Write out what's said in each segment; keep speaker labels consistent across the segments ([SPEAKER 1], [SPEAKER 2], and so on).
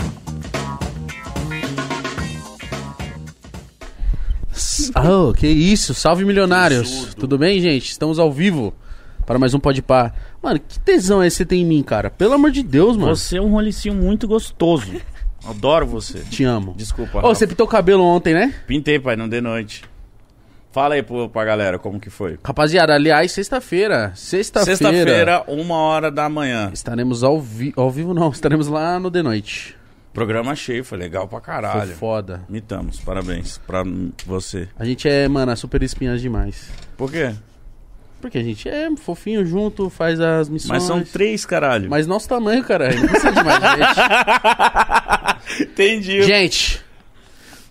[SPEAKER 1] Milionários. Oh, que isso. Salve, milionários. Tudo bem, gente? Estamos ao vivo para mais um Pode Par. Mano, que tesão é esse que você tem em mim, cara? Pelo amor de Deus, mano.
[SPEAKER 2] Você é um rolicinho muito gostoso. Adoro você.
[SPEAKER 1] Te amo.
[SPEAKER 2] Desculpa.
[SPEAKER 1] Ô,
[SPEAKER 2] Rafa.
[SPEAKER 1] você pintou o cabelo ontem, né?
[SPEAKER 2] Pintei, pai, não dê noite. Fala aí pro, pra galera como que foi.
[SPEAKER 1] Rapaziada, aliás, sexta-feira. Sexta-feira.
[SPEAKER 2] Sexta-feira, uma hora da manhã.
[SPEAKER 1] Estaremos ao, vi ao vivo, não. Estaremos lá no The Noite.
[SPEAKER 2] Programa cheio, foi legal pra
[SPEAKER 1] Foi
[SPEAKER 2] caralho.
[SPEAKER 1] foda.
[SPEAKER 2] Mitamos, parabéns pra m- você.
[SPEAKER 1] A gente é, mano, é super espinhas demais.
[SPEAKER 2] Por quê?
[SPEAKER 1] Porque a gente é fofinho junto, faz as missões.
[SPEAKER 2] Mas são três, caralho.
[SPEAKER 1] Mas nosso tamanho, cara. Não precisa de mais gente.
[SPEAKER 2] Entendi.
[SPEAKER 1] Gente,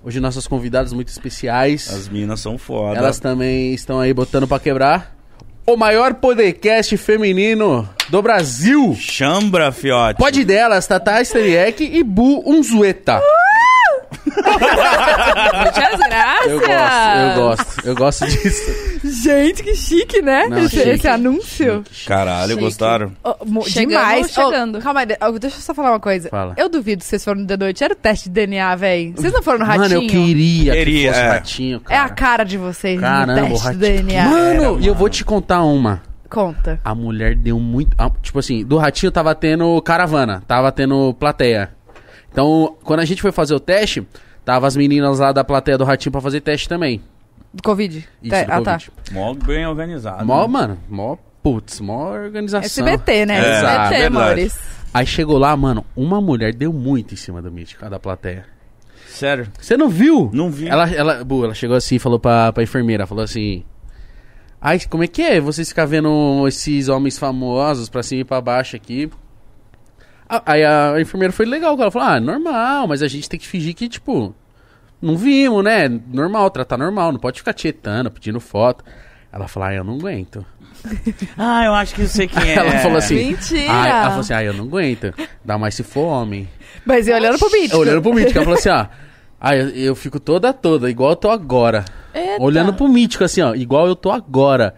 [SPEAKER 1] hoje nossas convidadas muito especiais.
[SPEAKER 2] As minas são foda.
[SPEAKER 1] elas também estão aí botando pra quebrar. O maior podcast feminino do Brasil.
[SPEAKER 2] Chambra, fiote.
[SPEAKER 1] Pode delas, Tata Esteriek e Bu Unzueta.
[SPEAKER 3] Muitas graças!
[SPEAKER 1] Eu gosto, eu gosto, eu gosto disso.
[SPEAKER 3] Gente, que chique, né?
[SPEAKER 1] Não,
[SPEAKER 3] esse,
[SPEAKER 1] chique.
[SPEAKER 3] esse anúncio.
[SPEAKER 2] Caralho,
[SPEAKER 3] Chique.
[SPEAKER 2] gostaram?
[SPEAKER 3] Oh, mo-
[SPEAKER 4] Chegando,
[SPEAKER 3] demais. Oh,
[SPEAKER 4] chegando.
[SPEAKER 3] calma aí, de- oh, deixa eu só falar uma coisa.
[SPEAKER 1] Fala.
[SPEAKER 3] Eu duvido que vocês foram de noite. Era o teste de DNA, véi. Vocês não foram no ratinho?
[SPEAKER 1] Mano, eu queria, que
[SPEAKER 2] Queria,
[SPEAKER 1] fosse
[SPEAKER 2] é.
[SPEAKER 1] ratinho,
[SPEAKER 3] É
[SPEAKER 1] cara.
[SPEAKER 3] a cara de vocês no
[SPEAKER 1] Caramba, o
[SPEAKER 3] teste de
[SPEAKER 1] ratinho.
[SPEAKER 3] DNA.
[SPEAKER 1] Mano,
[SPEAKER 2] Era,
[SPEAKER 1] e eu
[SPEAKER 2] mano.
[SPEAKER 1] vou te contar uma.
[SPEAKER 3] Conta.
[SPEAKER 1] A mulher deu muito. ah, Tipo assim, do ratinho tava tendo caravana, tava tendo plateia. Então, quando a gente foi fazer o teste, tava as meninas lá da plateia do ratinho pra fazer teste também.
[SPEAKER 3] Do Covid?
[SPEAKER 1] Isso,
[SPEAKER 3] Tá-
[SPEAKER 1] do
[SPEAKER 3] ah,
[SPEAKER 1] Covid.
[SPEAKER 3] tá.
[SPEAKER 2] Mó bem organizado.
[SPEAKER 1] Mó,
[SPEAKER 2] né?
[SPEAKER 1] mano, mó putz, mó organização.
[SPEAKER 3] SBT, né?
[SPEAKER 2] É,
[SPEAKER 1] ah,
[SPEAKER 3] SBT,
[SPEAKER 2] verdade.
[SPEAKER 3] amores.
[SPEAKER 1] Aí chegou lá, mano, uma mulher deu muito em cima do Mítico, a da plateia.
[SPEAKER 2] né? Sério.
[SPEAKER 1] Você não viu?
[SPEAKER 2] Não vi.
[SPEAKER 1] Ela, ela, bu, ela chegou assim e falou pra, pra enfermeira, falou assim... Ai, como é que é vocês ficar vendo esses homens famosos pra cima e pra baixo aqui? A- Aí a enfermeira foi legal, ela falou, ah, normal, mas a gente tem que fingir que, tipo, não vimos, né? Normal, tratar normal, não pode ficar tietando, pedindo foto. Ela falou, ah, eu não aguento.
[SPEAKER 2] Ah, eu acho que eu sei quem é.
[SPEAKER 1] Ela falou assim...
[SPEAKER 3] Mentira!
[SPEAKER 1] "Ai", ela falou assim, ah, eu não aguento, dá mais se for homem.
[SPEAKER 3] Mas e olhando pro Mítico.
[SPEAKER 1] É, Olhando pro Mítico, ela falou assim, ó. Ah, eu, eu fico toda toda, igual eu tô agora.
[SPEAKER 3] Eita.
[SPEAKER 1] Olhando pro Mítico, assim, ó, igual eu tô agora.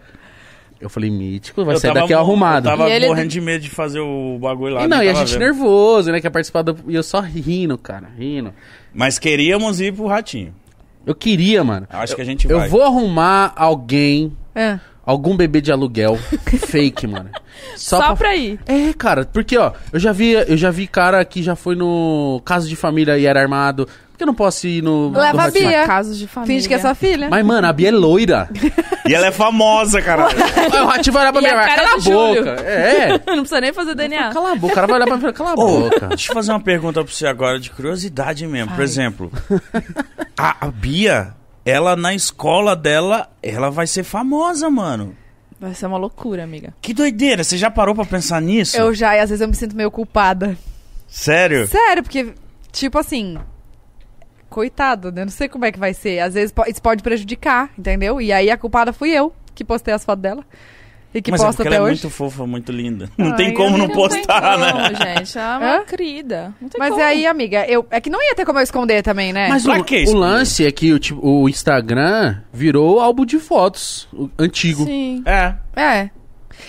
[SPEAKER 1] Eu falei, Mítico, vai
[SPEAKER 2] Eu
[SPEAKER 1] sair
[SPEAKER 2] tava
[SPEAKER 1] daqui
[SPEAKER 2] mo-
[SPEAKER 1] arrumado.
[SPEAKER 2] Eu tava
[SPEAKER 3] E ele-
[SPEAKER 2] morrendo de medo de fazer o bagulho lá.
[SPEAKER 1] E
[SPEAKER 2] nem
[SPEAKER 1] não, e a
[SPEAKER 2] tava
[SPEAKER 1] gente
[SPEAKER 2] vendo.
[SPEAKER 1] nervoso, né, que ia participar do... E eu só rindo, cara, rindo.
[SPEAKER 2] Mas queríamos ir pro Ratinho.
[SPEAKER 1] Eu queria, mano.
[SPEAKER 2] Eu Acho Ah, que a gente vai.
[SPEAKER 1] Eu vou arrumar alguém,
[SPEAKER 3] Ah,
[SPEAKER 1] algum bebê de aluguel, fake, mano.
[SPEAKER 4] Só, pra ir.
[SPEAKER 1] É, cara, porque ó, eu já vi, eu já vi cara que já foi no caso de família e era armado. Por que eu não posso ir no do
[SPEAKER 3] Leva a
[SPEAKER 1] Ratinho?
[SPEAKER 3] Bia.
[SPEAKER 4] Casos de família.
[SPEAKER 3] Finge que é sua filha.
[SPEAKER 1] Mas, mano, a Bia é loira.
[SPEAKER 2] E ela é famosa, caralho.
[SPEAKER 1] Aí o ratinho vai olhar pra
[SPEAKER 4] E
[SPEAKER 1] mim,
[SPEAKER 4] a
[SPEAKER 1] vai,
[SPEAKER 4] cara
[SPEAKER 1] cala a
[SPEAKER 4] do Júlio.
[SPEAKER 1] boca. É,
[SPEAKER 4] Não precisa nem fazer DNA.
[SPEAKER 1] cala a boca. O cara vai olhar pra mim e cala a
[SPEAKER 2] Ô,
[SPEAKER 1] boca.
[SPEAKER 2] Deixa eu fazer uma pergunta pra você agora, de curiosidade mesmo. Por exemplo, a, a Bia, ela na escola dela, ela vai ser famosa, mano.
[SPEAKER 4] Vai ser uma loucura, amiga.
[SPEAKER 2] Que doideira, você já parou pra pensar nisso?
[SPEAKER 3] Eu já, e às vezes eu me sinto meio culpada.
[SPEAKER 2] Sério?
[SPEAKER 3] Sério, porque, tipo assim. Coitado, né? Eu Não sei como é que vai ser. Às vezes po- isso pode prejudicar, entendeu? E aí a culpada fui eu que postei as fotos dela. E que
[SPEAKER 2] Mas é
[SPEAKER 3] posto
[SPEAKER 2] porque
[SPEAKER 3] até
[SPEAKER 2] ela é
[SPEAKER 3] hoje.
[SPEAKER 2] muito fofa, muito linda. Não
[SPEAKER 3] Ai,
[SPEAKER 2] tem como não
[SPEAKER 3] amiga,
[SPEAKER 4] Não
[SPEAKER 2] postar,
[SPEAKER 4] tem como,
[SPEAKER 2] né?
[SPEAKER 4] gente. É uma
[SPEAKER 3] Hã?
[SPEAKER 4] querida. Não tem
[SPEAKER 3] Mas
[SPEAKER 4] como.
[SPEAKER 3] aí, amiga, eu... é que não ia ter como eu esconder também, né?
[SPEAKER 1] Mas
[SPEAKER 2] Pra
[SPEAKER 1] o,
[SPEAKER 2] que
[SPEAKER 1] o
[SPEAKER 2] isso?
[SPEAKER 1] lance é que o, tipo, o Instagram virou álbum de fotos o- antigo.
[SPEAKER 4] Sim.
[SPEAKER 2] É.
[SPEAKER 3] É.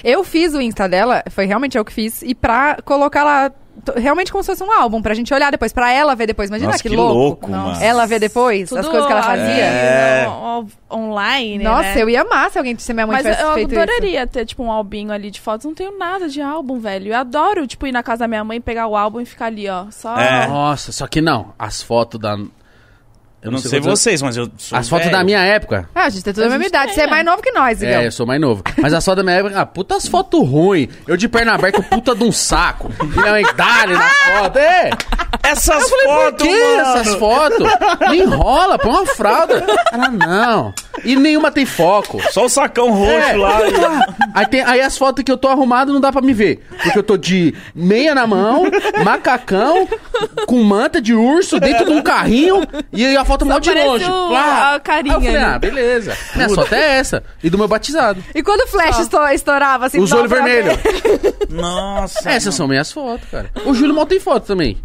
[SPEAKER 3] Eu fiz o Insta dela, foi realmente eu que fiz, e pra colocar lá. t- Realmente como se fosse um álbum, pra gente olhar depois, pra ela ver depois. Imagina
[SPEAKER 2] Nossa,
[SPEAKER 3] que,
[SPEAKER 2] que
[SPEAKER 3] louco.
[SPEAKER 2] louco, mano.
[SPEAKER 3] Ela ver depois
[SPEAKER 4] Tudo
[SPEAKER 3] as coisas que ela
[SPEAKER 4] ao vivo,
[SPEAKER 3] fazia.
[SPEAKER 2] É.
[SPEAKER 4] ao- ao- online,
[SPEAKER 3] Nossa,
[SPEAKER 4] né?
[SPEAKER 3] eu ia amar se alguém se minha mãe
[SPEAKER 4] Mas
[SPEAKER 3] tivesse
[SPEAKER 4] eu
[SPEAKER 3] feito isso.
[SPEAKER 4] adoraria ter, tipo, um albinho ali de fotos. Não tenho nada de álbum, velho. Eu adoro, tipo, ir na casa da minha mãe, pegar o álbum e ficar ali, ó. Só...
[SPEAKER 2] É.
[SPEAKER 1] Nossa, só que não. As fotos da...
[SPEAKER 2] Eu não, sei
[SPEAKER 1] quantos-
[SPEAKER 2] vocês, mas eu sou
[SPEAKER 1] As fotos
[SPEAKER 2] velho.
[SPEAKER 1] da minha época.
[SPEAKER 3] Ah, a gente tem toda a
[SPEAKER 4] A
[SPEAKER 3] mesma
[SPEAKER 4] gente
[SPEAKER 3] idade.
[SPEAKER 4] tem,
[SPEAKER 3] Você é
[SPEAKER 4] né?
[SPEAKER 3] mais novo que nós, Igão.
[SPEAKER 1] É, eu sou mais novo. Mas as fotos da minha época, ah, putas fotos ruins. Eu de perna aberta, puta de um saco. E minha mãe, dá-lhe na foto. É,
[SPEAKER 2] Essas
[SPEAKER 1] Por
[SPEAKER 2] fotos,
[SPEAKER 1] que
[SPEAKER 2] mano?
[SPEAKER 1] essas fotos? Me enrola, põe uma fralda. Ela, não. E nenhuma tem foco.
[SPEAKER 2] Só o sacão roxo
[SPEAKER 1] É.
[SPEAKER 2] lá.
[SPEAKER 1] Aí, tem- aí as fotos que eu tô arrumado não dá pra me ver. Porque eu tô de meia na mão, macacão, com manta de urso, dentro de um carrinho, e aí a foto mal de
[SPEAKER 4] aparece
[SPEAKER 1] longe.
[SPEAKER 4] o-
[SPEAKER 1] Lá.
[SPEAKER 4] a carinha
[SPEAKER 1] Aí eu falei,
[SPEAKER 4] ali.
[SPEAKER 1] ah, beleza. Minha foto é essa. E do meu batizado.
[SPEAKER 3] E quando o flash esto- estourava, assim...
[SPEAKER 1] Os
[SPEAKER 3] dava
[SPEAKER 1] olhos
[SPEAKER 3] pra ver.
[SPEAKER 1] vermelhos.
[SPEAKER 2] Nossa.
[SPEAKER 1] É, Essas
[SPEAKER 2] mano.
[SPEAKER 1] são minhas fotos, cara. O Júlio mal tem foto também.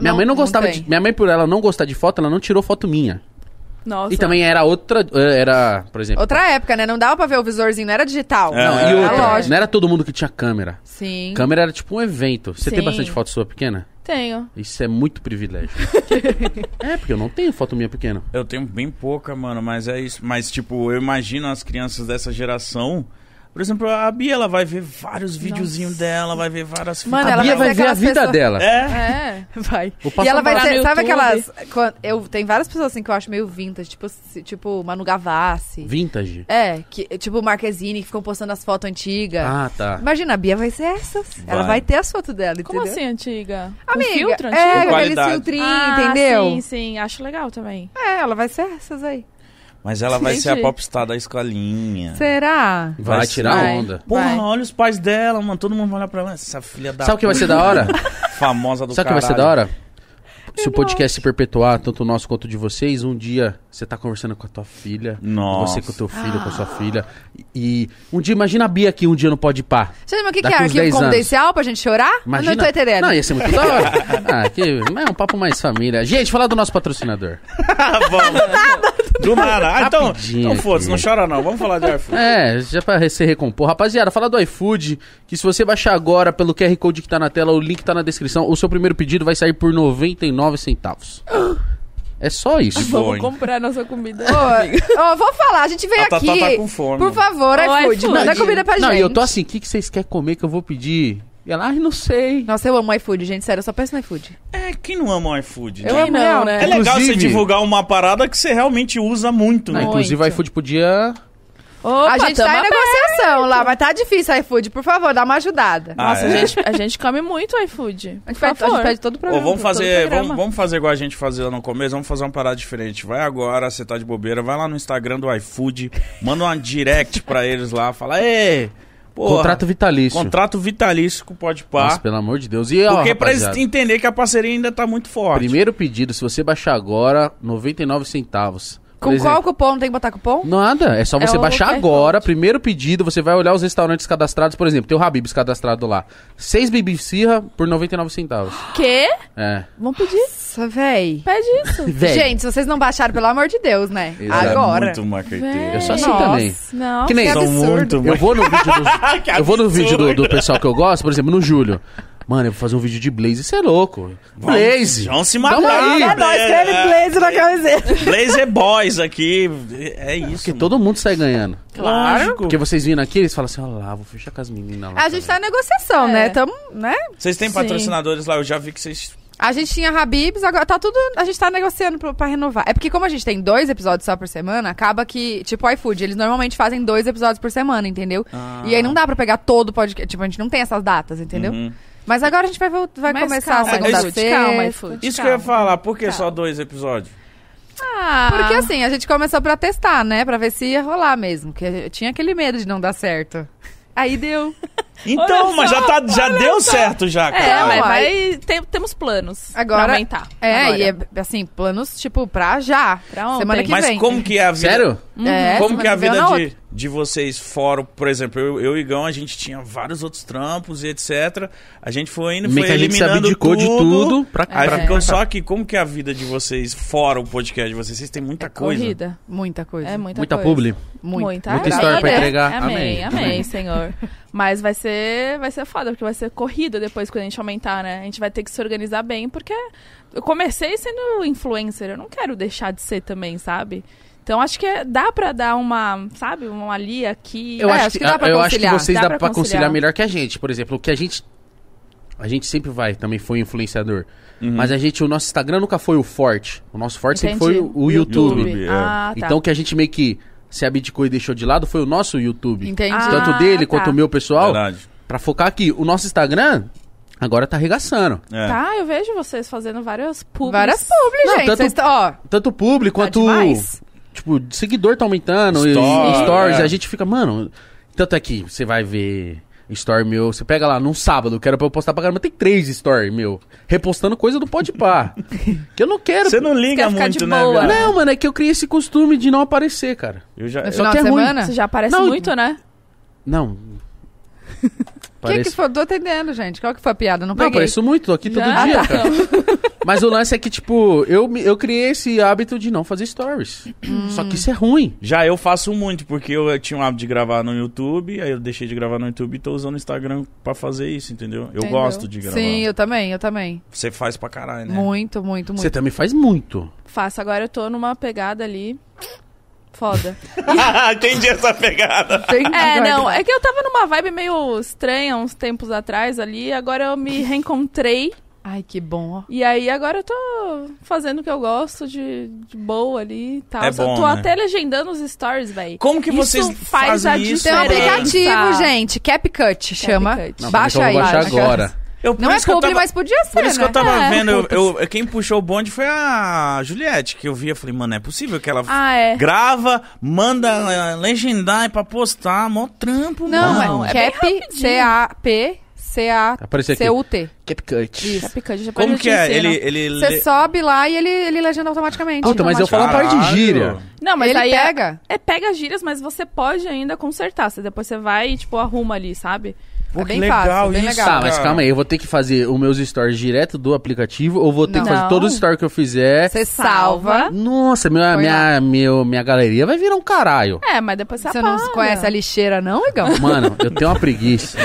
[SPEAKER 1] Minha
[SPEAKER 3] Não,
[SPEAKER 1] mãe não
[SPEAKER 3] não
[SPEAKER 1] gostava
[SPEAKER 3] tem.
[SPEAKER 1] de. Minha mãe, por ela não gostar de foto, ela não tirou foto minha.
[SPEAKER 4] Nossa.
[SPEAKER 1] E também era outra. eh, Era, por exemplo.
[SPEAKER 3] Outra época, né? Não dava pra ver o visorzinho, não era digital.
[SPEAKER 2] É.
[SPEAKER 1] Não, e
[SPEAKER 3] Era
[SPEAKER 1] outra. Né?
[SPEAKER 3] lógico.
[SPEAKER 1] Não era todo mundo que tinha câmera.
[SPEAKER 3] Sim.
[SPEAKER 1] Câmera era tipo um evento. Você tem
[SPEAKER 4] Sim.
[SPEAKER 1] bastante foto sua pequena?
[SPEAKER 4] Tenho.
[SPEAKER 1] Isso é muito privilégio. é, porque eu não tenho foto minha pequena.
[SPEAKER 2] Eu tenho bem pouca, mano, mas é isso. Mas, tipo, eu imagino as crianças dessa geração. Por exemplo, a Bia, ela vai ver vários videozinhos dela, vai ver várias
[SPEAKER 3] Mano,
[SPEAKER 2] fotos.
[SPEAKER 1] a
[SPEAKER 3] ela
[SPEAKER 1] Bia
[SPEAKER 3] vai
[SPEAKER 1] vai
[SPEAKER 3] ser
[SPEAKER 1] ver a
[SPEAKER 3] aquelas
[SPEAKER 1] vida
[SPEAKER 3] pessoas-
[SPEAKER 1] dela.
[SPEAKER 2] É.
[SPEAKER 4] É.
[SPEAKER 3] Vai.
[SPEAKER 1] Vou um
[SPEAKER 3] E ela vai
[SPEAKER 4] passar
[SPEAKER 3] ser,
[SPEAKER 4] no
[SPEAKER 3] sabe
[SPEAKER 4] YouTube.
[SPEAKER 3] aquelas. quando- eu, tem várias pessoas assim que eu acho meio vintage, tipo, se- tipo Manu Gavassi.
[SPEAKER 1] Vintage.
[SPEAKER 3] É, que, tipo Marquezine, que ficam postando as fotos antigas.
[SPEAKER 1] Ah, tá.
[SPEAKER 3] Imagina, a Bia vai ser essas. Ela
[SPEAKER 2] Vai.
[SPEAKER 3] vai ter as fotos dela,
[SPEAKER 4] Como
[SPEAKER 3] entendeu?
[SPEAKER 4] assim, antiga?
[SPEAKER 3] Amiga,
[SPEAKER 4] Com filtro antigo?
[SPEAKER 3] é,
[SPEAKER 2] Com
[SPEAKER 3] com aquele
[SPEAKER 2] qualidade.
[SPEAKER 3] filtrinho,
[SPEAKER 4] Ah,
[SPEAKER 3] entendeu?
[SPEAKER 4] Sim, sim. Acho legal também.
[SPEAKER 3] É, ela vai ser essas aí.
[SPEAKER 2] Mas ela vai ser a
[SPEAKER 4] Entendi.
[SPEAKER 2] popstar da escolinha.
[SPEAKER 3] Será?
[SPEAKER 1] Vai,
[SPEAKER 2] Vai
[SPEAKER 1] tirar
[SPEAKER 3] vai.
[SPEAKER 1] onda.
[SPEAKER 2] Porra,
[SPEAKER 3] Vai.
[SPEAKER 2] olha os pais dela, mano. Todo mundo vai olhar pra ela. Essa filha da.
[SPEAKER 1] Sabe o que vai ser da hora?
[SPEAKER 2] puta, Famosa do
[SPEAKER 1] Sabe o que vai ser
[SPEAKER 2] caralho.
[SPEAKER 1] da hora? Se o podcast se perpetuar, tanto o nosso quanto o de vocês, um dia você tá conversando com a tua filha,
[SPEAKER 2] Nossa.
[SPEAKER 1] você com o teu filho, com a sua filha, e e um dia, imagina a Bia aqui um dia não pode pá.
[SPEAKER 3] Gente, mas o que, que
[SPEAKER 1] Daqui
[SPEAKER 3] é?
[SPEAKER 1] uns 10
[SPEAKER 3] Arquivo
[SPEAKER 1] anos.
[SPEAKER 3] confidencial pra gente chorar?
[SPEAKER 1] Imagina...
[SPEAKER 3] Não tô entendendo.
[SPEAKER 1] Não, ia ser muito da hora. Ah, que... É um papo mais família. Gente, falar do nosso patrocinador.
[SPEAKER 2] Ah, vamos. Do nada. Ah, então,
[SPEAKER 1] Rapidinho
[SPEAKER 2] então foda-se, não
[SPEAKER 1] aqui.
[SPEAKER 2] chora não. Vamos falar de iPhone.
[SPEAKER 1] É, já pra se recompor. Rapaziada, fala do iFood, que se você baixar agora pelo QR Code que tá na tela, o link tá na descrição, o seu primeiro pedido vai sair por 99 centavos. É só isso.
[SPEAKER 2] Bom,
[SPEAKER 4] Vamos
[SPEAKER 2] hein?
[SPEAKER 4] comprar nossa comida.
[SPEAKER 3] Ô, ô, vou falar, a gente veio
[SPEAKER 2] A Tatá
[SPEAKER 3] aqui.
[SPEAKER 2] tá com fome.
[SPEAKER 3] Por favor,
[SPEAKER 4] Ô,
[SPEAKER 3] iFood,
[SPEAKER 4] iFood.
[SPEAKER 3] manda comida pra
[SPEAKER 1] não,
[SPEAKER 3] gente.
[SPEAKER 1] e eu tô assim, o que, que vocês querem comer que eu vou pedir? E ela, ai, não sei.
[SPEAKER 3] Nossa, eu amo iFood, gente, sério, eu só penso no iFood.
[SPEAKER 2] É, quem não ama o iFood?
[SPEAKER 3] Eu
[SPEAKER 2] né?
[SPEAKER 3] amo, real, né?
[SPEAKER 2] É legal você
[SPEAKER 1] Inclusive-
[SPEAKER 2] divulgar uma parada que você realmente usa muito,
[SPEAKER 1] Não,
[SPEAKER 2] né?
[SPEAKER 1] inclusive, o
[SPEAKER 4] Muito.
[SPEAKER 1] iFood podia...
[SPEAKER 4] Opa,
[SPEAKER 3] a gente tá
[SPEAKER 4] tamo
[SPEAKER 3] em negociação lá, mas tá difícil, iFood, por favor, dá uma ajudada.
[SPEAKER 2] Ah,
[SPEAKER 4] Nossa,
[SPEAKER 2] é?
[SPEAKER 4] a, gente, a gente come muito iFood.
[SPEAKER 3] a, gente
[SPEAKER 4] Por
[SPEAKER 3] pede, a
[SPEAKER 4] favor.
[SPEAKER 3] gente pede todo o
[SPEAKER 2] Ô,
[SPEAKER 3] programa.
[SPEAKER 2] vamos
[SPEAKER 4] todo
[SPEAKER 2] fazer,
[SPEAKER 4] programa.
[SPEAKER 2] vamos, vamos fazer igual a gente fazia lá no começo, vamos fazer uma parada diferente. Vai agora, você tá de bobeira, vai lá no Instagram do iFood, manda uma direct pra eles lá, fala, ê, porra,
[SPEAKER 1] Contrato vitalício.
[SPEAKER 2] contrato vitalício com o Pode
[SPEAKER 1] Nossa,
[SPEAKER 2] Par.
[SPEAKER 1] pelo amor de Deus. E, ó,
[SPEAKER 2] Porque pra eles
[SPEAKER 1] rapaziada,
[SPEAKER 2] entenderem que a parceria ainda tá muito forte.
[SPEAKER 1] primeiro pedido, se você baixar agora, 99 centavos. Por
[SPEAKER 3] Com qual
[SPEAKER 1] exemplo,
[SPEAKER 3] cupom? Não Tem que botar cupom?
[SPEAKER 1] Nada, é só você
[SPEAKER 4] o
[SPEAKER 1] baixar
[SPEAKER 4] QR
[SPEAKER 1] agora,
[SPEAKER 4] Code.
[SPEAKER 1] primeiro pedido, você vai olhar os restaurantes cadastrados, por exemplo, tem o Habib's cadastrado lá. Seis Bibi Sirra por 99 centavos.
[SPEAKER 4] Quê?
[SPEAKER 1] É.
[SPEAKER 4] Vamos pedir?
[SPEAKER 3] Nossa, véi.
[SPEAKER 4] Pede isso.
[SPEAKER 1] Véi,
[SPEAKER 3] Gente, se vocês não baixaram, pelo amor de Deus, né?
[SPEAKER 1] Exato.
[SPEAKER 3] Agora.
[SPEAKER 2] É muito marqueteiro.
[SPEAKER 1] eu sou assim
[SPEAKER 3] Nossa.
[SPEAKER 1] também.
[SPEAKER 4] Não.
[SPEAKER 1] Que nem-
[SPEAKER 2] São
[SPEAKER 3] absurdo.
[SPEAKER 2] muito
[SPEAKER 1] Eu vou no vídeo dos-
[SPEAKER 2] mar- Que
[SPEAKER 1] eu vou no vídeo do,
[SPEAKER 2] absurdo.
[SPEAKER 1] do pessoal que eu gosto, por exemplo, no Júlio. Mano, eu vou fazer um vídeo de Blaze, isso é louco. Blaze.
[SPEAKER 2] vão se
[SPEAKER 1] Dá uma
[SPEAKER 2] matar,
[SPEAKER 1] aí.
[SPEAKER 2] né?
[SPEAKER 3] Nós escreve Blaze na camiseta.
[SPEAKER 2] Blazer Boys aqui, é isso.
[SPEAKER 1] Porque todo mundo sai ganhando.
[SPEAKER 2] Claro.
[SPEAKER 1] Porque vocês vindo aqui, eles falam assim, ó lá, vou fechar com as meninas lá.
[SPEAKER 3] A gente tá em negociação,
[SPEAKER 4] É.
[SPEAKER 3] né? Tamo, né?
[SPEAKER 2] Vocês têm
[SPEAKER 4] Sim.
[SPEAKER 2] patrocinadores lá, eu já vi que vocês...
[SPEAKER 3] A gente tinha Habibs, agora tá tudo. A gente tá negociando pra, pra renovar. É porque, como a gente tem dois episódios só por semana, acaba que, tipo, o iFood, eles normalmente fazem dois episódios por semana, entendeu? E aí não dá pra pegar todo o podcast. Tipo, a gente não tem essas datas, entendeu?
[SPEAKER 2] Ah. Uhum.
[SPEAKER 3] Mas agora a gente vai, vol- vai
[SPEAKER 4] Mas
[SPEAKER 3] começar
[SPEAKER 4] calma,
[SPEAKER 3] a segunda
[SPEAKER 2] iFood,
[SPEAKER 3] sexta.
[SPEAKER 4] calma, iFood.
[SPEAKER 2] Isso que eu ia
[SPEAKER 4] Calma.
[SPEAKER 2] falar, por que só dois episódios?
[SPEAKER 4] Ah,
[SPEAKER 3] Porque assim, a gente começou pra testar, né? Pra ver se ia rolar mesmo. Porque eu tinha aquele medo de não dar certo. Aí deu.
[SPEAKER 2] Então,
[SPEAKER 4] Olha
[SPEAKER 2] mas
[SPEAKER 4] só,
[SPEAKER 2] já, tá, já
[SPEAKER 4] olha
[SPEAKER 2] deu
[SPEAKER 4] só.
[SPEAKER 2] certo já,
[SPEAKER 4] É,
[SPEAKER 2] cara.
[SPEAKER 4] mas
[SPEAKER 3] Não,
[SPEAKER 4] vai-
[SPEAKER 3] aí-
[SPEAKER 4] tem- temos planos
[SPEAKER 3] Agora-
[SPEAKER 4] pra aumentar.
[SPEAKER 3] É,
[SPEAKER 4] agora.
[SPEAKER 3] e é, assim, planos, tipo, pra já.
[SPEAKER 4] Pra ontem.
[SPEAKER 3] Semana que
[SPEAKER 2] Mas
[SPEAKER 3] vem.
[SPEAKER 2] como que é a vida...
[SPEAKER 1] Sério?
[SPEAKER 3] É,
[SPEAKER 2] Como
[SPEAKER 3] semana
[SPEAKER 2] que é a
[SPEAKER 3] vem ou
[SPEAKER 2] vida
[SPEAKER 3] na outra.
[SPEAKER 2] de, de vocês fora, por exemplo, eu, eu e Igão, a gente tinha vários outros trampos e etc. A gente foi indo,
[SPEAKER 1] Meio
[SPEAKER 2] foi
[SPEAKER 1] que a gente se
[SPEAKER 2] eliminando
[SPEAKER 1] abdicou
[SPEAKER 2] tudo.
[SPEAKER 1] de tudo pra
[SPEAKER 2] Aí
[SPEAKER 1] pra-
[SPEAKER 2] ficou só que como que é a vida de vocês fora o podcast de vocês? Vocês têm muita coisa.
[SPEAKER 4] É Corrida.
[SPEAKER 3] Muita coisa.
[SPEAKER 4] É muita,
[SPEAKER 1] Muita
[SPEAKER 4] coisa.
[SPEAKER 1] publi.
[SPEAKER 3] Muito.
[SPEAKER 1] Muita
[SPEAKER 4] Muita, Amém,
[SPEAKER 1] história pra
[SPEAKER 4] amém.
[SPEAKER 1] entregar. Amém.
[SPEAKER 4] Amém, amém,
[SPEAKER 1] Amém.
[SPEAKER 4] senhor. Mas vai ser, vai ser foda, porque vai ser corrida depois quando a gente aumentar, né? A gente vai ter que se organizar bem, porque eu comecei sendo influencer, eu não quero deixar de ser também, sabe? Então acho que é- dá pra dar uma, sabe, um ali aqui. né?
[SPEAKER 1] Eu,
[SPEAKER 3] É,
[SPEAKER 1] acho,
[SPEAKER 3] acho
[SPEAKER 1] que,
[SPEAKER 3] que dá pra
[SPEAKER 1] eu acho que
[SPEAKER 3] conciliar,
[SPEAKER 1] vocês
[SPEAKER 4] dá
[SPEAKER 1] dá,
[SPEAKER 4] pra
[SPEAKER 1] pra conciliar
[SPEAKER 4] conciliar.
[SPEAKER 1] melhor que a gente. Por exemplo, o que a gente. A gente sempre vai, também foi influenciador. Mas a gente, o nosso Instagram nunca foi o forte. O nosso forte sempre foi
[SPEAKER 4] Entendi.
[SPEAKER 1] o, o YouTube.
[SPEAKER 2] YouTube, é.
[SPEAKER 4] Ah, tá.
[SPEAKER 1] Então o que a gente meio que se abdicou e deixou de lado foi o nosso YouTube.
[SPEAKER 3] Entendi.
[SPEAKER 4] Ah,
[SPEAKER 1] Tanto dele
[SPEAKER 4] tá.
[SPEAKER 1] quanto o meu pessoal.
[SPEAKER 2] Verdade.
[SPEAKER 1] Pra focar aqui. O nosso Instagram agora tá arregaçando.
[SPEAKER 2] É.
[SPEAKER 4] Tá, eu vejo vocês fazendo várias Tá pubs.
[SPEAKER 3] Várias publi,
[SPEAKER 1] Não,
[SPEAKER 3] gente.
[SPEAKER 1] tanto-
[SPEAKER 3] Vocês tão- ó,
[SPEAKER 1] Tanto o público
[SPEAKER 4] Tá
[SPEAKER 1] quanto.
[SPEAKER 3] demais.
[SPEAKER 1] Tipo, de seguidor tá aumentando, e-
[SPEAKER 2] Stories,
[SPEAKER 1] e stories,
[SPEAKER 2] é.
[SPEAKER 1] e a gente fica, mano. Tanto é que você vai ver story meu, você pega lá num sábado, quero pra eu postar pra caramba, tem três story meu, repostando coisa do pode pá. que eu não quero.
[SPEAKER 2] Você não liga
[SPEAKER 4] quer ficar de
[SPEAKER 2] muito, né,
[SPEAKER 4] boa.
[SPEAKER 2] viado?
[SPEAKER 1] Não, mano, é que eu criei esse costume de não aparecer, cara.
[SPEAKER 2] Eu já
[SPEAKER 3] no
[SPEAKER 2] eu-
[SPEAKER 1] só
[SPEAKER 3] final
[SPEAKER 1] que
[SPEAKER 3] de
[SPEAKER 1] é ruim.
[SPEAKER 3] semana.
[SPEAKER 4] Você já aparece
[SPEAKER 1] Não,
[SPEAKER 4] muito, né?
[SPEAKER 1] Não.
[SPEAKER 3] O que que
[SPEAKER 1] Pareço-
[SPEAKER 3] foi? Tô entendendo, gente. Qual que foi a piada? Não
[SPEAKER 1] Não,
[SPEAKER 3] peguei.
[SPEAKER 1] pareço muito, tô aqui todo
[SPEAKER 4] Já?
[SPEAKER 1] dia,
[SPEAKER 4] Ah, tá.
[SPEAKER 1] cara. Mas o lance é que, tipo, eu, me- eu criei esse hábito de não fazer stories.
[SPEAKER 3] Hum.
[SPEAKER 1] Só que isso é ruim.
[SPEAKER 2] Já eu faço muito, porque eu, eu tinha o hábito de gravar no YouTube, aí eu deixei de gravar no YouTube e tô usando o Instagram pra fazer isso, entendeu? Eu
[SPEAKER 4] Entendeu.
[SPEAKER 2] gosto
[SPEAKER 1] um
[SPEAKER 2] de gravar.
[SPEAKER 3] Sim, eu também, eu também.
[SPEAKER 2] Você faz pra caralho, né?
[SPEAKER 3] Muito, muito, muito.
[SPEAKER 1] Você também faz muito.
[SPEAKER 4] Faço, agora eu tô numa pegada ali. Foda.
[SPEAKER 2] Entendi essa pegada.
[SPEAKER 1] tá-
[SPEAKER 3] Tem-
[SPEAKER 4] É,
[SPEAKER 3] Agora-
[SPEAKER 4] não, é que eu tava numa vibe meio estranha uns tempos atrás ali, agora eu me reencontrei.
[SPEAKER 3] Ai, que bom, ó.
[SPEAKER 4] E aí agora eu tô fazendo o que eu gosto de, de boa ali e tal.
[SPEAKER 2] É
[SPEAKER 4] Só
[SPEAKER 2] bom,
[SPEAKER 4] tô
[SPEAKER 2] né?
[SPEAKER 4] até legendando os stories, velho.
[SPEAKER 2] Como que vocês
[SPEAKER 4] faz
[SPEAKER 2] fazem
[SPEAKER 4] a
[SPEAKER 2] isso,
[SPEAKER 3] Tem um
[SPEAKER 2] mano?
[SPEAKER 3] aplicativo, gente. CapCut chama.
[SPEAKER 4] CapCut.
[SPEAKER 1] Não,
[SPEAKER 3] Baixa
[SPEAKER 1] então eu
[SPEAKER 3] aí.
[SPEAKER 1] vou baixar
[SPEAKER 3] Aquelas-
[SPEAKER 1] agora.
[SPEAKER 2] Eu, por
[SPEAKER 3] Não é
[SPEAKER 2] isso que eu
[SPEAKER 3] publi,
[SPEAKER 2] tava-
[SPEAKER 3] mas podia ser,
[SPEAKER 2] Por isso que
[SPEAKER 3] né?
[SPEAKER 2] eu tava
[SPEAKER 3] É.
[SPEAKER 2] vendo, eu- eu, eu- quem puxou o bonde foi a Juliette, que eu vi, eu falei, mano, é possível que ela
[SPEAKER 4] Ah, é.
[SPEAKER 2] grava, manda eh, legendar pra postar, mó trampo,
[SPEAKER 3] Não,
[SPEAKER 2] mano.
[SPEAKER 3] é Cap, C-A-P,
[SPEAKER 1] Apareceu aqui.
[SPEAKER 3] C-A-C-U-T.
[SPEAKER 1] CapCut.
[SPEAKER 4] É picante, depois
[SPEAKER 2] Como
[SPEAKER 4] eu te
[SPEAKER 2] que é?
[SPEAKER 4] ensino.
[SPEAKER 2] Ele, ele
[SPEAKER 3] Você
[SPEAKER 2] lê-
[SPEAKER 3] sobe lá e ele, ele legenda automaticamente.
[SPEAKER 1] Puta, mas eu falo a parte de
[SPEAKER 2] Caralho.
[SPEAKER 1] gíria.
[SPEAKER 4] Não, mas
[SPEAKER 3] Ele
[SPEAKER 4] aí é-
[SPEAKER 3] pega.
[SPEAKER 4] É, pega as gírias, mas você pode ainda consertar. Você depois você vai e, tipo, arruma ali, sabe?
[SPEAKER 2] Pô,
[SPEAKER 3] É
[SPEAKER 2] que
[SPEAKER 3] bem
[SPEAKER 2] legal
[SPEAKER 3] fácil, bem
[SPEAKER 2] isso,
[SPEAKER 3] legal.
[SPEAKER 2] cara.
[SPEAKER 1] Tá, mas calma aí, eu vou ter que fazer os meus stories direto do aplicativo ou vou ter que
[SPEAKER 3] Não. tá?
[SPEAKER 1] fazer todos os stories que eu fizer?
[SPEAKER 3] Você salva.
[SPEAKER 1] Nossa, minha,
[SPEAKER 3] Põe
[SPEAKER 1] minha, meu, minha galeria vai virar um caralho.
[SPEAKER 4] É, mas depois você,
[SPEAKER 3] Você não
[SPEAKER 4] apaga.
[SPEAKER 3] conhece a lixeira, não, Igão?
[SPEAKER 1] Mano, eu tenho uma preguiça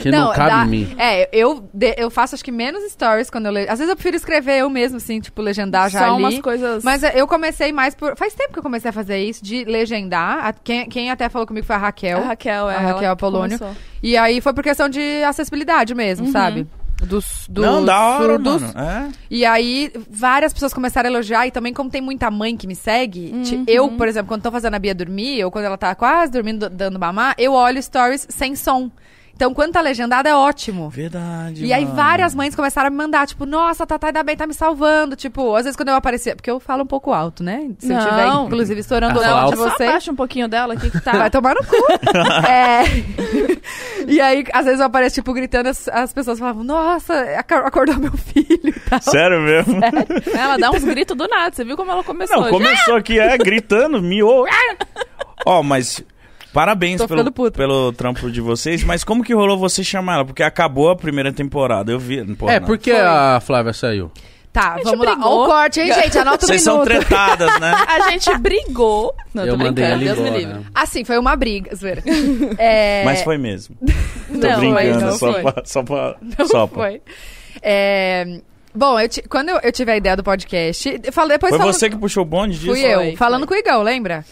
[SPEAKER 1] que não, cabe
[SPEAKER 3] dá-
[SPEAKER 1] em mim.
[SPEAKER 3] É, eu, de- eu faço acho que menos stories quando eu leio. Às vezes eu prefiro escrever eu mesmo, assim, tipo, legendar já
[SPEAKER 4] Só
[SPEAKER 3] ali.
[SPEAKER 4] umas coisas...
[SPEAKER 3] Mas é, eu comecei mais por. Faz tempo que eu comecei a fazer isso, de legendar. A- quem, quem até falou comigo foi a Raquel.
[SPEAKER 4] A Raquel, é.
[SPEAKER 3] A Raquel
[SPEAKER 4] ela
[SPEAKER 3] Apolônio.
[SPEAKER 4] começou.
[SPEAKER 3] E aí foi por questão de acessibilidade mesmo,
[SPEAKER 4] Uhum.
[SPEAKER 3] sabe? Dos, dos
[SPEAKER 2] Não, da hora,
[SPEAKER 3] surdos.
[SPEAKER 2] mano. É.
[SPEAKER 3] E aí, várias pessoas começaram a elogiar, e também, como tem muita mãe que me segue,
[SPEAKER 4] Uhum.
[SPEAKER 3] ti- eu, por exemplo, quando tô fazendo a Bia dormir, ou quando ela tá quase dormindo, do- dando mamar, eu olho stories sem som. Então, quando tá legendada, é ótimo.
[SPEAKER 2] Verdade,
[SPEAKER 3] E aí,
[SPEAKER 2] mano.
[SPEAKER 3] várias mães começaram a me mandar, tipo, nossa, Tatá ainda bem, tá me salvando. Tipo, às vezes quando eu aparecer, porque eu falo um pouco alto, né? Se eu
[SPEAKER 4] Não.
[SPEAKER 3] tiver, inclusive, estourando
[SPEAKER 1] Ah,
[SPEAKER 3] o
[SPEAKER 1] fala
[SPEAKER 3] áudio de
[SPEAKER 1] alto.
[SPEAKER 4] Só
[SPEAKER 3] vocês.
[SPEAKER 4] abaixa um pouquinho dela aqui que tá...
[SPEAKER 3] Vai tomar no cu. É. E aí, às vezes eu apareço, tipo, gritando, as, as pessoas falavam, nossa, aca- acordou meu filho e tal.
[SPEAKER 2] Sério mesmo?
[SPEAKER 4] Ela dá uns gritos do nada. Você viu como ela começou?
[SPEAKER 2] Não,
[SPEAKER 4] já?
[SPEAKER 2] começou aqui, é, gritando, miou. Ó, mas parabéns
[SPEAKER 3] Ah! Tô
[SPEAKER 2] pelo,
[SPEAKER 3] ficando puta.
[SPEAKER 2] pelo trampo de vocês. Mas como que rolou você chamar ela? Porque acabou a primeira temporada, eu vi. Porra,
[SPEAKER 1] é,
[SPEAKER 2] não.
[SPEAKER 1] porque a Flávia saiu.
[SPEAKER 3] Tá,
[SPEAKER 4] gente
[SPEAKER 3] vamos lá.
[SPEAKER 4] brigou.
[SPEAKER 3] Ó o corte, hein, gente? Anota o
[SPEAKER 2] Vocês
[SPEAKER 3] minuto.
[SPEAKER 2] são tretadas, né?
[SPEAKER 4] A gente brigou. Não,
[SPEAKER 1] eu
[SPEAKER 4] tô
[SPEAKER 1] mandei
[SPEAKER 4] brincando,
[SPEAKER 1] ela
[SPEAKER 4] Deus me
[SPEAKER 1] embora.
[SPEAKER 4] livre.
[SPEAKER 3] Assim, foi uma briga, zoeira. É,
[SPEAKER 2] Mas foi mesmo. Tô
[SPEAKER 4] não,
[SPEAKER 2] brincando,
[SPEAKER 4] não
[SPEAKER 2] só,
[SPEAKER 4] foi.
[SPEAKER 2] Pra, só pra.
[SPEAKER 4] Não
[SPEAKER 2] só pra.
[SPEAKER 4] foi.
[SPEAKER 3] é, Bom, eu ti- quando eu, eu tive a ideia do podcast, eu falei, depois
[SPEAKER 2] Foi
[SPEAKER 3] falando-
[SPEAKER 2] você que puxou o bonde disso?
[SPEAKER 3] Fui eu,
[SPEAKER 4] Foi,
[SPEAKER 3] falando
[SPEAKER 4] foi.
[SPEAKER 3] com o Igão, lembra?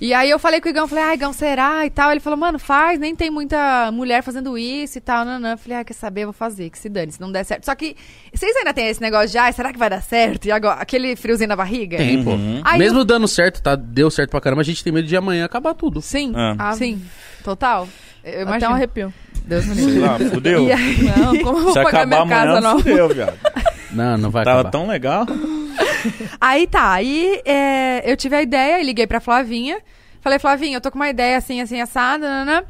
[SPEAKER 3] E aí eu falei com o Igão, falei, ah, Igão, será? E tal. Ele falou, mano, faz, nem tem muita mulher fazendo isso e tal. Não, não. Falei, ah, quer saber? Vou fazer, que se dane, se não der certo. Só que vocês ainda têm esse negócio de, ah, será que vai dar certo? E agora, aquele friozinho na barriga?
[SPEAKER 1] Tem,
[SPEAKER 2] Uhum.
[SPEAKER 1] pô.
[SPEAKER 3] Aí
[SPEAKER 1] Mesmo dando certo, tá? Deu certo pra caramba, a gente tem medo de amanhã acabar tudo.
[SPEAKER 3] Sim,
[SPEAKER 2] Ah.
[SPEAKER 4] Ah,
[SPEAKER 3] sim, total. Eu
[SPEAKER 4] Até
[SPEAKER 3] imagino.
[SPEAKER 4] um arrepio.
[SPEAKER 3] Deus me
[SPEAKER 2] Sei
[SPEAKER 3] livre.
[SPEAKER 2] lá, fudeu.
[SPEAKER 3] E aí-
[SPEAKER 4] Não, como eu vou
[SPEAKER 2] Se
[SPEAKER 4] pagar
[SPEAKER 2] acabar
[SPEAKER 4] minha
[SPEAKER 2] amanhã,
[SPEAKER 4] casa nova?
[SPEAKER 2] fudeu, viado.
[SPEAKER 1] Não, não vai
[SPEAKER 2] Tava
[SPEAKER 1] acabar.
[SPEAKER 2] tão legal.
[SPEAKER 3] Aí tá, aí é, eu tive a ideia e liguei pra Flavinha. Falei, Flavinha, eu tô com uma ideia assim, assim, assada, nananã.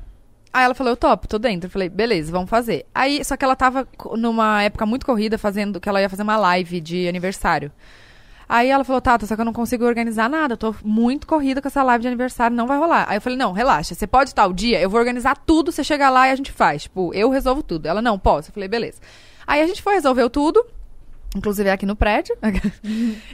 [SPEAKER 3] Aí ela falou, eu topo, tô dentro. Eu falei, beleza, vamos fazer. Aí, só que ela tava co- numa época muito corrida, fazendo que ela ia fazer uma live de aniversário. Aí ela falou, Tata, só que eu não consigo organizar nada, eu tô muito corrida com essa live de aniversário, não vai rolar. Aí eu falei, não, relaxa, você pode tal dia, eu vou organizar tudo, você chega lá e a gente faz. Tipo, eu resolvo tudo. Ela, não, posso. Eu falei, beleza. Aí a gente foi, resolveu tudo, inclusive aqui no prédio.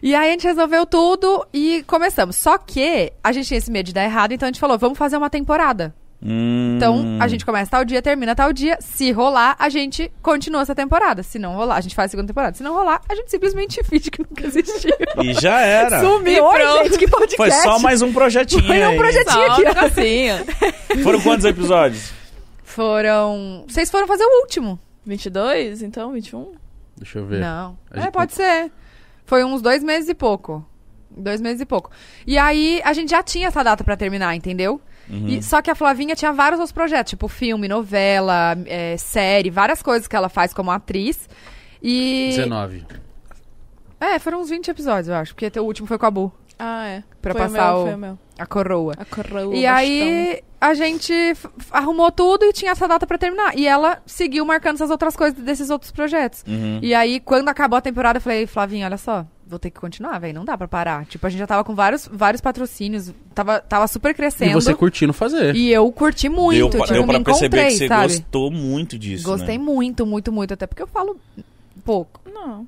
[SPEAKER 3] e aí a gente resolveu tudo e começamos. Só que a gente tinha esse medo de dar errado, então a gente falou, vamos fazer uma temporada.
[SPEAKER 2] Hum.
[SPEAKER 3] Então, a gente começa tal dia, termina tal dia. Se rolar, a gente continua essa temporada. Se não rolar, a gente faz a segunda temporada. Se não rolar, a gente simplesmente finge que nunca existiu.
[SPEAKER 2] E já era.
[SPEAKER 3] Sumiu,
[SPEAKER 4] E pronto.
[SPEAKER 3] Oi, gente, que podcast.
[SPEAKER 2] Foi só mais um projetinho.
[SPEAKER 3] Foi um
[SPEAKER 2] aí.
[SPEAKER 3] projetinho.
[SPEAKER 4] Só um
[SPEAKER 3] aqui, ó.
[SPEAKER 4] negocinho.
[SPEAKER 2] Foram quantos episódios?
[SPEAKER 3] Foram... Vocês foram fazer o último.
[SPEAKER 4] 22, então? 21?
[SPEAKER 1] Deixa eu ver.
[SPEAKER 3] Não.
[SPEAKER 1] A gente-
[SPEAKER 3] É, pode ser. Foi uns dois meses e pouco. Dois meses e pouco. E aí, a gente já tinha essa data pra terminar, entendeu?
[SPEAKER 1] Uhum.
[SPEAKER 3] E, só que a Flavinha tinha vários outros projetos, tipo filme, novela, é, série, várias coisas que ela faz como atriz. E.
[SPEAKER 1] 19.
[SPEAKER 3] É, foram uns 20 episódios, eu acho. Porque o último foi com a Bu,
[SPEAKER 4] Ah, é.
[SPEAKER 3] Pra
[SPEAKER 4] Foi
[SPEAKER 3] passar
[SPEAKER 4] meu,
[SPEAKER 3] o-
[SPEAKER 4] Foi meu.
[SPEAKER 3] a coroa.
[SPEAKER 4] A coroa,
[SPEAKER 3] E
[SPEAKER 4] o
[SPEAKER 3] aí a gente f- f- arrumou tudo e tinha essa data pra terminar. E ela seguiu marcando essas outras coisas desses outros projetos.
[SPEAKER 2] Uhum.
[SPEAKER 3] E aí, quando acabou a temporada, eu falei, Flavinha, olha só, vou ter que continuar, velho. Não dá pra parar. Tipo, a gente já tava com vários, vários patrocínios, tava, tava super crescendo.
[SPEAKER 1] E você curtindo fazer.
[SPEAKER 3] E eu curti muito,
[SPEAKER 2] deu, pra-
[SPEAKER 3] tipo,
[SPEAKER 2] deu
[SPEAKER 3] me
[SPEAKER 2] pra perceber que
[SPEAKER 3] encontrei,
[SPEAKER 2] você
[SPEAKER 3] sabe?
[SPEAKER 2] gostou muito disso.
[SPEAKER 3] Gostei
[SPEAKER 2] né?
[SPEAKER 3] muito, muito, muito. Até porque eu falo pouco.
[SPEAKER 4] Não.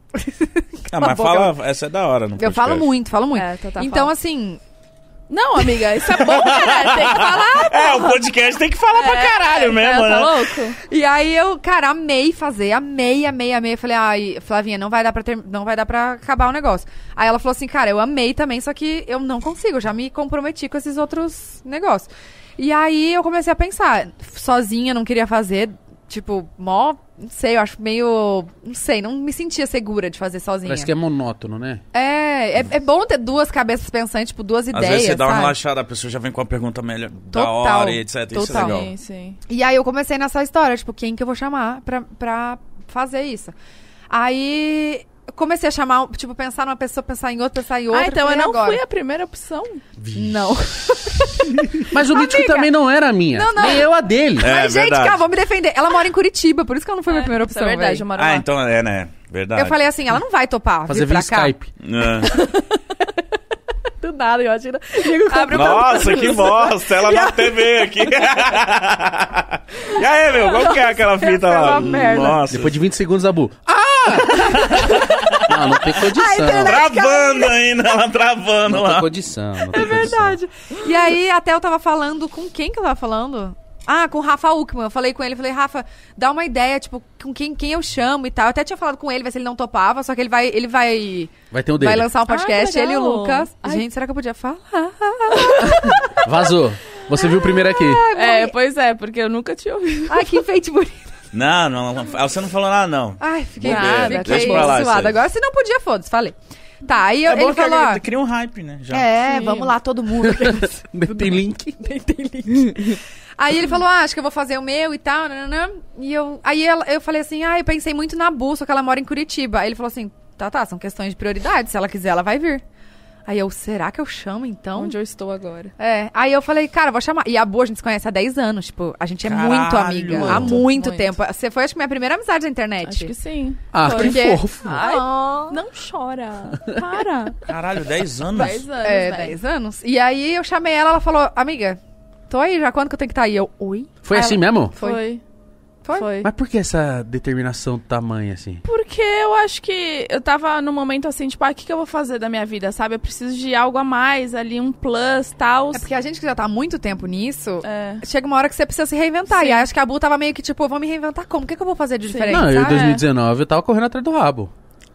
[SPEAKER 2] Ah, mas
[SPEAKER 3] boca.
[SPEAKER 2] fala, essa é da hora, não
[SPEAKER 3] Eu falo muito, falo muito.
[SPEAKER 4] É, Tatá
[SPEAKER 3] então,
[SPEAKER 4] fala.
[SPEAKER 3] assim,
[SPEAKER 4] Não, amiga, isso é bom, caralho. Tem que falar.
[SPEAKER 2] É, o podcast tem que falar pra caralho mesmo,
[SPEAKER 4] é,
[SPEAKER 2] né?
[SPEAKER 4] Tá louco?
[SPEAKER 3] E aí eu, cara, amei fazer, amei, amei, amei. Eu falei, ai, Flavinha, não vai dar pra ter, não vai dar para acabar o negócio. Aí ela falou assim, cara, eu amei também, só que eu não consigo, eu já me comprometi com esses outros negócios. E aí eu comecei a pensar, sozinha, não queria fazer, tipo, mó, não sei, eu acho meio, não sei, não me sentia segura de fazer sozinha.
[SPEAKER 1] Parece que é monótono, né?
[SPEAKER 3] É, é, é bom ter duas cabeças pensantes, tipo, duas
[SPEAKER 2] Às
[SPEAKER 3] ideias,
[SPEAKER 2] vezes você dá uma
[SPEAKER 3] sabe?
[SPEAKER 2] relaxada, a pessoa já vem com uma pergunta melhor, da
[SPEAKER 3] Total,
[SPEAKER 2] hora e etc. Isso é
[SPEAKER 3] total.
[SPEAKER 2] legal.
[SPEAKER 4] Sim, sim.
[SPEAKER 3] E aí eu comecei nessa história, tipo, quem que eu vou chamar pra, pra fazer isso? Aí eu comecei a chamar, tipo, pensar numa pessoa, pensar em outra, pensar em outra.
[SPEAKER 4] ah, então eu
[SPEAKER 3] falei,
[SPEAKER 4] não
[SPEAKER 3] agora.
[SPEAKER 4] fui a primeira opção.
[SPEAKER 3] Não.
[SPEAKER 1] Mas o mítico também não era a minha.
[SPEAKER 3] Não, não.
[SPEAKER 1] Nem eu a dele.
[SPEAKER 2] É,
[SPEAKER 3] Mas, gente,
[SPEAKER 2] verdade.
[SPEAKER 3] calma, vou me defender. Ela mora em Curitiba, por isso que ela não foi minha primeira opção.
[SPEAKER 4] Isso é verdade,
[SPEAKER 3] véi.
[SPEAKER 4] eu moro lá.
[SPEAKER 2] Ah, então é, né? Verdade.
[SPEAKER 3] Eu falei assim, ela não vai topar.
[SPEAKER 1] Fazer
[SPEAKER 3] Fazer
[SPEAKER 1] via
[SPEAKER 3] pra cá.
[SPEAKER 1] Skype.
[SPEAKER 2] É.
[SPEAKER 4] Do nada, eu atiro. Ligo o computador.
[SPEAKER 2] Nossa, que bosta! Ela na TV aqui. e aí, meu, qual que é aquela fita
[SPEAKER 4] essa é
[SPEAKER 2] lá?
[SPEAKER 4] uma merda.
[SPEAKER 2] Nossa.
[SPEAKER 1] Depois de 20 segundos, Abu. Ah! não, não tem
[SPEAKER 4] Ah,
[SPEAKER 1] condição.
[SPEAKER 2] Travando ainda, ela travando
[SPEAKER 1] Não tem
[SPEAKER 2] lá.
[SPEAKER 1] condição. Não tem
[SPEAKER 3] É verdade. E aí, até eu tava falando com quem que eu tava falando? Ah, com o Rafa Uckman. Eu falei com ele, falei, Rafa, dá uma ideia, tipo, com quem, quem eu chamo e tal. Eu até tinha falado com ele, mas ele não topava, só que ele vai. Ele vai,
[SPEAKER 1] Vai ter um
[SPEAKER 3] vai
[SPEAKER 1] dele.
[SPEAKER 3] lançar um podcast,
[SPEAKER 4] Ah, que
[SPEAKER 3] ele e o
[SPEAKER 4] legal.
[SPEAKER 3] Lucas.
[SPEAKER 4] Ai.
[SPEAKER 3] Gente, será que eu podia falar?
[SPEAKER 1] Vazou. Você viu o primeiro aqui.
[SPEAKER 4] É, pois é, porque eu nunca tinha ouvido.
[SPEAKER 3] Ai, que enfeite bonito.
[SPEAKER 2] Não, não, não, você não falou nada, não.
[SPEAKER 3] Ai, fiquei,
[SPEAKER 2] Bobeira.
[SPEAKER 3] fiquei
[SPEAKER 2] Deixa pra lá isso
[SPEAKER 3] suada.
[SPEAKER 2] aí.
[SPEAKER 3] Agora, se não podia, foda-se, falei. Tá, aí eu-
[SPEAKER 2] é bom
[SPEAKER 3] ele
[SPEAKER 2] que
[SPEAKER 3] falou, ó,
[SPEAKER 2] cria um hype, né? Já.
[SPEAKER 3] é,
[SPEAKER 4] Sim.
[SPEAKER 3] vamos lá, todo mundo.
[SPEAKER 1] Tem link.
[SPEAKER 3] Aí ele falou, ah, acho que eu vou fazer o meu e tal, nananã. E eu, aí ela- eu falei assim, ah, eu pensei muito na Bu, só que ela mora em Curitiba. Aí ele falou assim, tá, tá, são questões de prioridade, se ela quiser, ela vai vir. Aí eu, será que eu chamo então?
[SPEAKER 4] Onde eu estou agora.
[SPEAKER 3] É, aí eu falei, cara, vou chamar. E a Bu, a gente se conhece há 10 anos, tipo, a gente é
[SPEAKER 2] Caralho.
[SPEAKER 3] muito amiga,
[SPEAKER 2] Muito,
[SPEAKER 3] há muito,
[SPEAKER 4] muito.
[SPEAKER 3] tempo. Você foi, acho que, minha primeira amizade na internet.
[SPEAKER 4] Acho que sim.
[SPEAKER 1] Ah,
[SPEAKER 3] Porque-
[SPEAKER 1] que fofo.
[SPEAKER 4] Ai,
[SPEAKER 3] Ah.
[SPEAKER 4] não chora. Para.
[SPEAKER 2] Caralho, 10 anos.
[SPEAKER 4] 10 anos,
[SPEAKER 3] É,
[SPEAKER 4] velho.
[SPEAKER 3] 10 anos. E aí eu chamei ela, ela falou, amiga, tô aí, já quando que eu tenho que estar aí? Eu, oi?
[SPEAKER 1] Foi
[SPEAKER 3] Aí
[SPEAKER 4] Ah.
[SPEAKER 1] assim
[SPEAKER 3] ela-
[SPEAKER 1] mesmo?
[SPEAKER 3] Foi.
[SPEAKER 4] Foi.
[SPEAKER 3] Foi?
[SPEAKER 1] Mas por que essa determinação do tamanho, assim?
[SPEAKER 4] Porque eu acho que eu tava num momento assim, tipo, ah, o que, que eu vou fazer da minha vida, sabe? Eu preciso de algo a mais ali, um plus, tal.
[SPEAKER 3] É porque a gente que já tá há muito tempo nisso,
[SPEAKER 4] É.
[SPEAKER 3] chega uma hora que você precisa se reinventar.
[SPEAKER 4] Sim.
[SPEAKER 3] E acho que a Bu tava meio que tipo, eu vou me reinventar como? O que, que eu vou fazer de
[SPEAKER 4] Sim.
[SPEAKER 3] diferente?
[SPEAKER 1] Não, eu em
[SPEAKER 3] sabe?
[SPEAKER 1] 2019 eu tava correndo atrás do rabo.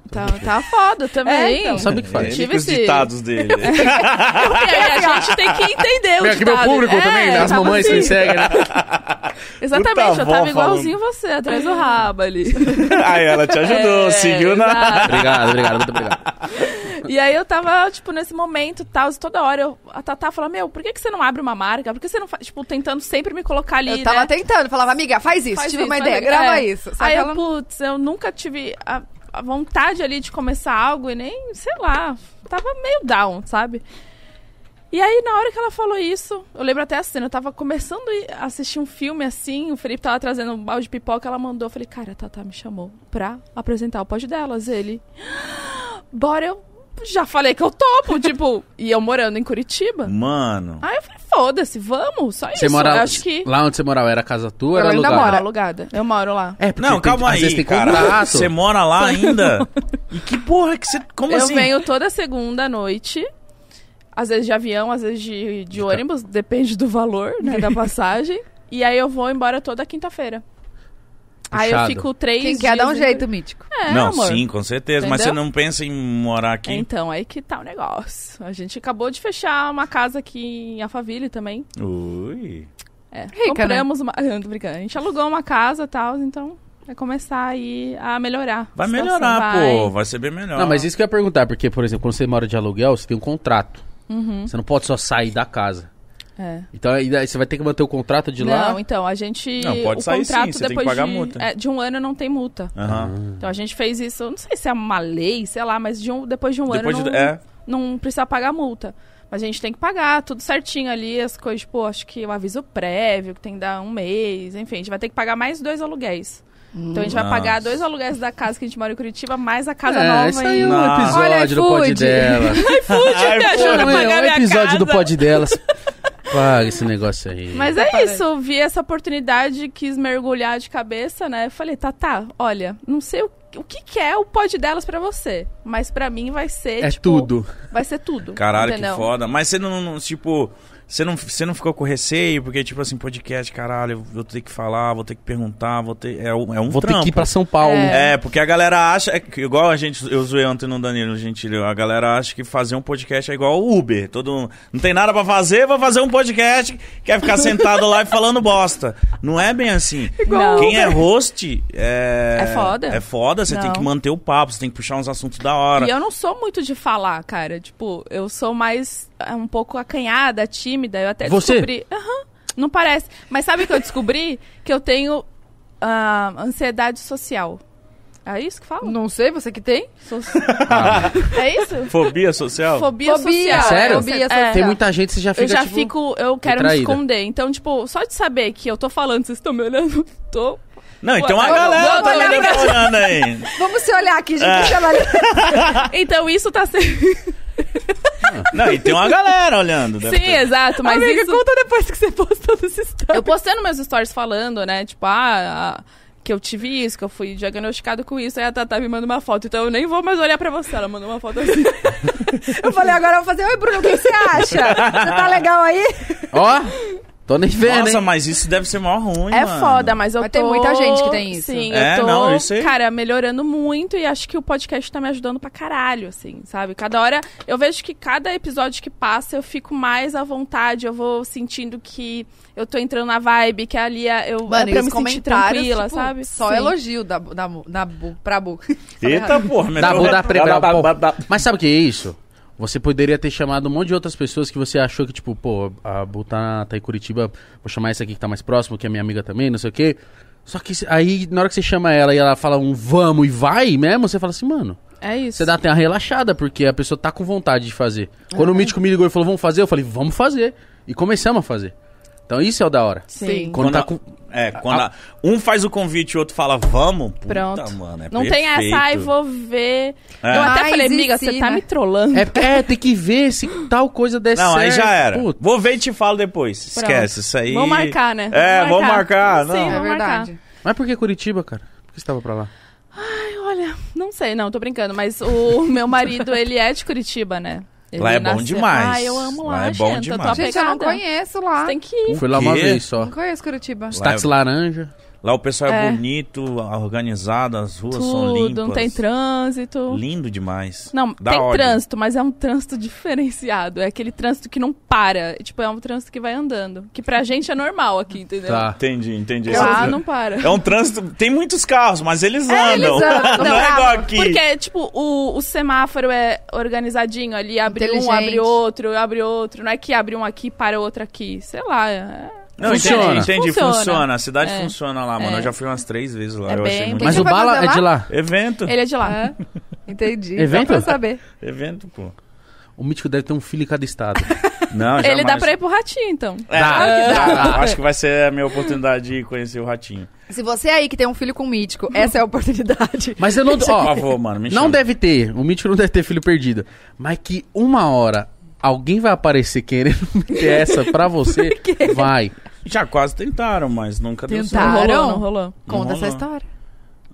[SPEAKER 4] Tá, tá foda também.
[SPEAKER 3] É, então.
[SPEAKER 1] Sabe o que faz?
[SPEAKER 2] Ele
[SPEAKER 4] Tive
[SPEAKER 2] com os
[SPEAKER 4] esse-
[SPEAKER 2] ditados dele.
[SPEAKER 4] Porque a gente tem que entender o
[SPEAKER 1] Vem
[SPEAKER 4] ditado.
[SPEAKER 1] aqui meu público
[SPEAKER 4] É,
[SPEAKER 1] também,
[SPEAKER 4] eu
[SPEAKER 1] as
[SPEAKER 4] tava
[SPEAKER 1] mamães que
[SPEAKER 4] assim.
[SPEAKER 1] me seguem, né?
[SPEAKER 4] Exatamente,
[SPEAKER 2] Puta
[SPEAKER 4] eu
[SPEAKER 2] avó
[SPEAKER 4] tava igualzinho você, atrás do rabo ali.
[SPEAKER 2] Aí ela te ajudou,
[SPEAKER 4] É,
[SPEAKER 2] seguiu na.
[SPEAKER 4] exato.
[SPEAKER 1] Obrigado, obrigado, muito obrigado.
[SPEAKER 4] E aí eu tava, tipo, nesse momento, tal, e toda hora eu, a Tatá fala, meu, por que, que você não abre uma marca? Por que você não faz, tipo, tentando sempre me colocar ali,
[SPEAKER 3] Eu tava
[SPEAKER 4] né?
[SPEAKER 3] tentando, falava, amiga, faz isso,
[SPEAKER 4] Faz
[SPEAKER 3] tive
[SPEAKER 4] isso,
[SPEAKER 3] uma
[SPEAKER 4] faz
[SPEAKER 3] ideia,
[SPEAKER 4] isso.
[SPEAKER 3] grava
[SPEAKER 4] É.
[SPEAKER 3] isso. Só
[SPEAKER 4] Aí
[SPEAKER 3] que
[SPEAKER 4] eu,
[SPEAKER 3] ela não-
[SPEAKER 4] putz, eu nunca tive a, a vontade ali de começar algo e nem, sei lá, tava meio down, sabe? E aí, na hora que ela falou isso, eu lembro até a cena, eu tava começando a assistir um filme assim, o Felipe tava trazendo um balde de pipoca, ela mandou, eu falei, cara, a Tatá me chamou pra apresentar o pod delas. Ele, "Ah, bora, eu já falei que eu topo, tipo, e eu morando em Curitiba.
[SPEAKER 2] Mano.
[SPEAKER 4] Aí eu falei, foda-se, vamos, só
[SPEAKER 1] Você
[SPEAKER 4] isso.
[SPEAKER 1] mora
[SPEAKER 4] eu acho que...
[SPEAKER 1] lá onde você morava era casa tua, era
[SPEAKER 3] Eu ainda
[SPEAKER 1] alugada?
[SPEAKER 4] Moro alugada, eu moro lá.
[SPEAKER 1] É, porque
[SPEAKER 2] Não,
[SPEAKER 1] tem-
[SPEAKER 2] calma
[SPEAKER 1] às vezes
[SPEAKER 2] aí,
[SPEAKER 1] tem
[SPEAKER 2] cara.
[SPEAKER 1] contrato.
[SPEAKER 2] Você mora lá ainda? E que porra que você. Como
[SPEAKER 4] eu
[SPEAKER 2] assim?
[SPEAKER 4] venho toda segunda à noite. Às vezes de avião, às vezes de, de ônibus, depende do valor, né, da passagem. E aí eu vou embora toda quinta-feira. Aí eu
[SPEAKER 1] Puxado.
[SPEAKER 4] fico três
[SPEAKER 3] Quem quer dar um
[SPEAKER 4] dias em-
[SPEAKER 3] jeito mítico.
[SPEAKER 4] É,
[SPEAKER 2] não,
[SPEAKER 4] amor.
[SPEAKER 2] sim, com certeza. Mas você
[SPEAKER 4] Entendeu?
[SPEAKER 2] não pensa em morar aqui?
[SPEAKER 4] Então, aí que tá o negócio. A gente acabou de fechar uma casa aqui em Alphaville também.
[SPEAKER 2] Ui.
[SPEAKER 4] É,
[SPEAKER 3] Rica, né?
[SPEAKER 4] compramos uma... Ah, não, tô brincando. A gente alugou uma casa e tal, então vai começar aí a melhorar.
[SPEAKER 2] Vai
[SPEAKER 4] a situação,
[SPEAKER 2] melhorar,
[SPEAKER 4] tá assim, vai.
[SPEAKER 2] pô. Vai ser bem melhor.
[SPEAKER 1] Não, mas isso que eu ia perguntar, porque, por exemplo, quando você mora de aluguel, você tem um contrato.
[SPEAKER 4] Uhum.
[SPEAKER 1] Você não pode só sair da casa.
[SPEAKER 4] É.
[SPEAKER 1] Então aí daí você vai ter que manter o contrato de lá.
[SPEAKER 4] Não, então, a gente.
[SPEAKER 2] Não, pode
[SPEAKER 4] o
[SPEAKER 2] sair sim,
[SPEAKER 4] contrato
[SPEAKER 2] você tem que
[SPEAKER 4] depois
[SPEAKER 2] pagar
[SPEAKER 4] de,
[SPEAKER 2] multa. Hum.
[SPEAKER 4] é, de um ano não tem multa.
[SPEAKER 1] Hum.
[SPEAKER 2] Aham.
[SPEAKER 4] Então a gente fez isso, eu não sei se é uma lei, sei lá, mas de um, depois de um
[SPEAKER 2] Depois
[SPEAKER 4] ano
[SPEAKER 2] de-
[SPEAKER 4] não,
[SPEAKER 2] é.
[SPEAKER 4] não precisa pagar multa. Mas a gente tem que pagar tudo certinho ali, as coisas, tipo, acho que o aviso prévio, que tem que dar um mês, enfim, a gente vai ter que pagar mais dois aluguéis. Então a gente vai
[SPEAKER 2] Hum. Nossa.
[SPEAKER 4] pagar dois aluguéis da casa que a gente mora em Curitiba, mais a casa
[SPEAKER 1] é,
[SPEAKER 4] nova
[SPEAKER 1] isso aí é
[SPEAKER 4] em-
[SPEAKER 1] um
[SPEAKER 2] Não.
[SPEAKER 1] episódio
[SPEAKER 3] Olha,
[SPEAKER 1] do pod
[SPEAKER 3] iFood.
[SPEAKER 1] dela.
[SPEAKER 4] Ai, me
[SPEAKER 1] Não,
[SPEAKER 4] ajuda a
[SPEAKER 1] é
[SPEAKER 4] pagar
[SPEAKER 1] um
[SPEAKER 4] minha
[SPEAKER 1] episódio
[SPEAKER 4] casa.
[SPEAKER 1] do pod delas. Paga esse negócio aí.
[SPEAKER 4] Mas é isso, eu vi essa oportunidade, quis mergulhar de cabeça, né? Falei, tá, tá, olha, não sei o, o que, que é o pod delas pra você, mas pra mim vai ser.
[SPEAKER 1] é
[SPEAKER 4] tipo,
[SPEAKER 1] tudo.
[SPEAKER 4] Vai ser tudo.
[SPEAKER 2] Caralho,
[SPEAKER 4] entendeu?
[SPEAKER 2] que foda. Mas você não, não- tipo, você não, você não ficou com receio? Porque, tipo assim, podcast, caralho, eu vou ter que falar, vou ter que perguntar, vou ter. É um, é um
[SPEAKER 1] Vou ter
[SPEAKER 2] trampo.
[SPEAKER 1] que ir pra São Paulo.
[SPEAKER 2] É, porque a galera acha, é que igual a gente, eu zoei ontem no Danilo Gentili, a galera acha que fazer um podcast é igual o Uber, todo mundo- não tem nada pra fazer, vou fazer um podcast, quer ficar sentado lá e falando bosta. Não é bem assim.
[SPEAKER 4] Igual o
[SPEAKER 2] Quem é host é...
[SPEAKER 4] É foda.
[SPEAKER 2] É foda, você tem
[SPEAKER 4] Não.
[SPEAKER 2] que manter o papo, você tem que puxar uns assuntos da hora.
[SPEAKER 4] E eu não sou muito de falar, cara. Tipo, eu sou mais é, um pouco acanhada, tímida. Eu até
[SPEAKER 1] Você?
[SPEAKER 4] descobri. Aham. Não parece. Mas sabe o que eu descobri? que eu tenho ah, ansiedade social. É isso que fala?
[SPEAKER 3] Não sei, você que tem?
[SPEAKER 4] So-
[SPEAKER 1] Ah,
[SPEAKER 4] É isso?
[SPEAKER 2] Fobia social?
[SPEAKER 4] Fobia,
[SPEAKER 3] Fobia,
[SPEAKER 4] social. É.
[SPEAKER 1] sério?
[SPEAKER 4] Fobia
[SPEAKER 3] Tem
[SPEAKER 4] social.
[SPEAKER 1] Tem muita gente, você já fica,
[SPEAKER 4] eu já
[SPEAKER 1] tipo,
[SPEAKER 4] fico, eu quero me
[SPEAKER 1] retraída.
[SPEAKER 4] esconder. Então, tipo, só de saber que eu tô falando, vocês estão me olhando, tô.
[SPEAKER 2] Não, então a
[SPEAKER 4] Vou-
[SPEAKER 2] galera
[SPEAKER 4] vou
[SPEAKER 2] também
[SPEAKER 4] olhar
[SPEAKER 2] não tá olhando aí.
[SPEAKER 3] Vamos se olhar aqui, gente.
[SPEAKER 2] É.
[SPEAKER 3] deixa eu olhar.
[SPEAKER 4] Então isso tá sendo.
[SPEAKER 2] Não, e tem uma galera olhando. deve
[SPEAKER 4] Sim, é,
[SPEAKER 2] ter.
[SPEAKER 4] exato, mas
[SPEAKER 3] Amiga,
[SPEAKER 4] isso...
[SPEAKER 3] conta depois que você postou desse story.
[SPEAKER 4] Eu postando meus stories falando, né? Tipo, ah, ah, que eu tive isso, que eu fui diagnosticado com isso. Aí a Tatá me manda uma foto. Então eu nem vou mais olhar pra você. Ela mandou uma foto assim.
[SPEAKER 3] Eu falei, agora eu vou fazer. Oi, Bruno, o que você acha? Você tá legal aí?
[SPEAKER 1] Ó, tô nem vendo,
[SPEAKER 2] Nossa,
[SPEAKER 1] hein?
[SPEAKER 2] mas isso deve ser mó ruim,
[SPEAKER 4] né? É
[SPEAKER 2] mano.
[SPEAKER 4] foda, mas eu
[SPEAKER 3] Mas
[SPEAKER 4] tô...
[SPEAKER 3] tem muita gente que tem isso.
[SPEAKER 4] Sim,
[SPEAKER 2] É,
[SPEAKER 4] eu tô,
[SPEAKER 2] não, isso aí-
[SPEAKER 4] cara, melhorando muito. E acho que o podcast tá me ajudando pra caralho, assim, sabe? Cada hora... Eu vejo que cada episódio que passa, eu fico mais à vontade. Eu vou sentindo que eu tô entrando na vibe, que ali é- eu, é
[SPEAKER 3] Mano,
[SPEAKER 4] pra
[SPEAKER 3] e
[SPEAKER 4] eu me
[SPEAKER 3] os
[SPEAKER 4] sentir
[SPEAKER 3] comentários,
[SPEAKER 4] tranquila,
[SPEAKER 3] tipo,
[SPEAKER 4] sabe?
[SPEAKER 3] só
[SPEAKER 4] Sim.
[SPEAKER 3] elogio da, da, da, Bu- pra Bu.
[SPEAKER 2] Eita porra,
[SPEAKER 1] Dá
[SPEAKER 2] melhor.
[SPEAKER 1] bunda da pre- pra- um pô. Mas sabe o que é isso? Você poderia ter chamado um monte de outras pessoas que você achou que, tipo, pô, a Bu tá, tá em Curitiba, vou chamar essa aqui que tá mais próximo, que é minha amiga também, não sei o quê. Só que se- aí, na hora que você chama ela e ela fala um vamos e vai mesmo, você fala assim, mano,
[SPEAKER 4] É isso.
[SPEAKER 1] você dá até uma relaxada, porque a pessoa tá com vontade de
[SPEAKER 2] É
[SPEAKER 1] fazer. Quando o Mítico me ligou e falou, vamos fazer, eu falei, vamos fazer. E começamos a fazer. Então isso é o da hora.
[SPEAKER 4] Sim.
[SPEAKER 1] Quando, tá com.
[SPEAKER 2] É, quando a- um faz o convite e o outro fala, vamos. Puta,
[SPEAKER 4] Pronto.
[SPEAKER 2] mano, é
[SPEAKER 4] não tem
[SPEAKER 2] perfeito.
[SPEAKER 4] essa, ai, vou ver.
[SPEAKER 2] É.
[SPEAKER 4] Eu até
[SPEAKER 3] Mas
[SPEAKER 4] falei,
[SPEAKER 3] e
[SPEAKER 4] amiga,
[SPEAKER 3] se,
[SPEAKER 4] você tá
[SPEAKER 3] né?"
[SPEAKER 4] me trollando.
[SPEAKER 1] É, é, tem que ver se tal coisa der
[SPEAKER 2] Não,
[SPEAKER 1] certo.
[SPEAKER 2] aí já era.
[SPEAKER 1] Puta.
[SPEAKER 2] Vou ver e te falo depois. Esquece, isso aí...
[SPEAKER 4] Vamos marcar, né?
[SPEAKER 2] É, vamos marcar,
[SPEAKER 4] Sim,
[SPEAKER 2] não.
[SPEAKER 4] vamos
[SPEAKER 3] É
[SPEAKER 4] marcar.
[SPEAKER 3] verdade.
[SPEAKER 1] Mas por que Curitiba, cara? Por que você tava pra lá?
[SPEAKER 4] Ai, olha, não sei, não, tô brincando, mas o meu marido, ele é de Curitiba, né? Ele
[SPEAKER 2] Lá é bom demais.
[SPEAKER 4] Ah, eu amo lá,
[SPEAKER 2] Lá é bom
[SPEAKER 4] gente, eu tô
[SPEAKER 2] demais.
[SPEAKER 3] Gente, eu não
[SPEAKER 4] apegada.
[SPEAKER 3] conheço lá.
[SPEAKER 4] Tem que ir.
[SPEAKER 1] Fui lá uma
[SPEAKER 2] quê?
[SPEAKER 1] vez só.
[SPEAKER 3] Não conheço Curitiba.
[SPEAKER 1] Os táxis laranja.
[SPEAKER 2] Lá o pessoal é,
[SPEAKER 4] É.
[SPEAKER 2] bonito, organizado, as ruas são limpas.
[SPEAKER 4] Tudo, não tem trânsito.
[SPEAKER 2] Lindo demais.
[SPEAKER 4] Não,
[SPEAKER 2] Dá
[SPEAKER 4] tem
[SPEAKER 2] ódio.
[SPEAKER 4] trânsito, mas é um trânsito diferenciado. É aquele trânsito que não para. Tipo, é um trânsito que vai andando. Que pra gente é normal aqui, entendeu?
[SPEAKER 1] Tá.
[SPEAKER 2] Entendi, entendi.
[SPEAKER 4] Lá não para.
[SPEAKER 2] É um trânsito... Tem muitos carros, mas eles
[SPEAKER 3] eles
[SPEAKER 2] andam.
[SPEAKER 3] andam,
[SPEAKER 2] não é
[SPEAKER 3] bravo.
[SPEAKER 2] igual aqui.
[SPEAKER 4] Porque, tipo, o, o semáforo é organizadinho ali, abre um,
[SPEAKER 3] Inteligente.
[SPEAKER 4] abre outro, abre outro. Não é que abre um aqui, para outro aqui. Sei lá. É,
[SPEAKER 2] Não,
[SPEAKER 1] Funciona.
[SPEAKER 2] entendi, entendi. Funciona.
[SPEAKER 4] Funciona.
[SPEAKER 2] A cidade
[SPEAKER 4] É.
[SPEAKER 2] funciona lá, mano.
[SPEAKER 4] É.
[SPEAKER 2] Eu já fui umas três vezes lá.
[SPEAKER 4] É
[SPEAKER 2] eu achei
[SPEAKER 4] bem
[SPEAKER 2] muito...
[SPEAKER 4] bonito.
[SPEAKER 1] Mas
[SPEAKER 3] você
[SPEAKER 1] o
[SPEAKER 3] vai
[SPEAKER 1] bala
[SPEAKER 3] fazer
[SPEAKER 1] é de
[SPEAKER 3] lá?
[SPEAKER 1] lá.
[SPEAKER 2] Evento.
[SPEAKER 4] ele é de lá.
[SPEAKER 3] Entendi.
[SPEAKER 1] Evento?
[SPEAKER 3] Só pra saber.
[SPEAKER 2] Evento, pô.
[SPEAKER 1] O mítico deve ter um filho em cada estado.
[SPEAKER 2] Não,
[SPEAKER 4] Ele dá
[SPEAKER 2] jamais.
[SPEAKER 4] pra ir pro ratinho, então.
[SPEAKER 2] É,
[SPEAKER 1] Dá.
[SPEAKER 2] dá,
[SPEAKER 1] Dá.
[SPEAKER 2] dá. Acho que vai ser a minha oportunidade de conhecer o ratinho.
[SPEAKER 3] Se você aí que tem um filho com mítico, essa é a oportunidade.
[SPEAKER 1] Mas eu não.
[SPEAKER 2] Por
[SPEAKER 1] Ó,
[SPEAKER 2] favor, mano, me
[SPEAKER 1] não
[SPEAKER 2] chama.
[SPEAKER 1] deve ter. O mítico não deve ter filho perdido. Mas que uma hora alguém vai aparecer querendo meter essa pra você, vai.
[SPEAKER 2] Já quase tentaram, mas nunca deu certo.
[SPEAKER 3] Tentaram?
[SPEAKER 4] Não rolou, não rolou.
[SPEAKER 3] Conta
[SPEAKER 2] Não
[SPEAKER 3] essa
[SPEAKER 2] rola.
[SPEAKER 3] história.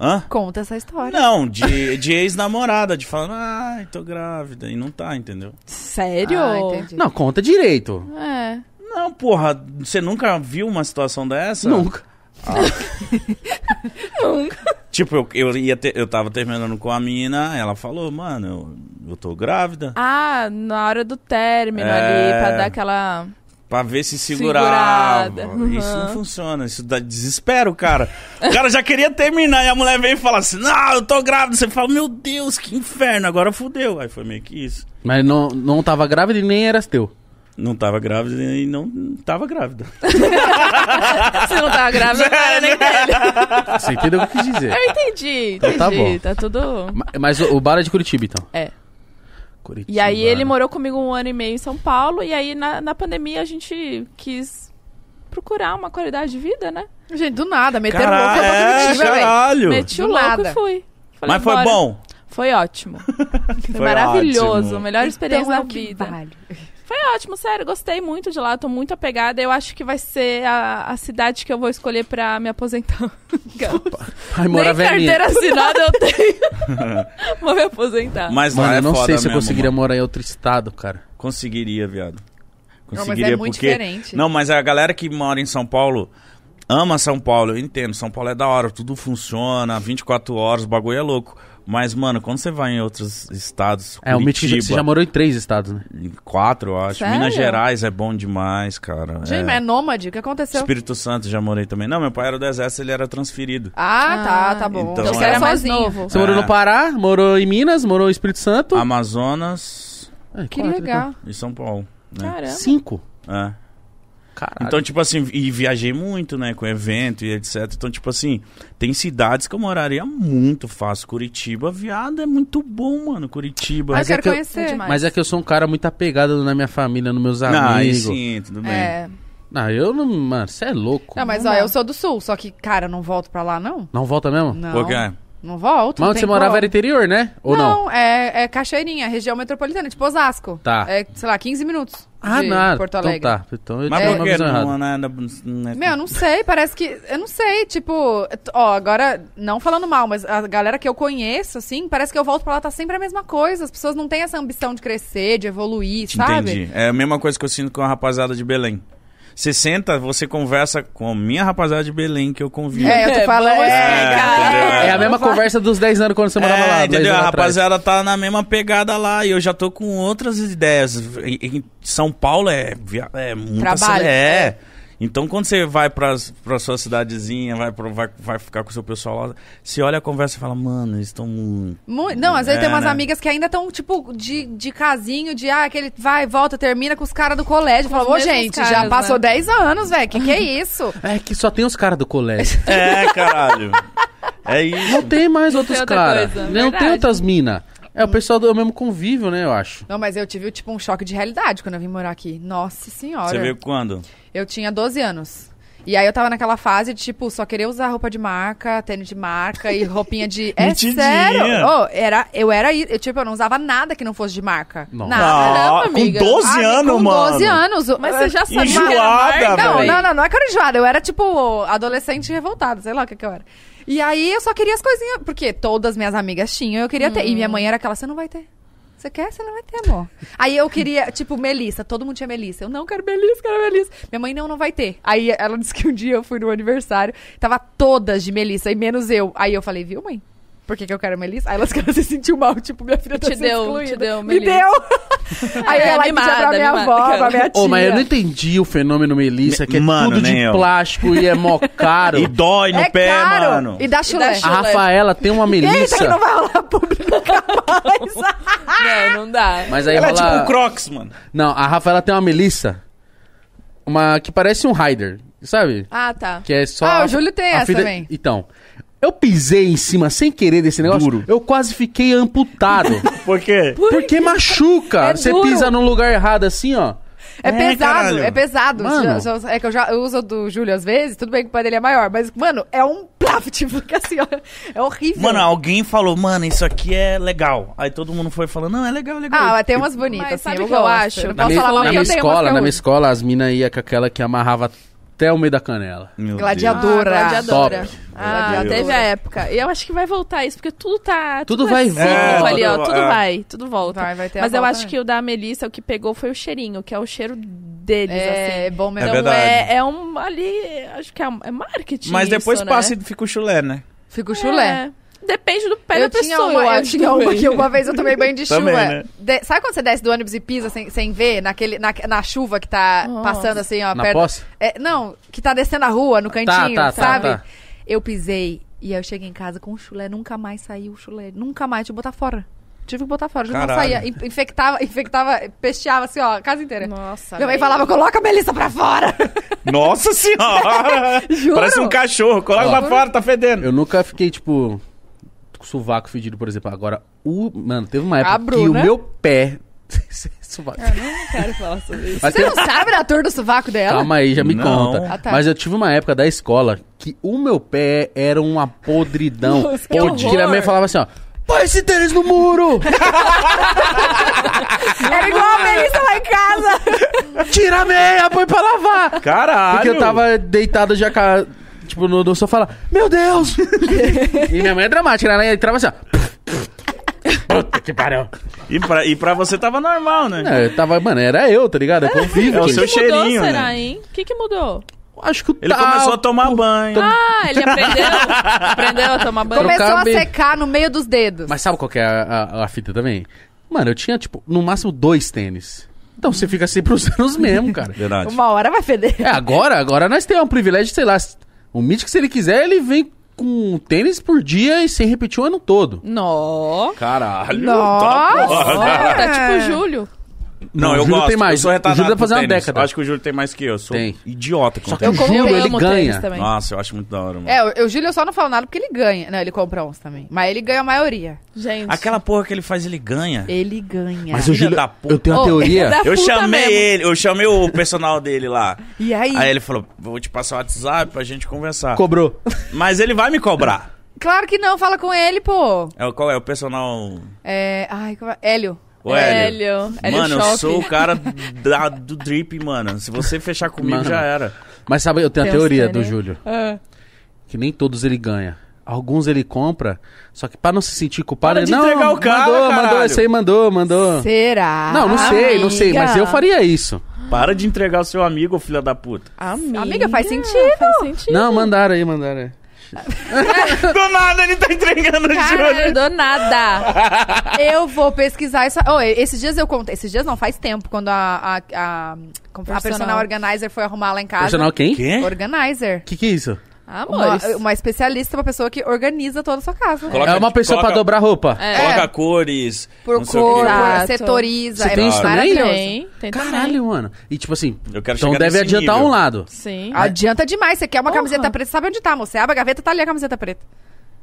[SPEAKER 2] Hã?
[SPEAKER 3] Conta essa história.
[SPEAKER 2] Não, de, de ex-namorada, de falando, ai, tô grávida, e não tá, entendeu?
[SPEAKER 4] Sério?
[SPEAKER 3] Ah, entendi.
[SPEAKER 1] Não, conta direito.
[SPEAKER 4] É.
[SPEAKER 2] Não, porra, você nunca viu uma situação dessa?
[SPEAKER 1] Nunca.
[SPEAKER 2] Tipo, eu, eu, ia ter- eu tava terminando com a mina, ela falou, mano, eu, eu tô grávida,
[SPEAKER 4] Ah, na hora do término
[SPEAKER 2] É.
[SPEAKER 4] ali, pra dar aquela.
[SPEAKER 2] pra ver se segurava.
[SPEAKER 4] Segurada,
[SPEAKER 2] Isso não
[SPEAKER 4] uhum.
[SPEAKER 2] funciona, isso dá desespero, cara. O cara já queria terminar, e a mulher veio e fala assim, não, eu tô grávida. Você fala, meu Deus, que inferno, agora fudeu. Aí foi meio que isso.
[SPEAKER 1] Mas não, não tava grávida e nem eras teu.
[SPEAKER 2] Não tava grávida e não tava grávida.
[SPEAKER 4] Você não tava grávida, não era nem dele.
[SPEAKER 1] Você entendeu o que eu quis dizer?
[SPEAKER 4] Eu entendi,
[SPEAKER 1] Então
[SPEAKER 4] entendi.
[SPEAKER 1] tá bom.
[SPEAKER 4] tá tudo.
[SPEAKER 1] Ma- Mas o, o bar é de Curitiba, então.
[SPEAKER 4] É.
[SPEAKER 1] Curitiba.
[SPEAKER 4] E aí ele morou comigo um ano e meio em São Paulo, e aí na, na pandemia a gente quis procurar uma qualidade de vida, né?
[SPEAKER 3] Gente, do nada,
[SPEAKER 4] tá
[SPEAKER 3] meter
[SPEAKER 2] Caralho,
[SPEAKER 3] louco é
[SPEAKER 2] é,
[SPEAKER 3] positivo, velho.
[SPEAKER 2] caralho.
[SPEAKER 4] Meti o
[SPEAKER 3] Do
[SPEAKER 4] louco
[SPEAKER 3] nada.
[SPEAKER 4] e fui. Falei,
[SPEAKER 2] Mas foi
[SPEAKER 4] "Bora."
[SPEAKER 2] bom.
[SPEAKER 4] Foi ótimo. Foi,
[SPEAKER 2] Foi
[SPEAKER 4] maravilhoso.
[SPEAKER 2] ótimo.
[SPEAKER 4] Melhor experiência
[SPEAKER 3] Então é
[SPEAKER 4] da
[SPEAKER 3] o que
[SPEAKER 4] vida.
[SPEAKER 3] vale.
[SPEAKER 4] Foi ótimo, sério, gostei muito de lá, tô muito apegada. Eu acho que vai ser a, a cidade que eu vou escolher pra me aposentar.
[SPEAKER 1] Vai morar
[SPEAKER 4] Nem
[SPEAKER 1] velhinha.
[SPEAKER 4] carteira assinada eu tenho. vou me aposentar.
[SPEAKER 2] Mas
[SPEAKER 1] Mano,
[SPEAKER 2] lá é
[SPEAKER 1] eu não
[SPEAKER 2] foda
[SPEAKER 1] sei se eu
[SPEAKER 2] mesmo,
[SPEAKER 1] conseguiria
[SPEAKER 2] mano.
[SPEAKER 1] morar em outro estado, cara.
[SPEAKER 2] Conseguiria, viado.
[SPEAKER 3] mas é
[SPEAKER 2] Conseguiria
[SPEAKER 3] muito
[SPEAKER 2] porque...
[SPEAKER 3] diferente.
[SPEAKER 2] Não, mas a galera que mora em São Paulo ama São Paulo, eu entendo. São Paulo é da hora, tudo funciona, 24 horas, o bagulho é louco. Mas, mano, quando você vai em outros estados,
[SPEAKER 1] É, o Mitch
[SPEAKER 2] Curitiba,
[SPEAKER 1] você já morou em três estados, né?
[SPEAKER 2] em quatro, eu acho.
[SPEAKER 4] Sério?
[SPEAKER 2] Minas Gerais é bom demais, cara.
[SPEAKER 3] Gente,
[SPEAKER 2] é.
[SPEAKER 3] mas é nômade? O que aconteceu?
[SPEAKER 2] Espírito Santo já morei também. Não, meu pai era do exército, ele era transferido.
[SPEAKER 3] Ah, tá,
[SPEAKER 4] Ah,
[SPEAKER 3] tá bom.
[SPEAKER 2] então
[SPEAKER 3] Então,
[SPEAKER 4] Você
[SPEAKER 3] era
[SPEAKER 4] era mais
[SPEAKER 3] sozinho.
[SPEAKER 4] novo.
[SPEAKER 1] Você morou
[SPEAKER 2] É.
[SPEAKER 1] no Pará, morou em Minas, morou em Espírito Santo.
[SPEAKER 2] Amazonas
[SPEAKER 1] É,
[SPEAKER 3] Que
[SPEAKER 1] quatro,
[SPEAKER 3] legal.
[SPEAKER 2] e São Paulo. Né?
[SPEAKER 1] então.
[SPEAKER 4] Caramba.
[SPEAKER 1] Cinco.
[SPEAKER 2] É.
[SPEAKER 1] Caralho.
[SPEAKER 2] Então, tipo assim, e viajei muito, né, com evento e etc. Então, tipo assim, tem cidades que eu moraria muito fácil. Curitiba, viado, é muito bom, mano. Curitiba.
[SPEAKER 3] Ah, eu
[SPEAKER 1] Mas é
[SPEAKER 3] quero
[SPEAKER 1] que eu-
[SPEAKER 3] conhecer.
[SPEAKER 4] Demais.
[SPEAKER 1] Mas é que eu sou um cara muito apegado na minha família, nos meus
[SPEAKER 2] Ah, aí
[SPEAKER 1] amigos.
[SPEAKER 2] sim, tudo bem.
[SPEAKER 3] É.
[SPEAKER 1] Não, eu não. Mano, você é louco.
[SPEAKER 3] Não, mas ó, eu sou do sul, só que, cara, eu não volto pra lá, não.
[SPEAKER 1] Não volta mesmo?
[SPEAKER 3] Não.
[SPEAKER 2] Por quê?
[SPEAKER 3] Não
[SPEAKER 1] Mas
[SPEAKER 3] volto. não
[SPEAKER 1] onde
[SPEAKER 3] tem
[SPEAKER 1] você morava
[SPEAKER 3] como.
[SPEAKER 1] era interior, né? Ou não?
[SPEAKER 3] Não, é, é Cachoeirinha, região metropolitana, tipo Osasco.
[SPEAKER 1] Tá.
[SPEAKER 3] É, sei lá, 15 minutos
[SPEAKER 1] Ah,
[SPEAKER 3] de
[SPEAKER 1] nada.
[SPEAKER 3] Porto
[SPEAKER 1] Então
[SPEAKER 3] Alegre.
[SPEAKER 1] tá. Então eu
[SPEAKER 2] Mas
[SPEAKER 1] tinha
[SPEAKER 2] por
[SPEAKER 1] uma
[SPEAKER 2] que
[SPEAKER 1] visão
[SPEAKER 2] não,
[SPEAKER 1] errada.
[SPEAKER 2] não, é da- não é-
[SPEAKER 3] Meu, eu não sei, parece que. Eu não sei, tipo. t- Ó, agora, não falando mal, mas a galera que eu conheço, assim, parece que eu volto pra lá, tá sempre a mesma coisa. As pessoas não têm essa ambição de crescer, de evoluir, sabe?
[SPEAKER 2] Entendi. É a mesma coisa que eu sinto com a rapaziada de Belém. Você senta, você conversa com a minha rapaziada de Belém que eu convido.
[SPEAKER 3] É, eu tô
[SPEAKER 4] É,
[SPEAKER 3] falando.
[SPEAKER 4] vamos
[SPEAKER 3] É,
[SPEAKER 2] explicar.
[SPEAKER 3] cara.
[SPEAKER 1] É a mesma conversa dos 10 anos quando você morava
[SPEAKER 2] É,
[SPEAKER 1] lá. dez
[SPEAKER 2] entendeu? A
[SPEAKER 1] anos atrás.
[SPEAKER 2] rapaziada tá na mesma pegada lá e eu já tô com outras ideias. Em- Em São Paulo é, via- é muito
[SPEAKER 3] Trabalho,
[SPEAKER 2] acele-
[SPEAKER 3] é.
[SPEAKER 2] É. Então quando você vai pra, pra sua cidadezinha, vai, pro- vai, vai ficar com o seu pessoal lá, você olha a conversa e fala, mano, eles estão muito.
[SPEAKER 3] Mu- Não, às vezes
[SPEAKER 2] É,
[SPEAKER 3] tem umas
[SPEAKER 2] né?
[SPEAKER 3] amigas que ainda estão, tipo, de, de casinho, de ah, aquele vai, volta, termina com os caras do colégio.
[SPEAKER 4] Com os
[SPEAKER 3] Falou, ô,
[SPEAKER 4] mesmos
[SPEAKER 3] gente, já
[SPEAKER 4] caras,
[SPEAKER 3] passou
[SPEAKER 4] né?"
[SPEAKER 3] 10 anos, velho. Que que é isso?
[SPEAKER 1] É que só tem os caras do colégio.
[SPEAKER 2] É, caralho. É isso.
[SPEAKER 1] Não tem mais outros
[SPEAKER 4] outra
[SPEAKER 1] caras.
[SPEAKER 4] coisa,
[SPEAKER 1] Não tem
[SPEAKER 4] verdade.
[SPEAKER 1] outras minas. É o pessoal do mesmo convívio, né? Eu acho.
[SPEAKER 3] Não, mas eu tive, tipo, um choque de realidade quando eu vim morar aqui. Nossa senhora.
[SPEAKER 2] Você veio quando?
[SPEAKER 3] Eu tinha 12 anos. E aí eu tava naquela fase de, tipo, só querer usar roupa de marca, tênis de marca e roupinha de. é
[SPEAKER 2] Mentidinha.
[SPEAKER 3] sério? Oh, era, eu era. i- Eu, tipo, eu não usava nada que não fosse de marca.
[SPEAKER 1] Nossa.
[SPEAKER 3] Nada.
[SPEAKER 4] Caramba,
[SPEAKER 2] com
[SPEAKER 4] amiga.
[SPEAKER 2] 12
[SPEAKER 3] Ah,
[SPEAKER 2] anos,
[SPEAKER 3] com
[SPEAKER 2] mano.
[SPEAKER 3] 12 anos.
[SPEAKER 4] Mas você já sabia que era
[SPEAKER 2] Enjoada,
[SPEAKER 4] marca?
[SPEAKER 2] velho.
[SPEAKER 3] Não,
[SPEAKER 2] Peraí.
[SPEAKER 3] não, não, não é que eu era enjoada. Eu era, tipo, adolescente revoltada, sei lá o que, que eu era. E aí eu só queria as coisinhas, porque todas minhas amigas tinham, eu queria ter. E
[SPEAKER 4] Hum.
[SPEAKER 3] minha mãe era aquela, você não vai ter. Você quer? Você não vai ter, amor. aí eu queria, tipo, Melissa. Todo mundo tinha Melissa. Eu não quero Melissa, quero Melissa. Minha mãe, não, não vai ter. Aí ela disse que um dia eu fui no aniversário, tava todas de Melissa, e menos eu. Aí eu falei, viu, mãe? Por que, que eu quero Melissa? Aí elas querem se sentiu mal, tipo, minha filha tá
[SPEAKER 4] Te
[SPEAKER 3] sendo
[SPEAKER 4] deu, te
[SPEAKER 3] excluída.
[SPEAKER 4] deu
[SPEAKER 3] Me
[SPEAKER 4] Melissa.
[SPEAKER 3] deu! aí
[SPEAKER 4] É,
[SPEAKER 3] ela pedia pra
[SPEAKER 4] mimada,
[SPEAKER 3] minha
[SPEAKER 4] mimada,
[SPEAKER 3] avó, pra
[SPEAKER 4] cara.
[SPEAKER 3] minha tia.
[SPEAKER 1] Ô, mas eu não entendi o fenômeno Melissa, que é
[SPEAKER 2] Mano,
[SPEAKER 1] tudo de
[SPEAKER 2] nem eu.
[SPEAKER 1] plástico e é mó caro.
[SPEAKER 2] E dói no
[SPEAKER 3] é
[SPEAKER 2] pé,
[SPEAKER 3] caro.
[SPEAKER 2] mano.
[SPEAKER 3] E dá chulé.
[SPEAKER 4] dá
[SPEAKER 1] A
[SPEAKER 4] chulé.
[SPEAKER 1] Rafaela tem uma
[SPEAKER 3] Eita, que
[SPEAKER 1] Melissa.
[SPEAKER 3] não vai rolar público nunca mais.
[SPEAKER 4] Ah, Não, não dá.
[SPEAKER 1] Mas aí
[SPEAKER 2] Ela é
[SPEAKER 1] rola...
[SPEAKER 2] tipo um Crocs, mano.
[SPEAKER 1] Não, a Rafaela tem uma Melissa. Uma que parece um Raider, sabe?
[SPEAKER 4] Ah, tá.
[SPEAKER 1] Que é só.
[SPEAKER 3] Ah,
[SPEAKER 1] a-
[SPEAKER 3] o Júlio tem
[SPEAKER 1] a
[SPEAKER 3] essa também.
[SPEAKER 1] Então. Eu pisei em cima sem querer desse negócio.
[SPEAKER 2] Duro.
[SPEAKER 1] Eu quase fiquei amputado.
[SPEAKER 2] Por quê?
[SPEAKER 1] porque machuca.
[SPEAKER 3] É
[SPEAKER 1] Você
[SPEAKER 3] duro.
[SPEAKER 1] pisa num lugar errado assim, ó.
[SPEAKER 3] É,
[SPEAKER 2] É,
[SPEAKER 3] pesado,
[SPEAKER 2] caralho.
[SPEAKER 3] é pesado.
[SPEAKER 1] Mano.
[SPEAKER 3] Já- já- É que eu já eu uso do Júlio às vezes, tudo bem que o pai dele é maior, mas, mano, é um plaft, fica assim, ó. É horrível.
[SPEAKER 2] Mano, alguém falou, mano, isso aqui é legal. Aí todo mundo foi falando, não, é legal, é legal.
[SPEAKER 3] ah, mas tem umas bonitas,
[SPEAKER 4] Mas
[SPEAKER 3] assim,
[SPEAKER 4] sabe
[SPEAKER 3] eu
[SPEAKER 4] o que eu
[SPEAKER 3] gosto.
[SPEAKER 4] acho?
[SPEAKER 3] Não
[SPEAKER 1] Na,
[SPEAKER 3] posso
[SPEAKER 1] minha-
[SPEAKER 3] falar
[SPEAKER 1] na
[SPEAKER 3] mal que
[SPEAKER 1] minha
[SPEAKER 3] eu tenho
[SPEAKER 1] escola, na minha
[SPEAKER 3] umas que eu
[SPEAKER 1] escola, as minas iam com aquela que amarrava até o meio da canela.
[SPEAKER 2] Meu
[SPEAKER 3] gladiador.
[SPEAKER 2] Deus.
[SPEAKER 3] Adora.
[SPEAKER 4] Ah, gladiadora.
[SPEAKER 1] Top.
[SPEAKER 4] Ah,
[SPEAKER 2] Gladiadora.
[SPEAKER 4] teve a época. E eu acho que vai voltar isso, porque tudo tá.
[SPEAKER 1] Tudo
[SPEAKER 4] é
[SPEAKER 1] vai e
[SPEAKER 4] cíclico
[SPEAKER 1] volta.
[SPEAKER 4] ali, ó.
[SPEAKER 2] É,
[SPEAKER 4] Tudo
[SPEAKER 2] é.
[SPEAKER 4] vai, tudo volta.
[SPEAKER 3] Vai, vai ter a
[SPEAKER 4] Mas eu
[SPEAKER 3] volta,
[SPEAKER 4] acho
[SPEAKER 3] né?
[SPEAKER 4] que o da Melissa, o que pegou foi o cheirinho, que é o cheiro deles,
[SPEAKER 3] É, é
[SPEAKER 4] assim.
[SPEAKER 3] bom mesmo.
[SPEAKER 2] É
[SPEAKER 4] Então
[SPEAKER 2] verdade.
[SPEAKER 4] é, é um ali, acho que é, é marketing.
[SPEAKER 2] Mas depois
[SPEAKER 4] isso,
[SPEAKER 2] passa
[SPEAKER 4] né?
[SPEAKER 2] e fica o chulé, né?
[SPEAKER 3] Fico chulé.
[SPEAKER 4] É. Depende do pé
[SPEAKER 3] eu
[SPEAKER 4] da
[SPEAKER 3] tinha
[SPEAKER 4] pessoa,
[SPEAKER 3] uma,
[SPEAKER 4] eu
[SPEAKER 3] eu
[SPEAKER 4] acho.
[SPEAKER 3] tinha uma
[SPEAKER 4] também.
[SPEAKER 3] que uma vez eu tomei banho de chuva.
[SPEAKER 2] Também, né?
[SPEAKER 3] De- sabe quando você desce do ônibus e pisa sem, sem ver, naquele, na, na chuva que tá
[SPEAKER 4] Nossa.
[SPEAKER 3] passando assim, ó,
[SPEAKER 1] Na
[SPEAKER 3] perto.
[SPEAKER 1] posse?
[SPEAKER 3] É, não, que tá descendo a rua no cantinho,
[SPEAKER 1] tá, tá,
[SPEAKER 3] sabe?
[SPEAKER 1] tá.
[SPEAKER 3] Eu pisei e aí eu cheguei em casa com o chulé, nunca mais saiu o chulé, nunca mais, tive que botar fora. Tive que botar fora, já não
[SPEAKER 2] Caralho.
[SPEAKER 3] saía. In- Infectava, infectava, pesteava assim, ó, a casa inteira.
[SPEAKER 4] Nossa.
[SPEAKER 3] Minha mãe
[SPEAKER 4] velho.
[SPEAKER 3] falava, coloca a Melissa pra fora.
[SPEAKER 2] Nossa senhora!
[SPEAKER 3] Juro.
[SPEAKER 2] Parece um cachorro, coloca
[SPEAKER 1] Ó.
[SPEAKER 2] pra fora, tá fedendo.
[SPEAKER 1] Eu nunca fiquei, tipo, com sovaco fedido, por exemplo. Agora, o. Mano, teve uma época que o
[SPEAKER 3] Bruna.
[SPEAKER 1] meu pé. Sovaco.
[SPEAKER 4] Não quero falar sobre isso.
[SPEAKER 1] Mas
[SPEAKER 3] Você
[SPEAKER 1] teve-
[SPEAKER 3] não sabe da dor do sovaco dela?
[SPEAKER 1] Calma aí, já me
[SPEAKER 2] Não.
[SPEAKER 1] conta.
[SPEAKER 3] Ah, tá.
[SPEAKER 1] Mas eu tive uma época da escola que o meu pé era um uma podridão.
[SPEAKER 4] Nossa, que
[SPEAKER 1] podre. Que a minha
[SPEAKER 4] horror.
[SPEAKER 1] falava assim, ó. Põe esse tênis no muro!
[SPEAKER 3] Era igual a "É Melissa lá em casa.
[SPEAKER 1] Tira a meia, põe pra lavar.
[SPEAKER 2] Caralho!
[SPEAKER 1] Porque eu tava deitado já, ca- tipo, no, no sofá lá. Meu Deus! e minha mãe é dramática, né? Ela entrava assim, ó. Puta que pariu.
[SPEAKER 2] E pra, e pra você tava normal, né?
[SPEAKER 1] É, eu tava, mano, era eu, tá ligado? É
[SPEAKER 2] É
[SPEAKER 1] convívio.
[SPEAKER 2] o
[SPEAKER 1] que-
[SPEAKER 2] seu
[SPEAKER 4] O que mudou,
[SPEAKER 2] cheirinho,
[SPEAKER 4] será,
[SPEAKER 2] né?
[SPEAKER 4] hein? O que, que mudou?
[SPEAKER 1] Acho que o
[SPEAKER 2] Ele
[SPEAKER 1] tal-
[SPEAKER 2] começou a tomar
[SPEAKER 1] um
[SPEAKER 2] banho.
[SPEAKER 4] Ah, ele aprendeu. aprendeu a tomar banho.
[SPEAKER 1] Come-
[SPEAKER 3] Começou a
[SPEAKER 1] cabe.
[SPEAKER 3] secar no meio dos dedos.
[SPEAKER 1] Mas sabe qual que é a, a- a fita também? Mano, eu tinha, tipo, no máximo dois tênis. Então você fica sempre usando os mesmos, cara.
[SPEAKER 2] Verdade.
[SPEAKER 3] Uma hora vai feder.
[SPEAKER 1] É, agora, agora nós temos um privilégio, sei lá. O Mítico, se ele quiser, ele vem com um tênis por dia e sem repetir o ano todo.
[SPEAKER 4] Nó.
[SPEAKER 1] Caralho.
[SPEAKER 2] tá
[SPEAKER 3] Nossa!
[SPEAKER 4] Nossa, tá tipo Júlio.
[SPEAKER 2] Não,
[SPEAKER 1] Não,
[SPEAKER 2] eu
[SPEAKER 1] o Júlio
[SPEAKER 2] gosto.
[SPEAKER 1] tem mais.
[SPEAKER 2] Eu sou
[SPEAKER 1] O
[SPEAKER 2] retardado
[SPEAKER 1] Júlio deve
[SPEAKER 2] com
[SPEAKER 1] fazer uma
[SPEAKER 2] tênis.
[SPEAKER 1] década.
[SPEAKER 2] Acho que o Júlio tem mais que eu. Eu Sou
[SPEAKER 1] Tem.
[SPEAKER 2] idiota com
[SPEAKER 1] Só que
[SPEAKER 2] tênis.
[SPEAKER 1] eu Júlio, ele
[SPEAKER 4] amo
[SPEAKER 1] ganha.
[SPEAKER 4] tênis também.
[SPEAKER 2] Nossa, eu acho muito da hora, mano.
[SPEAKER 3] É, o, o Júlio só não fala nada porque ele ganha. Não, ele compra uns também. Mas ele ganha a maioria.
[SPEAKER 4] Gente.
[SPEAKER 2] Aquela porra que ele faz, ele ganha.
[SPEAKER 3] Ele ganha.
[SPEAKER 1] Mas o
[SPEAKER 2] Filha
[SPEAKER 1] Júlio,
[SPEAKER 2] da puta.
[SPEAKER 1] eu tenho uma
[SPEAKER 3] Ô,
[SPEAKER 1] teoria.
[SPEAKER 4] da-
[SPEAKER 2] Eu
[SPEAKER 4] é. puta
[SPEAKER 2] chamei
[SPEAKER 4] mesmo.
[SPEAKER 2] ele, eu chamei o personal dele lá.
[SPEAKER 3] E aí?
[SPEAKER 1] Ah, é.
[SPEAKER 2] Aí ele falou: vou te passar o WhatsApp pra gente conversar.
[SPEAKER 1] Cobrou.
[SPEAKER 2] Mas ele vai me cobrar.
[SPEAKER 3] Claro que não, fala com ele, pô.
[SPEAKER 2] É o, qual é? O personal.
[SPEAKER 3] É. Ai, como é? Hélio.
[SPEAKER 2] O Hélio.
[SPEAKER 4] Hélio. Hélio
[SPEAKER 2] Mano, eu
[SPEAKER 4] Shopping.
[SPEAKER 2] sou o cara da- do drip, mano. Se você fechar comigo,
[SPEAKER 1] Mano.
[SPEAKER 2] já era.
[SPEAKER 1] Mas sabe, eu tenho a
[SPEAKER 4] Tem uns
[SPEAKER 1] teoria do
[SPEAKER 4] tênis.
[SPEAKER 1] Júlio.
[SPEAKER 4] Ah.
[SPEAKER 1] Que nem todos ele ganha. Alguns ele compra, só que pra não se sentir culpado,
[SPEAKER 2] Para
[SPEAKER 1] ele
[SPEAKER 2] de
[SPEAKER 1] não,
[SPEAKER 2] entregar o cara,
[SPEAKER 1] mandou,
[SPEAKER 2] caralho."
[SPEAKER 1] mandou, esse aí mandou, mandou.
[SPEAKER 3] Será?
[SPEAKER 1] Ah. Não, não sei, não sei, mas eu
[SPEAKER 4] amiga.
[SPEAKER 1] faria isso.
[SPEAKER 2] Para de entregar o seu amigo, ô filha da puta.
[SPEAKER 4] Amiga.
[SPEAKER 3] Amiga, faz sentido.
[SPEAKER 4] Faz sentido.
[SPEAKER 1] Não, mandaram aí, mandaram aí.
[SPEAKER 2] Do nada ele tá entregando o
[SPEAKER 4] Caralho,
[SPEAKER 2] Júlio.
[SPEAKER 4] do Ah, nada.
[SPEAKER 3] Eu vou pesquisar isso. Oh, esses dias eu contei. Esses dias não, faz tempo, quando a, a, a, como a
[SPEAKER 4] Personal.
[SPEAKER 3] personal organizer foi arrumar lá em casa.
[SPEAKER 1] Personal quem?
[SPEAKER 2] Quê?
[SPEAKER 3] Organizer.
[SPEAKER 1] Que que é isso?
[SPEAKER 3] Uma,
[SPEAKER 4] Amores.
[SPEAKER 3] uma especialista, uma pessoa que organiza toda a sua casa.
[SPEAKER 2] Coloca-
[SPEAKER 1] é uma pessoa
[SPEAKER 2] coloca-
[SPEAKER 1] pra dobrar roupa.
[SPEAKER 4] É.
[SPEAKER 2] Coloca cores.
[SPEAKER 3] Por
[SPEAKER 2] não sei o
[SPEAKER 3] cor,
[SPEAKER 2] quê.
[SPEAKER 3] por
[SPEAKER 4] Exato.
[SPEAKER 3] setoriza.
[SPEAKER 1] Você
[SPEAKER 3] é
[SPEAKER 1] tem isso também?
[SPEAKER 3] maravilhoso.
[SPEAKER 4] Tem, tem também.
[SPEAKER 1] Caralho, mano. E tipo assim,
[SPEAKER 2] Eu quero
[SPEAKER 1] então
[SPEAKER 2] chegar
[SPEAKER 1] deve
[SPEAKER 2] nesse
[SPEAKER 1] adiantar
[SPEAKER 2] nível.
[SPEAKER 1] um lado.
[SPEAKER 4] Sim.
[SPEAKER 3] Adianta demais. Você quer uma
[SPEAKER 4] Porra.
[SPEAKER 3] camiseta preta, sabe onde tá, moça? Você abre a gaveta, tá ali a camiseta preta.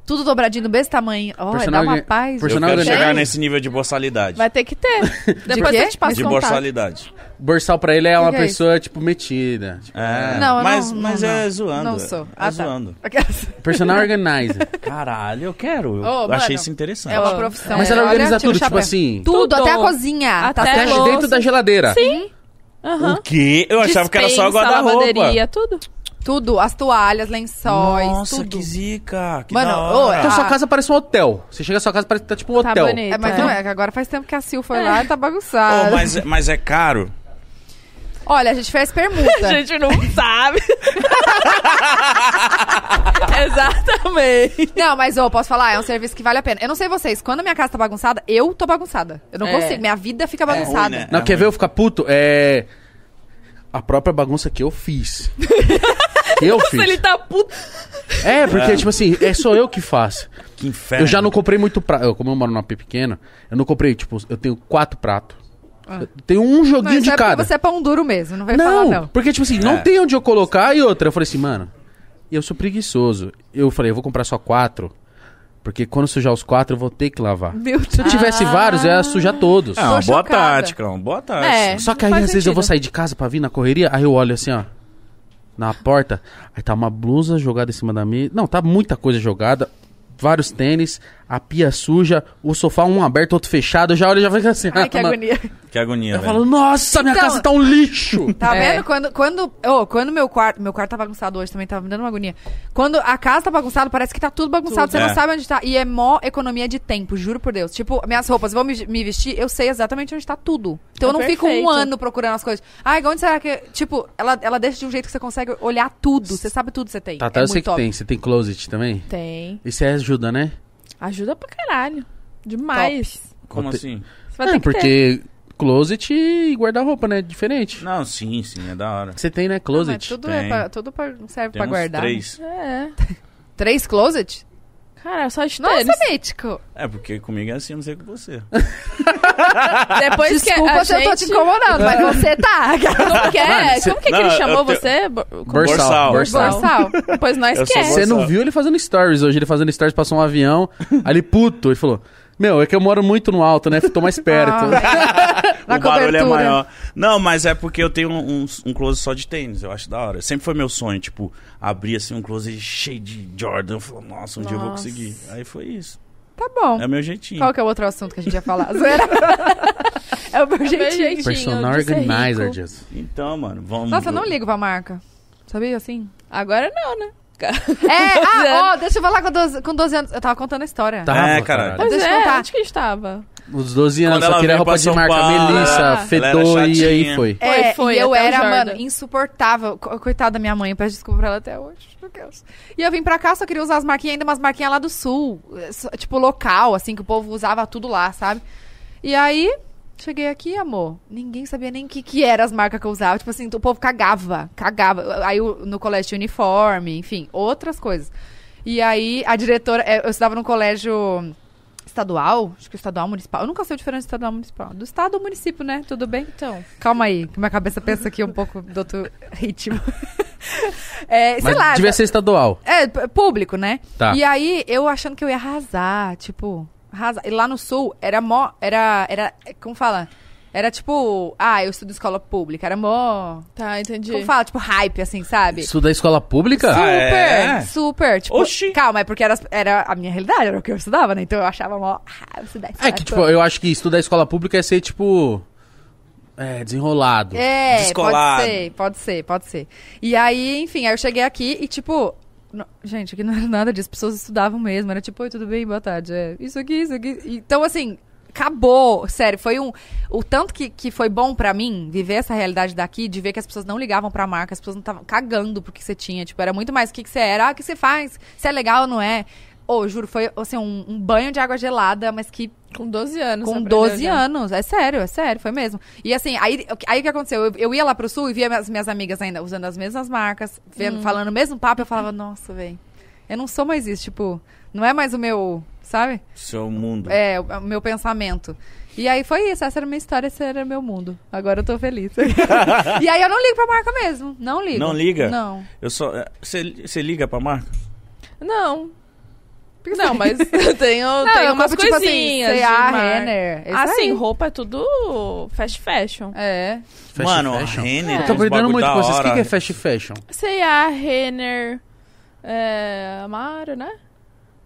[SPEAKER 3] Tudo dobradinho, do mesmo tamanho. Ó, dá
[SPEAKER 1] Personal
[SPEAKER 3] uma
[SPEAKER 1] organ-
[SPEAKER 3] paz.
[SPEAKER 1] person-
[SPEAKER 2] Eu
[SPEAKER 3] gente.
[SPEAKER 1] Personal
[SPEAKER 2] quero chegar
[SPEAKER 1] organizer.
[SPEAKER 2] nesse nível de borsalidade.
[SPEAKER 4] Vai ter que ter. Depois
[SPEAKER 3] quê?
[SPEAKER 4] eu te passo
[SPEAKER 2] De
[SPEAKER 4] o contato.
[SPEAKER 2] borsalidade.
[SPEAKER 1] Borsal pra ele é uma
[SPEAKER 3] que é isso?
[SPEAKER 1] pessoa, tipo, metida. Tipo,
[SPEAKER 2] É,
[SPEAKER 3] Não, eu
[SPEAKER 2] mas,
[SPEAKER 3] não-
[SPEAKER 2] mas
[SPEAKER 3] não,
[SPEAKER 2] é
[SPEAKER 3] não.
[SPEAKER 2] zoando.
[SPEAKER 3] Não sou.
[SPEAKER 2] É
[SPEAKER 3] Ah, tá.
[SPEAKER 2] zoando.
[SPEAKER 3] Aquelas-
[SPEAKER 1] é. Personal organizer.
[SPEAKER 2] Caralho, eu quero. Eu
[SPEAKER 3] Ô,
[SPEAKER 2] achei
[SPEAKER 3] mano,
[SPEAKER 2] isso interessante.
[SPEAKER 3] É uma
[SPEAKER 4] Ó,
[SPEAKER 3] profissão.
[SPEAKER 1] Mas ela
[SPEAKER 3] Olha,
[SPEAKER 1] organiza
[SPEAKER 3] tira
[SPEAKER 1] tudo,
[SPEAKER 3] o
[SPEAKER 1] tipo
[SPEAKER 3] chapéu.
[SPEAKER 1] assim.
[SPEAKER 3] Tudo,
[SPEAKER 4] Tudo.
[SPEAKER 3] até a cozinha.
[SPEAKER 4] Até
[SPEAKER 3] tá
[SPEAKER 1] Até
[SPEAKER 3] certo.
[SPEAKER 4] louça.
[SPEAKER 1] dentro da geladeira.
[SPEAKER 4] É Sim. Aham.
[SPEAKER 2] O quê? Eu achava que era só
[SPEAKER 4] Dispensa,
[SPEAKER 2] guarda-roupa. Tá.
[SPEAKER 4] lavanderia, tudo.
[SPEAKER 3] Tudo, as toalhas, lençóis,
[SPEAKER 2] Nossa,
[SPEAKER 3] tudo.
[SPEAKER 2] que zica. Que
[SPEAKER 3] Mano,
[SPEAKER 2] da hora.
[SPEAKER 3] ô,
[SPEAKER 1] Então sua
[SPEAKER 3] Ah.
[SPEAKER 1] casa parece um hotel. Você chega na sua casa parece que tá tipo um
[SPEAKER 4] Tá
[SPEAKER 1] hotel.
[SPEAKER 4] bonito.
[SPEAKER 3] É, mas
[SPEAKER 4] Tá.
[SPEAKER 3] não é, que agora faz tempo que a Sil foi lá e tá bagunçada.
[SPEAKER 2] Ô, mas, mas é caro.
[SPEAKER 3] Olha, a gente fez permuta.
[SPEAKER 4] A gente não sabe. Exatamente.
[SPEAKER 3] Não, mas eu posso falar, é um serviço que vale a pena. Eu não sei vocês, quando a minha casa tá bagunçada, eu tô bagunçada. Eu não
[SPEAKER 4] É.
[SPEAKER 3] consigo, minha vida fica bagunçada.
[SPEAKER 2] ruim, né?
[SPEAKER 1] Não,
[SPEAKER 2] É
[SPEAKER 1] quer
[SPEAKER 2] ruim.
[SPEAKER 1] ver eu ficar puto? É. A própria bagunça que eu fiz. que eu
[SPEAKER 4] Nossa,
[SPEAKER 1] fiz.
[SPEAKER 4] ele tá puto.
[SPEAKER 1] É, porque, tipo assim, é só eu que faço.
[SPEAKER 2] Que inferno.
[SPEAKER 1] Eu já não comprei muito prato. Eu, como eu moro numa AP pequena, eu não comprei, tipo, eu tenho quatro pratos. Eu tenho um
[SPEAKER 3] Não,
[SPEAKER 1] joguinho
[SPEAKER 3] isso
[SPEAKER 1] de
[SPEAKER 3] Ah. é porque
[SPEAKER 1] cada.
[SPEAKER 3] você é pão duro mesmo, não vem
[SPEAKER 1] Não,
[SPEAKER 3] falar não.
[SPEAKER 1] porque, tipo assim, não
[SPEAKER 2] É.
[SPEAKER 1] tem onde eu colocar e outra. Eu falei assim, mano, eu sou preguiçoso. Eu falei, eu vou comprar só quatro. Porque quando sujar os quatro, eu vou ter que lavar.
[SPEAKER 3] Meu Ah. Deus.
[SPEAKER 1] Se eu tivesse vários, eu ia sujar todos.
[SPEAKER 2] É uma
[SPEAKER 3] Tô
[SPEAKER 2] boa
[SPEAKER 3] chocada.
[SPEAKER 2] tática, uma boa tática.
[SPEAKER 4] É.
[SPEAKER 1] Só que
[SPEAKER 4] não
[SPEAKER 1] aí, às
[SPEAKER 4] faz
[SPEAKER 1] vezes, eu vou
[SPEAKER 4] sentido.
[SPEAKER 1] sair de casa pra vir na correria, aí eu olho assim, ó. Na porta, aí tá uma blusa jogada em cima da mesa. Não, tá muita coisa jogada. Vários tênis, a pia suja, o sofá um aberto, outro fechado. Eu já olho e já fica assim.
[SPEAKER 3] Ai, que
[SPEAKER 1] mano.
[SPEAKER 3] agonia.
[SPEAKER 2] Que agonia,
[SPEAKER 1] Eu
[SPEAKER 2] velho.
[SPEAKER 1] falo, nossa, minha
[SPEAKER 3] Então-
[SPEAKER 1] casa tá um lixo.
[SPEAKER 3] Tá
[SPEAKER 4] É.
[SPEAKER 3] vendo? Quando, quando, oh, quando meu quarto. Meu quarto tá bagunçado hoje também, tava me dando uma agonia. Quando a casa tá bagunçada, parece que tá tudo bagunçado,
[SPEAKER 2] Tudo.
[SPEAKER 3] você
[SPEAKER 2] É.
[SPEAKER 3] não sabe onde tá. E é mó economia de tempo, juro por Deus. Tipo, minhas roupas vão me, me vestir, eu sei exatamente onde tá tudo. Então
[SPEAKER 4] É
[SPEAKER 3] eu não fico um
[SPEAKER 4] perfeito.
[SPEAKER 3] ano procurando as coisas. Ai, onde será que. Tipo, ela, ela deixa de um jeito que você consegue olhar tudo. Você sabe tudo que você tem.
[SPEAKER 1] Tá, tá,
[SPEAKER 3] é
[SPEAKER 1] eu sei
[SPEAKER 3] muito
[SPEAKER 1] que
[SPEAKER 3] top.
[SPEAKER 1] tem. Você tem closet também?
[SPEAKER 4] Tem.
[SPEAKER 1] Isso é ajuda, né?
[SPEAKER 4] Ajuda pra caralho. Demais.
[SPEAKER 2] Como
[SPEAKER 1] Conte-
[SPEAKER 2] assim?
[SPEAKER 4] Você vai
[SPEAKER 1] é,
[SPEAKER 4] ter que ter.
[SPEAKER 1] porque closet e guarda-roupa, né? é Diferente.
[SPEAKER 2] Não, sim, sim, é da hora.
[SPEAKER 1] Você tem, né?
[SPEAKER 3] Não, mas
[SPEAKER 1] Closet.
[SPEAKER 3] tudo é
[SPEAKER 2] Tem.
[SPEAKER 3] pra- tudo pra- não serve
[SPEAKER 2] Tem
[SPEAKER 3] pra
[SPEAKER 2] uns
[SPEAKER 3] guardar. né?
[SPEAKER 2] três.
[SPEAKER 4] É.
[SPEAKER 3] Três closet?
[SPEAKER 4] Cara, só de
[SPEAKER 3] Nossa,
[SPEAKER 4] tênis.
[SPEAKER 3] mítico.
[SPEAKER 2] É, porque comigo é assim, eu não sei com você.
[SPEAKER 4] Depois que
[SPEAKER 3] Desculpa
[SPEAKER 4] a
[SPEAKER 3] se eu tô te
[SPEAKER 4] gente-
[SPEAKER 3] incomodando, mas você tá.
[SPEAKER 4] Como que
[SPEAKER 1] Mano,
[SPEAKER 4] é?
[SPEAKER 1] cê-
[SPEAKER 4] Como que, é que
[SPEAKER 2] Não,
[SPEAKER 4] ele
[SPEAKER 2] eu
[SPEAKER 4] chamou
[SPEAKER 2] tenho-
[SPEAKER 4] você? Bo- como-
[SPEAKER 2] Borsal.
[SPEAKER 1] Borsal.
[SPEAKER 3] Borsal.
[SPEAKER 4] Pois nós é.
[SPEAKER 2] Eu sou
[SPEAKER 4] quer.
[SPEAKER 1] Você não
[SPEAKER 2] Nossa.
[SPEAKER 1] viu ele fazendo stories hoje? Ele fazendo stories, passou um avião, ali puto. Ele falou: Meu, é que eu moro muito no alto, né? Tô mais
[SPEAKER 3] Ah,
[SPEAKER 1] perto.
[SPEAKER 3] Na
[SPEAKER 2] o barulho é
[SPEAKER 3] cobertura.
[SPEAKER 2] maior. Não, mas é porque eu tenho um, um, um closet só de tênis, eu acho da hora. Sempre foi meu sonho, tipo, abrir assim um closet cheio de Jordan. Eu falo, nossa, um dia eu vou
[SPEAKER 4] Nossa.
[SPEAKER 2] conseguir. Aí foi isso.
[SPEAKER 3] Tá bom.
[SPEAKER 2] É o meu jeitinho.
[SPEAKER 3] Qual que é o outro assunto que a gente ia falar? Zoeira. é o meu jeitinho.
[SPEAKER 4] jeitinho.
[SPEAKER 2] um
[SPEAKER 1] Personal
[SPEAKER 4] de ser rico.
[SPEAKER 1] organizer, Jesus.
[SPEAKER 2] Então, mano, vamos.
[SPEAKER 3] Nossa, eu não ligo pra marca. Sabia assim?
[SPEAKER 4] Agora não, né?
[SPEAKER 3] É, ah, ó, deixa eu falar com 12, com 12 anos. Eu tava contando a história.
[SPEAKER 1] Tá,
[SPEAKER 2] É,
[SPEAKER 1] pô,
[SPEAKER 2] caralho.
[SPEAKER 1] caralho.
[SPEAKER 4] Pois
[SPEAKER 3] Deixa eu
[SPEAKER 4] é,
[SPEAKER 3] contar.
[SPEAKER 4] onde que a gente tava?
[SPEAKER 1] Os 12 anos,
[SPEAKER 2] Quando
[SPEAKER 1] só
[SPEAKER 2] ela
[SPEAKER 1] queria
[SPEAKER 2] veio
[SPEAKER 1] roupa
[SPEAKER 2] pra
[SPEAKER 1] de
[SPEAKER 2] São
[SPEAKER 1] marca.
[SPEAKER 2] Paulo,
[SPEAKER 1] Melissa,
[SPEAKER 2] ela-
[SPEAKER 1] fedou
[SPEAKER 2] ela era
[SPEAKER 1] e aí
[SPEAKER 2] chatinha.
[SPEAKER 1] foi.
[SPEAKER 3] É,
[SPEAKER 4] Foi, foi,
[SPEAKER 3] e eu
[SPEAKER 4] até o
[SPEAKER 3] era,
[SPEAKER 4] Jordan.
[SPEAKER 3] mano, insuportável. Co- Coitada da minha mãe, eu peço desculpa pra ela até hoje. meu Deus. E eu vim pra cá, só queria usar as marquinhas, ainda umas marquinhas lá do sul. eh, só- Tipo, local, assim, que o povo usava tudo lá, sabe? E aí, cheguei aqui, amor. Ninguém sabia nem o que, que eram as marcas que eu usava. Tipo assim, o povo cagava, cagava. Aí o- no colégio tinha uniforme, enfim, outras coisas. E aí, a diretora. eh, Eu estudava num colégio. Estadual? Acho que estadual municipal. Eu nunca sei o diferença de estadual e municipal. Do estado ou município, né? Tudo bem?
[SPEAKER 4] Então,
[SPEAKER 3] Calma aí, que minha cabeça pensa aqui um pouco do outro ritmo. É, sei
[SPEAKER 1] Mas
[SPEAKER 3] lá.
[SPEAKER 1] devia ser estadual.
[SPEAKER 3] É, p- público, né?
[SPEAKER 1] Tá.
[SPEAKER 3] E aí, eu achando que eu ia arrasar, tipo, arrasar. E lá no sul, era mó. Era. era como fala? Era tipo. Ah, eu estudo em escola pública. Era mó.
[SPEAKER 4] tá, entendi.
[SPEAKER 3] Como fala? Tipo, hype, assim, sabe?
[SPEAKER 1] Isso da escola pública?
[SPEAKER 2] Ah,
[SPEAKER 3] Super,
[SPEAKER 2] é?
[SPEAKER 3] super. Tipo,
[SPEAKER 2] Oxi.
[SPEAKER 3] calma, é porque era, era a minha realidade, era o que eu estudava, né? Então eu achava mó. Ah, eu estudar
[SPEAKER 1] É que, tipo, eu acho que estudar escola pública é ser, tipo. É, desenrolado.
[SPEAKER 3] É,
[SPEAKER 2] Descolado.
[SPEAKER 3] pode ser, pode ser, pode ser. E aí, enfim, aí eu cheguei aqui e, tipo... no- gente, aqui não era nada disso, pessoas estudavam mesmo. Era tipo, oi, tudo bem, boa tarde. é, isso aqui, isso aqui. Então, assim, acabou, sério. Foi um... O tanto que, que foi bom pra mim viver essa realidade daqui, de ver que as pessoas não ligavam pra marca, as pessoas não estavam cagando pro que você tinha. Tipo, era muito mais o que, que você era, ah, o que você faz, se é legal ou não é. Ô, juro, foi assim, um- um banho de água gelada, mas que
[SPEAKER 4] Com 12 anos.
[SPEAKER 3] com
[SPEAKER 4] aprendeu
[SPEAKER 3] 12
[SPEAKER 4] já.
[SPEAKER 3] anos, é sério, é sério, foi mesmo. E assim, aí o que- aí o que aconteceu? Eu, eu ia lá pro sul e via minhas, minhas amigas ainda usando as mesmas marcas, vendo,
[SPEAKER 4] Hum.
[SPEAKER 3] falando o mesmo papo, eu falava, nossa, velho, eu não sou mais isso, tipo, não é mais o meu, sabe?
[SPEAKER 2] Seu mundo.
[SPEAKER 3] É, o, o meu pensamento. E aí foi isso, essa era a minha história, esse era o meu mundo. Agora eu tô feliz. e aí eu não ligo pra marca mesmo, não ligo.
[SPEAKER 2] Não liga?
[SPEAKER 3] Não.
[SPEAKER 2] Eu só. é, Você você liga pra marca?
[SPEAKER 4] Não. Não, mas eu tenho,
[SPEAKER 3] Não,
[SPEAKER 4] tenho
[SPEAKER 3] eu
[SPEAKER 4] umas
[SPEAKER 3] compro, tipo assim,
[SPEAKER 4] coisinhas de
[SPEAKER 3] C&A,
[SPEAKER 4] marca.
[SPEAKER 3] Renner, esse
[SPEAKER 4] Assim,
[SPEAKER 3] aí.
[SPEAKER 4] roupa é tudo fast fashion.
[SPEAKER 3] É.
[SPEAKER 1] Fast
[SPEAKER 2] mano,
[SPEAKER 1] fashion.
[SPEAKER 2] a Renner.
[SPEAKER 4] Eu
[SPEAKER 1] Eu
[SPEAKER 2] tem
[SPEAKER 1] tô
[SPEAKER 2] uns
[SPEAKER 1] aprendendo
[SPEAKER 2] bagulho
[SPEAKER 1] muito
[SPEAKER 2] da
[SPEAKER 1] com vocês. O que
[SPEAKER 2] hora.
[SPEAKER 1] que é fast fashion?
[SPEAKER 4] C&A, Renner, é, Amaro, né?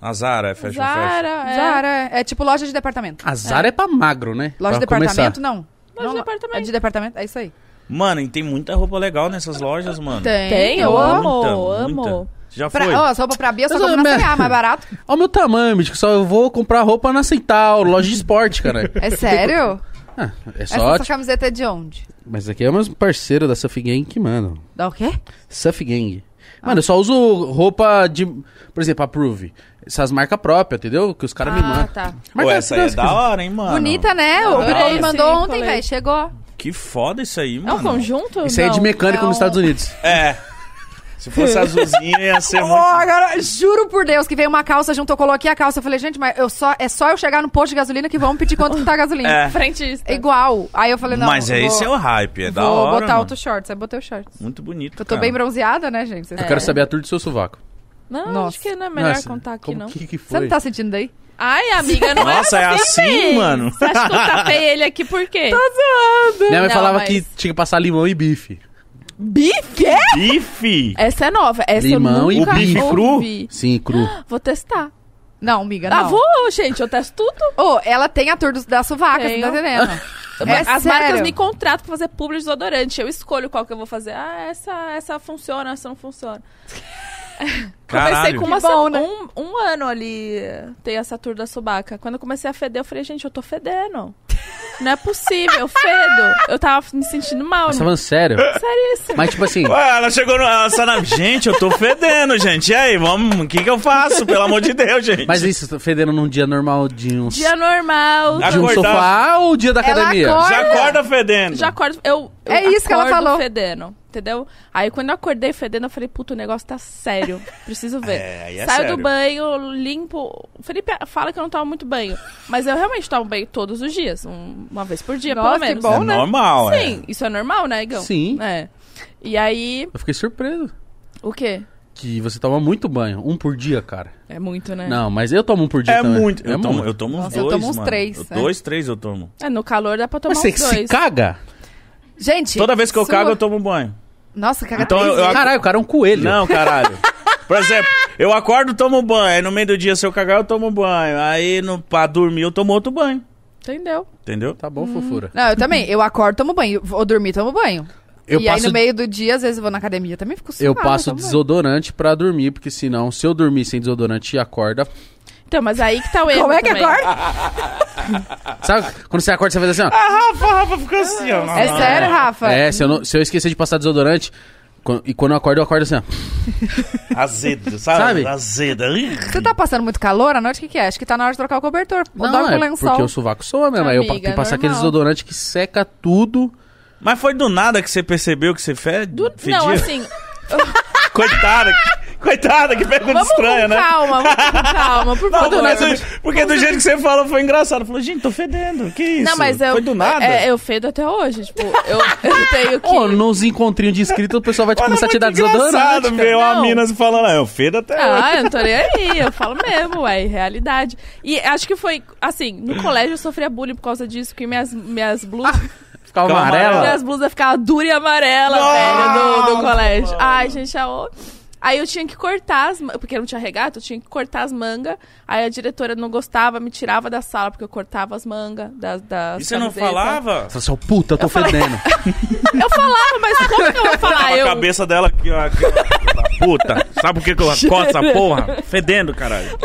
[SPEAKER 2] A Zara é fashion fashion.
[SPEAKER 4] Zara, é.
[SPEAKER 3] Zara, é tipo loja de departamento.
[SPEAKER 1] A Zara é, pra magro, né?
[SPEAKER 3] Loja de
[SPEAKER 1] Pra começar.
[SPEAKER 3] departamento, não.
[SPEAKER 4] Loja
[SPEAKER 3] Não,
[SPEAKER 4] de
[SPEAKER 3] não.
[SPEAKER 4] departamento.
[SPEAKER 3] É de departamento, é isso aí.
[SPEAKER 2] Mano, e tem muita roupa legal nessas lojas, mano.
[SPEAKER 4] Tem,
[SPEAKER 3] Tem,
[SPEAKER 4] eu
[SPEAKER 3] eu
[SPEAKER 4] amo,
[SPEAKER 2] muita.
[SPEAKER 4] amo.
[SPEAKER 2] Já foi?
[SPEAKER 3] Pra, ó, as roupas pra Bia, só
[SPEAKER 1] Mas,
[SPEAKER 3] compro na
[SPEAKER 1] ô,
[SPEAKER 3] C&A,
[SPEAKER 1] minha-
[SPEAKER 3] mais barato.
[SPEAKER 1] Olha o meu tamanho, bicho, que só eu vou comprar roupa na Centauro, loja de esporte, cara.
[SPEAKER 3] É sério?
[SPEAKER 1] Ah, é
[SPEAKER 3] Essa
[SPEAKER 1] só,
[SPEAKER 3] sua
[SPEAKER 1] tipo,
[SPEAKER 3] camiseta é de onde?
[SPEAKER 1] mas aqui é meus parceiro da Surf Gang, que, mano,
[SPEAKER 3] Da o quê?
[SPEAKER 2] Ah,
[SPEAKER 1] Surf Gang.
[SPEAKER 4] Ah.
[SPEAKER 1] Mano, eu só uso roupa de, por exemplo, a Prove. Essas marcas próprias, entendeu? Que os caras me
[SPEAKER 4] Ah,
[SPEAKER 1] mandam.
[SPEAKER 4] tá.
[SPEAKER 1] Mas
[SPEAKER 2] Pô,
[SPEAKER 1] tá-
[SPEAKER 2] essa aí é
[SPEAKER 1] tá-
[SPEAKER 2] da hora, hein, mano.
[SPEAKER 3] Bonita, né? O
[SPEAKER 4] Adorei
[SPEAKER 3] Bicol me
[SPEAKER 4] esse
[SPEAKER 3] mandou ontem,
[SPEAKER 4] colete.
[SPEAKER 3] velho. Chegou.
[SPEAKER 2] Que foda isso aí,
[SPEAKER 4] É um
[SPEAKER 2] mano.
[SPEAKER 4] conjunto?
[SPEAKER 1] Isso aí é de
[SPEAKER 4] Não.
[SPEAKER 1] mecânico
[SPEAKER 3] é um-
[SPEAKER 1] nos Estados Unidos.
[SPEAKER 2] É. Se fosse azulzinha, ia ser
[SPEAKER 3] Ó,
[SPEAKER 2] muito.
[SPEAKER 3] agora, Ah, juro por Deus que veio uma calça junto, eu coloquei a calça. Eu falei, gente, mas eu só, é só eu chegar no posto de gasolina que vão pedir quanto que tá a gasolina.
[SPEAKER 2] É.
[SPEAKER 4] Frentista.
[SPEAKER 3] É igual. Aí eu falei, não,
[SPEAKER 2] Mas
[SPEAKER 3] vou,
[SPEAKER 2] é esse é o hype, é da
[SPEAKER 3] vou
[SPEAKER 2] hora.
[SPEAKER 3] botar
[SPEAKER 2] mano.
[SPEAKER 3] outro shorts. Aí botei o shorts.
[SPEAKER 2] Muito bonito.
[SPEAKER 3] Eu tô bem bronzeada, né, gente? Vocês-
[SPEAKER 1] Eu quero saber a tour do seu sovaco.
[SPEAKER 4] Não,
[SPEAKER 3] Nossa.
[SPEAKER 4] acho que não é melhor
[SPEAKER 1] Nossa,
[SPEAKER 4] contar aqui,
[SPEAKER 1] como
[SPEAKER 4] não.
[SPEAKER 1] que, que
[SPEAKER 3] Você
[SPEAKER 1] foi?
[SPEAKER 3] não tá sentindo daí?
[SPEAKER 4] Ai, amiga, não
[SPEAKER 2] Nossa, é
[SPEAKER 4] era pra ser
[SPEAKER 2] assim,
[SPEAKER 4] vez.
[SPEAKER 2] mano?
[SPEAKER 4] Você acha que eu tapei ele aqui por quê?
[SPEAKER 1] Minha mãe
[SPEAKER 4] Não,
[SPEAKER 1] falava
[SPEAKER 4] mas-
[SPEAKER 1] que tinha que passar limão e bife.
[SPEAKER 4] Bife?
[SPEAKER 2] Bife!
[SPEAKER 4] Essa é nova. Essa
[SPEAKER 1] Limão
[SPEAKER 4] eu
[SPEAKER 1] e
[SPEAKER 4] nunca
[SPEAKER 1] bife
[SPEAKER 2] cru?
[SPEAKER 4] ouvi.
[SPEAKER 1] Sim, cru.
[SPEAKER 4] Vou testar.
[SPEAKER 3] Não, amiga, não.
[SPEAKER 4] Ah, vou, gente. Eu testo tudo.
[SPEAKER 3] Ô, ela tem a tour do- da sovaca, você
[SPEAKER 4] Tenho.
[SPEAKER 3] tá entendendo? É
[SPEAKER 4] As marcas
[SPEAKER 3] sério.
[SPEAKER 4] me contratam pra fazer publi de desodorante. Eu escolho qual que eu vou fazer. Ah, essa, essa funciona, essa não funciona. Comecei
[SPEAKER 2] Caralho.
[SPEAKER 4] com uma
[SPEAKER 3] Que bom,
[SPEAKER 4] se-
[SPEAKER 3] né?
[SPEAKER 4] um, um ano ali, tem essa tour da subaca. Quando eu comecei a feder, eu falei, gente, eu tô fedendo. Não é possível, eu fedo. Eu tava me sentindo mal.
[SPEAKER 1] Mas
[SPEAKER 4] né?
[SPEAKER 1] tá falando sério?
[SPEAKER 4] Sério isso.
[SPEAKER 1] Mas tipo assim,
[SPEAKER 2] Ué, ela chegou no. Ela só na- Gente, eu tô fedendo, gente. E aí, vamos. O que, que eu faço? Pelo amor de Deus, gente.
[SPEAKER 1] mas isso, fedendo num dia normal de um,
[SPEAKER 4] Dia normal.
[SPEAKER 1] de um
[SPEAKER 2] Acordar.
[SPEAKER 1] sofá ou dia da
[SPEAKER 3] Ela
[SPEAKER 1] academia?
[SPEAKER 3] acorda-
[SPEAKER 2] Já acorda fedendo.
[SPEAKER 4] Já acordo. Eu, eu
[SPEAKER 3] É isso que ela
[SPEAKER 4] acordo
[SPEAKER 3] falou.
[SPEAKER 4] fedendo, entendeu? Aí quando eu acordei fedendo, eu falei, puta, o negócio tá sério. Preciso ver.
[SPEAKER 2] É, aí é
[SPEAKER 4] Saio
[SPEAKER 2] sério.
[SPEAKER 4] do banho, limpo. O Felipe fala que eu não tomo muito banho. Mas eu realmente tomo banho todos os dias. um- uma vez por dia,
[SPEAKER 3] Nossa,
[SPEAKER 4] pelo
[SPEAKER 3] que
[SPEAKER 4] menos.
[SPEAKER 2] É
[SPEAKER 3] bom, né?
[SPEAKER 2] normal,
[SPEAKER 4] Sim,
[SPEAKER 2] é.
[SPEAKER 4] isso é normal, né, Igão?
[SPEAKER 1] Sim.
[SPEAKER 4] É. E aí,
[SPEAKER 1] Eu fiquei surpreso.
[SPEAKER 4] o quê?
[SPEAKER 1] Que você toma muito banho. Um por dia, cara.
[SPEAKER 4] É muito, né?
[SPEAKER 1] Não, mas eu tomo um por dia
[SPEAKER 2] É
[SPEAKER 1] também.
[SPEAKER 2] muito. Eu, tomo,
[SPEAKER 1] muito.
[SPEAKER 2] eu tomo uns
[SPEAKER 3] Nossa, eu
[SPEAKER 2] dois.
[SPEAKER 3] tomo uns
[SPEAKER 2] mano.
[SPEAKER 3] três,
[SPEAKER 2] Eu-
[SPEAKER 4] né?
[SPEAKER 3] é.
[SPEAKER 2] Dois, três eu tomo.
[SPEAKER 4] É, no calor dá pra tomar
[SPEAKER 1] Mas você
[SPEAKER 4] uns
[SPEAKER 1] que se
[SPEAKER 4] dois.
[SPEAKER 1] caga?
[SPEAKER 3] Gente,
[SPEAKER 2] Toda vez que eu
[SPEAKER 4] é
[SPEAKER 3] sua-
[SPEAKER 2] cago, eu tomo banho.
[SPEAKER 3] Nossa, caga
[SPEAKER 2] Então,
[SPEAKER 3] três
[SPEAKER 2] eu- eu-
[SPEAKER 3] vezes.
[SPEAKER 1] Caralho, o cara é um coelho.
[SPEAKER 2] Não, caralho. Por exemplo, Eu acordo, tomo banho. Aí no meio do dia, se eu cagar, eu tomo banho. Aí no, pra dormir, eu tomo outro banho.
[SPEAKER 4] Entendeu?
[SPEAKER 2] Entendeu?
[SPEAKER 1] Tá bom, fofura.
[SPEAKER 3] Não, eu também. Eu acordo, tomo banho. Vou dormir, tomo banho.
[SPEAKER 1] Eu
[SPEAKER 3] e aí
[SPEAKER 1] passo,
[SPEAKER 3] no meio do dia, às vezes eu vou na academia, também fico suada.
[SPEAKER 1] eu passo
[SPEAKER 3] tomo banho.
[SPEAKER 1] desodorante pra dormir, porque senão, se eu dormir sem desodorante e acorda.
[SPEAKER 4] Então, mas aí que tá o erro.
[SPEAKER 3] Como é que
[SPEAKER 4] também.
[SPEAKER 3] acorda?
[SPEAKER 1] Sabe quando você acorda, você faz assim, ó.
[SPEAKER 3] Ah,
[SPEAKER 2] A Ah, Rafa, a Rafa fica assim, ó.
[SPEAKER 3] É sério, Rafa?
[SPEAKER 1] É, se eu, não- se eu esquecer de passar desodorante, quan- e quando eu acordo, eu acordo assim, ó.
[SPEAKER 2] Azedo, sabe?
[SPEAKER 1] Sabe?
[SPEAKER 2] Azeda.
[SPEAKER 3] Você tá passando muito calor à noite? O que, que é? Acho que tá na hora de trocar o cobertor. Ou dorme com
[SPEAKER 1] é
[SPEAKER 3] um lençol.
[SPEAKER 1] porque o sovaco soa mesmo. Aí eu pa-
[SPEAKER 4] Amiga,
[SPEAKER 1] tenho que passar
[SPEAKER 4] normal.
[SPEAKER 1] aquele desodorante que seca tudo.
[SPEAKER 2] Mas foi do nada que você percebeu que você fede?
[SPEAKER 4] Do-
[SPEAKER 2] fedia?
[SPEAKER 4] Não, assim,
[SPEAKER 2] Coitada. que- Coitada, que pergunta
[SPEAKER 4] vamos
[SPEAKER 2] estranha,
[SPEAKER 4] com
[SPEAKER 2] né?
[SPEAKER 4] calma, vamos com calma, por
[SPEAKER 2] Não,
[SPEAKER 4] favor.
[SPEAKER 2] mas eu- porque do jeito que você fala foi engraçado. Falou, gente, tô fedendo. Que isso?
[SPEAKER 4] assim. Não, mas eu.
[SPEAKER 2] Foi do nada.
[SPEAKER 4] É, eu fedo até hoje. Tipo, eu, eu tenho que.
[SPEAKER 1] Ô, nos encontrinhos de inscrito, o pessoal vai te
[SPEAKER 4] tá
[SPEAKER 1] começar a te dar desodorante.
[SPEAKER 2] é Engraçado ver uma
[SPEAKER 4] Não.
[SPEAKER 2] mina se falando, ah, eu fedo até hoje.
[SPEAKER 4] Ah, eu não tô nem aí, eu falo mesmo, ué, é realidade. E acho que foi, assim, no colégio eu sofria bullying por causa disso, que minhas, minhas blusas.
[SPEAKER 1] Ficar
[SPEAKER 2] Fica
[SPEAKER 1] amarelo.
[SPEAKER 2] amarelo.
[SPEAKER 4] Minhas blusas ficavam dura e amarela, velho, do, do colégio. Ai, gente, a o... Aí eu tinha que cortar as mangas, porque eu não tinha regata, eu tinha que cortar as mangas. Aí a diretora não gostava, me tirava da sala, porque eu cortava as mangas das, das
[SPEAKER 2] E você não
[SPEAKER 4] camisetas.
[SPEAKER 2] falava?
[SPEAKER 1] Nossa, seu assim, puta, eu tô fedendo.
[SPEAKER 4] Eu falava, mas como que eu vou
[SPEAKER 2] Tava
[SPEAKER 4] falar?
[SPEAKER 2] a
[SPEAKER 4] Ah, Eu,
[SPEAKER 2] cabeça dela aqui, ó. aqui, ó. Da Puta, sabe por que que eu coça essa porra? Fedendo, caralho.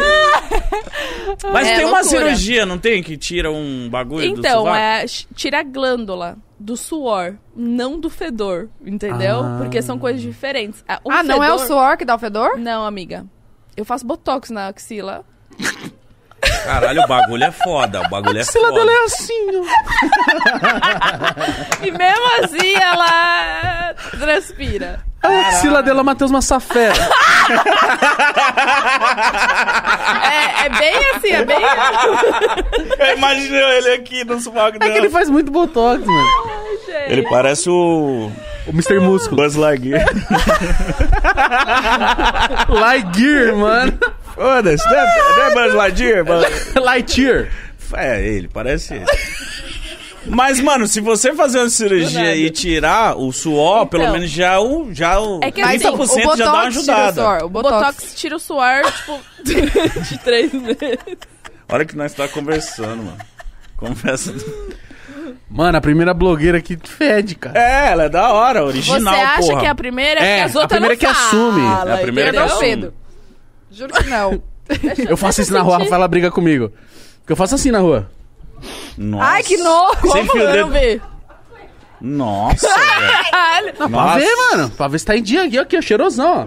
[SPEAKER 2] Mas
[SPEAKER 4] É,
[SPEAKER 2] tem uma
[SPEAKER 4] loucura.
[SPEAKER 2] cirurgia, não tem? Que tira um bagulho do
[SPEAKER 4] Então,
[SPEAKER 2] sovaco?
[SPEAKER 4] é, ch- tira a glândula do suor, não do fedor, entendeu?
[SPEAKER 1] Ah.
[SPEAKER 4] Porque são coisas diferentes. Ah,
[SPEAKER 3] Ah, não é o
[SPEAKER 4] fedor-
[SPEAKER 3] suor que dá o fedor?
[SPEAKER 4] Não, amiga. Eu faço botox na axila.
[SPEAKER 2] Caralho, o bagulho é foda. O bagulho é
[SPEAKER 1] Ela
[SPEAKER 2] foda.
[SPEAKER 1] dela é assim, ó.
[SPEAKER 4] E mesmo assim ela transpira.
[SPEAKER 1] A axila dela, Matheus Massafera.
[SPEAKER 4] É, é bem assim, é bem.
[SPEAKER 2] Eu imaginei ele aqui no sovaco
[SPEAKER 1] É que ele
[SPEAKER 2] dela.
[SPEAKER 1] faz muito botox, mano.
[SPEAKER 2] Ele parece o
[SPEAKER 1] O Mr. Músculo.
[SPEAKER 2] Buzz Lightyear.
[SPEAKER 1] Lightyear, mano.
[SPEAKER 2] Foda-se, não é, não é Buzz Lightyear? Buzz-
[SPEAKER 1] Lightyear.
[SPEAKER 2] É, ele, parece ele. Mas, mano, se você fazer uma cirurgia e tirar o suor, pelo
[SPEAKER 4] Então.
[SPEAKER 2] menos já o, já o
[SPEAKER 4] É que assim,
[SPEAKER 2] 30%
[SPEAKER 3] o botox
[SPEAKER 2] já dá uma
[SPEAKER 3] tira o
[SPEAKER 2] ajudada.
[SPEAKER 3] suor. O
[SPEAKER 4] O
[SPEAKER 3] botox.
[SPEAKER 4] botox tira o suor, tipo, de três meses.
[SPEAKER 2] Olha que nós tá conversando, mano. Conversa. do-
[SPEAKER 1] Mano, a primeira blogueira que fede, cara.
[SPEAKER 2] É, ela é da hora,
[SPEAKER 4] Você
[SPEAKER 2] original,
[SPEAKER 4] acha
[SPEAKER 2] porra.
[SPEAKER 4] que é a primeira
[SPEAKER 1] É,
[SPEAKER 4] que as outras
[SPEAKER 1] a primeira
[SPEAKER 4] não
[SPEAKER 1] que assume.
[SPEAKER 4] fala,
[SPEAKER 2] É a primeira que
[SPEAKER 4] entendeu?
[SPEAKER 3] Eu não
[SPEAKER 2] assume.
[SPEAKER 3] cedo. Juro que não.
[SPEAKER 1] eu faço isso na rua, a Rafaela briga comigo. Porque eu faço assim na rua.
[SPEAKER 2] Nossa.
[SPEAKER 3] Ai, que nojo.
[SPEAKER 2] Sem
[SPEAKER 4] Como
[SPEAKER 2] fio
[SPEAKER 4] eu não
[SPEAKER 2] dedo.
[SPEAKER 4] vi?
[SPEAKER 2] Nossa, velho.
[SPEAKER 4] Caralho.
[SPEAKER 1] Pra
[SPEAKER 2] Nossa.
[SPEAKER 1] ver, mano. Pra ver se tá em dia aqui, ó, aqui, ó, cheirosão,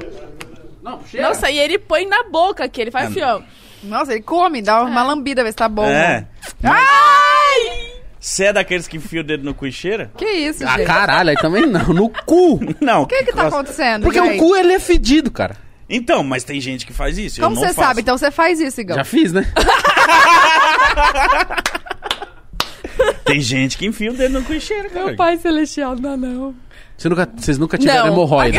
[SPEAKER 1] ó. É.
[SPEAKER 4] Nossa, e ele põe na boca aqui, ele faz assim, ó.
[SPEAKER 3] Nossa, ele come, dá uma lambida, vê se tá bom.
[SPEAKER 2] É.
[SPEAKER 3] Ai!
[SPEAKER 2] Você é daqueles que enfia o dedo no cu e cheira?
[SPEAKER 3] Que isso,
[SPEAKER 1] Ah,
[SPEAKER 3] gente?
[SPEAKER 1] caralho, aí também não. No cu.
[SPEAKER 2] Não.
[SPEAKER 3] O que que tá acontecendo?
[SPEAKER 1] Porque o
[SPEAKER 3] gente?
[SPEAKER 1] cu, ele é fedido, cara.
[SPEAKER 2] Então, mas tem gente que faz isso.
[SPEAKER 3] Como
[SPEAKER 2] eu não
[SPEAKER 3] você
[SPEAKER 2] faço.
[SPEAKER 3] sabe? Então você faz isso, Igão.
[SPEAKER 1] Já fiz, né?
[SPEAKER 2] Tem gente que enfia o dedo no cu e cheira, cara.
[SPEAKER 4] Pai Celestial, não, não.
[SPEAKER 1] Você nunca- Vocês nunca, tiveram
[SPEAKER 4] Não.
[SPEAKER 1] hemorroida.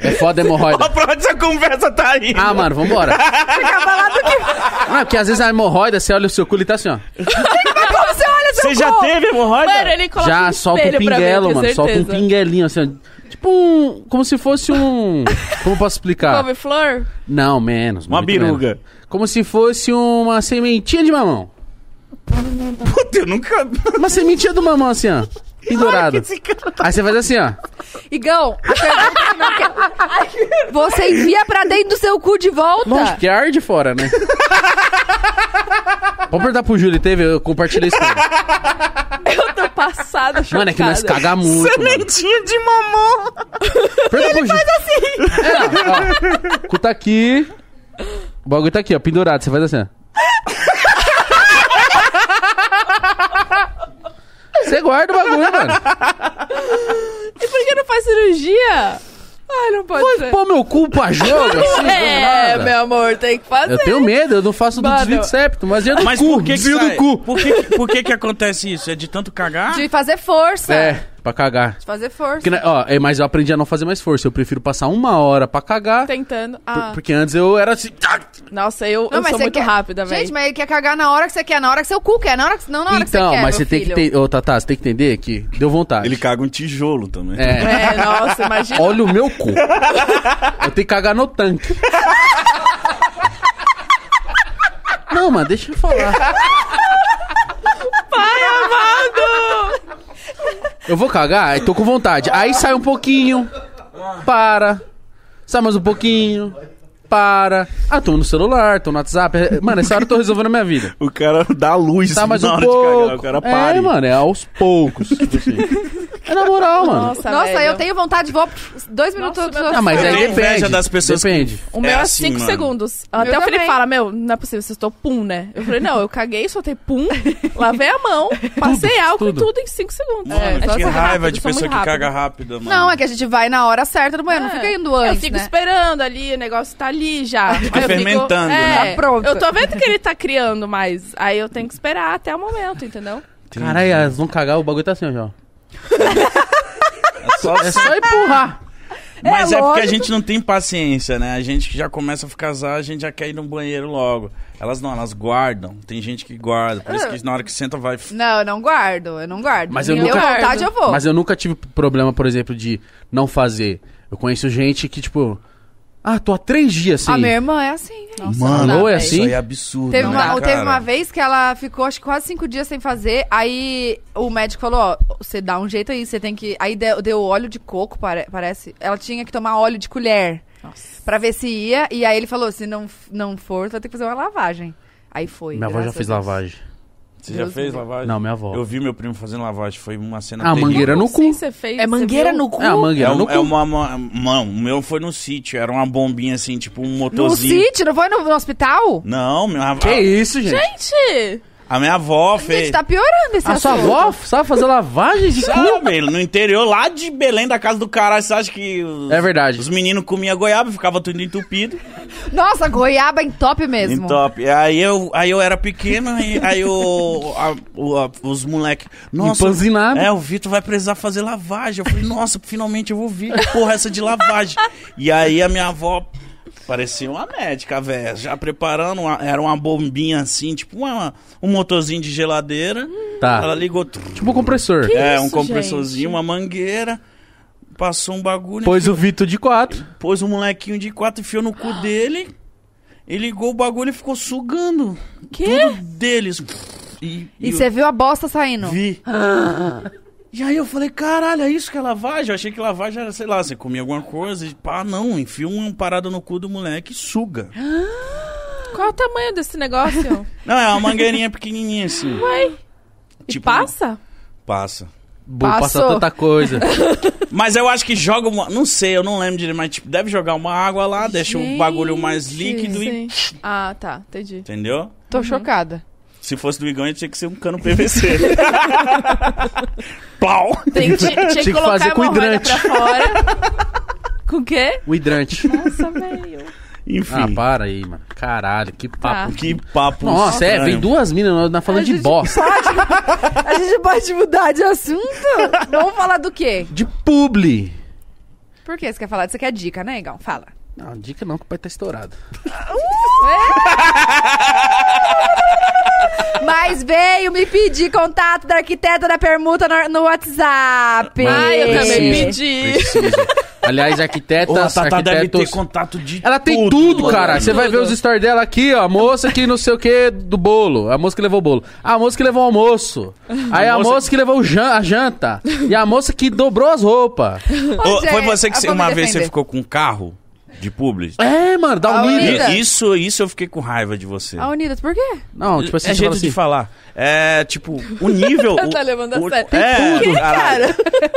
[SPEAKER 1] é foda a hemorroida.
[SPEAKER 2] Ó, pra onde essa conversa tá indo?
[SPEAKER 1] Ah, mano, vambora. Ah, porque às vezes a hemorroida, você olha o seu cu e tá assim, ó.
[SPEAKER 3] Mas como você olha seu
[SPEAKER 2] Você já
[SPEAKER 3] cu?
[SPEAKER 2] teve hemorroida?
[SPEAKER 4] Mano, ele coloca
[SPEAKER 1] Já
[SPEAKER 4] um
[SPEAKER 1] solta um
[SPEAKER 4] espelho pra ver, eu
[SPEAKER 1] pinguelo,
[SPEAKER 4] tenho
[SPEAKER 1] mano. Solta um
[SPEAKER 4] certeza.
[SPEAKER 1] pinguelinho, assim, ó. Tipo um... Como se fosse um... Como eu posso explicar?
[SPEAKER 4] Come flor?
[SPEAKER 1] Não, menos.
[SPEAKER 2] Uma
[SPEAKER 1] muito
[SPEAKER 2] biruga.
[SPEAKER 1] menos. Como se fosse uma sementinha de mamão.
[SPEAKER 2] Puta, eu nunca...
[SPEAKER 1] Uma sementinha do mamão, assim, ó. Pendurada.
[SPEAKER 2] Esse cara tá-
[SPEAKER 1] Aí você faz assim, ó.
[SPEAKER 3] Igão, a pergunta que não quer... Você envia pra dentro do seu cu de
[SPEAKER 4] Tá.
[SPEAKER 3] volta?
[SPEAKER 1] Lógico que arde fora, né? Pode perguntar pro Júlio, teve? Eu compartilhei isso com ele.
[SPEAKER 4] Eu tô passada, chocada.
[SPEAKER 1] Mano, é que nós caga muito, mano.
[SPEAKER 2] Sementinha de mamão.
[SPEAKER 1] Pergunta pro Júlio.
[SPEAKER 4] assim.
[SPEAKER 1] É, ó. O cu tá aqui. O bagulho tá aqui, ó, pendurado. Você faz assim, ó. Você guarda o bagulho, mano.
[SPEAKER 4] E por que não faz cirurgia? Ai, não pode ser.
[SPEAKER 1] Pô, meu cu pra jogo, assim, do
[SPEAKER 4] É,
[SPEAKER 1] nada.
[SPEAKER 4] meu amor, tem que fazer.
[SPEAKER 1] Eu tenho medo, eu não faço do
[SPEAKER 4] Mano.
[SPEAKER 1] desvio de septo, mas é do
[SPEAKER 2] Mas
[SPEAKER 1] cu,
[SPEAKER 2] por que que
[SPEAKER 1] desvio
[SPEAKER 2] sai?
[SPEAKER 1] do cu.
[SPEAKER 2] Por que, por que que acontece isso? É de tanto cagar?
[SPEAKER 4] Tá.
[SPEAKER 3] De fazer força.
[SPEAKER 1] É, pra cagar.
[SPEAKER 3] De fazer força.
[SPEAKER 1] Porque, né, ó, é, mas eu aprendi a não fazer mais força. Eu prefiro passar uma hora pra cagar.
[SPEAKER 4] Tentando.
[SPEAKER 1] por-
[SPEAKER 4] Ah,
[SPEAKER 1] Porque antes eu era assim.
[SPEAKER 4] nossa, eu,
[SPEAKER 3] Não,
[SPEAKER 4] eu
[SPEAKER 3] mas
[SPEAKER 4] sou
[SPEAKER 3] você
[SPEAKER 4] muito
[SPEAKER 3] quer-
[SPEAKER 4] rápida, velho.
[SPEAKER 3] Gente, mas ele quer cagar na hora que você quer, na hora que seu cu quer, na hora que, não na hora que você
[SPEAKER 1] então,
[SPEAKER 3] quer,
[SPEAKER 1] mas
[SPEAKER 3] meu
[SPEAKER 1] você tem que
[SPEAKER 3] filho.
[SPEAKER 1] ter. Ô, Tatá, você tem que entender que deu vontade.
[SPEAKER 5] Ele caga um tijolo também.
[SPEAKER 1] É.
[SPEAKER 4] É, nossa, imagina.
[SPEAKER 1] Olha o meu cu. Eu tenho que cagar no tanque. Não, mano, deixa eu falar. Eu vou cagar, aí tô com vontade. Aí sai um pouquinho, para, sai mais um pouquinho, para. Ah, tô no celular, tô no WhatsApp. Mano, essa hora eu tô resolvendo a minha vida.
[SPEAKER 5] O cara dá luz
[SPEAKER 1] Tá mais
[SPEAKER 5] na
[SPEAKER 1] um
[SPEAKER 5] hora
[SPEAKER 1] pouco.
[SPEAKER 5] de cagar. O cara pare.
[SPEAKER 1] É, mano, é aos poucos. assim. É na moral, mano.
[SPEAKER 4] Nossa,
[SPEAKER 3] Nossa,
[SPEAKER 4] velho.
[SPEAKER 3] eu tenho vontade, vou dois minutos.
[SPEAKER 4] meu
[SPEAKER 3] eu-
[SPEAKER 4] Deus.
[SPEAKER 1] Ah, mas
[SPEAKER 2] Eu
[SPEAKER 1] aí
[SPEAKER 2] tenho
[SPEAKER 1] depende.
[SPEAKER 2] inveja das pessoas que-
[SPEAKER 1] Depende.
[SPEAKER 4] O meu
[SPEAKER 2] É
[SPEAKER 4] é 5
[SPEAKER 2] assim, mano.
[SPEAKER 4] segundos. Até o Felipe
[SPEAKER 3] também.
[SPEAKER 4] fala, meu, não é possível, vocês estão pum, né? Eu falei, não, eu caguei, soltei pum, lavei a mão, passei álcool
[SPEAKER 1] tudo.
[SPEAKER 4] e tudo em 5 segundos. É,
[SPEAKER 2] Mano,
[SPEAKER 4] eu
[SPEAKER 2] que raiva
[SPEAKER 4] sou rápida,
[SPEAKER 2] de
[SPEAKER 4] sou
[SPEAKER 2] pessoa
[SPEAKER 4] muito
[SPEAKER 2] que
[SPEAKER 4] rápida.
[SPEAKER 2] caga rápida, mano.
[SPEAKER 3] Não, é que a gente vai na hora certa do banheiro, não
[SPEAKER 4] É.
[SPEAKER 3] fica indo antes,
[SPEAKER 4] Eu fico
[SPEAKER 3] né?
[SPEAKER 4] esperando ali, o negócio tá ali já. Fica
[SPEAKER 2] fermentando, né?
[SPEAKER 4] é,
[SPEAKER 3] Tá pronto.
[SPEAKER 4] Eu tô vendo que ele tá criando, mas aí eu tenho que esperar até o momento, entendeu?
[SPEAKER 1] Caralho,
[SPEAKER 2] é
[SPEAKER 1] elas vão cagar, o bagulho tá assim, ó. já.
[SPEAKER 2] Só-
[SPEAKER 1] É só empurrar.
[SPEAKER 2] Mas é,
[SPEAKER 3] É,
[SPEAKER 2] porque a
[SPEAKER 3] lógico.
[SPEAKER 2] gente não tem paciência, né? A gente que já começa a ficar azar, a gente já quer ir no banheiro logo. Elas não, elas guardam. Tem gente que guarda. Por isso que na hora que senta vai. f-
[SPEAKER 3] Não, eu não guardo, eu não guardo.
[SPEAKER 1] Mas eu
[SPEAKER 3] Me deu
[SPEAKER 1] nunca-
[SPEAKER 3] vontade, eu vou.
[SPEAKER 1] Mas eu nunca tive problema, por exemplo, de não fazer. Eu conheço gente que, tipo, ah, tô há três dias sem.
[SPEAKER 3] A
[SPEAKER 1] ir.
[SPEAKER 3] minha irmã é assim. né?
[SPEAKER 1] Mano, ou é
[SPEAKER 4] velho.
[SPEAKER 1] assim?
[SPEAKER 2] Isso aí é absurdo.
[SPEAKER 3] Teve,
[SPEAKER 2] né,
[SPEAKER 3] uma, ou teve
[SPEAKER 2] cara?
[SPEAKER 3] uma vez que ela ficou, acho que quase cinco dias sem fazer. Aí o médico falou: Ó, você dá um jeito aí, você tem que. Aí deu, deu óleo de coco, pare- parece. Ela tinha que tomar óleo de colher
[SPEAKER 2] assim?
[SPEAKER 4] Nossa.
[SPEAKER 3] pra ver se ia. E aí ele falou: se não, f- não for, tu vai ter que fazer uma lavagem. Aí foi.
[SPEAKER 1] Minha avó já
[SPEAKER 3] graças
[SPEAKER 1] fez
[SPEAKER 3] a Deus.
[SPEAKER 1] lavagem.
[SPEAKER 2] Você já
[SPEAKER 3] Deus
[SPEAKER 2] fez
[SPEAKER 3] me livre.
[SPEAKER 2] lavagem?
[SPEAKER 1] Não, minha avó.
[SPEAKER 2] Eu vi meu primo fazendo lavagem. Foi uma cena
[SPEAKER 1] Ah,
[SPEAKER 2] terrível.
[SPEAKER 1] mangueira no
[SPEAKER 4] Sim,
[SPEAKER 1] cu.
[SPEAKER 4] você fez,
[SPEAKER 3] É
[SPEAKER 4] você
[SPEAKER 3] mangueira
[SPEAKER 4] viu?
[SPEAKER 3] no cu?
[SPEAKER 1] É, a mangueira
[SPEAKER 2] É,
[SPEAKER 1] no
[SPEAKER 2] um,
[SPEAKER 1] cu.
[SPEAKER 2] é uma, uma- Mano, o meu foi no sítio. Era uma bombinha assim, tipo um
[SPEAKER 3] No
[SPEAKER 2] motorzinho.
[SPEAKER 3] sítio? Não foi no, no hospital?
[SPEAKER 2] Não, minha,
[SPEAKER 1] Que
[SPEAKER 2] a,
[SPEAKER 1] isso, gente?
[SPEAKER 4] Gente,
[SPEAKER 2] a minha avó fez.
[SPEAKER 3] Gente, tá piorando esse
[SPEAKER 1] a sua
[SPEAKER 3] assunto.
[SPEAKER 1] avó sabe fazer lavagem de cu?
[SPEAKER 2] Sabe, no interior, lá de Belém, da casa do caralho, você acha que os,
[SPEAKER 1] É verdade.
[SPEAKER 2] os meninos comiam goiaba e ficava tudo entupido?
[SPEAKER 3] Nossa, goiaba em top mesmo.
[SPEAKER 2] Em top. E Aí eu, aí eu era pequeno, aí, aí o, a- o- a- os moleques. Nossa.
[SPEAKER 1] Empanzinado.
[SPEAKER 2] É, o Vitor vai precisar fazer lavagem. Eu falei, nossa, finalmente eu vou ver que porra é essa de lavagem. E aí a minha avó parecia uma médica, velho. Já preparando, uma- era uma bombinha assim, tipo uma- um motorzinho de geladeira. Ela
[SPEAKER 1] Tá.
[SPEAKER 2] ligou.
[SPEAKER 1] Tipo um compressor.
[SPEAKER 4] Ah. Que
[SPEAKER 2] é, um
[SPEAKER 4] isso,
[SPEAKER 2] compressorzinho,
[SPEAKER 4] gente?
[SPEAKER 2] uma mangueira. Passou um bagulho.
[SPEAKER 1] Pôs o Vito de quatro.
[SPEAKER 2] Pôs um molequinho de quatro, enfiou no cu dele. E ligou o bagulho e ficou sugando.
[SPEAKER 4] que?
[SPEAKER 2] Tudo deles. E,
[SPEAKER 3] E
[SPEAKER 2] e
[SPEAKER 3] você viu a bosta saindo?
[SPEAKER 2] eu vi. E aí eu falei, caralho, é isso que é lavagem? Eu achei que lavagem era, sei lá, você comia alguma coisa e pá, não, enfia um parado no cu do moleque e suga.
[SPEAKER 4] Qual é o tamanho desse negócio?
[SPEAKER 2] Não, é uma mangueirinha pequenininha assim.
[SPEAKER 4] Ué, e
[SPEAKER 2] Tipo-
[SPEAKER 4] passa?
[SPEAKER 2] Passa.
[SPEAKER 1] Bom, passa
[SPEAKER 3] Passou.
[SPEAKER 1] tanta coisa.
[SPEAKER 2] Mas eu acho que joga uma. Não sei, eu não lembro direito, mas tipo, deve jogar uma água lá, deixa o bagulho mais líquido e.
[SPEAKER 4] Sim. Ah, tá, entendi.
[SPEAKER 2] Entendeu?
[SPEAKER 1] Uhum.
[SPEAKER 3] Tô chocada.
[SPEAKER 2] Se fosse do Igão, tinha que ser um cano PVC. Pau!
[SPEAKER 4] Tem, tinha,
[SPEAKER 1] Tinha
[SPEAKER 4] tinha
[SPEAKER 1] que
[SPEAKER 4] que colocar
[SPEAKER 1] fazer
[SPEAKER 4] a
[SPEAKER 1] com
[SPEAKER 4] hemorroida
[SPEAKER 1] hidrante.
[SPEAKER 4] pra fora. com o quê?
[SPEAKER 1] O Um hidrante.
[SPEAKER 4] Nossa, velho.
[SPEAKER 2] Enfim.
[SPEAKER 1] Ah, para aí, mano. Caralho, que
[SPEAKER 4] Tá.
[SPEAKER 1] papo.
[SPEAKER 2] Que papo
[SPEAKER 1] Nossa, é,
[SPEAKER 2] estranho.
[SPEAKER 1] vem duas minas na- na falando
[SPEAKER 3] A
[SPEAKER 1] de
[SPEAKER 3] gente-
[SPEAKER 1] bosta.
[SPEAKER 3] A gente pode mudar de assunto? Vamos falar do quê?
[SPEAKER 1] De publi.
[SPEAKER 3] Por que você quer falar? Você quer dica, né, Igão? Fala.
[SPEAKER 1] Não, dica não, que o pai tá estourado.
[SPEAKER 3] Mas veio me pedir contato da arquiteta da permuta no, no WhatsApp.
[SPEAKER 1] Mano,
[SPEAKER 4] Ai, eu também
[SPEAKER 1] Preciso.
[SPEAKER 4] pedi.
[SPEAKER 1] Preciso. Aliás,
[SPEAKER 2] Ô, a
[SPEAKER 1] arquitetas,
[SPEAKER 2] Tatá deve ter
[SPEAKER 1] arquitetos...
[SPEAKER 2] contato de
[SPEAKER 1] Ela tem tudo,
[SPEAKER 2] né?
[SPEAKER 1] cara. Você vai ver
[SPEAKER 4] Tudo.
[SPEAKER 1] os stories dela aqui, ó. A moça que não sei o que do bolo. A moça que levou o bolo. A moça que levou o almoço. Aí a
[SPEAKER 2] moça-
[SPEAKER 1] moça que levou o jan- a janta. E a moça que dobrou as roupas.
[SPEAKER 2] Ô,
[SPEAKER 3] Hoje
[SPEAKER 2] foi
[SPEAKER 3] é-
[SPEAKER 2] você que
[SPEAKER 3] eu
[SPEAKER 2] você-
[SPEAKER 3] vou me
[SPEAKER 2] uma vez
[SPEAKER 3] defender.
[SPEAKER 2] você ficou com um carro de publi?
[SPEAKER 1] É, mano, dá
[SPEAKER 3] A
[SPEAKER 1] um nível.
[SPEAKER 3] Unidas.
[SPEAKER 2] E- Isso, isso eu fiquei com raiva de você.
[SPEAKER 3] A Unidas, por quê?
[SPEAKER 1] Não, tipo assim,
[SPEAKER 2] é
[SPEAKER 1] você
[SPEAKER 2] jeito
[SPEAKER 1] fala assim,
[SPEAKER 2] de falar. É, tipo, o nível... o,
[SPEAKER 4] Tá levando a
[SPEAKER 2] o-
[SPEAKER 4] sério.
[SPEAKER 2] É,
[SPEAKER 1] tudo.
[SPEAKER 2] caralho.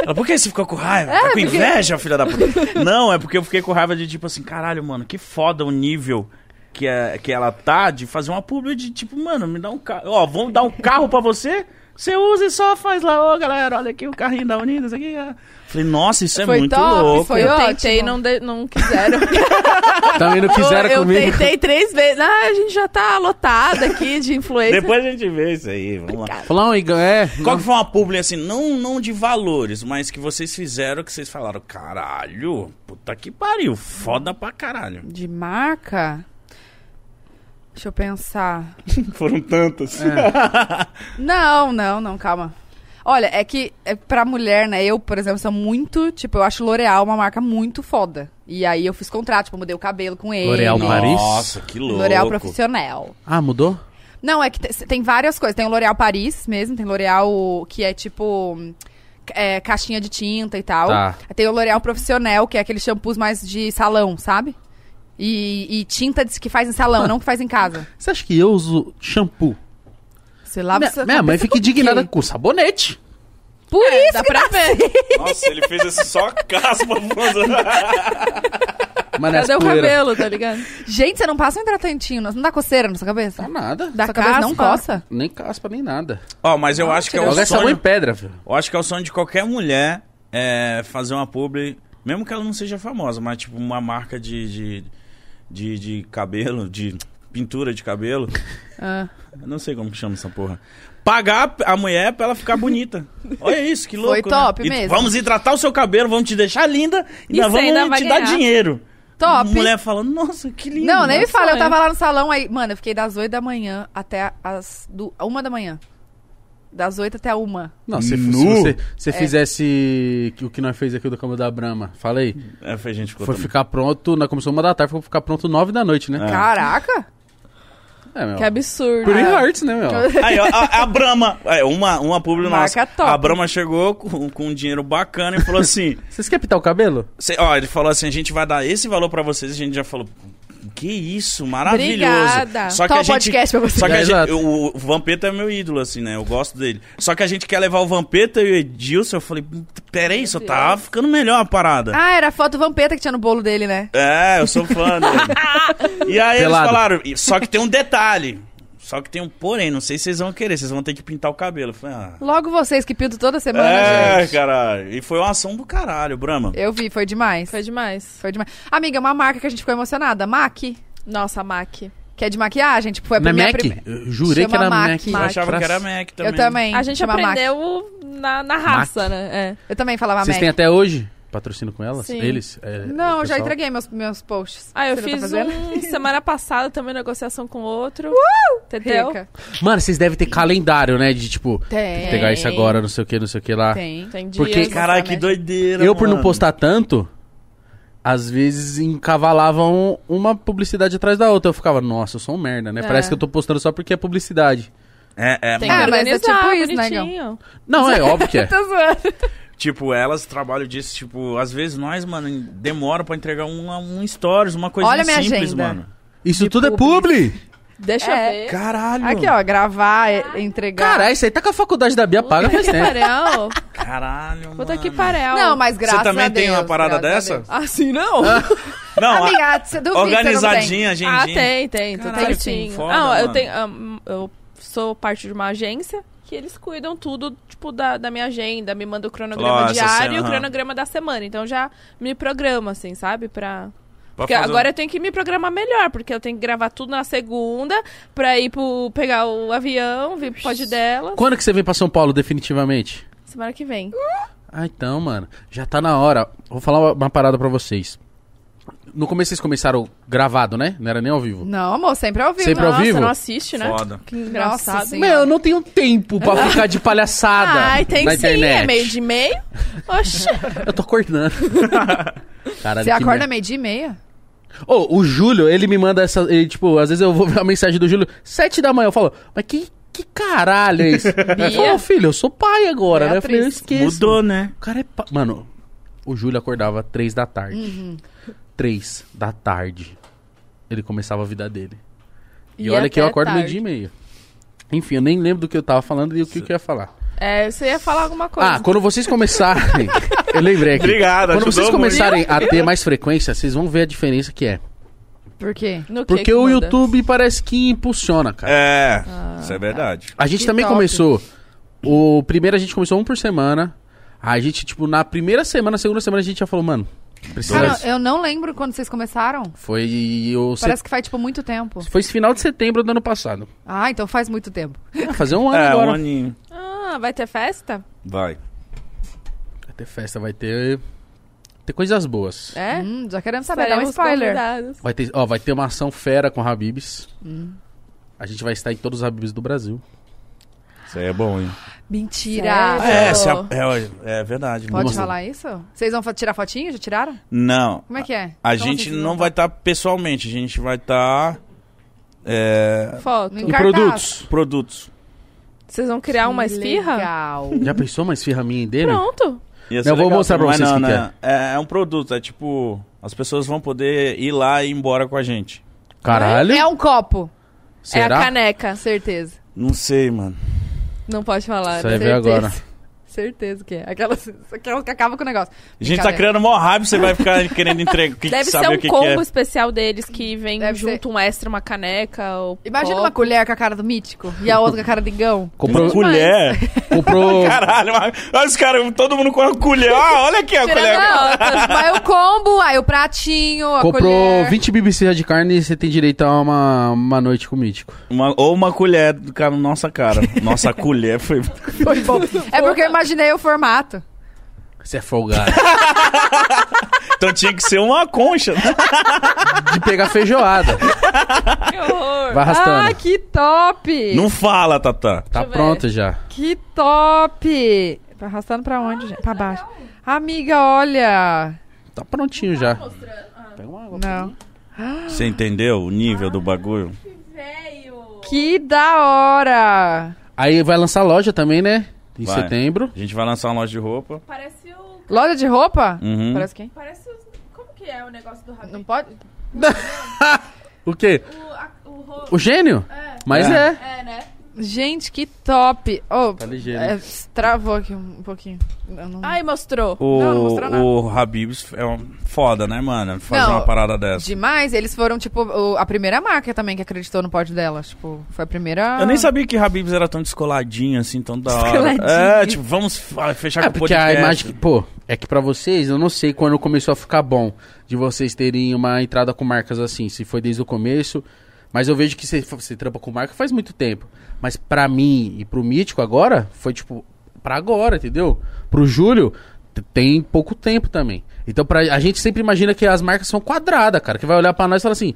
[SPEAKER 2] Ela, Por que você ficou com
[SPEAKER 3] É,
[SPEAKER 2] raiva? tá com inveja, filha da puta. Não, é porque eu fiquei com raiva de tipo assim, caralho, mano, que foda o nível que, é, que ela tá de fazer uma publi de tipo, mano, me dá um carro. Ó, vamos dar um carro pra você? Você usa e só faz lá, ô galera, olha aqui o carrinho da Unidas aqui. ó." Falei, nossa, isso é
[SPEAKER 4] Foi
[SPEAKER 2] muito
[SPEAKER 4] top,
[SPEAKER 2] louco.
[SPEAKER 3] Foi
[SPEAKER 4] eu
[SPEAKER 3] ótimo.
[SPEAKER 4] tentei, não, de- não quiseram.
[SPEAKER 1] Também não
[SPEAKER 4] eu,
[SPEAKER 1] quiseram
[SPEAKER 4] eu
[SPEAKER 1] comigo.
[SPEAKER 4] tentei três vezes. Ah, a gente já tá lotada aqui de influencer.
[SPEAKER 2] Depois a gente vê isso aí, vamos lá.
[SPEAKER 1] Falou, Igor, é.
[SPEAKER 2] Qual
[SPEAKER 1] não.
[SPEAKER 2] que foi uma publi, assim, não, não de valores, mas que vocês fizeram que vocês falaram, caralho, puta que pariu, foda pra caralho.
[SPEAKER 3] De marca? Deixa eu pensar.
[SPEAKER 5] Foram tantas.
[SPEAKER 3] Não, não, não, calma. Olha, é que é, pra mulher, né? Eu, por exemplo, sou muito. Tipo, eu acho L'Oréal uma marca muito foda. E aí eu fiz contrato, tipo, mudei o cabelo com ele.
[SPEAKER 1] L'Oréal
[SPEAKER 3] Não.
[SPEAKER 1] Paris?
[SPEAKER 2] Nossa, que louco.
[SPEAKER 3] L'Oréal profissional.
[SPEAKER 1] Ah, mudou?
[SPEAKER 3] Não, é que te- tem várias coisas. Tem o L'Oréal Paris mesmo, tem L'Oréal que é tipo. é, caixinha de tinta e tal.
[SPEAKER 1] Tá.
[SPEAKER 3] Tem o L'Oréal Profissional, que é aqueles shampoos mais de salão, sabe? E, e tinta de- que faz em salão, não que faz em casa.
[SPEAKER 1] Você acha que eu uso shampoo?
[SPEAKER 3] Você lava
[SPEAKER 1] minha
[SPEAKER 3] sua
[SPEAKER 1] minha mãe
[SPEAKER 3] cabeça
[SPEAKER 1] fica
[SPEAKER 3] com o quê?
[SPEAKER 1] indignada com sabonete.
[SPEAKER 3] Por isso
[SPEAKER 4] É, dá
[SPEAKER 3] que
[SPEAKER 4] pra
[SPEAKER 3] dá
[SPEAKER 4] ver.
[SPEAKER 3] certo.
[SPEAKER 5] Nossa, ele fez esse só caspa.
[SPEAKER 1] Mas
[SPEAKER 4] Cadê o cabelo, tá ligado?
[SPEAKER 3] Gente, você não passa um hidratantinho, não dá coceira na sua cabeça?
[SPEAKER 1] Tá nada.
[SPEAKER 3] Da
[SPEAKER 4] Sua
[SPEAKER 3] cabeça
[SPEAKER 4] caspa.
[SPEAKER 3] não coça?
[SPEAKER 1] Nem caspa, nem nada.
[SPEAKER 2] Ó, mas eu acho que é o
[SPEAKER 1] Joga sabão em
[SPEAKER 2] sonho.
[SPEAKER 1] pedra, filho.
[SPEAKER 2] Eu acho que é o sonho de qualquer mulher é, fazer uma publi, mesmo que ela não seja famosa, mas tipo uma marca de, de, de, de cabelo, de pintura de cabelo.
[SPEAKER 3] Ah.
[SPEAKER 2] Eu não sei como que chama essa porra. Pagar a mulher pra ela ficar bonita. Olha isso, que louco.
[SPEAKER 3] Foi
[SPEAKER 2] né?
[SPEAKER 3] top
[SPEAKER 2] E
[SPEAKER 3] mesmo.
[SPEAKER 2] Vamos hidratar o seu cabelo, vamos te deixar linda e
[SPEAKER 4] E
[SPEAKER 2] nós
[SPEAKER 4] você
[SPEAKER 2] vamos
[SPEAKER 4] ainda vai
[SPEAKER 2] te dar
[SPEAKER 4] ganhar.
[SPEAKER 2] dinheiro.
[SPEAKER 3] Top.
[SPEAKER 2] Mulher falando, nossa, que lindo.
[SPEAKER 3] Não, nem me
[SPEAKER 2] nossa.
[SPEAKER 3] fala, eu
[SPEAKER 4] sonho.
[SPEAKER 3] tava lá no salão aí. Mano, eu fiquei das 8 da manhã até as. Do, uma da manhã. Das 8 até a uma.
[SPEAKER 1] Não, se, se
[SPEAKER 5] Nu.
[SPEAKER 1] você se fizesse o que nós fez aqui do Cama da Brama, falei,
[SPEAKER 2] É, foi gente que
[SPEAKER 1] foi ficar pronto, nós começamos uma da tarde, foi ficar pronto nove da noite, né?
[SPEAKER 3] Caraca!
[SPEAKER 1] É, meu.
[SPEAKER 4] Que absurdo.
[SPEAKER 1] Pretty Hearts, né, meu?
[SPEAKER 2] Aí, ó, a, a Brahma, é, uma, uma publi
[SPEAKER 3] Marca
[SPEAKER 2] nossa.
[SPEAKER 3] top.
[SPEAKER 2] A Brahma chegou com, com um dinheiro bacana e falou assim:
[SPEAKER 1] Vocês querem pintar o cabelo?
[SPEAKER 2] cê- ó, ele falou assim: a gente vai dar esse valor pra vocês. A gente já falou: que isso, maravilhoso.
[SPEAKER 4] Obrigada.
[SPEAKER 2] Só que
[SPEAKER 3] Toma
[SPEAKER 2] a gente.
[SPEAKER 3] podcast pra você.
[SPEAKER 2] Só que a
[SPEAKER 1] É,
[SPEAKER 2] gente,
[SPEAKER 1] exato.
[SPEAKER 2] o, o Vampeta é meu ídolo, assim, né? Eu gosto dele. Só que a gente quer levar o Vampeta e o Edilson. Eu falei, peraí, só tá ficando melhor a parada.
[SPEAKER 3] Ah, era a foto vampeta que tinha no bolo dele, né?
[SPEAKER 2] É, eu sou fã dele. E aí
[SPEAKER 1] Pelado.
[SPEAKER 2] eles falaram, "E- só que tem um detalhe. Só que tem um porém, não sei se vocês vão querer, vocês vão ter que pintar o cabelo. Eu falei, ah.
[SPEAKER 3] Logo vocês que pintam toda semana,
[SPEAKER 2] É,
[SPEAKER 3] gente.
[SPEAKER 2] caralho. E foi uma ação do caralho, Brahma.
[SPEAKER 3] Eu vi, foi demais.
[SPEAKER 4] Foi
[SPEAKER 3] Foi,
[SPEAKER 4] demais.
[SPEAKER 3] demais. Amiga, é uma marca que a gente ficou emocionada, MAC,
[SPEAKER 4] Nossa, MAC.
[SPEAKER 3] que é de maquiagem, tipo, foi a
[SPEAKER 1] Não é
[SPEAKER 3] minha
[SPEAKER 1] Mac?
[SPEAKER 3] primeira.
[SPEAKER 1] Eu jurei
[SPEAKER 3] Chama
[SPEAKER 1] que era
[SPEAKER 3] Mac.
[SPEAKER 1] Mac.
[SPEAKER 2] Eu
[SPEAKER 3] Mac.
[SPEAKER 2] achava que era Mac também.
[SPEAKER 3] Eu também.
[SPEAKER 4] A gente
[SPEAKER 3] chama MAC.
[SPEAKER 4] aprendeu na, na raça, né? É.
[SPEAKER 3] Eu também falava
[SPEAKER 1] Vocês
[SPEAKER 3] Mac.
[SPEAKER 1] têm até hoje patrocínio com elas?
[SPEAKER 4] Sim.
[SPEAKER 1] Eles? É,
[SPEAKER 3] Não,
[SPEAKER 1] o
[SPEAKER 3] eu já
[SPEAKER 1] pessoal?
[SPEAKER 3] entreguei meus, meus posts.
[SPEAKER 4] Ah, eu
[SPEAKER 3] Você não tá
[SPEAKER 4] fiz
[SPEAKER 3] fazendo?
[SPEAKER 4] um semana passada também, negociação com outro. Entendeu?
[SPEAKER 3] Rica.
[SPEAKER 1] Mano, vocês devem ter calendário, né? De tipo,
[SPEAKER 3] Tem.
[SPEAKER 1] que pegar isso agora, não sei o que, não sei o que lá.
[SPEAKER 3] Tem.
[SPEAKER 4] Tem dias. assim,
[SPEAKER 1] Porque-
[SPEAKER 2] Caralho, que doideira.
[SPEAKER 1] Eu, por não
[SPEAKER 2] mano.
[SPEAKER 1] postar tanto, às vezes encavalavam uma publicidade atrás da outra. Eu ficava, nossa, eu sou um merda, né?
[SPEAKER 4] É.
[SPEAKER 1] Parece que eu tô postando só porque é publicidade.
[SPEAKER 2] É, é,
[SPEAKER 4] Tem que
[SPEAKER 2] mano.
[SPEAKER 3] Ah, mas é
[SPEAKER 4] organizar,
[SPEAKER 3] tipo isso, né,
[SPEAKER 4] bonitinho.
[SPEAKER 1] Não, é óbvio que é.
[SPEAKER 3] Tô zoando.
[SPEAKER 2] Tipo, elas trabalham disso, tipo, às vezes nós, mano, demora pra entregar um, um stories, uma coisa
[SPEAKER 3] Olha minha
[SPEAKER 2] simples,
[SPEAKER 3] agenda.
[SPEAKER 2] mano.
[SPEAKER 1] Isso
[SPEAKER 3] De
[SPEAKER 1] tudo é publi!
[SPEAKER 4] Deixa
[SPEAKER 3] É.
[SPEAKER 4] eu ver.
[SPEAKER 2] Caralho.
[SPEAKER 3] Aqui, ó, gravar, e- entregar.
[SPEAKER 1] Caralho, isso aí tá com a faculdade da Bia paga faz
[SPEAKER 4] Puta que
[SPEAKER 1] tempo.
[SPEAKER 4] pareu.
[SPEAKER 2] Caralho, mano.
[SPEAKER 4] Puta que pareu.
[SPEAKER 3] Não, mas graças
[SPEAKER 2] Você
[SPEAKER 3] a Deus.
[SPEAKER 2] também tem uma parada
[SPEAKER 3] graças
[SPEAKER 2] dessa?
[SPEAKER 3] a Deus.
[SPEAKER 4] Assim não.
[SPEAKER 2] Não, a-
[SPEAKER 3] Amiga, você duvido, Organizadinha.
[SPEAKER 2] organizadinha, agendinha.
[SPEAKER 4] Ah, tem, tem. Tudo
[SPEAKER 2] Caralho,
[SPEAKER 4] certinho.
[SPEAKER 2] que foda,
[SPEAKER 4] não, eu
[SPEAKER 2] mano.
[SPEAKER 4] tenho. ah, eu sou parte de uma agência que eles cuidam tudo, tipo, da, da minha agenda, me manda o cronograma
[SPEAKER 2] Nossa,
[SPEAKER 4] diário
[SPEAKER 2] sim,
[SPEAKER 4] e o
[SPEAKER 2] aham.
[SPEAKER 4] cronograma da semana. Então já me programa, assim, sabe? Pra.
[SPEAKER 2] Pra
[SPEAKER 4] Porque
[SPEAKER 2] fazer- um
[SPEAKER 4] agora é eu tenho que me programar melhor, porque eu tenho que gravar tudo na segunda pra ir pro, pegar o avião, vir pro pod dela.
[SPEAKER 1] Quando que você vem pra São Paulo, definitivamente?
[SPEAKER 4] Semana que vem.
[SPEAKER 1] Ah, então, mano, já tá na hora. Vou falar uma, uma parada pra vocês. No começo vocês começaram gravado, né? Não era nem ao vivo.
[SPEAKER 3] Não, amor, sempre ao vivo.
[SPEAKER 1] Sempre ao
[SPEAKER 4] Nossa,
[SPEAKER 1] vivo?
[SPEAKER 4] não assiste, né?
[SPEAKER 2] Foda.
[SPEAKER 4] Que engraçado.
[SPEAKER 3] Nossa Senhora.
[SPEAKER 1] Meu, eu não tenho tempo pra ficar de palhaçada
[SPEAKER 4] Ai, tem
[SPEAKER 1] na
[SPEAKER 4] sim,
[SPEAKER 1] internet.
[SPEAKER 4] é meio de meio. Oxi.
[SPEAKER 1] Eu tô acordando. Caralho, que
[SPEAKER 3] Você acorda
[SPEAKER 1] merda.
[SPEAKER 3] meio-dia e meia?
[SPEAKER 1] Ô, o Júlio, ele me manda essa... ele, tipo, às vezes eu vou ver uma mensagem do Júlio, sete da manhã, eu falo, mas que, que caralho é isso? Ele falou, filho, eu sou pai agora, né? Eu falei, eu
[SPEAKER 3] Beatriz.
[SPEAKER 1] esqueço.
[SPEAKER 2] Mudou, né?
[SPEAKER 1] O cara é pa... Mano, o Júlio acordava três da tarde. Três da tarde. Ele começava a vida dele. E,
[SPEAKER 4] E
[SPEAKER 1] olha que eu
[SPEAKER 4] até
[SPEAKER 1] acordo
[SPEAKER 4] tarde.
[SPEAKER 1] meio dia e meio. Enfim, eu nem lembro do que eu tava falando e o que, que eu ia falar.
[SPEAKER 4] É, você ia falar alguma coisa.
[SPEAKER 1] Ah, quando vocês começarem. eu lembrei aqui.
[SPEAKER 5] Obrigado,
[SPEAKER 1] Quando vocês
[SPEAKER 5] ajudou
[SPEAKER 1] começarem a ter mais frequência, vocês vão ver a diferença que é.
[SPEAKER 3] Por quê?
[SPEAKER 4] No que
[SPEAKER 1] Porque
[SPEAKER 4] que
[SPEAKER 1] o
[SPEAKER 4] muda?
[SPEAKER 1] YouTube parece que impulsiona, cara.
[SPEAKER 2] É, isso é verdade.
[SPEAKER 1] A gente
[SPEAKER 3] Que
[SPEAKER 1] também
[SPEAKER 3] top.
[SPEAKER 1] começou O primeiro a gente começou um por semana. Aí a gente, tipo, na primeira semana, segunda semana, a gente já falou, mano, precisa.
[SPEAKER 3] Cara, eu Ah, não lembro quando vocês começaram.
[SPEAKER 1] Foi o. se-
[SPEAKER 3] Parece que faz, tipo, muito tempo.
[SPEAKER 1] Foi esse final de setembro do ano passado.
[SPEAKER 3] Ah, então faz muito tempo.
[SPEAKER 1] É, fazer um ano
[SPEAKER 2] É,
[SPEAKER 1] agora.
[SPEAKER 2] um aninho.
[SPEAKER 4] Ah, vai ter festa?
[SPEAKER 2] Vai.
[SPEAKER 1] Vai ter festa, vai ter. Ter coisas boas.
[SPEAKER 4] É?
[SPEAKER 3] Hum, já queremos saber, dá um
[SPEAKER 4] Estaremos
[SPEAKER 3] spoiler.
[SPEAKER 4] convidados.
[SPEAKER 1] Vai ter, ó, vai ter uma ação fera com Habibs.
[SPEAKER 3] Hum.
[SPEAKER 1] A gente vai estar em todos os Habibs do Brasil.
[SPEAKER 2] Isso aí é bom, hein?
[SPEAKER 3] Mentira!
[SPEAKER 4] Sério?
[SPEAKER 2] É,
[SPEAKER 4] Pô.
[SPEAKER 2] se a- é, é verdade.
[SPEAKER 3] Pode
[SPEAKER 2] Nossa.
[SPEAKER 3] falar isso? Vocês vão fa- tirar fotinho? Já tiraram?
[SPEAKER 2] Não.
[SPEAKER 3] Como é que é?
[SPEAKER 2] A
[SPEAKER 3] Então,
[SPEAKER 2] gente
[SPEAKER 4] assim,
[SPEAKER 3] vocês
[SPEAKER 2] não vai
[SPEAKER 4] tá
[SPEAKER 2] estar pessoalmente, a gente vai estar. é,
[SPEAKER 4] Foto.
[SPEAKER 3] Em
[SPEAKER 1] E
[SPEAKER 3] cartaz.
[SPEAKER 1] produtos.
[SPEAKER 2] produtos.
[SPEAKER 4] Vocês vão criar uma
[SPEAKER 3] Que
[SPEAKER 4] esfirra?
[SPEAKER 3] Legal.
[SPEAKER 1] Já pensou mais firra minha dele?
[SPEAKER 4] Pronto.
[SPEAKER 2] Ia
[SPEAKER 1] Não, eu vou mostrar pra
[SPEAKER 2] mas
[SPEAKER 1] vocês o que
[SPEAKER 2] não, É, é um produto, é tipo. As pessoas vão poder ir lá e ir embora com a gente.
[SPEAKER 1] Caralho.
[SPEAKER 3] É um copo,
[SPEAKER 1] Será?
[SPEAKER 4] É a caneca.
[SPEAKER 3] certeza.
[SPEAKER 2] Não sei, mano.
[SPEAKER 4] Não pode falar.
[SPEAKER 1] Você vai ver
[SPEAKER 3] certeza.
[SPEAKER 1] agora.
[SPEAKER 3] Certeza que é. Aquelas, aquelas que acabam com o negócio.
[SPEAKER 2] A gente tá
[SPEAKER 3] Brincadeira.
[SPEAKER 2] criando mó hype, você vai ficar querendo entregar. que-
[SPEAKER 4] Deve
[SPEAKER 2] saber
[SPEAKER 4] ser um
[SPEAKER 2] o que,
[SPEAKER 4] combo
[SPEAKER 2] que é.
[SPEAKER 4] especial deles que vem
[SPEAKER 3] Deve
[SPEAKER 4] junto um extra, uma caneca. Ou
[SPEAKER 3] Imagina
[SPEAKER 4] copo.
[SPEAKER 3] uma colher com a cara do Mítico e a outra com a cara do Igão.
[SPEAKER 1] Comprou,
[SPEAKER 2] Colher.
[SPEAKER 1] comprou,
[SPEAKER 2] Caralho, mas- olha os caras, todo mundo com a colher. Ah, olha aqui a colher.
[SPEAKER 3] Vai o combo, aí o pratinho, a
[SPEAKER 1] comprou
[SPEAKER 3] colher.
[SPEAKER 1] 20 BBC de carne e você tem direito a uma, uma noite com o Mítico.
[SPEAKER 2] Uma- ou uma colher, cara, nossa cara. Nossa colher foi.
[SPEAKER 3] Foi bom. É porque eu imaginei o formato.
[SPEAKER 1] Você é folgado.
[SPEAKER 2] Então tinha que ser uma concha. né?
[SPEAKER 1] De pegar feijoada.
[SPEAKER 4] Que horror.
[SPEAKER 1] Vai arrastando.
[SPEAKER 3] Ah, que top!
[SPEAKER 2] Não fala, Tatá.
[SPEAKER 1] tá
[SPEAKER 4] eu ver.
[SPEAKER 1] pronto já.
[SPEAKER 3] Que top! Tá Arrastando pra onde, gente? Pra baixo. Amiga, olha!
[SPEAKER 1] Tá prontinho já. Pega uma água.
[SPEAKER 3] Não.
[SPEAKER 2] Você entendeu o nível do bagulho?
[SPEAKER 3] Que da hora!
[SPEAKER 1] Aí vai lançar loja também, né? Em
[SPEAKER 2] Vai.
[SPEAKER 1] setembro.
[SPEAKER 2] A gente vai lançar uma loja de roupa.
[SPEAKER 4] Parece o.
[SPEAKER 3] Loja de roupa?
[SPEAKER 2] Uhum.
[SPEAKER 3] Parece quem?
[SPEAKER 4] Parece os... Como que é o negócio do
[SPEAKER 3] Não
[SPEAKER 4] Rabin?
[SPEAKER 3] pode?
[SPEAKER 1] O quê?
[SPEAKER 4] O, a, o ro...
[SPEAKER 1] O gênio? Mas é.
[SPEAKER 2] É.
[SPEAKER 4] É, né?
[SPEAKER 3] Gente, que top! Oh,
[SPEAKER 1] Tá ligeiro.
[SPEAKER 3] é, travou aqui um pouquinho. Eu não-
[SPEAKER 4] Ai, mostrou.
[SPEAKER 2] O,
[SPEAKER 3] Não, não mostrou nada.
[SPEAKER 2] o Habibs é um foda, né, mano? Fazer
[SPEAKER 3] Não.
[SPEAKER 2] uma parada dessa.
[SPEAKER 3] Demais, eles foram, tipo, o- a primeira marca também que acreditou no pódio dela. Tipo, foi a primeira.
[SPEAKER 2] Eu nem sabia que Habibs era tão descoladinho assim, tão da hora.
[SPEAKER 3] Descoladinho.
[SPEAKER 2] É, tipo, vamos fa- fechar
[SPEAKER 1] É
[SPEAKER 2] com o
[SPEAKER 1] porque
[SPEAKER 2] podcast.
[SPEAKER 1] a imagem. que- Pô, é que pra vocês, eu não sei quando começou a ficar bom de vocês terem uma entrada com marcas assim, se foi desde o começo. Mas eu vejo que você, você trampa com marca faz muito tempo. Mas pra mim e pro Mítico agora, foi tipo, pra agora, entendeu? Pro Júlio, t- tem pouco tempo também. Então pra, a gente sempre imagina que as marcas são quadradas, cara. Que vai olhar pra nós e fala assim,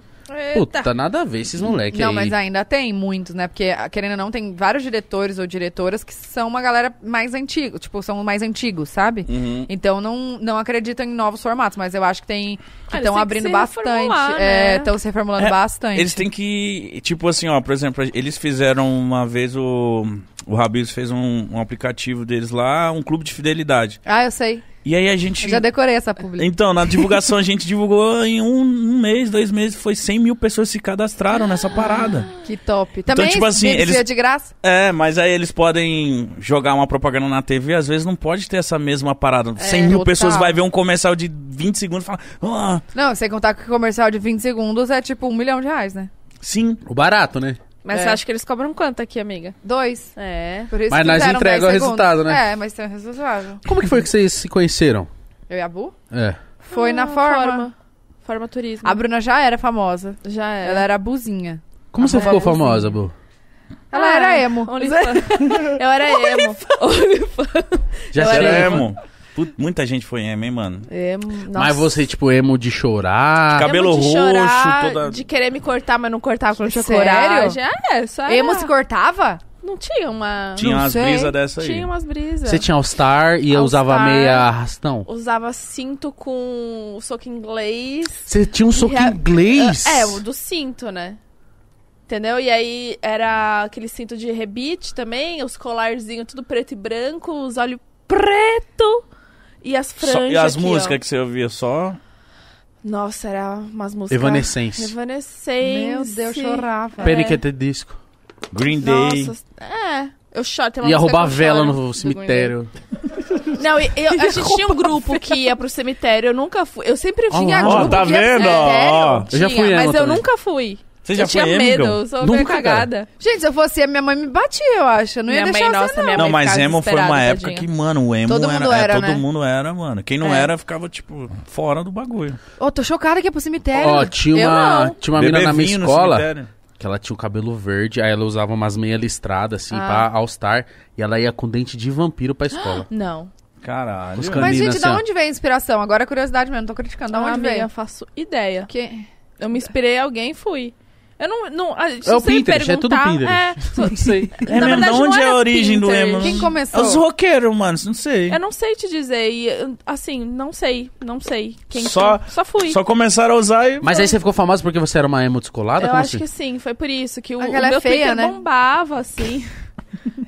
[SPEAKER 1] puta, nada a ver esses moleques
[SPEAKER 3] Não,
[SPEAKER 1] É aí.
[SPEAKER 3] mas ainda tem muitos, né? Porque, ah, querendo ou não, tem vários diretores ou diretoras que são uma galera mais antiga, tipo, são mais antigos, sabe?
[SPEAKER 2] Uhum.
[SPEAKER 3] Então não, não acreditam em novos formatos, mas eu acho que tem. que
[SPEAKER 4] Ah, eles
[SPEAKER 3] estão
[SPEAKER 4] têm que
[SPEAKER 3] abrindo
[SPEAKER 4] se
[SPEAKER 3] bastante.
[SPEAKER 4] reformular,
[SPEAKER 3] É,
[SPEAKER 4] né?
[SPEAKER 3] estão se reformulando
[SPEAKER 2] É,
[SPEAKER 3] bastante.
[SPEAKER 2] Eles têm que. Tipo assim, ó, por exemplo, eles fizeram uma vez o. O Habibs fez um, um aplicativo deles lá, um clube de fidelidade.
[SPEAKER 3] Ah, eu sei.
[SPEAKER 2] E aí a gente.
[SPEAKER 3] Eu já um decorei essa publi.
[SPEAKER 2] Então, na divulgação a gente divulgou em um, um mês, dois meses, foi 100 mil pessoas se cadastraram nessa parada.
[SPEAKER 3] Que top.
[SPEAKER 1] Então,
[SPEAKER 3] Também
[SPEAKER 2] tipo assim,
[SPEAKER 3] BBC
[SPEAKER 2] eles-
[SPEAKER 3] de graça.
[SPEAKER 2] É, mas aí eles podem jogar uma propaganda na TV, às vezes não pode ter essa mesma parada. 100 mil
[SPEAKER 3] É, total.
[SPEAKER 2] pessoas vai ver um comercial de 20 segundos e falar, ah,
[SPEAKER 3] Não, sem contar que o comercial de 20 segundos é tipo um milhão de reais, né?
[SPEAKER 2] sim.
[SPEAKER 1] O barato, né?
[SPEAKER 4] Mas
[SPEAKER 3] É.
[SPEAKER 4] você acha que eles cobram quanto aqui, amiga?
[SPEAKER 3] Dois.
[SPEAKER 4] É.
[SPEAKER 3] Por isso
[SPEAKER 1] Mas
[SPEAKER 3] que
[SPEAKER 1] nós
[SPEAKER 3] fizeram
[SPEAKER 1] entrega
[SPEAKER 3] 10
[SPEAKER 1] o
[SPEAKER 3] segundos.
[SPEAKER 1] resultado, né?
[SPEAKER 3] É, mas tem um resultado.
[SPEAKER 1] Como que foi que vocês se conheceram?
[SPEAKER 3] Eu e a Bu?
[SPEAKER 1] É.
[SPEAKER 3] Foi na
[SPEAKER 4] Ah,
[SPEAKER 3] forma.
[SPEAKER 4] Forma turismo.
[SPEAKER 3] A Bruna já era famosa.
[SPEAKER 4] Já era.
[SPEAKER 3] Ela era a buzinha.
[SPEAKER 1] Como você
[SPEAKER 3] Arroba
[SPEAKER 1] ficou
[SPEAKER 3] Luzinha.
[SPEAKER 1] famosa, Bu?
[SPEAKER 3] Ela
[SPEAKER 4] Ah,
[SPEAKER 3] era emo.
[SPEAKER 4] OnlyFans. Eu era emo.
[SPEAKER 1] Já
[SPEAKER 2] Você
[SPEAKER 1] sei.
[SPEAKER 2] era emo. Put- muita gente foi emo, hein, mano?
[SPEAKER 4] emo. Nossa.
[SPEAKER 1] Mas você, tipo, emo de chorar.
[SPEAKER 2] Fica- cabelo
[SPEAKER 4] emo de
[SPEAKER 2] roxo,
[SPEAKER 4] chorar,
[SPEAKER 2] toda-
[SPEAKER 4] de querer me cortar, mas não cortava quando tinha
[SPEAKER 3] Sério?
[SPEAKER 4] coragem. É, só era...
[SPEAKER 3] Emo se cortava?
[SPEAKER 4] Não tinha uma...
[SPEAKER 2] Tinha
[SPEAKER 3] Não
[SPEAKER 2] umas
[SPEAKER 3] sei.
[SPEAKER 2] brisas dessa aí.
[SPEAKER 4] Tinha umas brisas.
[SPEAKER 1] Você tinha All-Star e eu
[SPEAKER 4] All
[SPEAKER 1] usava
[SPEAKER 4] Star.
[SPEAKER 1] meia arrastão.
[SPEAKER 4] Usava cinto com soco inglês.
[SPEAKER 1] Você tinha um soco
[SPEAKER 4] Rea-
[SPEAKER 1] inglês?
[SPEAKER 4] É, o do cinto, né? Entendeu? E aí era aquele cinto de rebite também, os colarzinhos tudo preto e branco, os olhos preto e as franjas.
[SPEAKER 2] Só- e as
[SPEAKER 4] aqui,
[SPEAKER 2] músicas
[SPEAKER 4] ó.
[SPEAKER 2] que você ouvia só.
[SPEAKER 4] Nossa, era umas músicas.
[SPEAKER 1] Evanescence.
[SPEAKER 4] Evanescence.
[SPEAKER 3] Meu Deus,
[SPEAKER 4] É.
[SPEAKER 3] chorava.
[SPEAKER 1] Panic! at the Disco.
[SPEAKER 2] Green Day.
[SPEAKER 4] Nossa, é. Eu choro. Tem uma
[SPEAKER 1] Ia
[SPEAKER 4] música
[SPEAKER 1] roubar
[SPEAKER 4] que eu
[SPEAKER 1] vela
[SPEAKER 4] choro.
[SPEAKER 1] no cemitério.
[SPEAKER 4] Não, e- eu, a gente tinha um grupo que ia pro cemitério. Eu nunca fui. Eu sempre
[SPEAKER 1] Ó
[SPEAKER 4] tinha
[SPEAKER 1] lá. Ó,
[SPEAKER 4] grupo
[SPEAKER 2] tá
[SPEAKER 4] que ia pro
[SPEAKER 2] vendo?
[SPEAKER 4] cemitério.
[SPEAKER 2] Ó.
[SPEAKER 1] Eu já
[SPEAKER 4] é Tinha,
[SPEAKER 1] fui emo
[SPEAKER 4] mas eu
[SPEAKER 1] também.
[SPEAKER 4] nunca fui.
[SPEAKER 2] Você já
[SPEAKER 4] eu
[SPEAKER 2] foi
[SPEAKER 4] tinha
[SPEAKER 2] emo,
[SPEAKER 4] medo,
[SPEAKER 2] Igão?
[SPEAKER 4] eu sou
[SPEAKER 1] Nunca,
[SPEAKER 4] meio
[SPEAKER 1] cara.
[SPEAKER 4] cagada.
[SPEAKER 3] Gente, se eu fosse emo, minha mãe me batia, eu acho. Eu não ia
[SPEAKER 4] Minha mãe,
[SPEAKER 3] deixar
[SPEAKER 4] nossa,
[SPEAKER 3] você, não.
[SPEAKER 4] minha
[SPEAKER 2] Não,
[SPEAKER 4] mãe
[SPEAKER 2] mas
[SPEAKER 4] ficava
[SPEAKER 2] emo foi uma
[SPEAKER 4] desesperada,
[SPEAKER 2] época
[SPEAKER 4] tadinha.
[SPEAKER 2] que, mano, o emo
[SPEAKER 3] Todo
[SPEAKER 2] era,
[SPEAKER 3] mundo
[SPEAKER 2] é,
[SPEAKER 3] era,
[SPEAKER 2] Todo
[SPEAKER 3] né?
[SPEAKER 2] mundo era, mano. Quem não
[SPEAKER 3] É.
[SPEAKER 2] era ficava, tipo, fora do bagulho.
[SPEAKER 3] Ô, tô chocada que é pro cemitério.
[SPEAKER 1] Ó, tinha
[SPEAKER 3] Eu
[SPEAKER 1] uma,
[SPEAKER 3] não.
[SPEAKER 1] tinha uma mina
[SPEAKER 2] Beber
[SPEAKER 1] na minha
[SPEAKER 2] vinho no
[SPEAKER 1] escola
[SPEAKER 2] cemitério.
[SPEAKER 1] que ela tinha o cabelo verde, aí ela usava umas meias listradas, assim,
[SPEAKER 3] Ah.
[SPEAKER 1] pra All-Star, e ela ia com dente de vampiro pra escola.
[SPEAKER 4] Não.
[SPEAKER 2] Caralho.
[SPEAKER 1] Os
[SPEAKER 3] Mas,
[SPEAKER 1] Camina,
[SPEAKER 3] gente, da
[SPEAKER 1] assim, ó.
[SPEAKER 3] onde vem a inspiração? Agora é curiosidade mesmo, não tô criticando. Da
[SPEAKER 4] Não,
[SPEAKER 3] onde
[SPEAKER 4] amiga,
[SPEAKER 3] vem?
[SPEAKER 4] eu faço ideia.
[SPEAKER 3] Que...
[SPEAKER 4] Eu me inspirei em alguém e fui. Eu não. não a gente
[SPEAKER 1] É o
[SPEAKER 4] sempre
[SPEAKER 1] Pinterest, é tudo
[SPEAKER 4] perguntar.
[SPEAKER 1] Pinterest.
[SPEAKER 4] É, sou-
[SPEAKER 1] sei.
[SPEAKER 2] É
[SPEAKER 4] Na
[SPEAKER 2] mesmo,
[SPEAKER 4] verdade,
[SPEAKER 2] da
[SPEAKER 4] não
[SPEAKER 2] onde é
[SPEAKER 4] era
[SPEAKER 2] a origem do
[SPEAKER 4] Pinterest.
[SPEAKER 2] emo?
[SPEAKER 3] Quem
[SPEAKER 2] É
[SPEAKER 3] começou?
[SPEAKER 2] os roqueiros, mano, não sei.
[SPEAKER 4] Eu não sei te dizer. E, assim, não sei. Não sei. Quem
[SPEAKER 2] Só-
[SPEAKER 4] que- Só fui.
[SPEAKER 2] Só começaram a usar e.
[SPEAKER 1] Mas aí você ficou famosa porque você era uma emo descolada?
[SPEAKER 4] Eu
[SPEAKER 1] Como
[SPEAKER 4] acho
[SPEAKER 1] assim?
[SPEAKER 4] que sim, foi por isso que o, o
[SPEAKER 3] Aquela é
[SPEAKER 4] meu
[SPEAKER 3] feia,
[SPEAKER 4] Twitter
[SPEAKER 3] né? É
[SPEAKER 4] bombava, assim.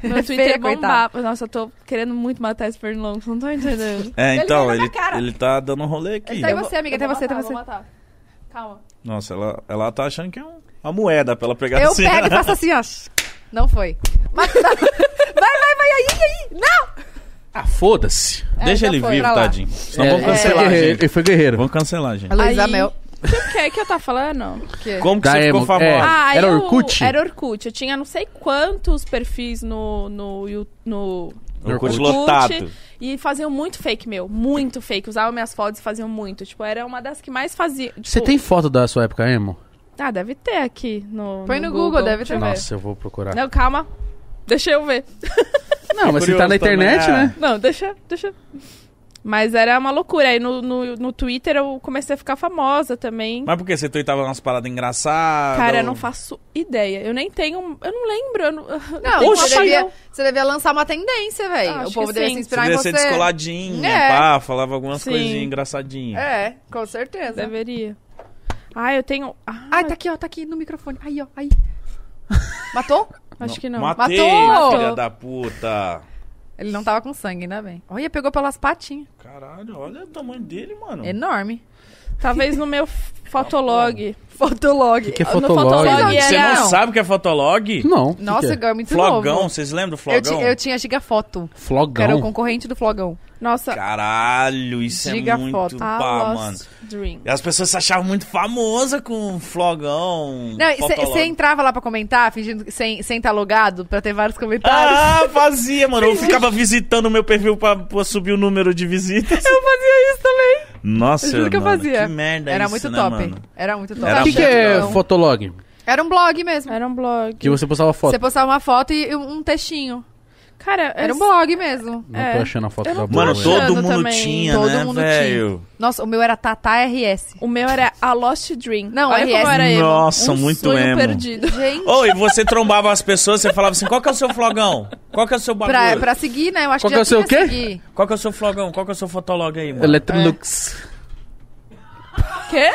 [SPEAKER 4] meu Twitter
[SPEAKER 3] feia,
[SPEAKER 4] bombava. Nossa, eu tô querendo muito matar esse pernilongo, não tô entendendo.
[SPEAKER 2] É,
[SPEAKER 3] Ele
[SPEAKER 2] então,
[SPEAKER 3] tá na
[SPEAKER 2] ele,
[SPEAKER 3] cara.
[SPEAKER 2] ele tá dando um rolê aqui.
[SPEAKER 3] tá em
[SPEAKER 4] Eu
[SPEAKER 3] você,
[SPEAKER 4] vou-
[SPEAKER 3] amiga,
[SPEAKER 4] eu
[SPEAKER 3] tá em
[SPEAKER 4] vou
[SPEAKER 3] você, tá em
[SPEAKER 4] matar,
[SPEAKER 3] você.
[SPEAKER 4] vou matar. Calma.
[SPEAKER 2] Nossa, ela, ela tá achando que é um- uma moeda pra ela pegar
[SPEAKER 3] Eu
[SPEAKER 2] assim.
[SPEAKER 3] pego e faço assim, ó. Não foi. Mas, vai, vai, vai, aí, aí. Não!
[SPEAKER 1] Ah, foda-se.
[SPEAKER 2] Deixa
[SPEAKER 3] é, já
[SPEAKER 2] ele
[SPEAKER 3] foi,
[SPEAKER 2] vivo,
[SPEAKER 3] pra lá.
[SPEAKER 2] tadinho. Senão
[SPEAKER 1] É,
[SPEAKER 2] vamos
[SPEAKER 1] ele foi
[SPEAKER 2] cancelar,
[SPEAKER 1] guerreiro,
[SPEAKER 2] gente.
[SPEAKER 1] Ele foi guerreiro.
[SPEAKER 2] Vamos cancelar, gente.
[SPEAKER 3] Luísa
[SPEAKER 4] Aí-
[SPEAKER 3] Mel.
[SPEAKER 4] O que é que eu tava falando?
[SPEAKER 3] Que...
[SPEAKER 2] Como que
[SPEAKER 1] Da
[SPEAKER 2] você ficou
[SPEAKER 1] emo,
[SPEAKER 2] famosa?
[SPEAKER 1] é.
[SPEAKER 4] Ah,
[SPEAKER 1] Era
[SPEAKER 4] eu-
[SPEAKER 1] Orkut?
[SPEAKER 4] Era Orkut. Eu tinha não sei quantos perfis no. no, Yu- no
[SPEAKER 2] Orkut
[SPEAKER 1] Orkut.
[SPEAKER 2] lotado.
[SPEAKER 4] E faziam muito fake meu. Muito fake. Usavam minhas fotos e faziam muito. Tipo, era uma das que mais fazia. tipo-
[SPEAKER 1] Você tem foto da sua época emo?
[SPEAKER 4] Ah, deve ter aqui no.
[SPEAKER 3] Põe no Google, deve
[SPEAKER 4] Deixa eu ver.
[SPEAKER 1] Nossa, eu vou procurar. Não,
[SPEAKER 4] Não, calma. Deixa eu ver.
[SPEAKER 1] mas você tá na
[SPEAKER 2] curioso também,
[SPEAKER 1] internet,
[SPEAKER 2] é.
[SPEAKER 1] né?
[SPEAKER 4] Não, deixa, deixa. Mas era uma loucura. Aí no, no, no Twitter eu comecei a ficar famosa também.
[SPEAKER 2] Mas por que você tweetava umas paradas engraçadas?
[SPEAKER 4] Cara, eu
[SPEAKER 2] ou-
[SPEAKER 4] não faço ideia. Eu nem tenho. Eu não lembro. Eu não,
[SPEAKER 3] Não,
[SPEAKER 4] eu
[SPEAKER 3] você
[SPEAKER 4] acho que
[SPEAKER 3] devia,
[SPEAKER 4] eu-
[SPEAKER 3] você devia lançar uma tendência, velho.
[SPEAKER 4] Acho
[SPEAKER 3] O povo
[SPEAKER 4] que
[SPEAKER 3] devia se
[SPEAKER 4] sim.
[SPEAKER 2] Você
[SPEAKER 3] inspirar
[SPEAKER 2] devia
[SPEAKER 3] em você.
[SPEAKER 2] ser descoladinha,
[SPEAKER 3] É.
[SPEAKER 2] pá, falava algumas
[SPEAKER 4] Sim.
[SPEAKER 2] coisinhas engraçadinhas.
[SPEAKER 3] É, com certeza.
[SPEAKER 4] Deveria. Ah, eu tenho. Ah,
[SPEAKER 3] Ai, tá aqui, ó, tá aqui no microfone. Aí, ó, aí. Matou?
[SPEAKER 4] acho que não.
[SPEAKER 2] Matei,
[SPEAKER 3] Matou!
[SPEAKER 2] filha da puta.
[SPEAKER 3] Ele não tava com sangue, ainda bem. Olha, pegou pelas patinhas.
[SPEAKER 2] Caralho, olha o tamanho dele, mano.
[SPEAKER 3] Hum. É Enorme.
[SPEAKER 4] Talvez no meu fotolog.
[SPEAKER 3] Fotolog.
[SPEAKER 1] Que é
[SPEAKER 4] No
[SPEAKER 1] fotolog?
[SPEAKER 4] Fotolog
[SPEAKER 2] Você
[SPEAKER 4] era.
[SPEAKER 2] não sabe o que é fotolog?
[SPEAKER 1] Não. que
[SPEAKER 3] Nossa,
[SPEAKER 1] que é?
[SPEAKER 3] Igor, é muito
[SPEAKER 2] Flogão,
[SPEAKER 3] novo.
[SPEAKER 2] vocês lembram do
[SPEAKER 3] Eu, ti-
[SPEAKER 2] flogão? Hum,
[SPEAKER 3] eu tinha gigafoto. Que era o
[SPEAKER 1] Flogão.
[SPEAKER 3] concorrente do Flogão.
[SPEAKER 4] Nossa.
[SPEAKER 2] Caralho, isso é
[SPEAKER 3] Diga
[SPEAKER 2] muito
[SPEAKER 3] foto.
[SPEAKER 2] pá,
[SPEAKER 4] I
[SPEAKER 2] mano.
[SPEAKER 4] lost dream.
[SPEAKER 2] E As pessoas se achavam muito famosas com flogão.
[SPEAKER 3] Não, você
[SPEAKER 2] fotolog.
[SPEAKER 3] entrava lá pra comentar, fingindo que sem estar logado, pra ter vários comentários.
[SPEAKER 2] Ah, fazia, mano. Eu ficava visitando o meu perfil pra, pra subir o número de visitas.
[SPEAKER 3] Eu fazia isso também.
[SPEAKER 2] Nossa,
[SPEAKER 3] Eu juro que eu
[SPEAKER 2] mano,
[SPEAKER 3] fazia.
[SPEAKER 2] Que merda
[SPEAKER 3] Era
[SPEAKER 2] isso,
[SPEAKER 3] muito
[SPEAKER 2] né,
[SPEAKER 3] top.
[SPEAKER 2] mano?
[SPEAKER 3] Era muito top.
[SPEAKER 2] Era
[SPEAKER 1] O que, que é
[SPEAKER 3] Então,
[SPEAKER 1] fotolog?
[SPEAKER 3] Era um blog mesmo.
[SPEAKER 4] Era um blog.
[SPEAKER 1] Que você postava foto.
[SPEAKER 3] Você postava uma foto e um textinho.
[SPEAKER 4] Cara,
[SPEAKER 3] Era um
[SPEAKER 4] esse-
[SPEAKER 3] blog mesmo.
[SPEAKER 1] Não
[SPEAKER 4] é.
[SPEAKER 1] tô achando a foto
[SPEAKER 4] Eu
[SPEAKER 1] da
[SPEAKER 4] não
[SPEAKER 1] boa. né?
[SPEAKER 2] Mano,
[SPEAKER 1] velho.
[SPEAKER 4] achando
[SPEAKER 2] todo mundo
[SPEAKER 4] também.
[SPEAKER 2] tinha,
[SPEAKER 3] Todo
[SPEAKER 2] né,
[SPEAKER 3] mundo
[SPEAKER 2] velho?
[SPEAKER 3] Nossa, o meu era Tata RS.
[SPEAKER 4] O meu era A Lost Dream.
[SPEAKER 3] Não,
[SPEAKER 4] Olha
[SPEAKER 3] RS.
[SPEAKER 4] como era emo.
[SPEAKER 2] Nossa,
[SPEAKER 4] um
[SPEAKER 2] muito
[SPEAKER 4] sonho
[SPEAKER 2] emo.
[SPEAKER 4] perdido.
[SPEAKER 3] Gente,
[SPEAKER 2] Oi, você trombava as pessoas, você falava assim, qual que é o seu flogão? Qual que é o seu bagulho?
[SPEAKER 3] pra, pra seguir, né? Eu acho
[SPEAKER 1] Qual
[SPEAKER 3] que já
[SPEAKER 1] que é o seu
[SPEAKER 3] tinha
[SPEAKER 1] quê?
[SPEAKER 3] seguir.
[SPEAKER 2] Qual que é o seu flogão? Qual que é o seu fotolog aí, mano?
[SPEAKER 1] Electrolux.
[SPEAKER 4] Quê?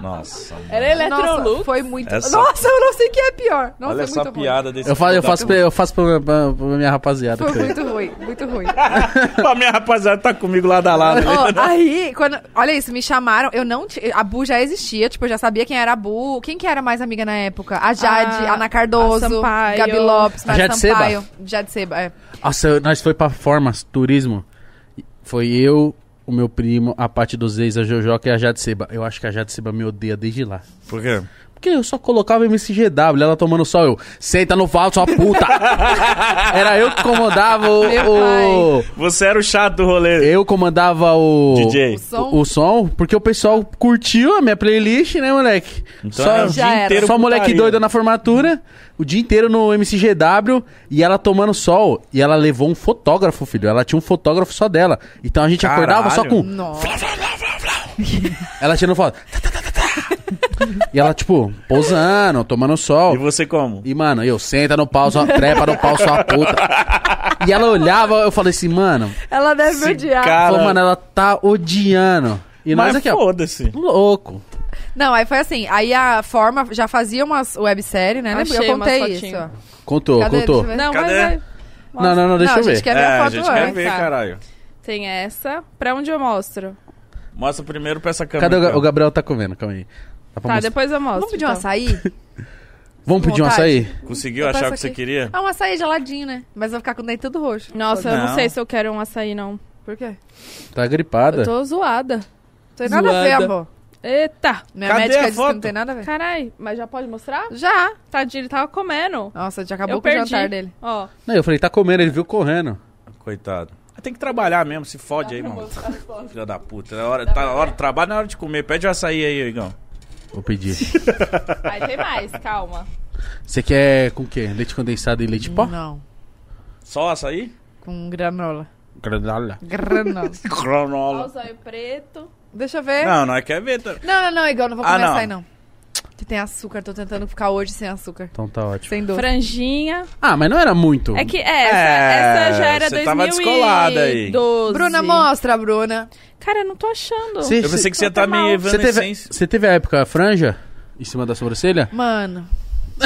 [SPEAKER 2] Nossa, mano.
[SPEAKER 4] Era
[SPEAKER 3] Nossa,
[SPEAKER 4] Electrolux.
[SPEAKER 3] foi muito...
[SPEAKER 2] Essa-
[SPEAKER 3] Nossa, eu não sei o que é pior.
[SPEAKER 2] Olha
[SPEAKER 3] Nossa, é muito
[SPEAKER 2] essa
[SPEAKER 3] ruim.
[SPEAKER 2] piada desse
[SPEAKER 1] Eu faço, eu
[SPEAKER 2] filho da
[SPEAKER 1] faço, pra, eu faço pra, pra- pra minha rapaziada.
[SPEAKER 3] Foi
[SPEAKER 1] que eu-
[SPEAKER 3] muito ruim, muito ruim.
[SPEAKER 2] Pra minha rapaziada tá comigo lado a lado.
[SPEAKER 3] Ó, aí, quando. Olha isso, me chamaram. Eu não. ti- A Bu já existia, tipo, eu já sabia quem era a Bu. Quem que era mais amiga na época? A Jade,
[SPEAKER 4] Ah,
[SPEAKER 3] Ana Cardoso,
[SPEAKER 4] a Sampaio.
[SPEAKER 3] Gabi Lopes,
[SPEAKER 1] A
[SPEAKER 3] Mari
[SPEAKER 1] Jade Seba.
[SPEAKER 3] Sampaio. Jade Seba, é.
[SPEAKER 1] Nossa, eu- nós foi pra Formas, turismo. Foi eu, o meu primo, a parte dos ex, a Jojoca e a Jade Seba. Eu acho que a Jade Seba me odeia desde lá.
[SPEAKER 2] Por quê?
[SPEAKER 1] Porque eu só colocava MCGW, ela tomando sol, eu, senta no pau, sua puta! Era eu que comandava o. o-
[SPEAKER 2] Você era o chato do rolê.
[SPEAKER 1] eu comandava o.
[SPEAKER 2] DJ.
[SPEAKER 3] O som.
[SPEAKER 1] O, o som, porque o pessoal curtiu a minha playlist, né, moleque?
[SPEAKER 2] Então era o
[SPEAKER 3] Já
[SPEAKER 2] dia
[SPEAKER 3] era.
[SPEAKER 2] inteiro
[SPEAKER 1] Só moleque
[SPEAKER 2] putaria.
[SPEAKER 1] doido na formatura, o dia inteiro no MCGW e ela tomando sol. E ela levou um fotógrafo, filho. Ela tinha um fotógrafo só dela. Então a gente
[SPEAKER 2] Caralho.
[SPEAKER 1] acordava só com.
[SPEAKER 3] Nossa.
[SPEAKER 1] Ela tirando foto. e ela, tipo, pousando, tomando
[SPEAKER 2] E
[SPEAKER 1] sol.
[SPEAKER 2] você como?
[SPEAKER 1] E, mano, eu senta no pau, só trepa no pau, sua puta. E ela olhava, eu falei assim, mano.
[SPEAKER 4] Ela deve
[SPEAKER 2] Esse
[SPEAKER 4] odiar.
[SPEAKER 2] cara-
[SPEAKER 1] Falou, mano, ela tá odiando. E nós
[SPEAKER 2] Mas
[SPEAKER 1] aqui, ó.
[SPEAKER 2] foda-se.
[SPEAKER 1] Louco.
[SPEAKER 3] Não, aí foi assim. Aí a Forma já fazia umas websérie, né? Lembra?
[SPEAKER 4] Achei
[SPEAKER 3] Eu
[SPEAKER 4] umas
[SPEAKER 3] contei isso.
[SPEAKER 4] fotinhas.
[SPEAKER 3] ó.
[SPEAKER 1] Contou,
[SPEAKER 3] Cadê?
[SPEAKER 1] contou.
[SPEAKER 3] Deixa eu ver.
[SPEAKER 4] Não,
[SPEAKER 2] Cadê?
[SPEAKER 4] mas vai.
[SPEAKER 1] Não, não, não, deixa
[SPEAKER 3] Não,
[SPEAKER 1] eu
[SPEAKER 3] a
[SPEAKER 1] ver.
[SPEAKER 3] gente quer ver
[SPEAKER 2] é,
[SPEAKER 3] a
[SPEAKER 2] a
[SPEAKER 3] foto
[SPEAKER 2] gente quer
[SPEAKER 3] antes,
[SPEAKER 2] ver,
[SPEAKER 3] tá?
[SPEAKER 2] caralho.
[SPEAKER 4] Tem essa. Pra onde eu mostro?
[SPEAKER 2] Mostra primeiro pra essa câmera.
[SPEAKER 1] Cadê o, Ga-
[SPEAKER 2] aqui, ó.
[SPEAKER 1] o Gabriel tá comendo? Calma aí. Dá pra
[SPEAKER 4] Tá,
[SPEAKER 1] mostrar?
[SPEAKER 4] depois eu mostro.
[SPEAKER 3] Vamos pedir um
[SPEAKER 4] então.
[SPEAKER 3] açaí?
[SPEAKER 1] Vamos pedir um
[SPEAKER 3] Vontade?
[SPEAKER 1] açaí?
[SPEAKER 2] Conseguiu
[SPEAKER 3] Eu
[SPEAKER 2] achar o
[SPEAKER 3] passo
[SPEAKER 2] que você
[SPEAKER 3] aqui.
[SPEAKER 2] queria?
[SPEAKER 3] Ah, um açaí geladinho, né? Mas vai ficar com o dente tudo roxo.
[SPEAKER 4] Nossa, eu
[SPEAKER 2] Não.
[SPEAKER 4] não sei se eu quero um açaí, não.
[SPEAKER 3] Por quê?
[SPEAKER 1] Tá gripada.
[SPEAKER 4] Eu tô zoada.
[SPEAKER 3] Não tem nada a ver,
[SPEAKER 1] Zoada.
[SPEAKER 3] amor.
[SPEAKER 4] Eita!
[SPEAKER 3] Minha
[SPEAKER 2] Cadê
[SPEAKER 3] médica
[SPEAKER 2] a
[SPEAKER 3] disse que não
[SPEAKER 2] foto?
[SPEAKER 3] tem nada a ver.
[SPEAKER 4] Carai, mas já pode mostrar?
[SPEAKER 3] Já.
[SPEAKER 4] Tadinho, ele tava comendo.
[SPEAKER 3] Nossa, já
[SPEAKER 4] Eu
[SPEAKER 3] acabou com o
[SPEAKER 4] perdi.
[SPEAKER 3] jantar dele.
[SPEAKER 4] Ó,
[SPEAKER 1] Não, eu falei, tá comendo, ele viu correndo.
[SPEAKER 2] Coitado. Tem que trabalhar mesmo, se
[SPEAKER 3] Tá
[SPEAKER 2] fode aí, mano. Filha da puta. É hora, tá na hora do trabalho, não é hora de comer. Pede o açaí aí, Igão.
[SPEAKER 1] Vou pedir.
[SPEAKER 4] aí tem mais, calma.
[SPEAKER 1] Você quer com o quê? Leite condensado e leite pó?
[SPEAKER 3] Não.
[SPEAKER 2] Só açaí?
[SPEAKER 3] Com granola.
[SPEAKER 1] Granulha.
[SPEAKER 3] Granola.
[SPEAKER 4] Ó o
[SPEAKER 2] Cronola.
[SPEAKER 4] zóio preto.
[SPEAKER 3] Deixa eu ver. Não,
[SPEAKER 2] Não, não é que é ver. tá?
[SPEAKER 3] não, não, igual, não vou
[SPEAKER 2] Ah,
[SPEAKER 3] comer
[SPEAKER 2] não.
[SPEAKER 3] açaí, não. Que tem açúcar, tô tentando ficar hoje sem açúcar.
[SPEAKER 1] Então tá ótimo.
[SPEAKER 3] Sem doce.
[SPEAKER 4] Franjinha.
[SPEAKER 1] Ah, mas não era muito.
[SPEAKER 4] É que, é, essa,
[SPEAKER 2] É,
[SPEAKER 4] essa já era
[SPEAKER 2] você tava descolada aí.
[SPEAKER 4] 2012.
[SPEAKER 3] Bruna, mostra, Bruna.
[SPEAKER 4] Cara, eu não tô achando.
[SPEAKER 1] Cê-
[SPEAKER 2] Eu pensei que você
[SPEAKER 4] Então
[SPEAKER 2] tá
[SPEAKER 4] tá
[SPEAKER 2] me
[SPEAKER 4] mal.
[SPEAKER 1] Você teve,
[SPEAKER 2] evanescência.
[SPEAKER 1] você teve a época franja em cima da sobrancelha?
[SPEAKER 3] Mano.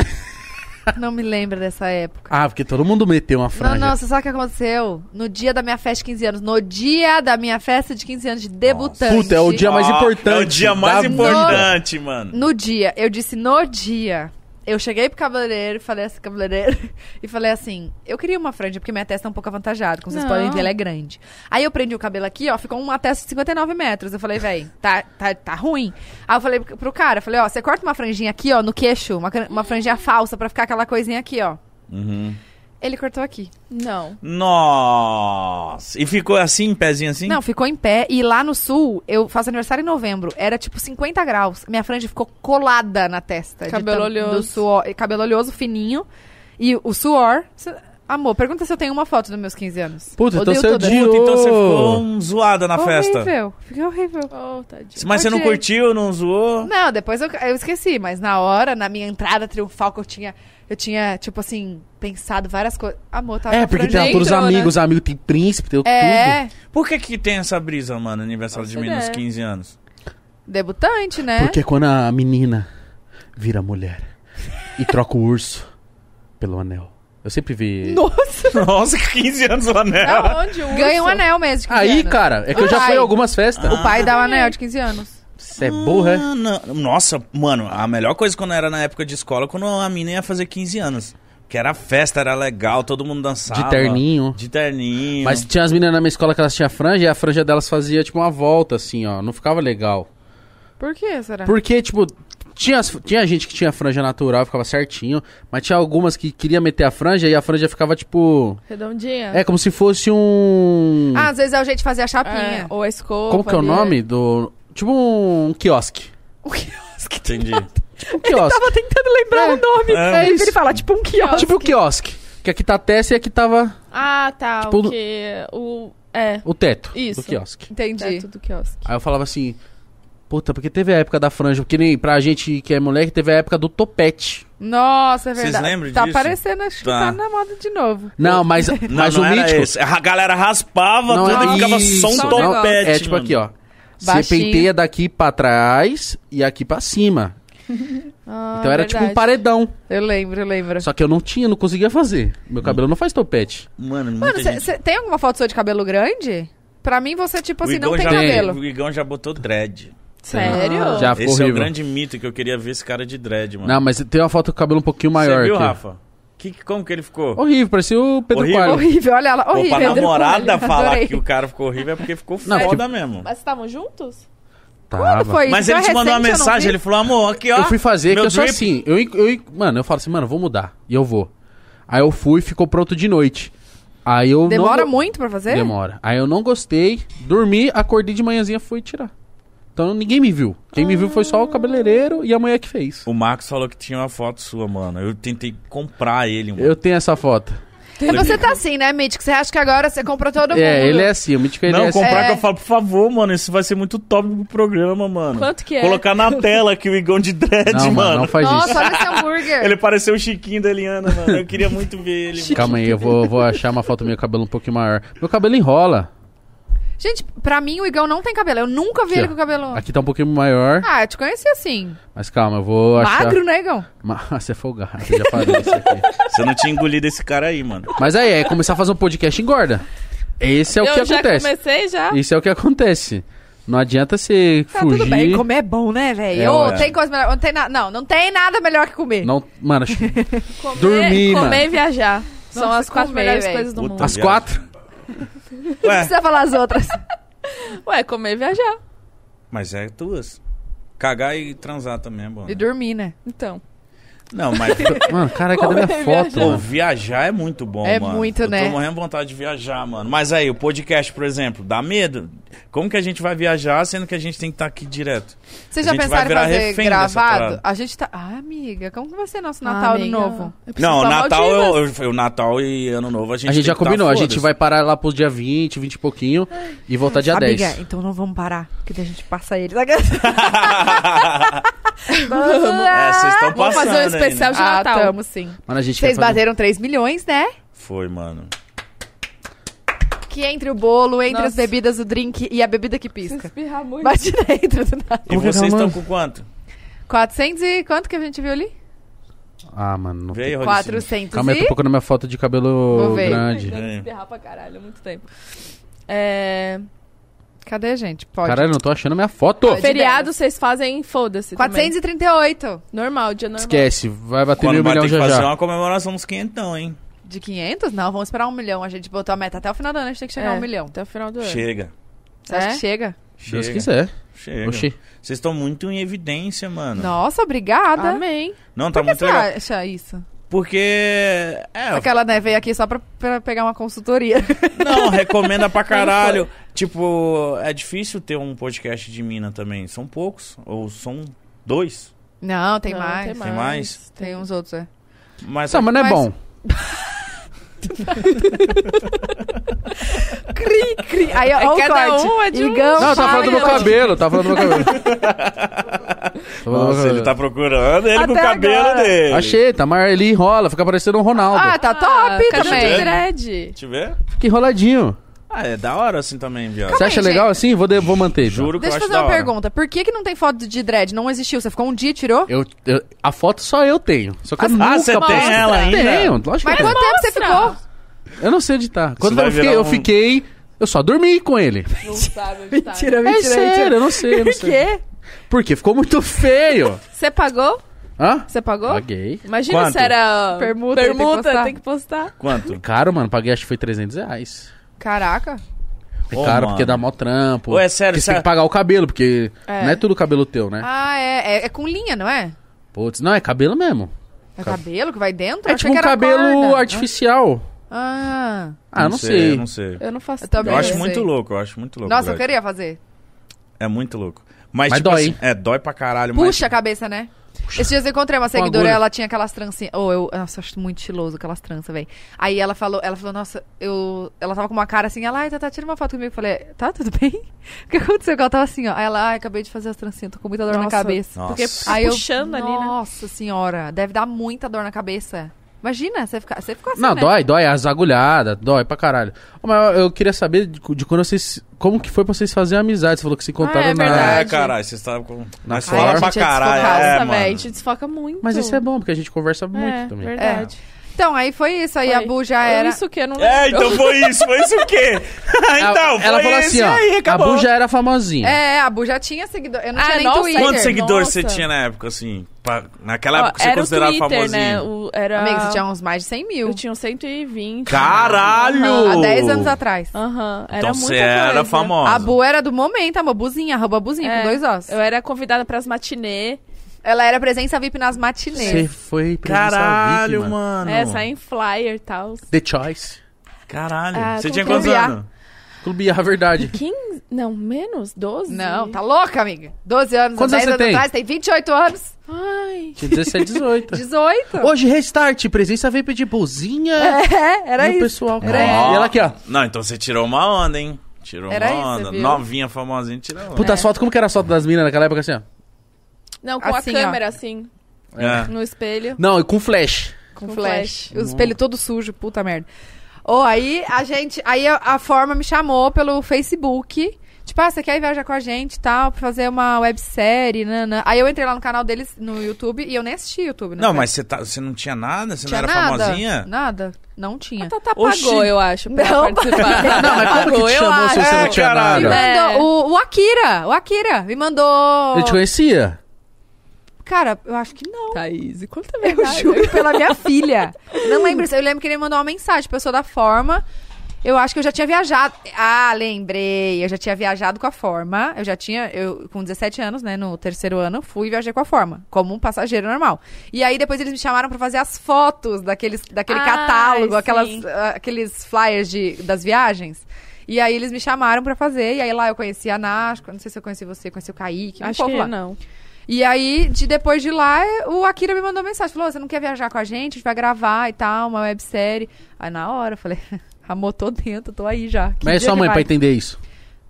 [SPEAKER 3] não me lembra dessa época.
[SPEAKER 1] Ah, porque todo mundo meteu uma
[SPEAKER 3] Não,
[SPEAKER 1] franja.
[SPEAKER 3] não, você sabe o que aconteceu? No dia da minha festa de 15 anos. No dia da minha festa de 15 anos de debutante.
[SPEAKER 1] Puta, é o dia mais
[SPEAKER 2] Ó,
[SPEAKER 1] importante.
[SPEAKER 2] É o dia mais
[SPEAKER 1] da-
[SPEAKER 2] importante, mano.
[SPEAKER 3] No dia, eu disse no dia. Eu cheguei pro cabeleireiro e falei assim, cabeleireiro, e falei assim, eu queria uma franja, porque minha testa é um pouco avantajada, como vocês
[SPEAKER 4] Não.
[SPEAKER 3] podem ver, ela é grande. Aí eu prendi o cabelo aqui, ó, ficou uma testa de 59 metros. Eu falei, véi, tá, tá, tá ruim. Aí eu falei pro pro cara, eu falei, ó, você corta uma franjinha aqui, ó, no queixo, uma, cran- uma franjinha falsa pra ficar aquela coisinha aqui, ó.
[SPEAKER 2] Uhum.
[SPEAKER 3] Ele cortou aqui.
[SPEAKER 4] Não.
[SPEAKER 2] Nossa. E ficou assim, pezinho assim?
[SPEAKER 3] Não, ficou em pé. E lá no sul, eu faço aniversário em novembro. Era tipo 50 graus. Minha franja ficou colada na testa. de
[SPEAKER 4] Cabelo
[SPEAKER 3] tan-
[SPEAKER 4] oleoso.
[SPEAKER 3] Do suor, e cabelo oleoso, fininho. E o suor. cê- amor, pergunta se eu tenho uma foto dos meus 15 anos.
[SPEAKER 1] Puta, então
[SPEAKER 3] Odeio
[SPEAKER 1] você
[SPEAKER 3] todas.
[SPEAKER 1] odiou.
[SPEAKER 2] Puta, então você ficou um zoada na festa.
[SPEAKER 3] Horrível. Fiquei horrível.
[SPEAKER 4] Oh, tadinho.
[SPEAKER 2] Mas você não
[SPEAKER 3] Odiei.
[SPEAKER 2] curtiu, não zoou?
[SPEAKER 3] Não, depois eu, eu esqueci, mas na hora, na minha entrada triunfal que eu tinha, eu tinha, tipo assim, pensado várias coisas. Amor, tava
[SPEAKER 1] É,
[SPEAKER 3] com a
[SPEAKER 1] porque
[SPEAKER 3] franja
[SPEAKER 1] tem todos os
[SPEAKER 4] entrou, né?
[SPEAKER 1] amigos, amigos tem príncipe, tem tudo.
[SPEAKER 3] É,
[SPEAKER 2] Por que que tem essa brisa, mano, aniversário de
[SPEAKER 4] Nossa
[SPEAKER 2] meninos
[SPEAKER 4] ideia.
[SPEAKER 2] 15 anos?
[SPEAKER 3] debutante, né?
[SPEAKER 1] Porque quando a menina vira mulher e troca o urso pelo anel. Eu sempre vi.
[SPEAKER 3] Nossa,
[SPEAKER 2] Nossa, 15 anos o anel.
[SPEAKER 4] Da onde? O
[SPEAKER 3] ganha um
[SPEAKER 4] urso?
[SPEAKER 3] anel mesmo. de 15
[SPEAKER 1] Aí,
[SPEAKER 3] anos.
[SPEAKER 1] cara, é que eu já
[SPEAKER 3] Ai.
[SPEAKER 1] fui em algumas festas.
[SPEAKER 3] O pai dá um anel de 15 anos.
[SPEAKER 1] Você é burra, é?
[SPEAKER 2] Ah, não. Nossa, mano, a melhor coisa quando era na época de escola, quando a mina ia fazer 15 anos. Que era festa, era legal, todo mundo dançava.
[SPEAKER 1] De terninho.
[SPEAKER 2] De terninho.
[SPEAKER 1] Mas tinha as meninas na minha escola que elas tinham franja e a franja delas fazia tipo uma volta, assim, ó. Não ficava legal.
[SPEAKER 3] Por que será?
[SPEAKER 1] Porque, tipo, tinha, as- tinha gente que tinha franja natural, ficava certinho, mas tinha algumas que queria meter a franja e a franja ficava, tipo.
[SPEAKER 4] Redondinha?
[SPEAKER 1] É como se fosse um.
[SPEAKER 3] Ah, às vezes é o jeito de fazer a
[SPEAKER 4] É,
[SPEAKER 3] chapinha.
[SPEAKER 4] ou a escova.
[SPEAKER 1] como que é o
[SPEAKER 4] né?
[SPEAKER 1] nome? Do. Tipo um quiosque.
[SPEAKER 3] O quiosque.
[SPEAKER 2] Entendi.
[SPEAKER 1] Um quiosque.
[SPEAKER 3] Tava tentando lembrar um
[SPEAKER 1] É.
[SPEAKER 3] o nome.
[SPEAKER 2] É.
[SPEAKER 3] Ele
[SPEAKER 1] É isso.
[SPEAKER 3] fala, tipo um quiosque.
[SPEAKER 1] Tipo um quiosque. Que aqui tá a testa e aqui tava
[SPEAKER 4] Ah, tá.
[SPEAKER 1] Tipo,
[SPEAKER 4] o que... O... É,
[SPEAKER 1] o teto
[SPEAKER 4] Isso.
[SPEAKER 1] do quiosque.
[SPEAKER 3] Entendi.
[SPEAKER 4] teto do quiosque.
[SPEAKER 1] Aí eu falava assim. Puta, porque teve a época da franja, porque nem pra gente que é moleque, teve a época do topete.
[SPEAKER 3] Nossa, é
[SPEAKER 2] Vocês
[SPEAKER 3] verdade.
[SPEAKER 2] lembram
[SPEAKER 3] tá
[SPEAKER 2] disso?
[SPEAKER 3] aparecendo, acho que
[SPEAKER 2] Tá.
[SPEAKER 3] tá. na moda de novo.
[SPEAKER 1] Não, mas,
[SPEAKER 2] Não,
[SPEAKER 1] mas
[SPEAKER 2] não
[SPEAKER 1] o
[SPEAKER 2] era
[SPEAKER 1] mítico.
[SPEAKER 2] esse. A galera raspava
[SPEAKER 1] Não
[SPEAKER 2] tudo
[SPEAKER 1] é
[SPEAKER 2] e ficava só um
[SPEAKER 1] isso,
[SPEAKER 2] topete.
[SPEAKER 1] não. É tipo
[SPEAKER 2] mano.
[SPEAKER 1] aqui, ó. Você
[SPEAKER 3] Baixinho.
[SPEAKER 1] penteia daqui pra trás e aqui pra cima.
[SPEAKER 4] Ah,
[SPEAKER 1] então era tipo um
[SPEAKER 4] verdade.
[SPEAKER 1] paredão.
[SPEAKER 3] Eu lembro, eu lembro.
[SPEAKER 1] Só que eu não tinha, não conseguia fazer. Meu cabelo não faz topete.
[SPEAKER 2] Mano, muita
[SPEAKER 3] Mano, cê- tipo
[SPEAKER 2] gente...
[SPEAKER 3] cê tem alguma foto sua de cabelo grande? Pra mim, você, tipo assim,
[SPEAKER 2] Igão
[SPEAKER 3] não tem
[SPEAKER 2] já,
[SPEAKER 3] cabelo.
[SPEAKER 2] O Igão já botou dread.
[SPEAKER 4] Sério?
[SPEAKER 1] Ah, Já ficou
[SPEAKER 2] Esse é o
[SPEAKER 1] horrível.
[SPEAKER 2] grande mito que eu queria ver esse cara de dread, mano.
[SPEAKER 1] Não, mas tem uma foto com o cabelo um pouquinho maior.
[SPEAKER 2] Você viu,
[SPEAKER 1] aqui.
[SPEAKER 2] Rafa? Que, que- como que ele ficou?
[SPEAKER 1] Horrível, parecia o Pedro
[SPEAKER 2] Horrível?
[SPEAKER 1] Coelho.
[SPEAKER 3] Horrível, olha ela.
[SPEAKER 2] Pô,
[SPEAKER 3] Horrível.
[SPEAKER 2] pra
[SPEAKER 3] Pedro
[SPEAKER 2] namorada
[SPEAKER 3] Coelho,
[SPEAKER 2] falar
[SPEAKER 3] adorei.
[SPEAKER 2] que o cara ficou horrível é porque ficou
[SPEAKER 1] Não, tipo,
[SPEAKER 2] foda mesmo.
[SPEAKER 4] Mas estavam juntos?
[SPEAKER 1] Tava.
[SPEAKER 3] Quando foi isso?
[SPEAKER 2] Mas
[SPEAKER 3] Então
[SPEAKER 2] ele
[SPEAKER 3] é
[SPEAKER 2] te mandou uma
[SPEAKER 3] recente, eu não
[SPEAKER 2] mensagem,
[SPEAKER 3] vi.
[SPEAKER 2] ele falou, amor, aqui ó.
[SPEAKER 1] Eu fui fazer, que
[SPEAKER 2] meu
[SPEAKER 1] eu sou
[SPEAKER 2] drip.
[SPEAKER 1] assim. Eu, eu- mano, eu falo assim, mano, vou mudar. E eu vou. Aí eu fui, ficou pronto de noite. Aí eu não
[SPEAKER 3] Demora
[SPEAKER 1] go-
[SPEAKER 3] muito pra fazer?
[SPEAKER 1] Demora. Aí eu não gostei, dormi, acordei de manhãzinha, fui tirar. Então ninguém me viu. Quem me viu foi só o cabeleireiro e a mulher que fez.
[SPEAKER 2] O Marcos falou que tinha uma foto sua, mano. Eu tentei comprar ele, mano.
[SPEAKER 1] Eu tenho essa foto.
[SPEAKER 3] E você tá assim, né, Mítico? Você acha que agora você comprou todo mundo.
[SPEAKER 1] É, ele é assim, o Mítico ele é
[SPEAKER 2] Não,
[SPEAKER 1] assim.
[SPEAKER 2] comprar
[SPEAKER 3] É.
[SPEAKER 2] que eu falo, por favor, mano, isso vai ser muito top pro programa, mano.
[SPEAKER 4] Quanto que é?
[SPEAKER 2] Colocar na tela aqui o Igão de dread,
[SPEAKER 1] Não, mano,
[SPEAKER 2] mano.
[SPEAKER 1] não faz
[SPEAKER 3] Nossa,
[SPEAKER 1] isso.
[SPEAKER 3] olha esse hambúrguer.
[SPEAKER 2] Ele pareceu o Chiquinho da Eliana, mano. Eu queria muito ver ele. mano.
[SPEAKER 1] Calma aí, eu vou, vou achar uma foto do meu cabelo um pouquinho maior. Meu cabelo enrola.
[SPEAKER 3] Gente, pra mim o Igão não tem cabelo. Eu nunca vi
[SPEAKER 1] Aqui,
[SPEAKER 3] ele
[SPEAKER 1] ó.
[SPEAKER 3] com cabelo.
[SPEAKER 1] Aqui tá um pouquinho maior,
[SPEAKER 3] Ah, eu te conheci assim.
[SPEAKER 1] mas calma, eu vou achar.
[SPEAKER 3] Magro, né, Igão?
[SPEAKER 1] Ma- Você é folgado, eu já falei isso aqui.
[SPEAKER 2] Você não tinha engolido esse cara aí, mano.
[SPEAKER 1] Mas aí, é começar a fazer um podcast engorda. Esse é o
[SPEAKER 4] eu
[SPEAKER 1] que
[SPEAKER 4] já
[SPEAKER 1] acontece.
[SPEAKER 4] comecei, já.
[SPEAKER 1] Isso é o que acontece. Não adianta você
[SPEAKER 3] Tá
[SPEAKER 1] fugir.
[SPEAKER 3] tudo bem. Comer é bom, né, velho?
[SPEAKER 1] É,
[SPEAKER 3] Ô,
[SPEAKER 1] olha.
[SPEAKER 3] tem coisa melhor. Não, tem na... não, não tem nada melhor que comer.
[SPEAKER 1] Não, mano, acho-
[SPEAKER 4] Comer,
[SPEAKER 1] Dormir,
[SPEAKER 4] comer
[SPEAKER 1] mano.
[SPEAKER 4] e viajar. São
[SPEAKER 3] Nossa,
[SPEAKER 4] as quatro
[SPEAKER 3] comer,
[SPEAKER 4] melhores
[SPEAKER 3] véi.
[SPEAKER 4] coisas do
[SPEAKER 2] Puta.
[SPEAKER 4] mundo.
[SPEAKER 1] às quatro.
[SPEAKER 3] Não
[SPEAKER 2] Ué,
[SPEAKER 1] é.
[SPEAKER 3] precisa falar as outras.
[SPEAKER 4] Ué, comer e viajar.
[SPEAKER 2] mas é duas. Cagar e transar também é bom.
[SPEAKER 3] E
[SPEAKER 2] Né?
[SPEAKER 3] dormir, né?
[SPEAKER 4] Então.
[SPEAKER 2] Não, mas
[SPEAKER 1] Mano, cara, cadê minha foto?
[SPEAKER 2] pô,
[SPEAKER 1] mano?
[SPEAKER 2] viajar é muito bom,
[SPEAKER 3] É
[SPEAKER 2] mano.
[SPEAKER 3] muito,
[SPEAKER 2] Eu
[SPEAKER 3] né?
[SPEAKER 2] Tô morrendo de vontade de viajar, mano. Mas aí, o podcast, por exemplo, dá medo. Como que a gente vai viajar sendo que a gente tem que estar aqui direto?
[SPEAKER 3] Vocês
[SPEAKER 2] A
[SPEAKER 3] já
[SPEAKER 2] gente vai
[SPEAKER 3] pensaram em
[SPEAKER 2] virar
[SPEAKER 3] fazer
[SPEAKER 2] refém dessa
[SPEAKER 3] gravado?
[SPEAKER 2] parada.
[SPEAKER 3] A gente tá. Ah, amiga, como que vai ser nosso Natal
[SPEAKER 4] de
[SPEAKER 3] Ano Novo?
[SPEAKER 2] Não,
[SPEAKER 3] um
[SPEAKER 2] Natal, eu, eu- o Natal e Ano Novo a gente
[SPEAKER 1] A gente
[SPEAKER 2] tem
[SPEAKER 1] já
[SPEAKER 2] que tá
[SPEAKER 1] combinou, a gente
[SPEAKER 2] foda-se.
[SPEAKER 1] vai parar lá pros dia 20, 20 e pouquinho e voltar dia
[SPEAKER 3] amiga,
[SPEAKER 1] 10.
[SPEAKER 3] então não vamos parar, porque daí a gente passa ele. Tá
[SPEAKER 2] É, vocês estão
[SPEAKER 4] Vamos
[SPEAKER 2] passando
[SPEAKER 4] fazer um especial
[SPEAKER 2] aí, né?
[SPEAKER 4] de Natal.
[SPEAKER 3] Ah, tamo sim.
[SPEAKER 1] Mano, a gente quer
[SPEAKER 3] Vocês
[SPEAKER 1] fazer... um-
[SPEAKER 3] bateram 3 milhões, né?
[SPEAKER 2] Foi, mano.
[SPEAKER 3] Que entre o bolo, entre
[SPEAKER 4] Nossa.
[SPEAKER 3] as bebidas, o drink e a bebida que
[SPEAKER 4] Se
[SPEAKER 3] pisca.
[SPEAKER 4] espirrar muito.
[SPEAKER 3] Bate dentro do nada.
[SPEAKER 2] E
[SPEAKER 1] Como que é que
[SPEAKER 2] vocês
[SPEAKER 1] é o
[SPEAKER 2] estão
[SPEAKER 1] nome?
[SPEAKER 2] com quanto?
[SPEAKER 3] 400 e quanto que a gente viu ali?
[SPEAKER 1] Ah, mano. não tem-
[SPEAKER 2] Veio, Rodrigo?
[SPEAKER 3] 400
[SPEAKER 1] Calma aí, eu
[SPEAKER 3] e...
[SPEAKER 1] tô procurando minha foto de cabelo
[SPEAKER 3] Vou ver.
[SPEAKER 1] grande.
[SPEAKER 4] Deve
[SPEAKER 2] É.
[SPEAKER 4] espirrar pra caralho, há muito tempo. É,
[SPEAKER 3] Cadê, gente? Pode.
[SPEAKER 1] Caralho, não tô achando minha foto.
[SPEAKER 3] Pode.
[SPEAKER 4] Feriado vocês fazem, foda-se. também.
[SPEAKER 3] 438
[SPEAKER 4] Normal, dia normal.
[SPEAKER 1] Esquece, vai bater
[SPEAKER 2] Quando
[SPEAKER 1] meio
[SPEAKER 2] vai ter
[SPEAKER 1] milhão
[SPEAKER 2] que
[SPEAKER 1] já
[SPEAKER 2] fazer
[SPEAKER 1] já.
[SPEAKER 2] uma comemoração dos quinhentão, hein?
[SPEAKER 3] de 500? Não, vamos esperar um milhão. A gente botou a meta até o final do ano, a gente tem que chegar a
[SPEAKER 4] É.
[SPEAKER 3] um milhão.
[SPEAKER 4] Até o final do ano.
[SPEAKER 2] Chega.
[SPEAKER 3] Você acha
[SPEAKER 4] É?
[SPEAKER 3] que chega?
[SPEAKER 1] Se Deus
[SPEAKER 2] Chega.
[SPEAKER 1] quiser.
[SPEAKER 2] Chega.
[SPEAKER 1] Oxi.
[SPEAKER 2] Vocês estão muito em evidência,
[SPEAKER 1] Ah,
[SPEAKER 2] mano.
[SPEAKER 3] Nossa, obrigada.
[SPEAKER 4] Amém.
[SPEAKER 2] Não, tá
[SPEAKER 3] Por que
[SPEAKER 2] muito
[SPEAKER 3] você
[SPEAKER 2] legal.
[SPEAKER 3] acha isso?
[SPEAKER 2] Porque. É,
[SPEAKER 3] Aquela, né, veio aqui só pra, pra pegar uma consultoria.
[SPEAKER 2] não, recomenda pra caralho. tipo, é difícil ter um podcast de mina também. São poucos. Ou são dois.
[SPEAKER 3] Não, tem
[SPEAKER 4] Não,
[SPEAKER 3] mais. Tem,
[SPEAKER 2] Tem mais?
[SPEAKER 3] uns outros, é.
[SPEAKER 2] Mas.
[SPEAKER 1] Não, mas não é
[SPEAKER 3] Mas-
[SPEAKER 1] bom.
[SPEAKER 3] Cri, cri. Aí, ó,
[SPEAKER 4] É
[SPEAKER 3] ó o
[SPEAKER 4] cada
[SPEAKER 3] corte.
[SPEAKER 4] um é de um-
[SPEAKER 3] Igão,
[SPEAKER 1] Não, eu tava falando do meu
[SPEAKER 3] Fábio.
[SPEAKER 1] cabelo, tava falando do meu cabelo. tá? Tava falando do meu
[SPEAKER 2] Nossa, ele
[SPEAKER 1] cabelo.
[SPEAKER 2] tá procurando ele com o
[SPEAKER 3] Até
[SPEAKER 2] cabelo
[SPEAKER 3] agora.
[SPEAKER 2] dele.
[SPEAKER 1] Achei, tá mar, ele enrola, fica parecendo um Ronaldo.
[SPEAKER 3] Ah, tá top
[SPEAKER 4] Ah,
[SPEAKER 3] também.
[SPEAKER 4] Cabelo de dread.
[SPEAKER 2] Te vê?
[SPEAKER 1] Fica enroladinho.
[SPEAKER 2] Ah, é da hora assim também, viado.
[SPEAKER 1] Você acha
[SPEAKER 3] gente.
[SPEAKER 1] legal assim? Vou, de- vou manter. então.
[SPEAKER 2] Juro que
[SPEAKER 3] Deixa eu
[SPEAKER 2] eu acho
[SPEAKER 3] fazer
[SPEAKER 2] da
[SPEAKER 3] uma
[SPEAKER 2] hora.
[SPEAKER 3] pergunta. Por que que não tem foto de dread? Não existiu. Você ficou um dia e tirou?
[SPEAKER 1] Eu, eu- a foto só eu tenho. Só que eu nunca
[SPEAKER 2] Ah, você tem
[SPEAKER 1] posto.
[SPEAKER 2] ela ainda?
[SPEAKER 1] Tenho, lógico
[SPEAKER 3] Mas
[SPEAKER 1] que eu
[SPEAKER 3] quanto tempo você
[SPEAKER 4] Mostra.
[SPEAKER 3] ficou?
[SPEAKER 1] tenho. Eu não sei editar. Quando
[SPEAKER 2] vai
[SPEAKER 1] eu fiquei,
[SPEAKER 2] virar
[SPEAKER 1] eu
[SPEAKER 2] um-
[SPEAKER 1] fiquei... Eu só dormi com ele.
[SPEAKER 4] Não sabe, tá, né?
[SPEAKER 1] é sério, eu não sei, eu não sei.
[SPEAKER 4] quê?
[SPEAKER 1] Porque ficou muito feio.
[SPEAKER 4] Você pagou?
[SPEAKER 1] Hã?
[SPEAKER 4] Você pagou?
[SPEAKER 1] Paguei.
[SPEAKER 4] Imagina
[SPEAKER 2] Quanto?
[SPEAKER 4] se era
[SPEAKER 3] Permuta, tem que
[SPEAKER 4] permuta
[SPEAKER 3] postar.
[SPEAKER 4] tem que postar.
[SPEAKER 2] Quanto?
[SPEAKER 1] Caro, mano. Paguei, acho que foi 300 reais.
[SPEAKER 3] Caraca.
[SPEAKER 1] É
[SPEAKER 2] Ô,
[SPEAKER 1] caro
[SPEAKER 2] mano.
[SPEAKER 1] porque dá mó trampo.
[SPEAKER 2] Ué, sério,
[SPEAKER 1] Porque você
[SPEAKER 2] sério?
[SPEAKER 1] tem que pagar o cabelo, porque
[SPEAKER 4] É.
[SPEAKER 1] não é tudo cabelo teu, né?
[SPEAKER 3] Ah, é, é, é com linha, não é?
[SPEAKER 1] Putz, não, é cabelo mesmo.
[SPEAKER 3] É cabelo que vai dentro?
[SPEAKER 1] É
[SPEAKER 3] Eu achei
[SPEAKER 1] tipo um
[SPEAKER 3] que era
[SPEAKER 1] cabelo
[SPEAKER 3] corda.
[SPEAKER 1] artificial.
[SPEAKER 3] Ah.
[SPEAKER 1] Ah, não, sei.
[SPEAKER 2] Não sei.
[SPEAKER 4] Eu não faço
[SPEAKER 3] Eu também
[SPEAKER 2] Eu acho
[SPEAKER 3] sei.
[SPEAKER 2] muito louco, eu acho muito louco.
[SPEAKER 3] Nossa, eu
[SPEAKER 2] velho.
[SPEAKER 3] queria fazer.
[SPEAKER 2] É muito louco. Mas,
[SPEAKER 1] Mas
[SPEAKER 2] tipo
[SPEAKER 1] dói.
[SPEAKER 2] assim, é, dói pra caralho, mas-
[SPEAKER 3] Puxa a cabeça, né? Esses dias eu encontrei uma seguidora,
[SPEAKER 1] agulha.
[SPEAKER 3] ela tinha aquelas trancinhas. Oh, eu, nossa, eu acho muito estiloso aquelas tranças, velho. Aí ela falou, ela falou, nossa, eu. Ela tava com uma cara assim, ela, ai, Tata, tira uma foto comigo. Eu falei, tá tudo bem? O que aconteceu? Que Ela tava assim, ó. Aí ela, ai, acabei de fazer as trancinhas, tô com muita dor na
[SPEAKER 4] Nossa.
[SPEAKER 3] cabeça.
[SPEAKER 2] tipo, Nossa.
[SPEAKER 4] Porque
[SPEAKER 3] Aí eu,
[SPEAKER 4] puxando ali, né?
[SPEAKER 3] Nossa senhora, deve dar muita dor na cabeça. Imagina, você, fica, você ficou assim.
[SPEAKER 1] Não,
[SPEAKER 3] né?
[SPEAKER 1] dói, dói, as agulhadas, dói pra caralho. Ô, Mas eu eu queria saber de, de quando vocês. Como que foi pra vocês fazerem amizade? Você falou que se encontraram
[SPEAKER 4] Ah, é
[SPEAKER 1] na.
[SPEAKER 2] É,
[SPEAKER 4] verdade.
[SPEAKER 2] caralho, vocês estavam com... Mas
[SPEAKER 1] cara. Ai,
[SPEAKER 2] fala
[SPEAKER 1] a
[SPEAKER 2] pra
[SPEAKER 3] gente é
[SPEAKER 2] caralho,
[SPEAKER 3] desfocado,
[SPEAKER 2] é,
[SPEAKER 4] Nossa,
[SPEAKER 2] mano.
[SPEAKER 4] velho, te desfoca muito.
[SPEAKER 1] Mas isso é bom, porque a gente conversa muito
[SPEAKER 4] É,
[SPEAKER 1] também.
[SPEAKER 4] verdade. Ah,
[SPEAKER 3] Então, aí foi isso. Aí a
[SPEAKER 4] Foi.
[SPEAKER 3] Bu já
[SPEAKER 4] Foi
[SPEAKER 3] era.
[SPEAKER 4] Isso que eu não lembro.
[SPEAKER 2] É, então foi isso, foi isso o quê? então,
[SPEAKER 1] ela
[SPEAKER 2] foi
[SPEAKER 1] falou assim,
[SPEAKER 2] esse
[SPEAKER 1] ó.
[SPEAKER 2] aí,
[SPEAKER 1] a
[SPEAKER 2] acabou.
[SPEAKER 1] Bu já era famosinha.
[SPEAKER 3] É, a Bu já tinha seguidor. Eu não
[SPEAKER 4] Ah,
[SPEAKER 3] tinha nem
[SPEAKER 4] nossa,
[SPEAKER 3] Twitter.
[SPEAKER 2] Quantos seguidores você
[SPEAKER 4] Nossa.
[SPEAKER 2] tinha na época, assim? Pra- Naquela
[SPEAKER 4] Ó,
[SPEAKER 2] época que você
[SPEAKER 4] era o
[SPEAKER 2] considerava
[SPEAKER 4] Twitter,
[SPEAKER 2] famosinho.
[SPEAKER 4] né? O, era...
[SPEAKER 3] Amigo, você tinha uns mais de 100 mil.
[SPEAKER 4] Eu tinha uns 120.
[SPEAKER 2] Caralho!
[SPEAKER 3] Há 10 anos atrás.
[SPEAKER 4] Aham, era
[SPEAKER 2] Então
[SPEAKER 4] muita
[SPEAKER 2] você
[SPEAKER 4] coisa.
[SPEAKER 2] era famosa.
[SPEAKER 3] A Bu era do momento, amor. Buzinha, arroba Buzinha,
[SPEAKER 4] É,
[SPEAKER 3] com dois ossos.
[SPEAKER 4] Eu era convidada pras matinê.
[SPEAKER 3] Ela era presença VIP nas
[SPEAKER 1] Você
[SPEAKER 3] matinês.
[SPEAKER 1] foi presença
[SPEAKER 2] Caralho,
[SPEAKER 1] VIP,
[SPEAKER 2] mano.
[SPEAKER 4] É, saía em flyer e tal.
[SPEAKER 1] The Choice.
[SPEAKER 2] Caralho.
[SPEAKER 4] Ah,
[SPEAKER 2] você
[SPEAKER 4] como
[SPEAKER 2] tinha
[SPEAKER 4] que
[SPEAKER 2] quantos
[SPEAKER 3] eu ia?
[SPEAKER 2] anos?
[SPEAKER 1] Clube A, a verdade.
[SPEAKER 4] 15? Não, menos? 12?
[SPEAKER 3] Não, tá louca, amiga. 12 anos,
[SPEAKER 1] Quantos
[SPEAKER 3] 10
[SPEAKER 1] anos você
[SPEAKER 3] anos
[SPEAKER 1] tem?
[SPEAKER 3] atrás, tem 28 anos,
[SPEAKER 4] Ai.
[SPEAKER 1] Tinha 17, 18.
[SPEAKER 3] 18.
[SPEAKER 1] Hoje, restart, presença VIP de buzinha.
[SPEAKER 3] É, era
[SPEAKER 1] e o
[SPEAKER 3] isso.
[SPEAKER 1] pessoal.
[SPEAKER 2] Ó.
[SPEAKER 1] E ela aqui, ó.
[SPEAKER 2] Não, então você tirou uma onda, hein? Tirou
[SPEAKER 3] Era isso,
[SPEAKER 2] uma onda.
[SPEAKER 3] viu?
[SPEAKER 2] Novinha, famosinha, tirou uma onda.
[SPEAKER 1] Puta, as fotos, como que era a foto das minas naquela época assim, ó?
[SPEAKER 4] Não, com
[SPEAKER 3] Assim, ó.
[SPEAKER 4] a câmera assim,
[SPEAKER 2] É.
[SPEAKER 4] no espelho.
[SPEAKER 1] Não, e com flash.
[SPEAKER 3] Com,
[SPEAKER 4] Com
[SPEAKER 3] flash.
[SPEAKER 4] flash.
[SPEAKER 3] O espelho todo sujo, puta merda. Ou aí a gente. Aí a, a forma me chamou pelo Facebook. Tipo, ah, você quer ir viajar com a gente e tal, pra fazer uma websérie, nanã. Aí eu entrei lá no canal deles no YouTube e eu nem assisti YouTube, né?
[SPEAKER 2] Não, mas você, tá, você não tinha nada? Você
[SPEAKER 3] Tinha
[SPEAKER 2] não era
[SPEAKER 3] nada,
[SPEAKER 2] famosinha?
[SPEAKER 3] Nada. Não tinha.
[SPEAKER 4] A Tata
[SPEAKER 2] Oxi.
[SPEAKER 4] pagou, tá eu acho, pra
[SPEAKER 3] Não,
[SPEAKER 4] participar.
[SPEAKER 1] Então, Não, mas como que
[SPEAKER 4] Pagou,
[SPEAKER 1] te
[SPEAKER 4] eu
[SPEAKER 1] chamou se
[SPEAKER 4] acho.
[SPEAKER 1] você
[SPEAKER 2] É,
[SPEAKER 1] não tinha
[SPEAKER 2] caralho.
[SPEAKER 3] Me
[SPEAKER 1] nada?
[SPEAKER 4] É.
[SPEAKER 3] mandou o, o Akira, o Akira me mandou.
[SPEAKER 1] Ele te conhecia.
[SPEAKER 3] Cara, eu acho que não.
[SPEAKER 4] Thaís, conta a
[SPEAKER 3] Eu
[SPEAKER 4] verdade.
[SPEAKER 3] juro pela minha filha. Não lembro. se- Eu lembro que ele me mandou uma mensagem, pessoa da forma. Eu acho que eu já tinha viajado. Ah, lembrei. Eu já tinha viajado com a forma. Eu já tinha, eu com 17 anos, né, no terceiro ano, fui e viajei com a forma, como um passageiro normal. E aí depois eles me chamaram pra fazer as fotos daqueles, daquele
[SPEAKER 4] Ah,
[SPEAKER 3] catálogo,
[SPEAKER 4] sim.
[SPEAKER 3] aquelas, ah, aqueles flyers de, das viagens. E aí eles me chamaram pra fazer, e aí lá eu conheci a Nash, não sei se eu conheci você, conheci o Kaique, um
[SPEAKER 4] Acho
[SPEAKER 3] povo
[SPEAKER 4] que
[SPEAKER 3] lá.
[SPEAKER 4] não.
[SPEAKER 3] E aí, de depois de lá, o Akira me mandou mensagem. Falou, "Ô, você não quer viajar com a gente? A gente vai gravar e tal, uma websérie. Aí na hora eu falei, amor, tô dentro, tô aí já. Que
[SPEAKER 1] Mas é
[SPEAKER 3] dia
[SPEAKER 1] só a
[SPEAKER 3] que
[SPEAKER 1] mãe
[SPEAKER 3] vai?"
[SPEAKER 1] pra entender isso.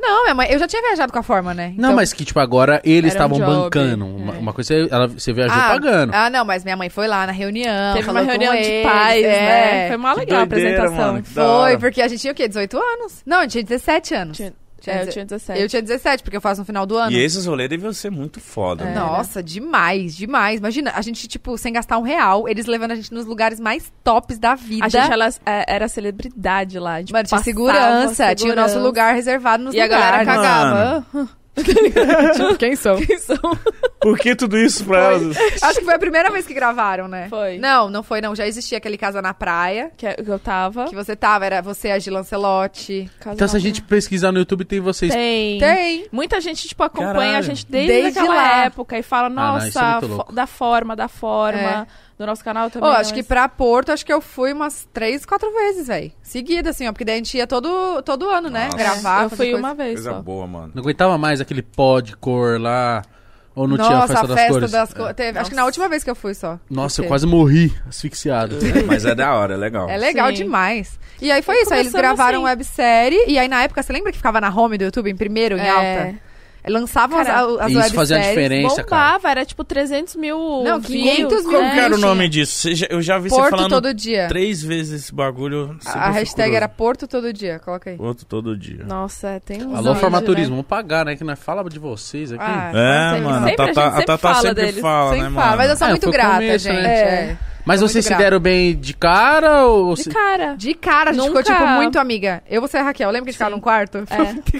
[SPEAKER 3] Não, minha mãe, eu já tinha viajado com a forma, né?
[SPEAKER 1] Não,
[SPEAKER 3] Então-
[SPEAKER 1] mas que, tipo, agora eles
[SPEAKER 4] Era um
[SPEAKER 1] estavam
[SPEAKER 4] job,
[SPEAKER 1] bancando.
[SPEAKER 4] é.
[SPEAKER 1] Uma, uma coisa, ela, você viajou
[SPEAKER 3] ah,
[SPEAKER 1] pagando.
[SPEAKER 3] Ah, não, mas minha mãe foi lá na reunião.
[SPEAKER 4] Teve uma
[SPEAKER 3] falou com
[SPEAKER 4] reunião de
[SPEAKER 3] eles,
[SPEAKER 4] pais,
[SPEAKER 3] é.
[SPEAKER 4] né? Foi mó
[SPEAKER 2] Que
[SPEAKER 4] legal a
[SPEAKER 2] doideira,
[SPEAKER 4] apresentação.
[SPEAKER 2] mano, que da
[SPEAKER 3] Foi,
[SPEAKER 2] hora.
[SPEAKER 3] porque a gente tinha o quê? 18 anos? Não, a gente tinha 17 anos.
[SPEAKER 4] Tinha-
[SPEAKER 3] Tinha
[SPEAKER 4] É, eu
[SPEAKER 3] deze-
[SPEAKER 4] tinha 17.
[SPEAKER 3] Eu tinha 17, porque eu faço no final do ano. É.
[SPEAKER 2] E esses rolês deviam ser muito foda. né?
[SPEAKER 3] Nossa, demais, demais. Imagina, a gente, tipo, sem gastar um real, eles levando a gente nos lugares mais tops da vida.
[SPEAKER 4] A gente ela, é, era celebridade lá. A gente
[SPEAKER 3] Mano, tinha
[SPEAKER 4] passava
[SPEAKER 3] Tipo, segurança, tinha o nosso
[SPEAKER 4] segurança.
[SPEAKER 3] lugar reservado nos
[SPEAKER 4] E a galera
[SPEAKER 3] lugares.
[SPEAKER 4] cagava.
[SPEAKER 3] tipo, quem são?
[SPEAKER 4] Quem são?
[SPEAKER 2] Por que tudo isso pra elas?
[SPEAKER 3] Acho que foi a primeira vez que gravaram, né?
[SPEAKER 4] Foi.
[SPEAKER 3] Não, não foi, não. Já existia aquele Casa na Praia,
[SPEAKER 4] Que eu tava.
[SPEAKER 3] que você tava, era você, a Gil Lancelotti.
[SPEAKER 1] então, se a gente pesquisar no YouTube, tem vocês.
[SPEAKER 4] Tem.
[SPEAKER 3] Tem.
[SPEAKER 4] Muita gente, tipo, acompanha a
[SPEAKER 2] Caralho.
[SPEAKER 4] gente desde,
[SPEAKER 3] Desde
[SPEAKER 4] aquela
[SPEAKER 3] lá.
[SPEAKER 4] época e fala,
[SPEAKER 1] não, isso é
[SPEAKER 4] nossa,
[SPEAKER 1] muito
[SPEAKER 4] fo-
[SPEAKER 1] louco.
[SPEAKER 4] da forma, da forma,
[SPEAKER 3] É.
[SPEAKER 4] do nosso canal também.
[SPEAKER 3] Ó, acho
[SPEAKER 4] mas-
[SPEAKER 3] que pra Porto, acho que eu fui umas três, quatro vezes, velho. Seguida, assim, ó. Porque daí a gente ia todo, todo ano, né?
[SPEAKER 2] Nossa.
[SPEAKER 3] Gravar.
[SPEAKER 4] Eu
[SPEAKER 3] fazer
[SPEAKER 4] fui
[SPEAKER 3] coisa.
[SPEAKER 4] uma vez
[SPEAKER 2] Coisa
[SPEAKER 4] só.
[SPEAKER 2] boa, mano.
[SPEAKER 1] Não aguentava mais aquele pó de cor lá. Ou não tinha a
[SPEAKER 3] Nossa,
[SPEAKER 1] festa, das cores.
[SPEAKER 3] co-
[SPEAKER 1] É.
[SPEAKER 3] teve- Acho que na última vez que eu fui só.
[SPEAKER 1] Nossa, eu
[SPEAKER 3] Teve.
[SPEAKER 1] quase morri asfixiado.
[SPEAKER 2] É, mas é da hora, é legal.
[SPEAKER 3] É legal
[SPEAKER 4] Sim.
[SPEAKER 3] demais. E aí foi isso, aí eles
[SPEAKER 4] começamos
[SPEAKER 3] gravaram
[SPEAKER 4] assim.
[SPEAKER 3] websérie, e aí na época, você lembra que ficava na home do YouTube, em primeiro, em
[SPEAKER 4] É.
[SPEAKER 3] alta? Lançavam as,
[SPEAKER 4] Cara,
[SPEAKER 3] as webséries.
[SPEAKER 1] Isso fazia a diferença, cara.
[SPEAKER 4] Bombava, era tipo 300 mil
[SPEAKER 3] Não,
[SPEAKER 4] views,
[SPEAKER 3] 500 mil
[SPEAKER 2] Qual
[SPEAKER 4] né?
[SPEAKER 2] que era o
[SPEAKER 3] Tinha.
[SPEAKER 2] nome disso? Você já- Eu já vi você
[SPEAKER 3] Porto
[SPEAKER 2] falando
[SPEAKER 3] todo dia.
[SPEAKER 2] três vezes esse bagulho. sempre
[SPEAKER 3] A
[SPEAKER 2] eu
[SPEAKER 3] hashtag
[SPEAKER 2] fico
[SPEAKER 3] era Porto todo dia, coloca aí.
[SPEAKER 2] curioso. Porto todo dia.
[SPEAKER 4] Nossa, tem uns
[SPEAKER 1] Alô,
[SPEAKER 4] hoje,
[SPEAKER 1] formaturismo,
[SPEAKER 4] né?
[SPEAKER 1] vamos pagar, né? Que nós fala de vocês aqui.
[SPEAKER 3] Ah,
[SPEAKER 2] É,
[SPEAKER 3] sempre-
[SPEAKER 2] mano,
[SPEAKER 4] sempre a
[SPEAKER 2] a Tata,
[SPEAKER 4] gente sempre
[SPEAKER 2] a Tata
[SPEAKER 4] fala
[SPEAKER 2] sempre
[SPEAKER 4] deles,
[SPEAKER 2] fala,
[SPEAKER 3] Sem
[SPEAKER 2] né,
[SPEAKER 3] falar,
[SPEAKER 2] mano?
[SPEAKER 3] mas eu sou
[SPEAKER 1] É,
[SPEAKER 3] muito
[SPEAKER 1] foi o
[SPEAKER 3] grata,
[SPEAKER 1] começo,
[SPEAKER 3] gente.
[SPEAKER 1] né?
[SPEAKER 3] é.
[SPEAKER 1] Mas
[SPEAKER 3] Tô
[SPEAKER 1] vocês
[SPEAKER 3] muito
[SPEAKER 1] se
[SPEAKER 3] grata.
[SPEAKER 1] deram bem de cara ou.
[SPEAKER 4] De
[SPEAKER 1] se-
[SPEAKER 4] cara.
[SPEAKER 3] De cara, a gente
[SPEAKER 4] Nunca-
[SPEAKER 3] ficou, tipo, muito amiga. Eu, você e a Raquel, lembra que a gente ficava
[SPEAKER 4] Sim.
[SPEAKER 3] num quarto?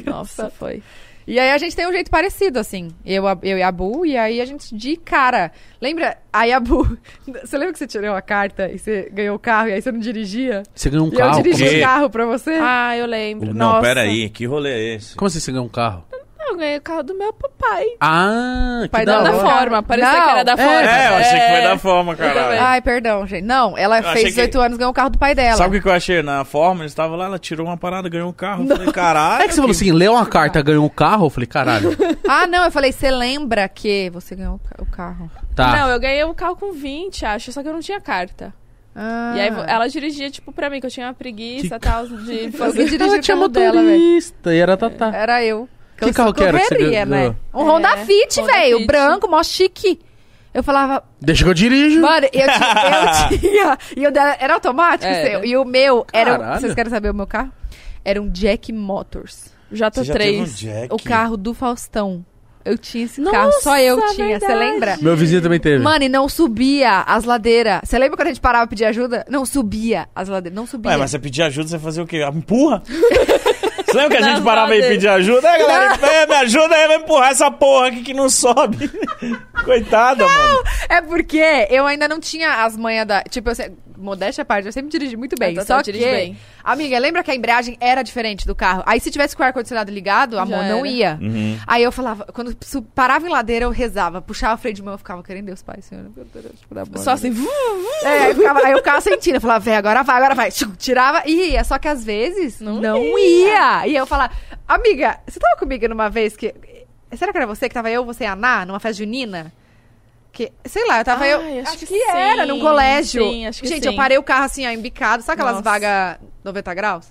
[SPEAKER 4] É, nossa, foi.
[SPEAKER 3] E aí a gente tem um jeito parecido, assim. Eu, a- eu e a Bu, e aí a gente de cara. Lembra? Aí a Bu. Você lembra que você tirou a carta e você ganhou o carro e aí você não dirigia?
[SPEAKER 1] Você ganhou um
[SPEAKER 3] e eu
[SPEAKER 1] carro?
[SPEAKER 3] dirigi
[SPEAKER 2] quê?
[SPEAKER 3] o carro pra você?
[SPEAKER 4] Ah, eu lembro.
[SPEAKER 2] Não,
[SPEAKER 4] Nossa.
[SPEAKER 2] peraí, que rolê é esse?
[SPEAKER 1] Como assim você ganhou um carro?
[SPEAKER 4] Eu ganhei o carro do meu papai.
[SPEAKER 1] Ah, que
[SPEAKER 3] Pai
[SPEAKER 1] da
[SPEAKER 3] da
[SPEAKER 1] hora.
[SPEAKER 4] da
[SPEAKER 3] hora.
[SPEAKER 4] forma, parecia
[SPEAKER 3] Não,
[SPEAKER 4] que era da
[SPEAKER 3] é.
[SPEAKER 4] forma.
[SPEAKER 2] É, eu achei que foi da forma,
[SPEAKER 4] também.
[SPEAKER 2] caralho.
[SPEAKER 3] Ai, perdão, gente. Não,
[SPEAKER 2] Eu
[SPEAKER 3] ela
[SPEAKER 2] achei
[SPEAKER 3] fez
[SPEAKER 2] que-
[SPEAKER 3] 18 anos, ganhou o carro do pai dela.
[SPEAKER 2] Sabe o que que eu achei? Na forma, eles estavam lá, ela tirou uma parada, ganhou um carro. Eu falei, caralho.
[SPEAKER 1] É que você falou assim, leu uma carta, ganhou um carro? Eu falei, caralho,
[SPEAKER 3] Ah, não, eu falei, você lembra que você ganhou o ca- o carro.
[SPEAKER 1] tá.
[SPEAKER 4] Não, eu ganhei um carro com 20, acho, só que eu não tinha carta.
[SPEAKER 3] Ah.
[SPEAKER 4] E aí vo- ela dirigia, tipo, pra mim, que eu tinha uma preguiça e tal, de fazer.
[SPEAKER 3] Alguém dirigiu
[SPEAKER 1] Ela
[SPEAKER 3] o
[SPEAKER 1] tinha
[SPEAKER 3] carro dela, velho.
[SPEAKER 1] motorista e era a Tatá.
[SPEAKER 3] Era eu.
[SPEAKER 1] Que carro que era que você
[SPEAKER 3] correria,
[SPEAKER 1] ganhou?
[SPEAKER 3] né? Um Honda
[SPEAKER 4] É,
[SPEAKER 3] Fit,
[SPEAKER 4] Honda
[SPEAKER 3] velho.
[SPEAKER 4] Fit.
[SPEAKER 3] Branco, mó chique. Eu falava,
[SPEAKER 1] Deixa que eu dirijo.
[SPEAKER 3] Mano, eu tinha. Eu tinha e o dela era automático,
[SPEAKER 4] Era.
[SPEAKER 3] seu. E o meu era. um,
[SPEAKER 1] Caralho.
[SPEAKER 3] Vocês querem saber o meu carro? Era um Jack Motors.
[SPEAKER 2] Você já teve um
[SPEAKER 4] J3.
[SPEAKER 2] Jack?
[SPEAKER 3] O carro do Faustão. Eu tinha esse
[SPEAKER 4] Nossa,
[SPEAKER 3] carro, só eu
[SPEAKER 4] verdade.
[SPEAKER 3] tinha. Você lembra?
[SPEAKER 1] Meu vizinho também teve.
[SPEAKER 3] Mano, e não subia as ladeiras. Você lembra quando a gente parava pra pedir ajuda? Não subia as ladeiras. Não subia.
[SPEAKER 2] Ué, mas você pedir ajuda, você fazia o quê? Empurra? Você lembra que a gente
[SPEAKER 4] Nas
[SPEAKER 2] parava e
[SPEAKER 4] madeiras.
[SPEAKER 2] pedia ajuda? É, galera, é, me ajuda aí, vai empurrar essa porra aqui que não sobe. Coitada, mano.
[SPEAKER 3] É porque eu ainda não tinha as manhas da. Tipo, eu se... modéstia à parte, eu sempre dirigi muito bem.
[SPEAKER 4] A Tatá
[SPEAKER 3] Só que.
[SPEAKER 4] dirige bem.
[SPEAKER 3] Amiga, lembra que a embreagem era diferente do carro? Aí se tivesse com o ar-condicionado ligado, amor,
[SPEAKER 4] Já
[SPEAKER 3] não
[SPEAKER 4] era.
[SPEAKER 3] ia.
[SPEAKER 2] Uhum.
[SPEAKER 3] Aí eu falava, quando su- parava em ladeira, eu rezava, puxava o freio de mão, eu ficava querendo Deus, Pai, Senhor. Meu Deus, tipo, dá boa,
[SPEAKER 4] Só
[SPEAKER 3] né?
[SPEAKER 4] assim, vum, vum.
[SPEAKER 3] É, aí, ficava, aí eu ficava sentindo, eu falava, véi, agora vai, agora vai. Tchum, Tirava e ia. Só que às vezes não,
[SPEAKER 4] Não
[SPEAKER 3] ia. E eu falava, amiga, você tava comigo numa vez que. Será que era você que tava eu, você e a Ná, numa festa junina? Que, sei lá, eu tava
[SPEAKER 4] Ai,
[SPEAKER 3] eu.
[SPEAKER 4] acho que
[SPEAKER 3] era,
[SPEAKER 4] sim,
[SPEAKER 3] num colégio.
[SPEAKER 4] sim, acho que
[SPEAKER 3] Gente,
[SPEAKER 4] sim.
[SPEAKER 3] eu parei o carro assim, ó, embicado. Sabe aquelas
[SPEAKER 4] Nossa.
[SPEAKER 3] vagas 90 graus?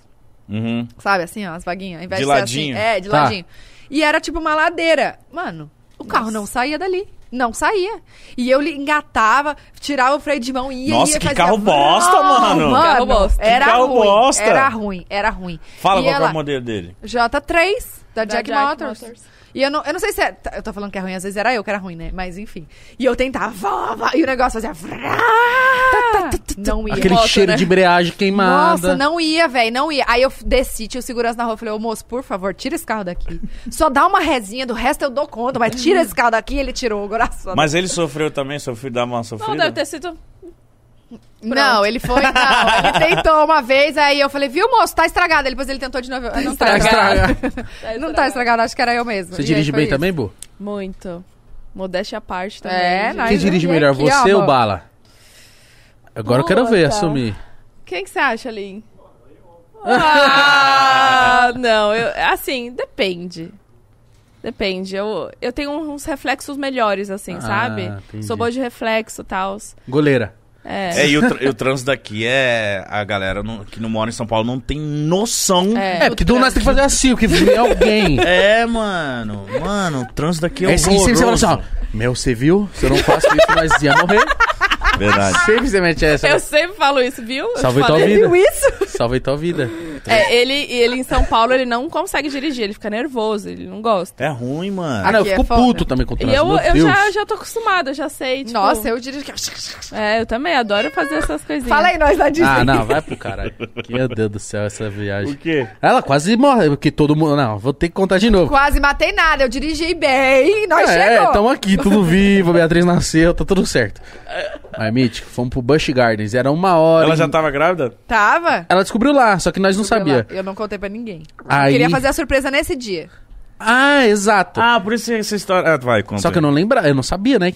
[SPEAKER 2] Uhum.
[SPEAKER 3] Sabe, assim, ó, as vaguinhas. Ao invés
[SPEAKER 2] De
[SPEAKER 3] ser
[SPEAKER 2] ladinho.
[SPEAKER 3] Assim, é, de
[SPEAKER 1] Tá.
[SPEAKER 3] ladinho. E era tipo uma ladeira. Mano, o carro não saía dali. Não saía. E eu li- engatava, tirava o freio de mão e ia.
[SPEAKER 2] Nossa,
[SPEAKER 3] ia,
[SPEAKER 2] que
[SPEAKER 3] fazia-
[SPEAKER 2] carro bosta, mano.
[SPEAKER 3] Mano,
[SPEAKER 4] Carro bosta.
[SPEAKER 3] Era
[SPEAKER 2] Que carro
[SPEAKER 3] ruim,
[SPEAKER 2] bosta.
[SPEAKER 3] Era ruim, era ruim.
[SPEAKER 2] Fala
[SPEAKER 3] e
[SPEAKER 2] qual que é
[SPEAKER 3] ela,
[SPEAKER 2] o modelo dele.
[SPEAKER 3] J3, da, Jack,
[SPEAKER 4] Jack
[SPEAKER 3] Motors.
[SPEAKER 4] Motors.
[SPEAKER 3] E eu não, eu não sei se é. tá, Eu tô falando que é ruim, às vezes era eu que era ruim, né? Mas enfim. E eu tentava, vá, vá, e o negócio fazia.
[SPEAKER 2] Tá,
[SPEAKER 3] vrá. Não ia.
[SPEAKER 1] Aquele
[SPEAKER 4] moto,
[SPEAKER 1] cheiro
[SPEAKER 4] né?
[SPEAKER 1] de embreagem queimada.
[SPEAKER 3] Nossa, não ia, velho, não ia. Aí eu f- desci, tinha o segurança na rua, eu falei, ô moço, por favor, tira esse carro daqui. Só dá uma rezinha, do resto eu dou conta, mas tira esse carro daqui, ele tirou o coração.
[SPEAKER 2] Mas ele sofreu também, sofreu, dava uma
[SPEAKER 4] Não,
[SPEAKER 2] sofrida.
[SPEAKER 4] deve ter sido.
[SPEAKER 3] Não, ele foi. Não, ele tentou uma vez, aí eu falei, viu, moço, tá estragado. Ele, depois ele tentou de novo. eu, "Ah, Não tá estragado. Não tá estragado, acho que era eu mesmo.
[SPEAKER 1] Você
[SPEAKER 3] E aí
[SPEAKER 1] dirige
[SPEAKER 3] foi
[SPEAKER 1] bem
[SPEAKER 3] isso.
[SPEAKER 1] também, Bu?
[SPEAKER 4] Muito. Modéstia à parte também.
[SPEAKER 3] É,
[SPEAKER 4] gente.
[SPEAKER 3] nós-
[SPEAKER 1] Quem
[SPEAKER 3] Mas
[SPEAKER 1] dirige
[SPEAKER 3] eu-
[SPEAKER 1] melhor,
[SPEAKER 3] aqui,
[SPEAKER 1] você
[SPEAKER 3] ó,
[SPEAKER 1] ou
[SPEAKER 3] ó.
[SPEAKER 1] Bala? Agora eu quero
[SPEAKER 4] Boa,
[SPEAKER 1] ver,
[SPEAKER 4] tá.
[SPEAKER 1] assumir.
[SPEAKER 4] Quem que você acha, Lin? Ah, não, eu, assim, depende. Depende. Eu, eu tenho uns reflexos melhores, assim,
[SPEAKER 1] Ah,
[SPEAKER 4] sabe?
[SPEAKER 1] entendi.
[SPEAKER 4] Sou boa de reflexo e tal.
[SPEAKER 1] Goleira.
[SPEAKER 4] É.
[SPEAKER 2] É, e o, tr- e o trânsito daqui é. A galera não- que não mora em São Paulo não tem noção. É,
[SPEAKER 1] É, porque do nada você tem que fazer assim, porque vem alguém.
[SPEAKER 2] mano. Mano, o trânsito daqui é
[SPEAKER 1] É assim, sempre você fala
[SPEAKER 2] horroroso.
[SPEAKER 1] assim, ó. Meu, você viu? Se eu não faço isso, nós ia morrer.
[SPEAKER 2] Verdade.
[SPEAKER 1] Sempre você mete essa.
[SPEAKER 4] Eu sempre falo isso, viu? Eu te
[SPEAKER 1] Salvei tua
[SPEAKER 4] falei.
[SPEAKER 1] vida.
[SPEAKER 3] Isso?
[SPEAKER 1] Salvei tua vida.
[SPEAKER 4] É, ele, ele em São Paulo, ele não consegue dirigir, ele fica nervoso, ele não gosta.
[SPEAKER 2] É ruim, mano.
[SPEAKER 1] Ah, não, eu
[SPEAKER 3] Aqui é
[SPEAKER 1] fico
[SPEAKER 3] foda.
[SPEAKER 1] puto também com o
[SPEAKER 4] E
[SPEAKER 1] trânsito.
[SPEAKER 4] eu,
[SPEAKER 1] meu
[SPEAKER 4] eu
[SPEAKER 1] Deus.
[SPEAKER 4] já, já tô acostumada, eu já sei. Tipo,
[SPEAKER 3] Nossa, eu dirijo.
[SPEAKER 4] É, eu também adoro fazer essas coisinhas.
[SPEAKER 3] Fala aí, nós da Disney.
[SPEAKER 1] Ah, não, vai pro caralho. Meu Deus do céu, essa viagem.
[SPEAKER 2] quê?
[SPEAKER 1] Ela quase morre, porque todo mundo. Não, vou ter que contar de novo.
[SPEAKER 3] Quase matei nada, eu dirigi bem, nós
[SPEAKER 1] é,
[SPEAKER 3] chegamos.
[SPEAKER 1] estamos aqui, tudo vivo, a Beatriz nasceu, tá tudo certo. Mas, Mítico, fomos pro Busch Gardens, era uma hora.
[SPEAKER 5] Ela
[SPEAKER 1] e-
[SPEAKER 5] já tá- tava grávida?
[SPEAKER 3] Tava?
[SPEAKER 1] Ela descobriu lá, só que nós não sabia.
[SPEAKER 3] Eu não contei pra ninguém.
[SPEAKER 1] Aí-
[SPEAKER 3] Eu queria fazer a surpresa nesse dia.
[SPEAKER 1] Ah, exato.
[SPEAKER 2] Ah, por isso essa história. Ah, vai, conta.
[SPEAKER 1] Só que eu não lembrava, eu não sabia, né?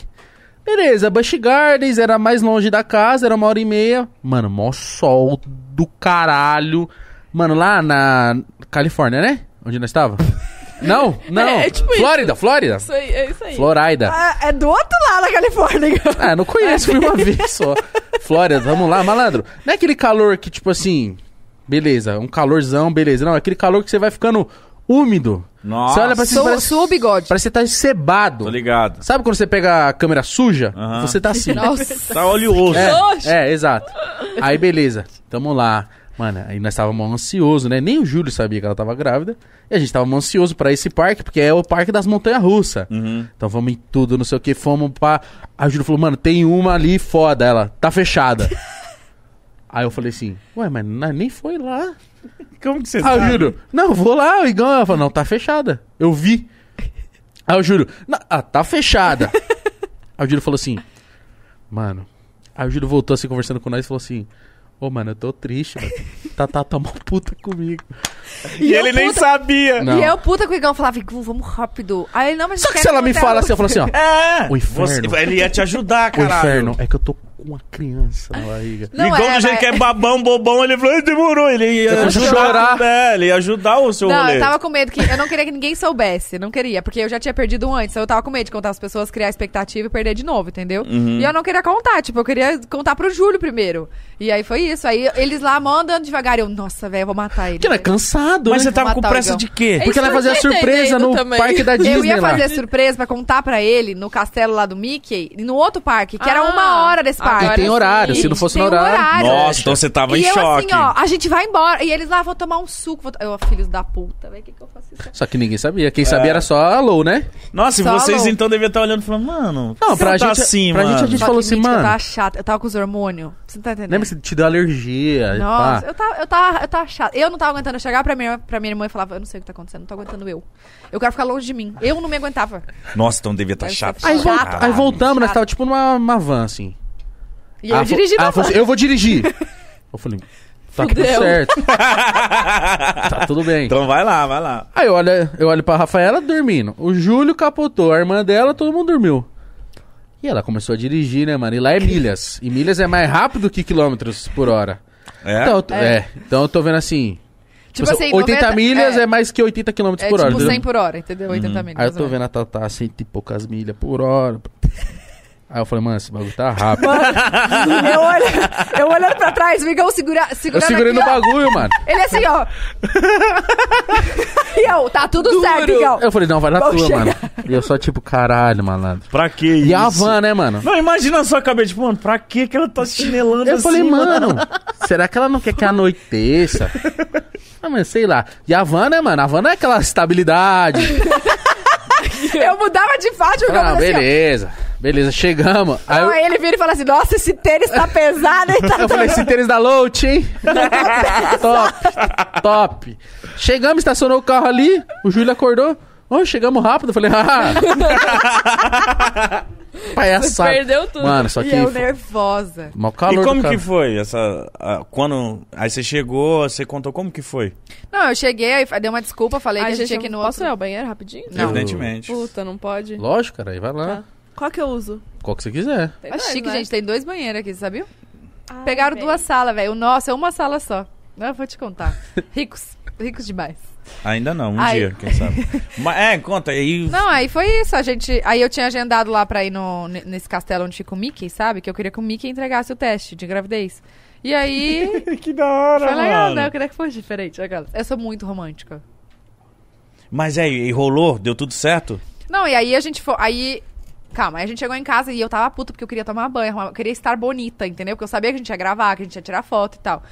[SPEAKER 1] Beleza, Busch Gardens era mais longe da casa, era uma hora e meia. Mano, mó sol do caralho. Mano, lá na Califórnia, né? Onde nós estava? Não, não.
[SPEAKER 4] É, é tipo isso.
[SPEAKER 1] Flórida, Flórida.
[SPEAKER 4] Isso aí, é isso aí.
[SPEAKER 1] Florida.
[SPEAKER 3] Ah, é do outro lado da Califórnia.
[SPEAKER 1] Ah, não conheço, fui uma vez só. Flórida, vamos lá, malandro. Não é aquele calor que, tipo assim, beleza, um calorzão, beleza. Não, é aquele calor que você vai ficando úmido.
[SPEAKER 2] Nossa.
[SPEAKER 1] Você olha pra cima
[SPEAKER 3] Sua,
[SPEAKER 1] parece,
[SPEAKER 3] sua bigode.
[SPEAKER 1] parece que você tá
[SPEAKER 2] Tô
[SPEAKER 1] cebado.
[SPEAKER 2] ligado.
[SPEAKER 1] Sabe quando você pega a câmera suja?
[SPEAKER 2] Aham.
[SPEAKER 1] Você tá assim.
[SPEAKER 4] Nossa.
[SPEAKER 2] Tá oleoso.
[SPEAKER 4] Oxe.
[SPEAKER 1] É, é, exato. Aí, beleza, tamo lá. Mano, aí nós távamos ansiosos, né? Nem o Júlio sabia que ela tava grávida. E a gente tava ansioso pra esse parque, porque é o parque das montanhas russas.
[SPEAKER 2] Uhum.
[SPEAKER 1] Então vamos em tudo, não sei o que, fomos pra. A Júlia falou, mano, tem uma ali foda. Ela, tá fechada. Aí eu falei assim, ué, mas nós nem foi lá.
[SPEAKER 2] Como que você
[SPEAKER 1] Aí
[SPEAKER 2] sabe?
[SPEAKER 1] o Júlio, não, vou lá, o Igão. Ela falou, não, tá fechada. Eu vi. Aí o Júlio, "Não, ah, tá fechada. Aí o Júlio falou assim, mano. Aí o Júlio voltou assim, conversando com nós e falou assim. Ô, mano, eu tô triste, mano. Tatá tá mó puta comigo.
[SPEAKER 2] E ele nem sabia.
[SPEAKER 1] Não.
[SPEAKER 3] E eu puta com o Igão falava, Igão, vamos rápido. Aí ele, não, mas
[SPEAKER 1] Só
[SPEAKER 3] eu
[SPEAKER 1] que
[SPEAKER 3] quero
[SPEAKER 1] se ela me
[SPEAKER 3] contar
[SPEAKER 1] fala
[SPEAKER 3] o-
[SPEAKER 1] assim, eu falo assim, ó.
[SPEAKER 2] É.
[SPEAKER 1] O inferno.
[SPEAKER 2] Você- ele ia te ajudar,
[SPEAKER 1] O
[SPEAKER 2] caralho.
[SPEAKER 1] inferno é que eu tô com uma criança na barriga.
[SPEAKER 3] Não
[SPEAKER 2] Ligou
[SPEAKER 3] é,
[SPEAKER 2] do jeito
[SPEAKER 3] mas-
[SPEAKER 2] que é babão, bobão, ele falou, "Ih, demorou. Ele ia
[SPEAKER 1] Eu
[SPEAKER 2] ajudar,
[SPEAKER 1] vou chorar.
[SPEAKER 2] É, ele ia ajudar o seu
[SPEAKER 3] Não,
[SPEAKER 2] rolê.
[SPEAKER 3] eu tava com medo que. Eu não queria que ninguém soubesse. Não queria, porque eu já tinha perdido um antes. então Eu tava com medo de contar as pessoas, criar expectativa e perder de novo, entendeu? E eu não queria contar, tipo, eu queria contar pro Júlio primeiro. E aí foi isso. Aí eles lá mó andando devagar. Eu, nossa, velho, eu vou matar ele.
[SPEAKER 1] Porque ela é cansado,
[SPEAKER 2] Mas
[SPEAKER 1] né?
[SPEAKER 2] você tá- tava com
[SPEAKER 3] Matar o
[SPEAKER 2] pressa
[SPEAKER 3] Igão.
[SPEAKER 2] de quê?
[SPEAKER 4] É
[SPEAKER 1] Porque ela vai fazer a
[SPEAKER 4] Isso eu tô
[SPEAKER 1] surpresa no
[SPEAKER 4] entendendo também.
[SPEAKER 1] parque da Disney
[SPEAKER 3] Eu ia
[SPEAKER 1] lá.
[SPEAKER 3] fazer surpresa pra contar pra ele no castelo lá do Mickey, e no outro parque, que era
[SPEAKER 4] Ah,
[SPEAKER 3] uma hora desse parque.
[SPEAKER 1] E
[SPEAKER 4] agora
[SPEAKER 1] tem horário,
[SPEAKER 4] sim.
[SPEAKER 1] se não fosse
[SPEAKER 3] Tem
[SPEAKER 1] no
[SPEAKER 3] um
[SPEAKER 1] horário.
[SPEAKER 3] horário.
[SPEAKER 2] Nossa, então você tava
[SPEAKER 3] e
[SPEAKER 2] em
[SPEAKER 3] eu
[SPEAKER 2] choque.
[SPEAKER 3] assim, ó, a gente vai embora. E eles lá vão tomar um suco. Vou... Eu, filhos da puta, velho, o que, que eu faço isso? aqui?
[SPEAKER 1] Só que ninguém sabia. Quem
[SPEAKER 2] É.
[SPEAKER 1] sabia era só a Lou, né?
[SPEAKER 2] Nossa, e
[SPEAKER 3] Só
[SPEAKER 2] vocês
[SPEAKER 3] alô.
[SPEAKER 2] então deviam estar olhando e falando, mano,
[SPEAKER 1] Não,
[SPEAKER 2] você
[SPEAKER 1] pra
[SPEAKER 2] tá
[SPEAKER 1] gente- é,
[SPEAKER 2] assim,
[SPEAKER 1] pra
[SPEAKER 2] mano.
[SPEAKER 1] gente, a gente-
[SPEAKER 3] Só
[SPEAKER 1] falou
[SPEAKER 3] que,
[SPEAKER 1] assim,
[SPEAKER 3] Mítico, Eu
[SPEAKER 1] mano-
[SPEAKER 3] tava chata, eu tava com os hormônios. Você não tá entendendo?
[SPEAKER 1] Né? Lembra se te deu alergia?
[SPEAKER 3] Nossa,
[SPEAKER 1] pá.
[SPEAKER 3] eu tava, eu, tava, eu tava chata. Eu não tava aguentando. Eu chegava pra minha, pra minha irmã e falava, eu não sei o que tá acontecendo, não tô aguentando eu. Eu quero ficar longe de mim. Eu não me aguentava.
[SPEAKER 2] Nossa, então devia estar
[SPEAKER 3] Deve
[SPEAKER 2] chato.
[SPEAKER 3] ser
[SPEAKER 1] Aí,
[SPEAKER 3] chato.
[SPEAKER 1] volta- aí voltamos, nós tava tipo numa uma van, assim.
[SPEAKER 3] E eu
[SPEAKER 1] Ela fo-
[SPEAKER 3] dirigi
[SPEAKER 1] ela
[SPEAKER 3] na
[SPEAKER 1] falou assim, eu vou dirigir. Eu falei, tá tudo
[SPEAKER 4] Fudeu.
[SPEAKER 1] certo. tá tudo bem.
[SPEAKER 2] Então vai lá, vai lá.
[SPEAKER 1] Aí eu olho, eu olho pra Rafaela dormindo. O Júlio capotou, a irmã dela, todo mundo dormiu. E ela começou a dirigir, né, mano? E lá é milhas. E milhas é mais rápido que quilômetros por hora.
[SPEAKER 2] É?
[SPEAKER 1] Então, eu tô- é. então eu tô vendo assim.
[SPEAKER 3] Tipo assim,
[SPEAKER 1] 80
[SPEAKER 3] 90
[SPEAKER 1] milhas é,
[SPEAKER 3] é-
[SPEAKER 1] mais que 80 quilômetros
[SPEAKER 3] É
[SPEAKER 1] por hora.
[SPEAKER 3] tipo
[SPEAKER 1] entendeu? Uhum.
[SPEAKER 3] 100 por hora, entendeu? é. 80 mil.
[SPEAKER 1] Aí eu tô vendo a Tatá cento e poucas milhas por hora. Aí eu falei, mano, esse bagulho tá rápido.
[SPEAKER 3] Eu, olho, eu olhando pra trás, o Migão segura,
[SPEAKER 1] eu
[SPEAKER 3] segurando
[SPEAKER 1] segurei no
[SPEAKER 3] aqui, tá ó.
[SPEAKER 1] bagulho, mano.
[SPEAKER 3] Ele assim, ó. e eu, tá tudo certo, Migão.
[SPEAKER 1] Eu falei, não, vai na
[SPEAKER 3] Vamos
[SPEAKER 1] tua,
[SPEAKER 3] chegar.
[SPEAKER 1] mano. E eu só, tipo, caralho, malandro.
[SPEAKER 2] Pra que isso?
[SPEAKER 1] E a van, né, mano?
[SPEAKER 2] Não, imagina só a cabeça, tipo, mano, pra que que ela tá se chinelando
[SPEAKER 1] Eu
[SPEAKER 2] assim?
[SPEAKER 1] falei, mano, será que ela não quer que anoiteça? Ah, mas sei lá. E a van, né, mano? A van não é aquela estabilidade.
[SPEAKER 3] Eu mudava de faixa, o Migão
[SPEAKER 1] Ah,
[SPEAKER 3] fazia assim, ó.
[SPEAKER 1] beleza. Beleza, chegamos. Aí eu,
[SPEAKER 3] Aí ele vira e fala assim, nossa, esse tênis tá pesado, hein? Tá
[SPEAKER 1] eu falei, esse tênis da Lout, hein? top, top. Chegamos, estacionou o carro ali, o Júlio acordou. Ô, chegamos rápido. Eu falei, ah. palhaçada.
[SPEAKER 4] Perdeu tudo.
[SPEAKER 1] Mano, só que.
[SPEAKER 3] E é eu
[SPEAKER 1] foi-
[SPEAKER 3] nervosa.
[SPEAKER 1] Mó calor
[SPEAKER 2] e
[SPEAKER 1] do
[SPEAKER 2] como
[SPEAKER 1] cara.
[SPEAKER 2] que foi essa. a- quando. Aí você chegou, você contou como que foi?
[SPEAKER 3] Não, eu cheguei, aí dei uma desculpa, falei
[SPEAKER 4] Ai,
[SPEAKER 3] que a gente tinha
[SPEAKER 4] gente, eu
[SPEAKER 3] que ir no
[SPEAKER 4] posso ir
[SPEAKER 3] outro.
[SPEAKER 4] ao banheiro rapidinho?
[SPEAKER 3] Não.
[SPEAKER 2] Evidentemente.
[SPEAKER 4] Puta, não pode.
[SPEAKER 1] Lógico, cara, aí vai lá.
[SPEAKER 4] Tá. Qual que eu uso?
[SPEAKER 1] Qual que você quiser.
[SPEAKER 4] Tem
[SPEAKER 3] Acho Ah,
[SPEAKER 4] dois, Ah,
[SPEAKER 3] chique,
[SPEAKER 4] né?
[SPEAKER 3] gente, tem dois banheiros aqui, sabia?
[SPEAKER 4] Ai,
[SPEAKER 3] Pegaram
[SPEAKER 4] véi.
[SPEAKER 3] duas salas, velho. O nosso é uma sala só. Não, eu vou te contar. Ricos, ricos demais.
[SPEAKER 2] Ainda não, um
[SPEAKER 3] Ai.
[SPEAKER 2] dia, quem sabe. Mas, é, conta aí.
[SPEAKER 3] Não, aí foi isso. A gente, aí eu tinha agendado lá pra ir no, ne- nesse castelo onde fica o Mickey, sabe? Que eu queria que o Mickey entregasse o teste de gravidez. E aí.
[SPEAKER 2] que da hora,
[SPEAKER 3] foi legal,
[SPEAKER 2] mano.
[SPEAKER 3] né? Eu queria que fosse diferente. aquela. Eu sou muito romântica.
[SPEAKER 2] Mas aí, e rolou? Deu tudo certo?
[SPEAKER 3] Não, e aí a gente foi. Aí. Calma, aí a gente chegou em casa e eu tava puta porque eu queria tomar banho, arrumar- eu queria estar bonita, entendeu? Porque eu sabia que a gente ia gravar, que a gente ia tirar foto e tal.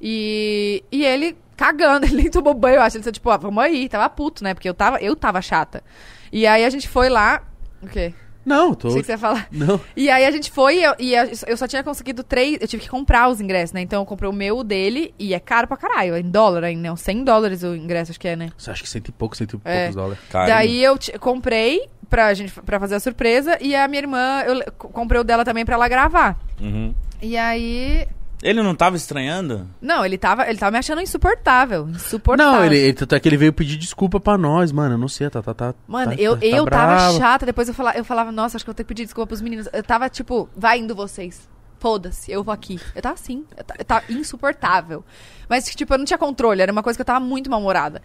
[SPEAKER 3] E, e ele cagando, ele nem tomou banho, eu acho. Ele disse, tipo, ah, vamos aí, tava puto, né? Porque eu tava, eu tava chata. E aí a gente foi lá. O quê?
[SPEAKER 1] Não, tô.
[SPEAKER 3] Achei que você ia falar.
[SPEAKER 1] Não.
[SPEAKER 3] E aí a gente foi e eu, e a- eu só tinha conseguido três. Eu tive que comprar os ingressos, né? Então eu comprei o meu, o dele, e é caro pra caralho. É em dólar ainda, né? Uns 100 dólares o ingresso, acho que é, né?
[SPEAKER 1] Você acha que cento e pouco, cento e
[SPEAKER 3] É.
[SPEAKER 1] poucos dólares.
[SPEAKER 2] Cara,
[SPEAKER 3] Daí eu ti- comprei pra, gente, pra fazer a surpresa, e a minha irmã, eu le- co- comprei o dela também pra ela gravar.
[SPEAKER 2] Uhum.
[SPEAKER 3] E aí.
[SPEAKER 2] Ele não tava estranhando?
[SPEAKER 3] Não, ele tava, ele tava me achando insuportável. Insuportável.
[SPEAKER 1] Não, ele, ele, tanto é que ele veio pedir desculpa pra nós, mano. Eu não sei, tá, tá, tá.
[SPEAKER 3] Mano,
[SPEAKER 1] tá-
[SPEAKER 3] eu,
[SPEAKER 1] tá- tá
[SPEAKER 3] eu tava
[SPEAKER 1] brava.
[SPEAKER 3] chata, depois eu falava, eu falava, nossa, acho que eu tenho que pedir desculpa pros meninos. Eu tava tipo, vai indo vocês. Foda-se, eu vou aqui. Eu tava assim, eu ta- eu tava, insuportável. Mas, tipo, eu não tinha controle, era uma coisa que eu tava muito mal-humorada.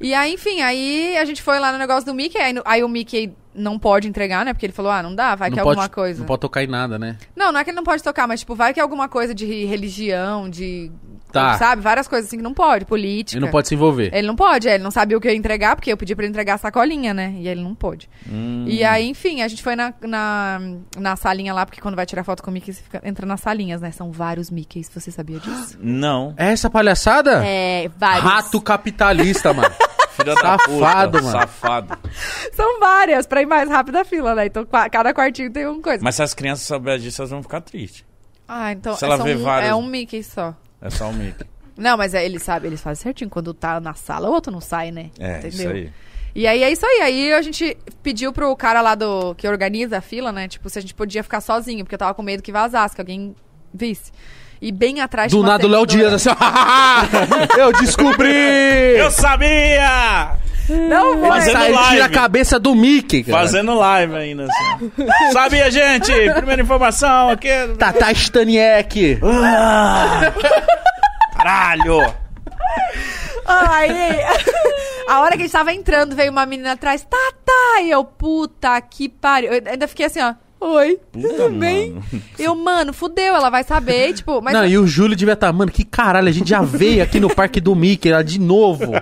[SPEAKER 3] E aí, enfim, aí a gente foi lá no negócio do Mickey, aí, no- aí o Mickey não pode entregar, né? Porque ele falou, ah, não dá, vai
[SPEAKER 1] Não
[SPEAKER 3] que é
[SPEAKER 1] pode-
[SPEAKER 3] alguma coisa.
[SPEAKER 1] Não pode tocar em nada, né?
[SPEAKER 3] Não, não é que ele não pode tocar, mas, tipo, vai que é alguma coisa de religião, de.
[SPEAKER 1] Tá.
[SPEAKER 3] Sabe? Várias coisas assim que não pode, política.
[SPEAKER 1] Ele não pode se envolver.
[SPEAKER 3] Ele não pode, é, ele não sabia o que eu ia entregar, porque eu pedi pra ele entregar a sacolinha, né? E ele não pôde.
[SPEAKER 2] Hum.
[SPEAKER 3] E aí, enfim, a gente foi na, na, na salinha lá, porque quando vai tirar foto com o Mickey, você fica- entra nas salinhas, né? São vários Mickeys, você sabia disso?
[SPEAKER 2] Não.
[SPEAKER 1] É essa palhaçada?
[SPEAKER 3] É, vários.
[SPEAKER 1] Rato capitalista, mano.
[SPEAKER 2] Filha
[SPEAKER 1] Safado,
[SPEAKER 2] da puta,
[SPEAKER 1] mano.
[SPEAKER 2] Safado.
[SPEAKER 3] São várias, pra ir mais rápido a fila, né? Então, qua- cada quartinho tem uma coisa.
[SPEAKER 2] Mas se as crianças souberem disso, elas vão ficar tristes.
[SPEAKER 3] Ah, então
[SPEAKER 2] Se ela
[SPEAKER 3] são
[SPEAKER 2] vê
[SPEAKER 3] um-
[SPEAKER 2] várias-
[SPEAKER 3] é um Mickey só.
[SPEAKER 2] É só o Mickey.
[SPEAKER 3] Não, mas é, eles sabem, eles fazem certinho. Quando tá na sala, o outro não sai, né?
[SPEAKER 2] É, isso aí.
[SPEAKER 3] E aí é isso aí. Aí a gente pediu pro cara lá do que organiza a fila, né? Tipo, se a gente podia ficar sozinho, porque eu tava com medo que vazasse, que alguém visse. E bem atrás
[SPEAKER 1] Do
[SPEAKER 3] tinha uma
[SPEAKER 1] nada o Léo
[SPEAKER 3] servidora.
[SPEAKER 1] Dias, assim, ó. eu descobri!
[SPEAKER 2] Eu sabia!
[SPEAKER 3] Não, foi.
[SPEAKER 2] Mas-
[SPEAKER 1] Ele
[SPEAKER 2] Fazendo
[SPEAKER 1] sai, ele tira a
[SPEAKER 2] live.
[SPEAKER 1] cabeça do Mickey, cara.
[SPEAKER 2] Fazendo live ainda, assim. sabia, gente? Primeira informação aqui.
[SPEAKER 1] Tata Tá, Staniek.
[SPEAKER 2] Ah! Caralho!
[SPEAKER 3] Aí, a hora que a gente tava entrando, veio uma menina atrás, tá, tá. E eu, puta que pariu. Eu ainda fiquei assim, ó. Oi.
[SPEAKER 2] Puta,
[SPEAKER 3] Bem?
[SPEAKER 2] mano.
[SPEAKER 3] Eu, mano, fudeu, ela vai saber, e, tipo, mas
[SPEAKER 1] Não, e o Júlio devia estar, mano, que caralho, a gente já veio aqui no parque do Mickey, lá de novo.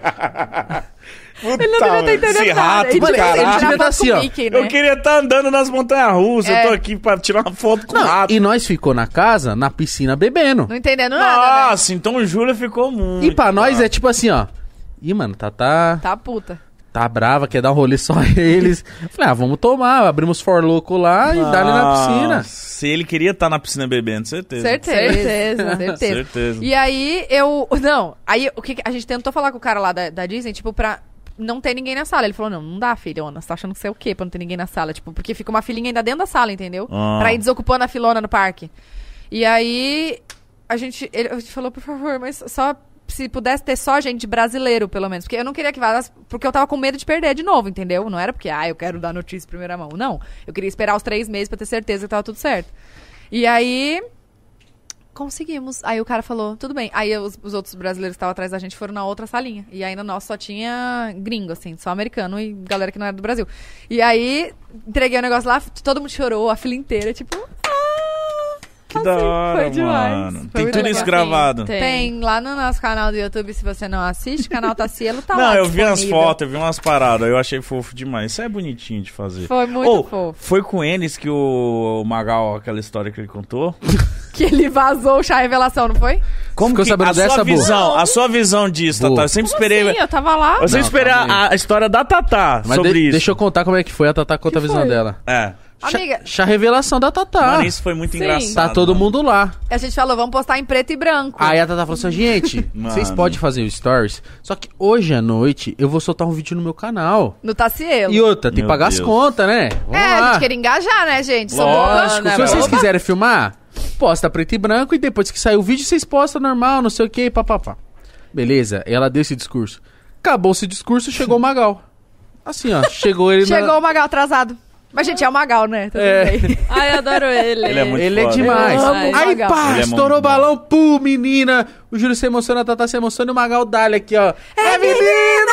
[SPEAKER 5] Puta,
[SPEAKER 3] ele não devia
[SPEAKER 5] mano.
[SPEAKER 3] ter entendido
[SPEAKER 2] Tá, esse
[SPEAKER 3] nada.
[SPEAKER 2] rato do
[SPEAKER 3] tipo,
[SPEAKER 1] caralho.
[SPEAKER 3] tirar
[SPEAKER 1] né? Ele devia
[SPEAKER 3] foto
[SPEAKER 1] tá
[SPEAKER 3] com
[SPEAKER 1] assim, ó.
[SPEAKER 3] o Mickey,
[SPEAKER 2] Eu
[SPEAKER 3] né?
[SPEAKER 2] queria estar andando nas montanhas russas.
[SPEAKER 3] É.
[SPEAKER 2] Eu tô aqui pra tirar uma foto com o
[SPEAKER 1] Não,
[SPEAKER 2] rato.
[SPEAKER 1] e nós ficou na casa, na piscina, bebendo.
[SPEAKER 3] Não entendendo nada, né?
[SPEAKER 2] Nossa, então o Júlio ficou muito.
[SPEAKER 1] E pra nós é tipo assim, ó. Ih, mano, tá, tá,
[SPEAKER 3] Tá puta.
[SPEAKER 1] tá brava, quer dar um rolê só eles. Eu Falei, ah, vamos tomar. Abrimos for louco lá e dá-lhe na piscina.
[SPEAKER 2] Se ele queria estar na piscina bebendo, certeza.
[SPEAKER 3] Certeza.
[SPEAKER 4] Certeza.
[SPEAKER 3] Certeza.
[SPEAKER 2] Certeza.
[SPEAKER 3] E aí eu. Não, aí o que que- a gente tentou falar com o cara lá da, da Disney, tipo, pra. Não ter ninguém na sala. Ele falou: não, não dá, filhona. Você tá achando que você é o quê pra não ter ninguém na sala? Tipo, porque fica uma filhinha ainda dentro da sala, entendeu?
[SPEAKER 2] Ah.
[SPEAKER 3] Pra ir desocupando a filona no parque. E aí, a gente. Ele a gente falou, por favor, mas só. Se pudesse ter só gente brasileiro, pelo menos. Porque eu não queria que vazasse. Porque eu tava com medo de perder de novo, entendeu? Não era porque, ah, eu quero dar notícia em primeira mão. Não. Eu queria esperar os três meses pra ter certeza que tava tudo certo. E aí. Conseguimos. Aí o cara falou, tudo bem. Aí os, os outros brasileiros que estavam atrás da gente foram na outra salinha. E aí no nosso só tinha gringo, assim, só americano e galera que não era do Brasil. E aí entreguei o negócio lá, todo mundo chorou, a fila inteira, tipo. "Ah!"
[SPEAKER 2] Que da hora,
[SPEAKER 3] foi demais.
[SPEAKER 2] mano.
[SPEAKER 3] Foi
[SPEAKER 2] Tem
[SPEAKER 3] muito
[SPEAKER 2] tudo
[SPEAKER 3] legal.
[SPEAKER 2] isso gravado.
[SPEAKER 4] Tem.
[SPEAKER 3] Tem lá no nosso canal do YouTube, se você não assiste, o canal Tacielo tá lá.
[SPEAKER 2] Não, eu vi umas
[SPEAKER 3] disponível.
[SPEAKER 2] fotos, eu vi umas paradas, eu achei fofo demais. Isso é bonitinho de fazer.
[SPEAKER 3] Foi muito
[SPEAKER 2] Ou,
[SPEAKER 3] fofo.
[SPEAKER 2] Foi com eles que o Magal, aquela história que ele contou.
[SPEAKER 3] Que ele vazou o chá revelação, não foi?
[SPEAKER 2] Como
[SPEAKER 1] Ficou
[SPEAKER 2] que
[SPEAKER 1] sabendo
[SPEAKER 2] a sua
[SPEAKER 1] dessa, Bu?
[SPEAKER 2] visão, a sua visão disso,
[SPEAKER 1] Bu.
[SPEAKER 2] Tatá? Eu sempre esperei.
[SPEAKER 3] assim?
[SPEAKER 4] Sim, assim? eu tava lá.
[SPEAKER 2] Eu sempre
[SPEAKER 1] Não,
[SPEAKER 2] esperei
[SPEAKER 1] calma aí.
[SPEAKER 2] a, a história da Tatá
[SPEAKER 1] Mas
[SPEAKER 2] sobre
[SPEAKER 1] de-
[SPEAKER 2] isso.
[SPEAKER 1] deixa eu contar como é que foi a Tatá conta a visão dela.
[SPEAKER 2] É.
[SPEAKER 1] Chá-
[SPEAKER 3] Amiga.
[SPEAKER 1] Chá revelação da Tatá.
[SPEAKER 3] Ah,
[SPEAKER 2] Mano, isso foi muito
[SPEAKER 4] Sim.
[SPEAKER 2] engraçado.
[SPEAKER 1] Tá todo
[SPEAKER 2] mano.
[SPEAKER 1] mundo lá.
[SPEAKER 3] A gente falou, vamos postar em preto e branco.
[SPEAKER 1] Aí a Tata falou assim, gente,
[SPEAKER 2] Mano.
[SPEAKER 1] vocês podem fazer o stories, só que hoje à noite eu vou soltar um vídeo no meu canal.
[SPEAKER 3] No Tacielo.
[SPEAKER 1] E outra, tem que
[SPEAKER 2] Meu
[SPEAKER 1] pagar as
[SPEAKER 2] Deus.
[SPEAKER 1] contas, né? Vamos
[SPEAKER 3] É, a
[SPEAKER 1] lá.
[SPEAKER 3] gente queria né? engajar, né, gente? Sou
[SPEAKER 1] Lógico,
[SPEAKER 3] bobana,
[SPEAKER 1] se vocês
[SPEAKER 3] boba.
[SPEAKER 1] quiserem filmar, posta preto e branco e depois que sair o vídeo vocês postam normal, não sei o que, papapá. Beleza, ela deu esse discurso. Acabou esse discurso, chegou o Magal. Assim, ó, chegou ele na-
[SPEAKER 3] Chegou o Magal atrasado. Mas, gente, é o Magal, né? Tá tudo
[SPEAKER 1] É.
[SPEAKER 3] bem.
[SPEAKER 4] Ai, eu adoro ele.
[SPEAKER 2] Ele é muito-
[SPEAKER 1] Ele é
[SPEAKER 2] foda.
[SPEAKER 1] demais.
[SPEAKER 3] Eu amo o
[SPEAKER 1] Aí,
[SPEAKER 3] Magal.
[SPEAKER 1] pá,
[SPEAKER 2] Ele é
[SPEAKER 1] estourou o
[SPEAKER 2] muito bom.
[SPEAKER 1] balão, pum, menina. O Júlio se emociona, a Tatá se emociona e o Magal dá-lhe aqui, ó. É, menina!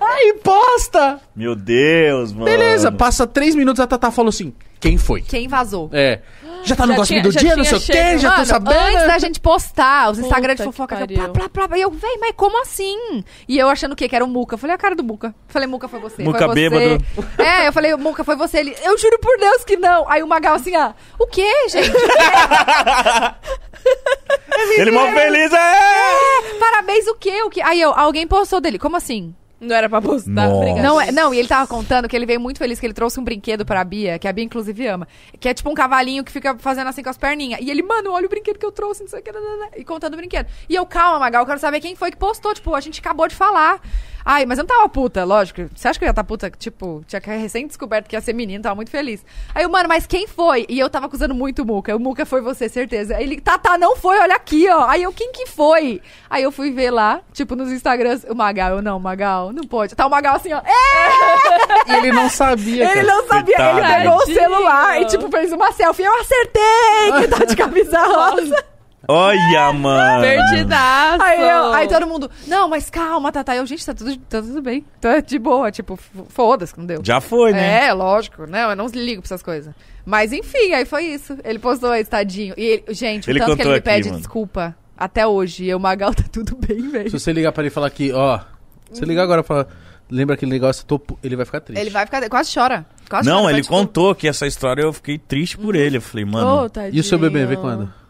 [SPEAKER 1] Aí, posta!
[SPEAKER 2] Meu Deus, mano.
[SPEAKER 1] Beleza, passa três minutos, a Tatá falou assim: quem foi?
[SPEAKER 3] Quem vazou?
[SPEAKER 1] É. Já tá no
[SPEAKER 4] Já
[SPEAKER 1] gosto
[SPEAKER 4] tinha-
[SPEAKER 1] do
[SPEAKER 4] já
[SPEAKER 1] dia, não sei
[SPEAKER 4] tinha
[SPEAKER 1] o quê,
[SPEAKER 4] chego.
[SPEAKER 1] já tô
[SPEAKER 2] Tá
[SPEAKER 3] Mano,
[SPEAKER 1] sabendo.
[SPEAKER 2] né?
[SPEAKER 3] antes da gente postar, os Instagram de
[SPEAKER 4] Puta que
[SPEAKER 3] fofoca, que
[SPEAKER 4] pariu.
[SPEAKER 3] plá, plá, plá, e eu, véi, mas como assim? E eu achando o quê? Que era o Muca. Eu Falei, "É a cara do Muca. Eu Falei, Muca, foi você.
[SPEAKER 2] Muca
[SPEAKER 3] foi você.
[SPEAKER 2] bêbado.
[SPEAKER 3] É, eu falei, Muca, foi você. Ele, eu juro por Deus que não. Aí o Magal assim, ah, o quê, gente?
[SPEAKER 2] Ele mó feliz, é!
[SPEAKER 3] Parabéns, o quê? O quê? Aí eu, alguém postou dele. Como assim?
[SPEAKER 4] Não era pra postar,
[SPEAKER 2] Nossa.
[SPEAKER 4] obrigada.
[SPEAKER 3] Não, é- não, e ele tava contando que ele veio muito feliz que ele trouxe um brinquedo pra Bia, que a Bia inclusive ama, que é tipo um cavalinho que fica fazendo assim com as perninhas. E ele, mano, olha o brinquedo que eu trouxe, não sei o que, nananã, e contando o brinquedo. E eu, calma, Magal, eu quero saber quem foi que postou, tipo, a gente acabou de falar. Ai, mas eu não tava puta, lógico. Você acha que eu ia tá puta? Tipo, tinha recém descoberto que ia ser menino, tava muito feliz. Aí eu, mano, mas quem foi? E eu tava acusando muito o Muca. O Muca foi você, certeza. Aí ele, Tata, não foi, olha aqui, ó. Aí eu, quem que foi? Aí eu fui ver lá, tipo, nos Instagrams, o Magal. Eu, não, Magal, não pode. Tá o Magal assim, ó.
[SPEAKER 1] E ele não sabia.
[SPEAKER 3] Ele
[SPEAKER 1] cara.
[SPEAKER 3] não sabia, ele
[SPEAKER 2] Coitado.
[SPEAKER 3] pegou o
[SPEAKER 4] Tadinho.
[SPEAKER 3] celular e, tipo, fez uma selfie. Eu acertei! Que tá de camisa rosa.
[SPEAKER 2] Olha, mano.
[SPEAKER 4] Perdidaço.
[SPEAKER 3] Aí, eu- aí todo mundo, não, mas calma, Tata. Eu, gente, tá tudo, tá tudo bem. Tá de boa, tipo, f- foda-se que não deu.
[SPEAKER 2] Já foi, né?
[SPEAKER 3] É, lógico. Não, eu não ligo pra essas coisas. Mas enfim, aí foi isso. Ele postou esse tadinho. E ele, gente,
[SPEAKER 2] Ele
[SPEAKER 3] o tanto que ele
[SPEAKER 2] contou
[SPEAKER 3] me
[SPEAKER 2] aqui,
[SPEAKER 3] pede
[SPEAKER 2] mano.
[SPEAKER 3] desculpa até hoje. E eu, Magal, tá tudo bem,
[SPEAKER 1] Se
[SPEAKER 3] velho.
[SPEAKER 1] você ligar pra ele e falar que, ó. Se você ligar agora e falar, lembra aquele negócio, tô pu-", ele vai ficar triste.
[SPEAKER 3] Ele vai ficar. Quase chora. Quase
[SPEAKER 2] não,
[SPEAKER 3] chora, tá
[SPEAKER 2] ele
[SPEAKER 3] pede desculpa.
[SPEAKER 2] contou que essa história eu fiquei triste por ele. Eu falei, mano.
[SPEAKER 4] Ô,
[SPEAKER 1] E o seu bebê, vem
[SPEAKER 4] tadinho.
[SPEAKER 1] quando?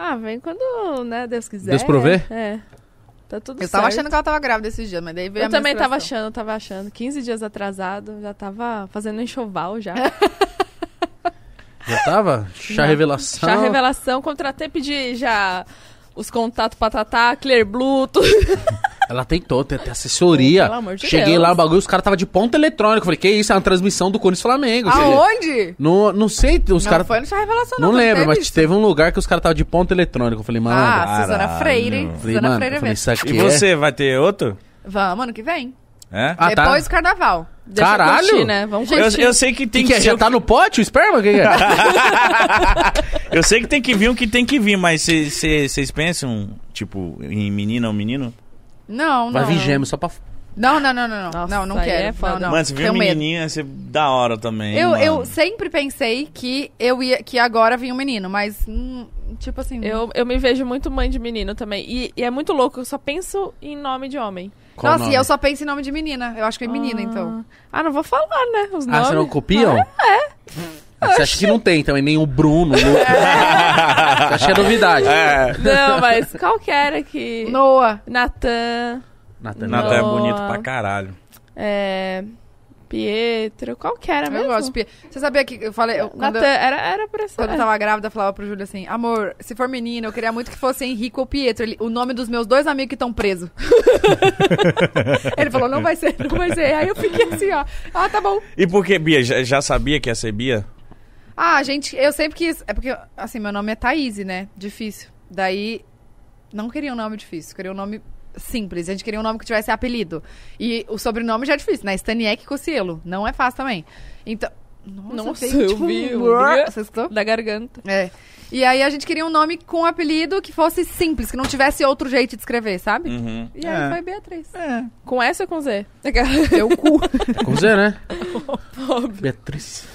[SPEAKER 4] Ah, vem quando, né, Deus quiser.
[SPEAKER 1] Deus prover?
[SPEAKER 4] É. Tá tudo
[SPEAKER 3] Eu tava
[SPEAKER 4] certo.
[SPEAKER 3] achando que ela tava grávida esses dias, mas daí veio
[SPEAKER 4] Eu
[SPEAKER 3] a
[SPEAKER 4] também tava
[SPEAKER 3] menstruação.
[SPEAKER 4] achando, tava achando. 15 dias atrasado, já tava fazendo enxoval já.
[SPEAKER 1] Já tava? Chá
[SPEAKER 4] Não.
[SPEAKER 1] revelação.
[SPEAKER 4] Já revelação, contratei, pedi já os contatos pra Tatá, Clear Blue, tudo.
[SPEAKER 1] Ela tentou, tem até assessoria.
[SPEAKER 4] Pelo amor de
[SPEAKER 1] Cheguei
[SPEAKER 4] Deus.
[SPEAKER 1] lá, o bagulho, os caras tava de ponta eletrônica. Eu Falei, que isso? É uma transmissão do Corinthians Flamengo.
[SPEAKER 3] Aonde?
[SPEAKER 1] Não, não sei, os
[SPEAKER 3] não
[SPEAKER 1] caras.
[SPEAKER 3] foi no Chá Revelação, não.
[SPEAKER 1] Não
[SPEAKER 3] que
[SPEAKER 1] lembro,
[SPEAKER 3] teve
[SPEAKER 1] mas
[SPEAKER 3] isso.
[SPEAKER 1] teve um lugar que os caras estavam de ponta eletrônica. Eu falei, mano.
[SPEAKER 3] Ah,
[SPEAKER 2] Caralho.
[SPEAKER 3] Suzana Freire.
[SPEAKER 2] Falei,
[SPEAKER 1] falei,
[SPEAKER 3] Suzana
[SPEAKER 1] mano,
[SPEAKER 3] Freire
[SPEAKER 1] eu falei,
[SPEAKER 3] mesmo.
[SPEAKER 1] isso aqui
[SPEAKER 2] E
[SPEAKER 1] é-
[SPEAKER 2] você, vai ter outro?
[SPEAKER 3] Vamos, ano que vem.
[SPEAKER 2] É?
[SPEAKER 1] Ah, tá.
[SPEAKER 3] Depois do carnaval.
[SPEAKER 4] Deixa eu
[SPEAKER 1] Caralho!
[SPEAKER 4] curtir, né? Vamos
[SPEAKER 2] eu,
[SPEAKER 4] curtir.
[SPEAKER 2] eu sei que
[SPEAKER 1] Que
[SPEAKER 2] tem
[SPEAKER 1] que
[SPEAKER 2] que,
[SPEAKER 1] é?
[SPEAKER 2] ser-
[SPEAKER 1] Já tá no pote o esperma? Que que é?
[SPEAKER 2] Eu sei que tem que vir o que tem que vir, mas vocês pensam, tipo, em menina ou menino?
[SPEAKER 3] Não,
[SPEAKER 1] Vai
[SPEAKER 3] não.
[SPEAKER 1] vir gêmeo só pra.
[SPEAKER 3] Não, não, não, não. Não,
[SPEAKER 4] Nossa,
[SPEAKER 3] não, não
[SPEAKER 4] aí
[SPEAKER 3] quero.
[SPEAKER 4] é foda.
[SPEAKER 3] Não, não.
[SPEAKER 2] Mano, se vir
[SPEAKER 3] Tenho medo.
[SPEAKER 2] menininha, você da hora também.
[SPEAKER 3] Eu,
[SPEAKER 2] mano.
[SPEAKER 3] eu sempre pensei que eu ia que agora vinha um menino, mas hum, tipo assim,
[SPEAKER 4] Eu, eu me vejo muito mãe de menino também. E, e é muito louco, eu só penso em nome de homem.
[SPEAKER 1] Qual
[SPEAKER 3] Nossa,
[SPEAKER 1] o nome?
[SPEAKER 3] e eu só penso em nome de menina. Eu acho que é menina,
[SPEAKER 4] Ah.
[SPEAKER 3] então.
[SPEAKER 4] Ah, não vou falar, né? Os
[SPEAKER 1] Ah,
[SPEAKER 4] nomes.
[SPEAKER 1] você não copiam? É. Você acha que não tem também nem o Bruno, o Lucas? Você acha que é novidade?
[SPEAKER 2] É.
[SPEAKER 4] Não, mas qual que era que...
[SPEAKER 3] Noah.
[SPEAKER 4] Natan,
[SPEAKER 1] Natan.
[SPEAKER 2] Natan é
[SPEAKER 4] Noah.
[SPEAKER 2] bonito pra caralho.
[SPEAKER 4] é, Pietro, qual que era
[SPEAKER 3] Eu
[SPEAKER 4] é mesmo?
[SPEAKER 3] gosto de Pia. Você sabia que eu falei. eu- quando,
[SPEAKER 4] Natan,
[SPEAKER 3] eu,
[SPEAKER 4] era, era pra essa...
[SPEAKER 3] quando eu tava grávida, eu falava pro Júlio assim: amor, se for menino, eu queria muito que fosse Henrique ou Pietro. Ele- o nome dos meus dois amigos que estão presos. Ele falou: não vai ser, não vai ser. Aí eu fiquei assim, ó. Ah, tá bom.
[SPEAKER 2] E por que, Bia? Já, já sabia que ia ser Bia?
[SPEAKER 3] Ah, gente, eu sempre quis. É porque, assim, meu nome é Thaís, né? Difícil. Daí, não queria um nome difícil, queria um nome simples. A gente queria um nome que tivesse apelido. E o sobrenome já é difícil, né? Staniek Cocielo. Não é fácil também. Então. Nossa,
[SPEAKER 4] Nossa,
[SPEAKER 3] veio
[SPEAKER 4] eu
[SPEAKER 3] tipo um
[SPEAKER 4] vi, eu
[SPEAKER 3] brrr.
[SPEAKER 4] vi.
[SPEAKER 3] Você escutou?
[SPEAKER 4] Da garganta.
[SPEAKER 3] É. E aí a gente queria um nome com apelido que fosse simples, que não tivesse outro jeito de escrever, sabe?
[SPEAKER 2] Uhum.
[SPEAKER 3] E aí
[SPEAKER 2] É.
[SPEAKER 3] foi Beatriz.
[SPEAKER 4] Com S ou com Z?
[SPEAKER 3] Seu cu.
[SPEAKER 1] Com Z, né? Beatriz.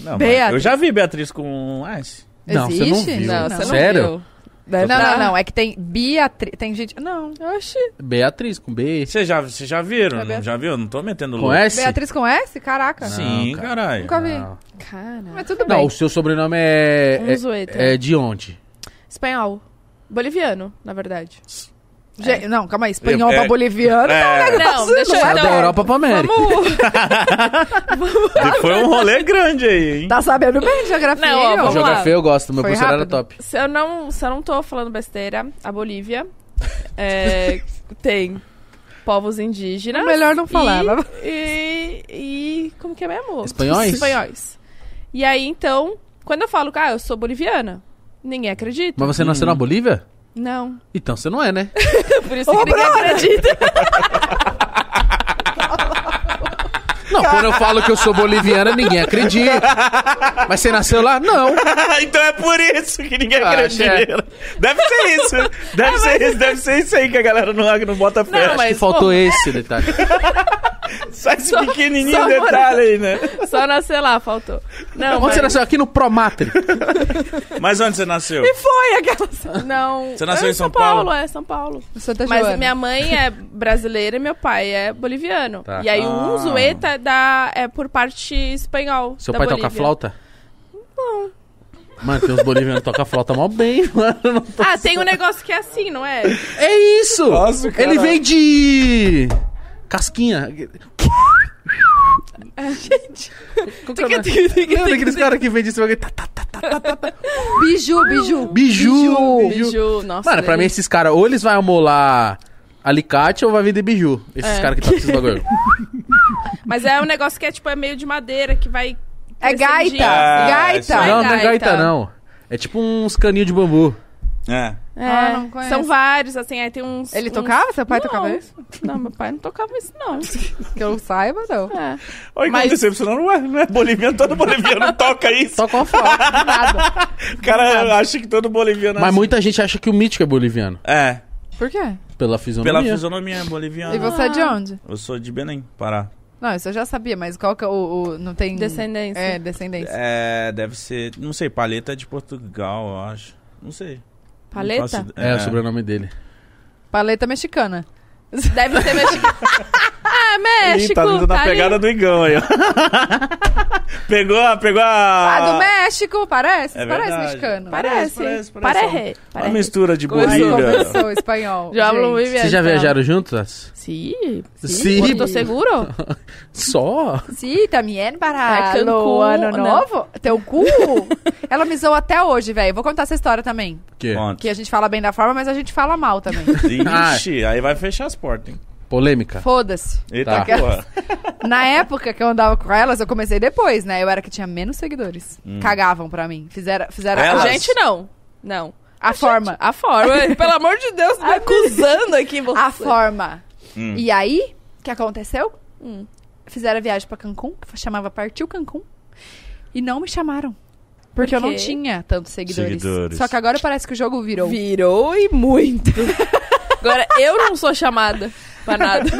[SPEAKER 2] Não, mas
[SPEAKER 3] Beatriz.
[SPEAKER 2] Eu já vi Beatriz com S.
[SPEAKER 1] Não, você não
[SPEAKER 3] Existe?
[SPEAKER 1] viu.
[SPEAKER 3] Não,
[SPEAKER 4] Não, você não
[SPEAKER 1] Sério?
[SPEAKER 4] viu. tá-
[SPEAKER 3] Não, não, não. É que tem Beatriz. Tem gente. Não.
[SPEAKER 4] Oxi.
[SPEAKER 1] Beatriz, com B.
[SPEAKER 2] Vocês já, vocês já viram?
[SPEAKER 4] É
[SPEAKER 2] não,
[SPEAKER 4] Beatriz.
[SPEAKER 2] já viu? Não tô metendo louco.
[SPEAKER 1] Conhece?
[SPEAKER 3] Beatriz com S? Caraca.
[SPEAKER 2] Sim,
[SPEAKER 1] Não, cara.
[SPEAKER 2] caralho.
[SPEAKER 3] Nunca vi.
[SPEAKER 1] Não.
[SPEAKER 4] Cara.
[SPEAKER 3] Mas tudo
[SPEAKER 1] Não,
[SPEAKER 3] bem.
[SPEAKER 1] o seu sobrenome é.
[SPEAKER 4] Um
[SPEAKER 1] é-
[SPEAKER 4] zoeta.
[SPEAKER 1] É, de onde?
[SPEAKER 4] Espanhol. Boliviano, na verdade.
[SPEAKER 3] Gente, Não, calma aí. Espanhol
[SPEAKER 2] É,
[SPEAKER 3] pra
[SPEAKER 2] é.
[SPEAKER 3] boliviano é,
[SPEAKER 2] É.
[SPEAKER 3] um negócio.
[SPEAKER 4] Não, deixa eu-
[SPEAKER 1] É
[SPEAKER 3] vai
[SPEAKER 4] Então,
[SPEAKER 1] da Europa pra América.
[SPEAKER 4] Vamos...
[SPEAKER 2] Foi um rolê grande aí, hein?
[SPEAKER 3] Tá sabendo bem de geografia?
[SPEAKER 4] Não, ó,
[SPEAKER 3] eu?
[SPEAKER 4] vamos lá.
[SPEAKER 1] Geografia eu gosto, meu
[SPEAKER 3] Foi
[SPEAKER 1] professor era
[SPEAKER 3] rápido.
[SPEAKER 1] top.
[SPEAKER 4] se, eu não, se eu não tô falando besteira, a Bolívia é, tem povos indígenas.
[SPEAKER 3] Melhor não falar,
[SPEAKER 4] E,
[SPEAKER 3] mas-
[SPEAKER 4] e, e- como que é mesmo?
[SPEAKER 1] Espanhóis?
[SPEAKER 4] Espanhóis. E aí, então, quando eu falo que ah, eu sou boliviana, ninguém acredita.
[SPEAKER 1] Mas você nasceu na
[SPEAKER 4] Hum.
[SPEAKER 1] Bolívia?
[SPEAKER 4] Não.
[SPEAKER 1] Então você não é, né?
[SPEAKER 4] Por isso que ninguém acredita.
[SPEAKER 1] Não, quando eu falo que eu sou boliviana, ninguém acredita. Mas você nasceu lá? Não.
[SPEAKER 2] então é por isso que ninguém
[SPEAKER 1] Ah,
[SPEAKER 2] acredita. Deve ser isso. Deve ser isso, deve ser isso aí que a galera não, não bota fé.
[SPEAKER 4] Não, mas
[SPEAKER 1] Acho que faltou esse detalhe.
[SPEAKER 2] Só esse pequenininho
[SPEAKER 4] só
[SPEAKER 2] detalhe aí, né?
[SPEAKER 4] só nascer lá, faltou. Não,
[SPEAKER 1] Onde
[SPEAKER 4] mas...
[SPEAKER 1] você nasceu? Aqui no Promatre.
[SPEAKER 2] Mas onde você nasceu?
[SPEAKER 4] Foi aquela... Não.
[SPEAKER 2] Você nasceu
[SPEAKER 4] É
[SPEAKER 2] em São Paulo?
[SPEAKER 4] É, São Paulo.
[SPEAKER 3] Santa
[SPEAKER 4] Mas
[SPEAKER 3] Joana.
[SPEAKER 4] minha mãe é brasileira e meu pai é boliviano.
[SPEAKER 1] Tá.
[SPEAKER 4] E aí o
[SPEAKER 2] Ah.
[SPEAKER 4] um zoeta é, da- é por parte espanhol.
[SPEAKER 1] Seu
[SPEAKER 4] da
[SPEAKER 1] pai
[SPEAKER 4] Bolívia.
[SPEAKER 1] toca flauta? Não. Mano, tem uns bolivianos que tocam flauta mal bem, mano.
[SPEAKER 4] Ah, tem um negócio que é assim, não é?
[SPEAKER 1] É isso!
[SPEAKER 2] Nossa, cara.
[SPEAKER 1] Ele vem de. Casquinha. é Gente. Lembra aqueles caras que vendem esse bagulho? Tá, tá, tá,
[SPEAKER 3] Biju, biju.
[SPEAKER 1] Biju! Biju!
[SPEAKER 4] Biju, nossa.
[SPEAKER 3] é
[SPEAKER 1] Mano, pra mim é esses caras, ou eles vão amolar alicate ou vai vender biju.
[SPEAKER 3] É.
[SPEAKER 1] Esses caras que tá com esses bagulho. assim.
[SPEAKER 4] Mas é um negócio que é tipo, é meio de madeira, que vai.
[SPEAKER 3] É gaita.
[SPEAKER 4] crescendinho.
[SPEAKER 2] Ah, isso
[SPEAKER 3] gaita.
[SPEAKER 2] aí.
[SPEAKER 1] Não, não é
[SPEAKER 4] gaita.
[SPEAKER 1] gaita,
[SPEAKER 3] então.
[SPEAKER 1] não. É tipo uns caninhos de bambu.
[SPEAKER 2] É.
[SPEAKER 4] É,
[SPEAKER 3] Ah, não conheço.
[SPEAKER 4] são vários, assim, aí tem uns.
[SPEAKER 3] Ele
[SPEAKER 4] uns-
[SPEAKER 3] tocava? Seu pai
[SPEAKER 4] Não.
[SPEAKER 3] tocava isso?
[SPEAKER 4] Não, meu pai não tocava isso, não.
[SPEAKER 3] Que eu saiba, não.
[SPEAKER 4] É.
[SPEAKER 2] Olha
[SPEAKER 4] Mas-
[SPEAKER 2] que decepcionando, ué, não é boliviano, todo boliviano toca isso.
[SPEAKER 1] Só com a flauta.
[SPEAKER 2] O cara acha que todo boliviano...
[SPEAKER 1] Mas
[SPEAKER 2] assim-
[SPEAKER 1] muita gente acha que o mítico é boliviano.
[SPEAKER 2] É,
[SPEAKER 3] Por quê?
[SPEAKER 1] Pela fisionomia.
[SPEAKER 2] pela fisionomia boliviana.
[SPEAKER 3] E você é de onde?
[SPEAKER 2] Eu sou de Belém, Pará.
[SPEAKER 3] Não, isso eu já sabia, mas qual que é o... o- não tem...
[SPEAKER 4] Descendência.
[SPEAKER 3] É, descendência.
[SPEAKER 2] É, deve ser... Não sei, paleta é de Portugal, eu acho. Não sei.
[SPEAKER 4] Paleta?
[SPEAKER 2] Não faço-
[SPEAKER 1] É, o sobrenome dele.
[SPEAKER 3] Paleta mexicana.
[SPEAKER 4] Deve ser mexicano. ah, México!
[SPEAKER 2] Ih, tá dentro da
[SPEAKER 4] ali.
[SPEAKER 2] pegada do Igão aí, ó. pegou, a- pegou a...
[SPEAKER 3] Ah, do México, parece?
[SPEAKER 2] É
[SPEAKER 3] parece
[SPEAKER 2] verdade.
[SPEAKER 3] mexicano.
[SPEAKER 4] Parece.
[SPEAKER 2] Parece,
[SPEAKER 4] Parece.
[SPEAKER 2] parece.
[SPEAKER 4] Parece.
[SPEAKER 3] Ah,
[SPEAKER 2] Uma mistura de
[SPEAKER 3] Aí
[SPEAKER 2] Bolívia.
[SPEAKER 3] começou o espanhol.
[SPEAKER 4] Já
[SPEAKER 3] gente.
[SPEAKER 4] hablo muy bien.
[SPEAKER 1] Vocês já viajaram juntos?
[SPEAKER 4] Sim.
[SPEAKER 1] Sim.
[SPEAKER 4] Porto Seguro?
[SPEAKER 1] Só?
[SPEAKER 3] Sim, tá também para
[SPEAKER 4] É Cancún,
[SPEAKER 3] o ano
[SPEAKER 4] não.
[SPEAKER 3] novo. Teu cu. Ela me zoou até hoje, velho. Vou contar essa história também.
[SPEAKER 1] O quê?
[SPEAKER 2] Conta.
[SPEAKER 3] Que a gente fala bem da forma, mas a gente fala mal também.
[SPEAKER 2] Ixi, aí vai fechar as portas, hein?
[SPEAKER 1] Polêmica.
[SPEAKER 3] Foda-se.
[SPEAKER 1] Tá.
[SPEAKER 2] Eita, porra.
[SPEAKER 3] Na época que eu andava com elas, eu comecei depois, né? Eu era que tinha menos seguidores. Cagavam pra mim. Fizeram, fizeram
[SPEAKER 2] Elas?
[SPEAKER 3] a,
[SPEAKER 4] A gente não. Não.
[SPEAKER 3] a forma.
[SPEAKER 4] A forma. Pelo amor de Deus, tá acusando aqui você.
[SPEAKER 3] A forma.
[SPEAKER 2] Hum.
[SPEAKER 3] E aí, o que aconteceu?
[SPEAKER 4] Hum.
[SPEAKER 3] Fizeram a viagem pra Cancún, que chamava Partiu Cancún. E não me chamaram. Porque eu não
[SPEAKER 4] quê?
[SPEAKER 3] tinha tantos seguidores.
[SPEAKER 2] Seguidores.
[SPEAKER 3] Só que agora parece que o jogo virou.
[SPEAKER 4] Virou e muito. Agora, eu não sou chamada pra nada.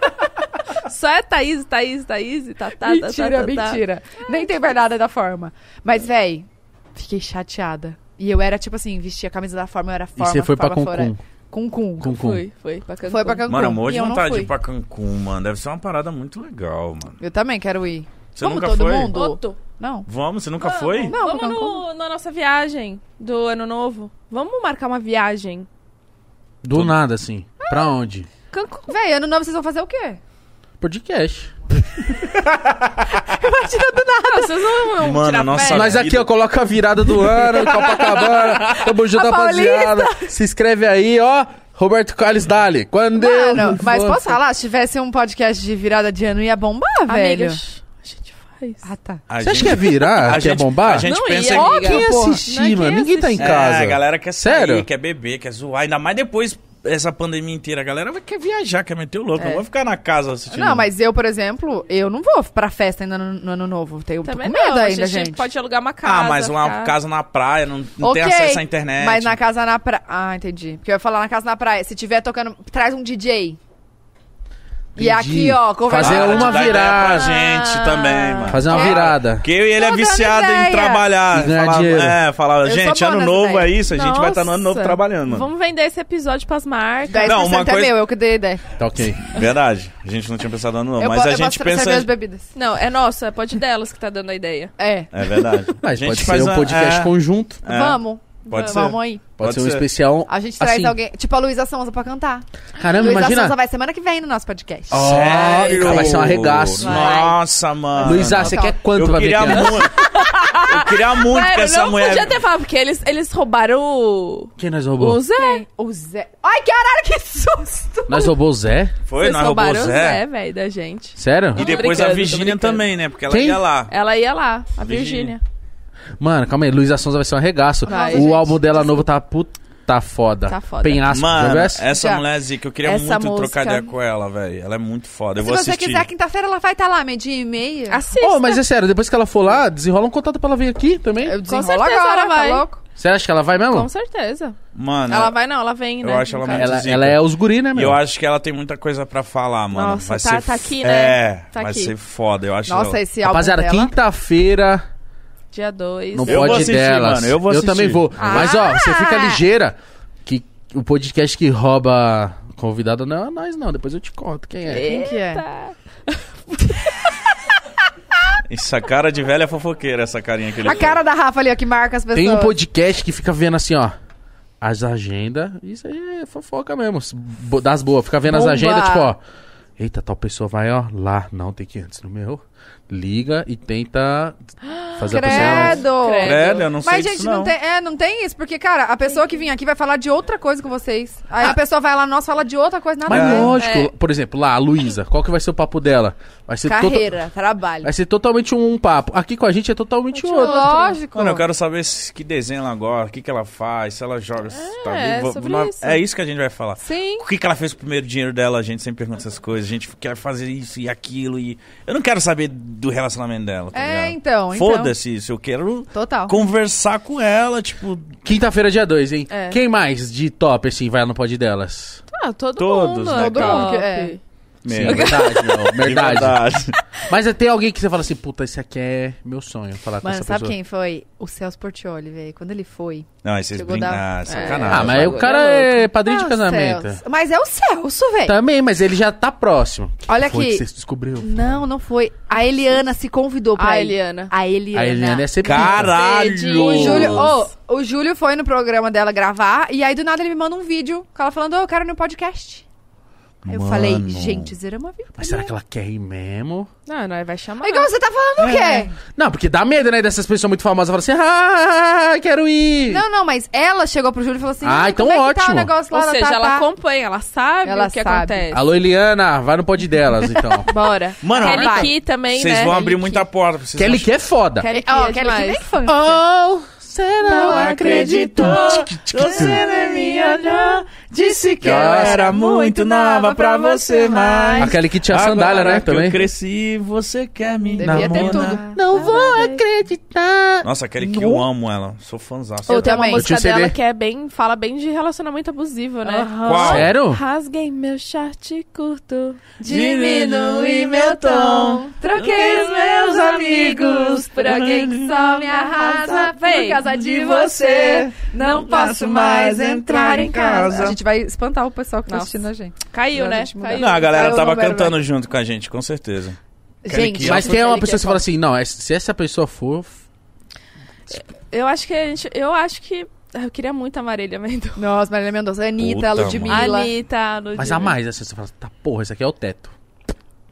[SPEAKER 4] Só é Thaís, Thaís, Thaís, e tá, tá, tá,
[SPEAKER 3] mentira,
[SPEAKER 4] tá, tá, tá.
[SPEAKER 3] mentira. Nem tem mais nada da forma. Mas, véi, fiquei chateada. E eu era, tipo assim, vestia a camisa da forma, eu era
[SPEAKER 1] E
[SPEAKER 3] forma,
[SPEAKER 1] você foi pra
[SPEAKER 3] forma fora.
[SPEAKER 1] Concum.
[SPEAKER 3] Concum.
[SPEAKER 1] Concum.
[SPEAKER 4] Foi, foi. Pra Cancún.
[SPEAKER 3] Foi pra Cancún.
[SPEAKER 2] Mano, amor
[SPEAKER 3] e
[SPEAKER 2] de
[SPEAKER 3] eu não
[SPEAKER 2] vontade de
[SPEAKER 3] fui.
[SPEAKER 2] ir pra Cancún, mano. Deve ser uma parada muito legal, mano.
[SPEAKER 3] Eu também quero ir.
[SPEAKER 2] Você
[SPEAKER 3] Vamos
[SPEAKER 2] nunca
[SPEAKER 3] todo
[SPEAKER 2] foi?
[SPEAKER 3] mundo?
[SPEAKER 4] Outro.
[SPEAKER 3] Não.
[SPEAKER 2] Vamos, você nunca foi?
[SPEAKER 3] Não, pra
[SPEAKER 4] Vamos no, na nossa viagem do ano novo. Vamos marcar uma viagem.
[SPEAKER 1] Do nada, assim. Pra onde?
[SPEAKER 4] Cancún.
[SPEAKER 3] Véi, ano novo vocês vão fazer o quê?
[SPEAKER 1] Podcast.
[SPEAKER 4] Não, Ah, vocês não vão
[SPEAKER 2] Mano,
[SPEAKER 4] tirar
[SPEAKER 3] É.
[SPEAKER 2] nossa-
[SPEAKER 4] férias.
[SPEAKER 1] Nós aqui,
[SPEAKER 2] vida.
[SPEAKER 1] ó, coloca a virada do ano, Copacabana. Tamo junto,
[SPEAKER 3] A Paulista.
[SPEAKER 1] rapaziada. Se inscreve aí, ó. Roberto Carlos Dali. Quando
[SPEAKER 3] Mano,
[SPEAKER 1] eu
[SPEAKER 3] mas
[SPEAKER 1] for-
[SPEAKER 3] posso falar? Se tivesse um podcast de virada de ano, ia bombar, velho.
[SPEAKER 4] Amigas, a gente faz.
[SPEAKER 3] Ah, tá.
[SPEAKER 1] Você
[SPEAKER 2] A
[SPEAKER 1] acha
[SPEAKER 2] gente-
[SPEAKER 1] que é virar?
[SPEAKER 2] a
[SPEAKER 1] que é
[SPEAKER 2] gente-
[SPEAKER 1] bombar?
[SPEAKER 2] A gente
[SPEAKER 4] Não é
[SPEAKER 2] pensa
[SPEAKER 4] ia,
[SPEAKER 2] em...
[SPEAKER 4] amiga.
[SPEAKER 1] Quem ia
[SPEAKER 3] Porra,
[SPEAKER 1] assistir,
[SPEAKER 4] né? Quem
[SPEAKER 1] mano?
[SPEAKER 4] ia
[SPEAKER 1] Ninguém tá em
[SPEAKER 4] assistir?
[SPEAKER 1] casa.
[SPEAKER 2] É, a galera quer sair,
[SPEAKER 1] Sério?
[SPEAKER 2] quer beber, quer zoar. Ainda mais depois dessa pandemia inteira. A galera vai- quer viajar, quer meter o louco. Eu vou ficar na casa assistindo.
[SPEAKER 3] É. Não, mas eu, por exemplo, eu não vou pra festa ainda no, no ano novo. Tenho
[SPEAKER 4] Também
[SPEAKER 3] tô com medo
[SPEAKER 4] não,
[SPEAKER 3] ainda,
[SPEAKER 4] a gente, pode alugar uma
[SPEAKER 2] Ah,
[SPEAKER 4] casa.
[SPEAKER 2] mas uma
[SPEAKER 4] ficar-
[SPEAKER 2] casa na praia, não, não tem
[SPEAKER 3] Ok,
[SPEAKER 2] acesso à internet.
[SPEAKER 3] Mas na casa na praia. Ah, entendi. Porque eu ia falar na casa na praia. Se tiver tocando, traz um DJ.
[SPEAKER 1] Entendi.
[SPEAKER 3] E aqui, ó, conversando.
[SPEAKER 1] Fazer
[SPEAKER 2] Ah,
[SPEAKER 1] uma
[SPEAKER 2] dá ideia
[SPEAKER 1] virada.
[SPEAKER 2] Pra gente também, mano.
[SPEAKER 1] Fazer uma
[SPEAKER 3] É.
[SPEAKER 1] virada.
[SPEAKER 2] Porque eu e ele é
[SPEAKER 3] Tô dando
[SPEAKER 2] viciado em
[SPEAKER 3] ideia.
[SPEAKER 2] trabalhar.
[SPEAKER 1] E ganhar
[SPEAKER 2] Falava-
[SPEAKER 1] dinheiro.
[SPEAKER 2] É, falava,
[SPEAKER 3] Eu sou
[SPEAKER 2] gente,
[SPEAKER 3] boa
[SPEAKER 2] ano
[SPEAKER 3] nessa
[SPEAKER 2] novo
[SPEAKER 3] ideia.
[SPEAKER 2] é isso, a gente vai estar no ano novo
[SPEAKER 4] Nossa.
[SPEAKER 2] trabalhando, mano.
[SPEAKER 4] Vamos vender esse episódio pras marcas.
[SPEAKER 3] 10%
[SPEAKER 2] Não, uma
[SPEAKER 3] é
[SPEAKER 2] coisa-
[SPEAKER 3] meu, eu que dei a ideia.
[SPEAKER 1] Tá ok.
[SPEAKER 2] Verdade. A gente não tinha pensado no ano novo,
[SPEAKER 3] eu
[SPEAKER 2] mas
[SPEAKER 3] po-
[SPEAKER 2] a
[SPEAKER 3] eu
[SPEAKER 2] gente
[SPEAKER 3] posso trazer
[SPEAKER 2] pensa.
[SPEAKER 3] minhas bebidas.
[SPEAKER 4] Não, é nossa, pode delas que tá dando a ideia.
[SPEAKER 3] É.
[SPEAKER 2] É verdade.
[SPEAKER 1] Mas
[SPEAKER 2] a gente
[SPEAKER 1] pode
[SPEAKER 2] faz
[SPEAKER 1] ser um podcast
[SPEAKER 2] é,
[SPEAKER 1] conjunto.
[SPEAKER 2] é.
[SPEAKER 3] Vamos.
[SPEAKER 2] Pode ser.
[SPEAKER 3] Vamos aí.
[SPEAKER 2] Pode
[SPEAKER 1] Pode ser um
[SPEAKER 2] ser.
[SPEAKER 1] especial.
[SPEAKER 3] A gente traz
[SPEAKER 1] assim.
[SPEAKER 3] alguém. Tipo a Luísa Sonza pra cantar.
[SPEAKER 1] Caramba,
[SPEAKER 3] Luísa
[SPEAKER 1] imagina.
[SPEAKER 3] Sonza vai semana que vem no nosso podcast.
[SPEAKER 1] Ó, cara, vai ser um arregaço.
[SPEAKER 2] Nossa, mano.
[SPEAKER 1] Luísa, você quer quanto
[SPEAKER 2] eu
[SPEAKER 1] pra ver
[SPEAKER 2] queria
[SPEAKER 1] aqui?
[SPEAKER 2] muito. Eu queria muito que
[SPEAKER 4] Sério,
[SPEAKER 2] essa
[SPEAKER 4] não
[SPEAKER 2] mulher.
[SPEAKER 4] podia ter falado, porque eles, eles roubaram o.
[SPEAKER 1] Quem nós
[SPEAKER 4] O
[SPEAKER 1] roubou?
[SPEAKER 4] Zé.
[SPEAKER 3] O Zé. Ai, caralho, que susto!
[SPEAKER 1] Nós roubou o Zé?
[SPEAKER 2] Foi,
[SPEAKER 4] Eles
[SPEAKER 2] nós roubou o
[SPEAKER 4] roubaram o
[SPEAKER 2] é Zé.
[SPEAKER 3] né?
[SPEAKER 4] Zé, velho, da gente.
[SPEAKER 1] Sério?
[SPEAKER 2] E depois a
[SPEAKER 4] brincando, tô
[SPEAKER 2] Virgínia
[SPEAKER 4] brincando.
[SPEAKER 2] também, né? Porque ela
[SPEAKER 1] Quem?
[SPEAKER 2] ia lá.
[SPEAKER 4] Ela ia lá, a
[SPEAKER 2] Virgínia.
[SPEAKER 4] Virgínia.
[SPEAKER 1] Mano, calma aí. Luísa Sonza vai ser um arregaço.
[SPEAKER 3] Vai,
[SPEAKER 1] o
[SPEAKER 3] gente.
[SPEAKER 1] álbum dela novo tá puta foda.
[SPEAKER 4] Tá foda.
[SPEAKER 1] Penhasco, já
[SPEAKER 2] Mano, é-
[SPEAKER 1] viu essa?
[SPEAKER 2] essa
[SPEAKER 3] Já.
[SPEAKER 2] mulher zica, eu queria
[SPEAKER 4] Essa
[SPEAKER 2] muito
[SPEAKER 4] música.
[SPEAKER 2] trocar ideia com ela, velho. Ela é muito foda. Eu
[SPEAKER 3] Se
[SPEAKER 2] vou
[SPEAKER 3] você
[SPEAKER 2] assistir.
[SPEAKER 3] quiser, quinta-feira ela vai estar lá, meio dia e meia.
[SPEAKER 4] Assista.
[SPEAKER 1] Ô, mas é sério, depois que ela for lá, desenrola um contato pra ela vir aqui também.
[SPEAKER 3] tá- Eu
[SPEAKER 4] Com
[SPEAKER 3] desenrolo
[SPEAKER 4] certeza
[SPEAKER 3] agora,
[SPEAKER 4] ela
[SPEAKER 3] tá
[SPEAKER 4] vai.
[SPEAKER 3] louco?
[SPEAKER 1] Você acha que ela vai mesmo?
[SPEAKER 4] Com certeza.
[SPEAKER 2] Mano,
[SPEAKER 4] Ela vai não, ela vem,
[SPEAKER 2] eu
[SPEAKER 4] né?
[SPEAKER 2] acho
[SPEAKER 4] no
[SPEAKER 2] ela
[SPEAKER 4] caso.
[SPEAKER 2] muito
[SPEAKER 1] Ela,
[SPEAKER 2] zica.
[SPEAKER 1] ela é os guri, né,
[SPEAKER 2] E
[SPEAKER 1] meu?
[SPEAKER 2] Eu acho que ela tem muita coisa pra falar, mano.
[SPEAKER 4] Nossa,
[SPEAKER 2] vai
[SPEAKER 4] tá-
[SPEAKER 2] ser
[SPEAKER 4] tá
[SPEAKER 2] f-
[SPEAKER 4] aqui, né?
[SPEAKER 2] É,
[SPEAKER 4] Tá
[SPEAKER 2] vai
[SPEAKER 4] aqui.
[SPEAKER 2] ser foda. Eu acho
[SPEAKER 3] Nossa,
[SPEAKER 2] ela-
[SPEAKER 3] esse álbum
[SPEAKER 1] Rapaziada,
[SPEAKER 3] dela.
[SPEAKER 1] quinta-feira
[SPEAKER 4] Dia 2.
[SPEAKER 1] no
[SPEAKER 2] Eu vou
[SPEAKER 1] Pod
[SPEAKER 2] assistir,
[SPEAKER 1] Delas.
[SPEAKER 2] mano, eu vou assistir.
[SPEAKER 1] também vou.
[SPEAKER 3] Ah!
[SPEAKER 1] Mas, ó, você fica ligeira que o podcast que rouba convidado não é nós, não. Depois eu te conto quem é.
[SPEAKER 3] Quem que é?
[SPEAKER 2] Essa cara de velha é fofoqueira, essa carinha que ele
[SPEAKER 3] A cara da Rafa ali, ó, que marca as pessoas.
[SPEAKER 1] Tem um podcast que fica vendo assim, ó. As agendas. Isso aí é fofoca mesmo. bo- Das boas. Fica vendo as
[SPEAKER 3] Bomba.
[SPEAKER 1] agendas, tipo, ó. Eita, tal pessoa vai, ó, lá. Não, tem que ir antes no meu. Liga e tenta fazer a pessoa.
[SPEAKER 3] Credo!
[SPEAKER 4] Credo.
[SPEAKER 2] Velha, eu não sei
[SPEAKER 3] Mas,
[SPEAKER 2] disso,
[SPEAKER 3] gente, não. tem, é, não tem isso, porque, cara, a pessoa que vem aqui vai falar de outra coisa com vocês. Aí a pessoa vai lá, nossa, fala de outra coisa, nada a
[SPEAKER 1] Mas
[SPEAKER 3] ver.
[SPEAKER 1] lógico,
[SPEAKER 4] É.
[SPEAKER 1] por exemplo, lá, a Luísa, qual que vai ser o papo dela? Vai ser, tota-
[SPEAKER 3] Carreira, trabalho.
[SPEAKER 1] vai ser totalmente um papo. Aqui com a gente é totalmente outro.
[SPEAKER 3] Lógico.
[SPEAKER 2] Mano, eu quero saber se- que desenho ela gosta, o que, que ela faz, se ela joga. se tá
[SPEAKER 4] é
[SPEAKER 2] viva.
[SPEAKER 4] sobre
[SPEAKER 2] Nós-
[SPEAKER 4] isso.
[SPEAKER 2] é isso que a gente vai falar.
[SPEAKER 3] Sim.
[SPEAKER 2] O que, que ela fez com o primeiro dinheiro dela? A gente sempre pergunta essas coisas. A gente quer fazer isso e aquilo. e Eu não quero saber do relacionamento dela. Tá
[SPEAKER 3] É,
[SPEAKER 2] ligado?
[SPEAKER 3] então, então.
[SPEAKER 2] Foda-se isso. Eu quero
[SPEAKER 3] Total.
[SPEAKER 2] conversar com ela. Tipo,
[SPEAKER 1] Quinta-feira, dia 2, hein?
[SPEAKER 4] É.
[SPEAKER 1] Quem mais de top, assim, vai lá no pod delas?
[SPEAKER 4] Ah, todo
[SPEAKER 2] Todos,
[SPEAKER 4] mundo.
[SPEAKER 2] né,
[SPEAKER 4] todo
[SPEAKER 2] cara?
[SPEAKER 4] mundo.
[SPEAKER 3] É.
[SPEAKER 4] É.
[SPEAKER 1] Sim, verdade, meu,
[SPEAKER 2] de
[SPEAKER 1] verdade. Mas tem alguém que você fala assim, puta, esse aqui é meu sonho, falar com
[SPEAKER 3] Mano,
[SPEAKER 1] essa
[SPEAKER 3] sabe
[SPEAKER 1] pessoa.
[SPEAKER 3] quem foi? O Celso Portioli, velho. Quando ele foi.
[SPEAKER 2] Não, aí vocês
[SPEAKER 3] Chegou
[SPEAKER 2] brincam.
[SPEAKER 3] da-
[SPEAKER 2] Ah,
[SPEAKER 1] Ah,
[SPEAKER 4] Ah,
[SPEAKER 2] sacanagem.
[SPEAKER 1] mas aí o
[SPEAKER 4] bagulho
[SPEAKER 1] cara
[SPEAKER 4] é
[SPEAKER 1] é padrinho de
[SPEAKER 3] Ah,
[SPEAKER 1] casamento.
[SPEAKER 3] Celso. Mas é o Celso, velho.
[SPEAKER 1] Também, mas ele já tá próximo.
[SPEAKER 3] Olha
[SPEAKER 1] Foi
[SPEAKER 3] aqui.
[SPEAKER 1] que você descobriu.
[SPEAKER 3] Não, não foi. A Eliana se convidou pra
[SPEAKER 4] A
[SPEAKER 3] ir.
[SPEAKER 4] Eliana.
[SPEAKER 3] A Eliana.
[SPEAKER 1] A Eliana é sempre.
[SPEAKER 2] Caralho!
[SPEAKER 3] O Júlio,
[SPEAKER 4] Nossa.
[SPEAKER 3] ô, o Júlio foi no programa dela gravar e aí do nada ele me manda um vídeo com ela falando, ô, eu quero ir no podcast. Aí eu
[SPEAKER 2] Mano.
[SPEAKER 3] falei, gente, zeramos a vida.
[SPEAKER 1] Mas será que ela quer ir mesmo?
[SPEAKER 4] Não, não, vai chamar.
[SPEAKER 3] É Igual você tá falando o quê?
[SPEAKER 1] Não, porque dá medo, né? Dessas pessoas muito famosas falam assim, ah, quero ir.
[SPEAKER 3] Não, não, mas ela chegou pro Júlio e falou assim,
[SPEAKER 1] Ah,
[SPEAKER 3] "Ai,
[SPEAKER 1] então
[SPEAKER 3] como é que tá
[SPEAKER 1] ótimo.
[SPEAKER 3] o negócio lá
[SPEAKER 4] Ou
[SPEAKER 3] da
[SPEAKER 4] seja, ela
[SPEAKER 3] Tatá?"
[SPEAKER 4] acompanha, ela sabe
[SPEAKER 3] Ela
[SPEAKER 4] o que
[SPEAKER 3] sabe.
[SPEAKER 4] acontece.
[SPEAKER 1] Alô, Eliana, vai no pod delas, então.
[SPEAKER 4] Bora.
[SPEAKER 2] Mano,
[SPEAKER 4] Kelly
[SPEAKER 3] vai.
[SPEAKER 4] Key também, né?
[SPEAKER 2] Vocês vão abrir
[SPEAKER 4] Kelly
[SPEAKER 2] muita
[SPEAKER 4] Key.
[SPEAKER 2] porta. Vocês
[SPEAKER 1] Kelly
[SPEAKER 2] acham-
[SPEAKER 1] que é foda.
[SPEAKER 4] Kelly Key
[SPEAKER 3] Ó,
[SPEAKER 4] é
[SPEAKER 3] Kelly, que
[SPEAKER 4] demais.
[SPEAKER 3] nem fã.
[SPEAKER 1] Oh, você não acreditou.
[SPEAKER 2] Você não me olhou, disse que eu
[SPEAKER 1] Nossa.
[SPEAKER 2] era muito nova pra você,
[SPEAKER 3] é
[SPEAKER 2] mas...
[SPEAKER 1] A Kelly que tinha sandália,
[SPEAKER 2] Agora
[SPEAKER 1] né?
[SPEAKER 2] que Eu
[SPEAKER 1] Também.
[SPEAKER 2] cresci, você quer me
[SPEAKER 3] Devia ter
[SPEAKER 2] namorar.
[SPEAKER 3] tudo.
[SPEAKER 1] Não vou acreditar.
[SPEAKER 2] Nossa, a Kelly que eu amo ela. Sou fãzão.
[SPEAKER 4] Ou tem
[SPEAKER 3] também.
[SPEAKER 4] uma
[SPEAKER 1] Eu tinha
[SPEAKER 4] música
[SPEAKER 1] um CD.
[SPEAKER 4] dela que é bem, fala bem de relacionamento abusivo, né?
[SPEAKER 2] Qual?
[SPEAKER 1] Sério?
[SPEAKER 4] Rasguei meu short curto.
[SPEAKER 2] Diminui meu tom,
[SPEAKER 3] Então, troquei os meus amigos por alguém que só me arrasa por causa de você. Não posso mais entrar em casa.
[SPEAKER 2] A
[SPEAKER 3] gente vai espantar o pessoal que
[SPEAKER 4] tá assistindo
[SPEAKER 3] a gente.
[SPEAKER 4] Caiu,
[SPEAKER 3] Não,
[SPEAKER 4] né?
[SPEAKER 3] deixa eu mudar.
[SPEAKER 4] Caiu.
[SPEAKER 2] Não, a galera
[SPEAKER 3] Caiu o
[SPEAKER 2] tava
[SPEAKER 3] número,
[SPEAKER 2] cantando junto com a gente, com certeza.
[SPEAKER 3] Gente,
[SPEAKER 1] Mas
[SPEAKER 3] mas
[SPEAKER 1] tem uma pessoa que fala assim, não, é- se essa pessoa for...
[SPEAKER 4] Eu acho que a gente. Eu acho que. Ah, Eu queria muito a Marília Mendonça.
[SPEAKER 3] assim, Nossa, Marília Mendonça, é Anitta,
[SPEAKER 2] Puta,
[SPEAKER 3] Ludmilla.
[SPEAKER 4] Anitta, Ludmilla.
[SPEAKER 1] Mas a mais, assim, você fala, tá porra, esse aqui é o teto.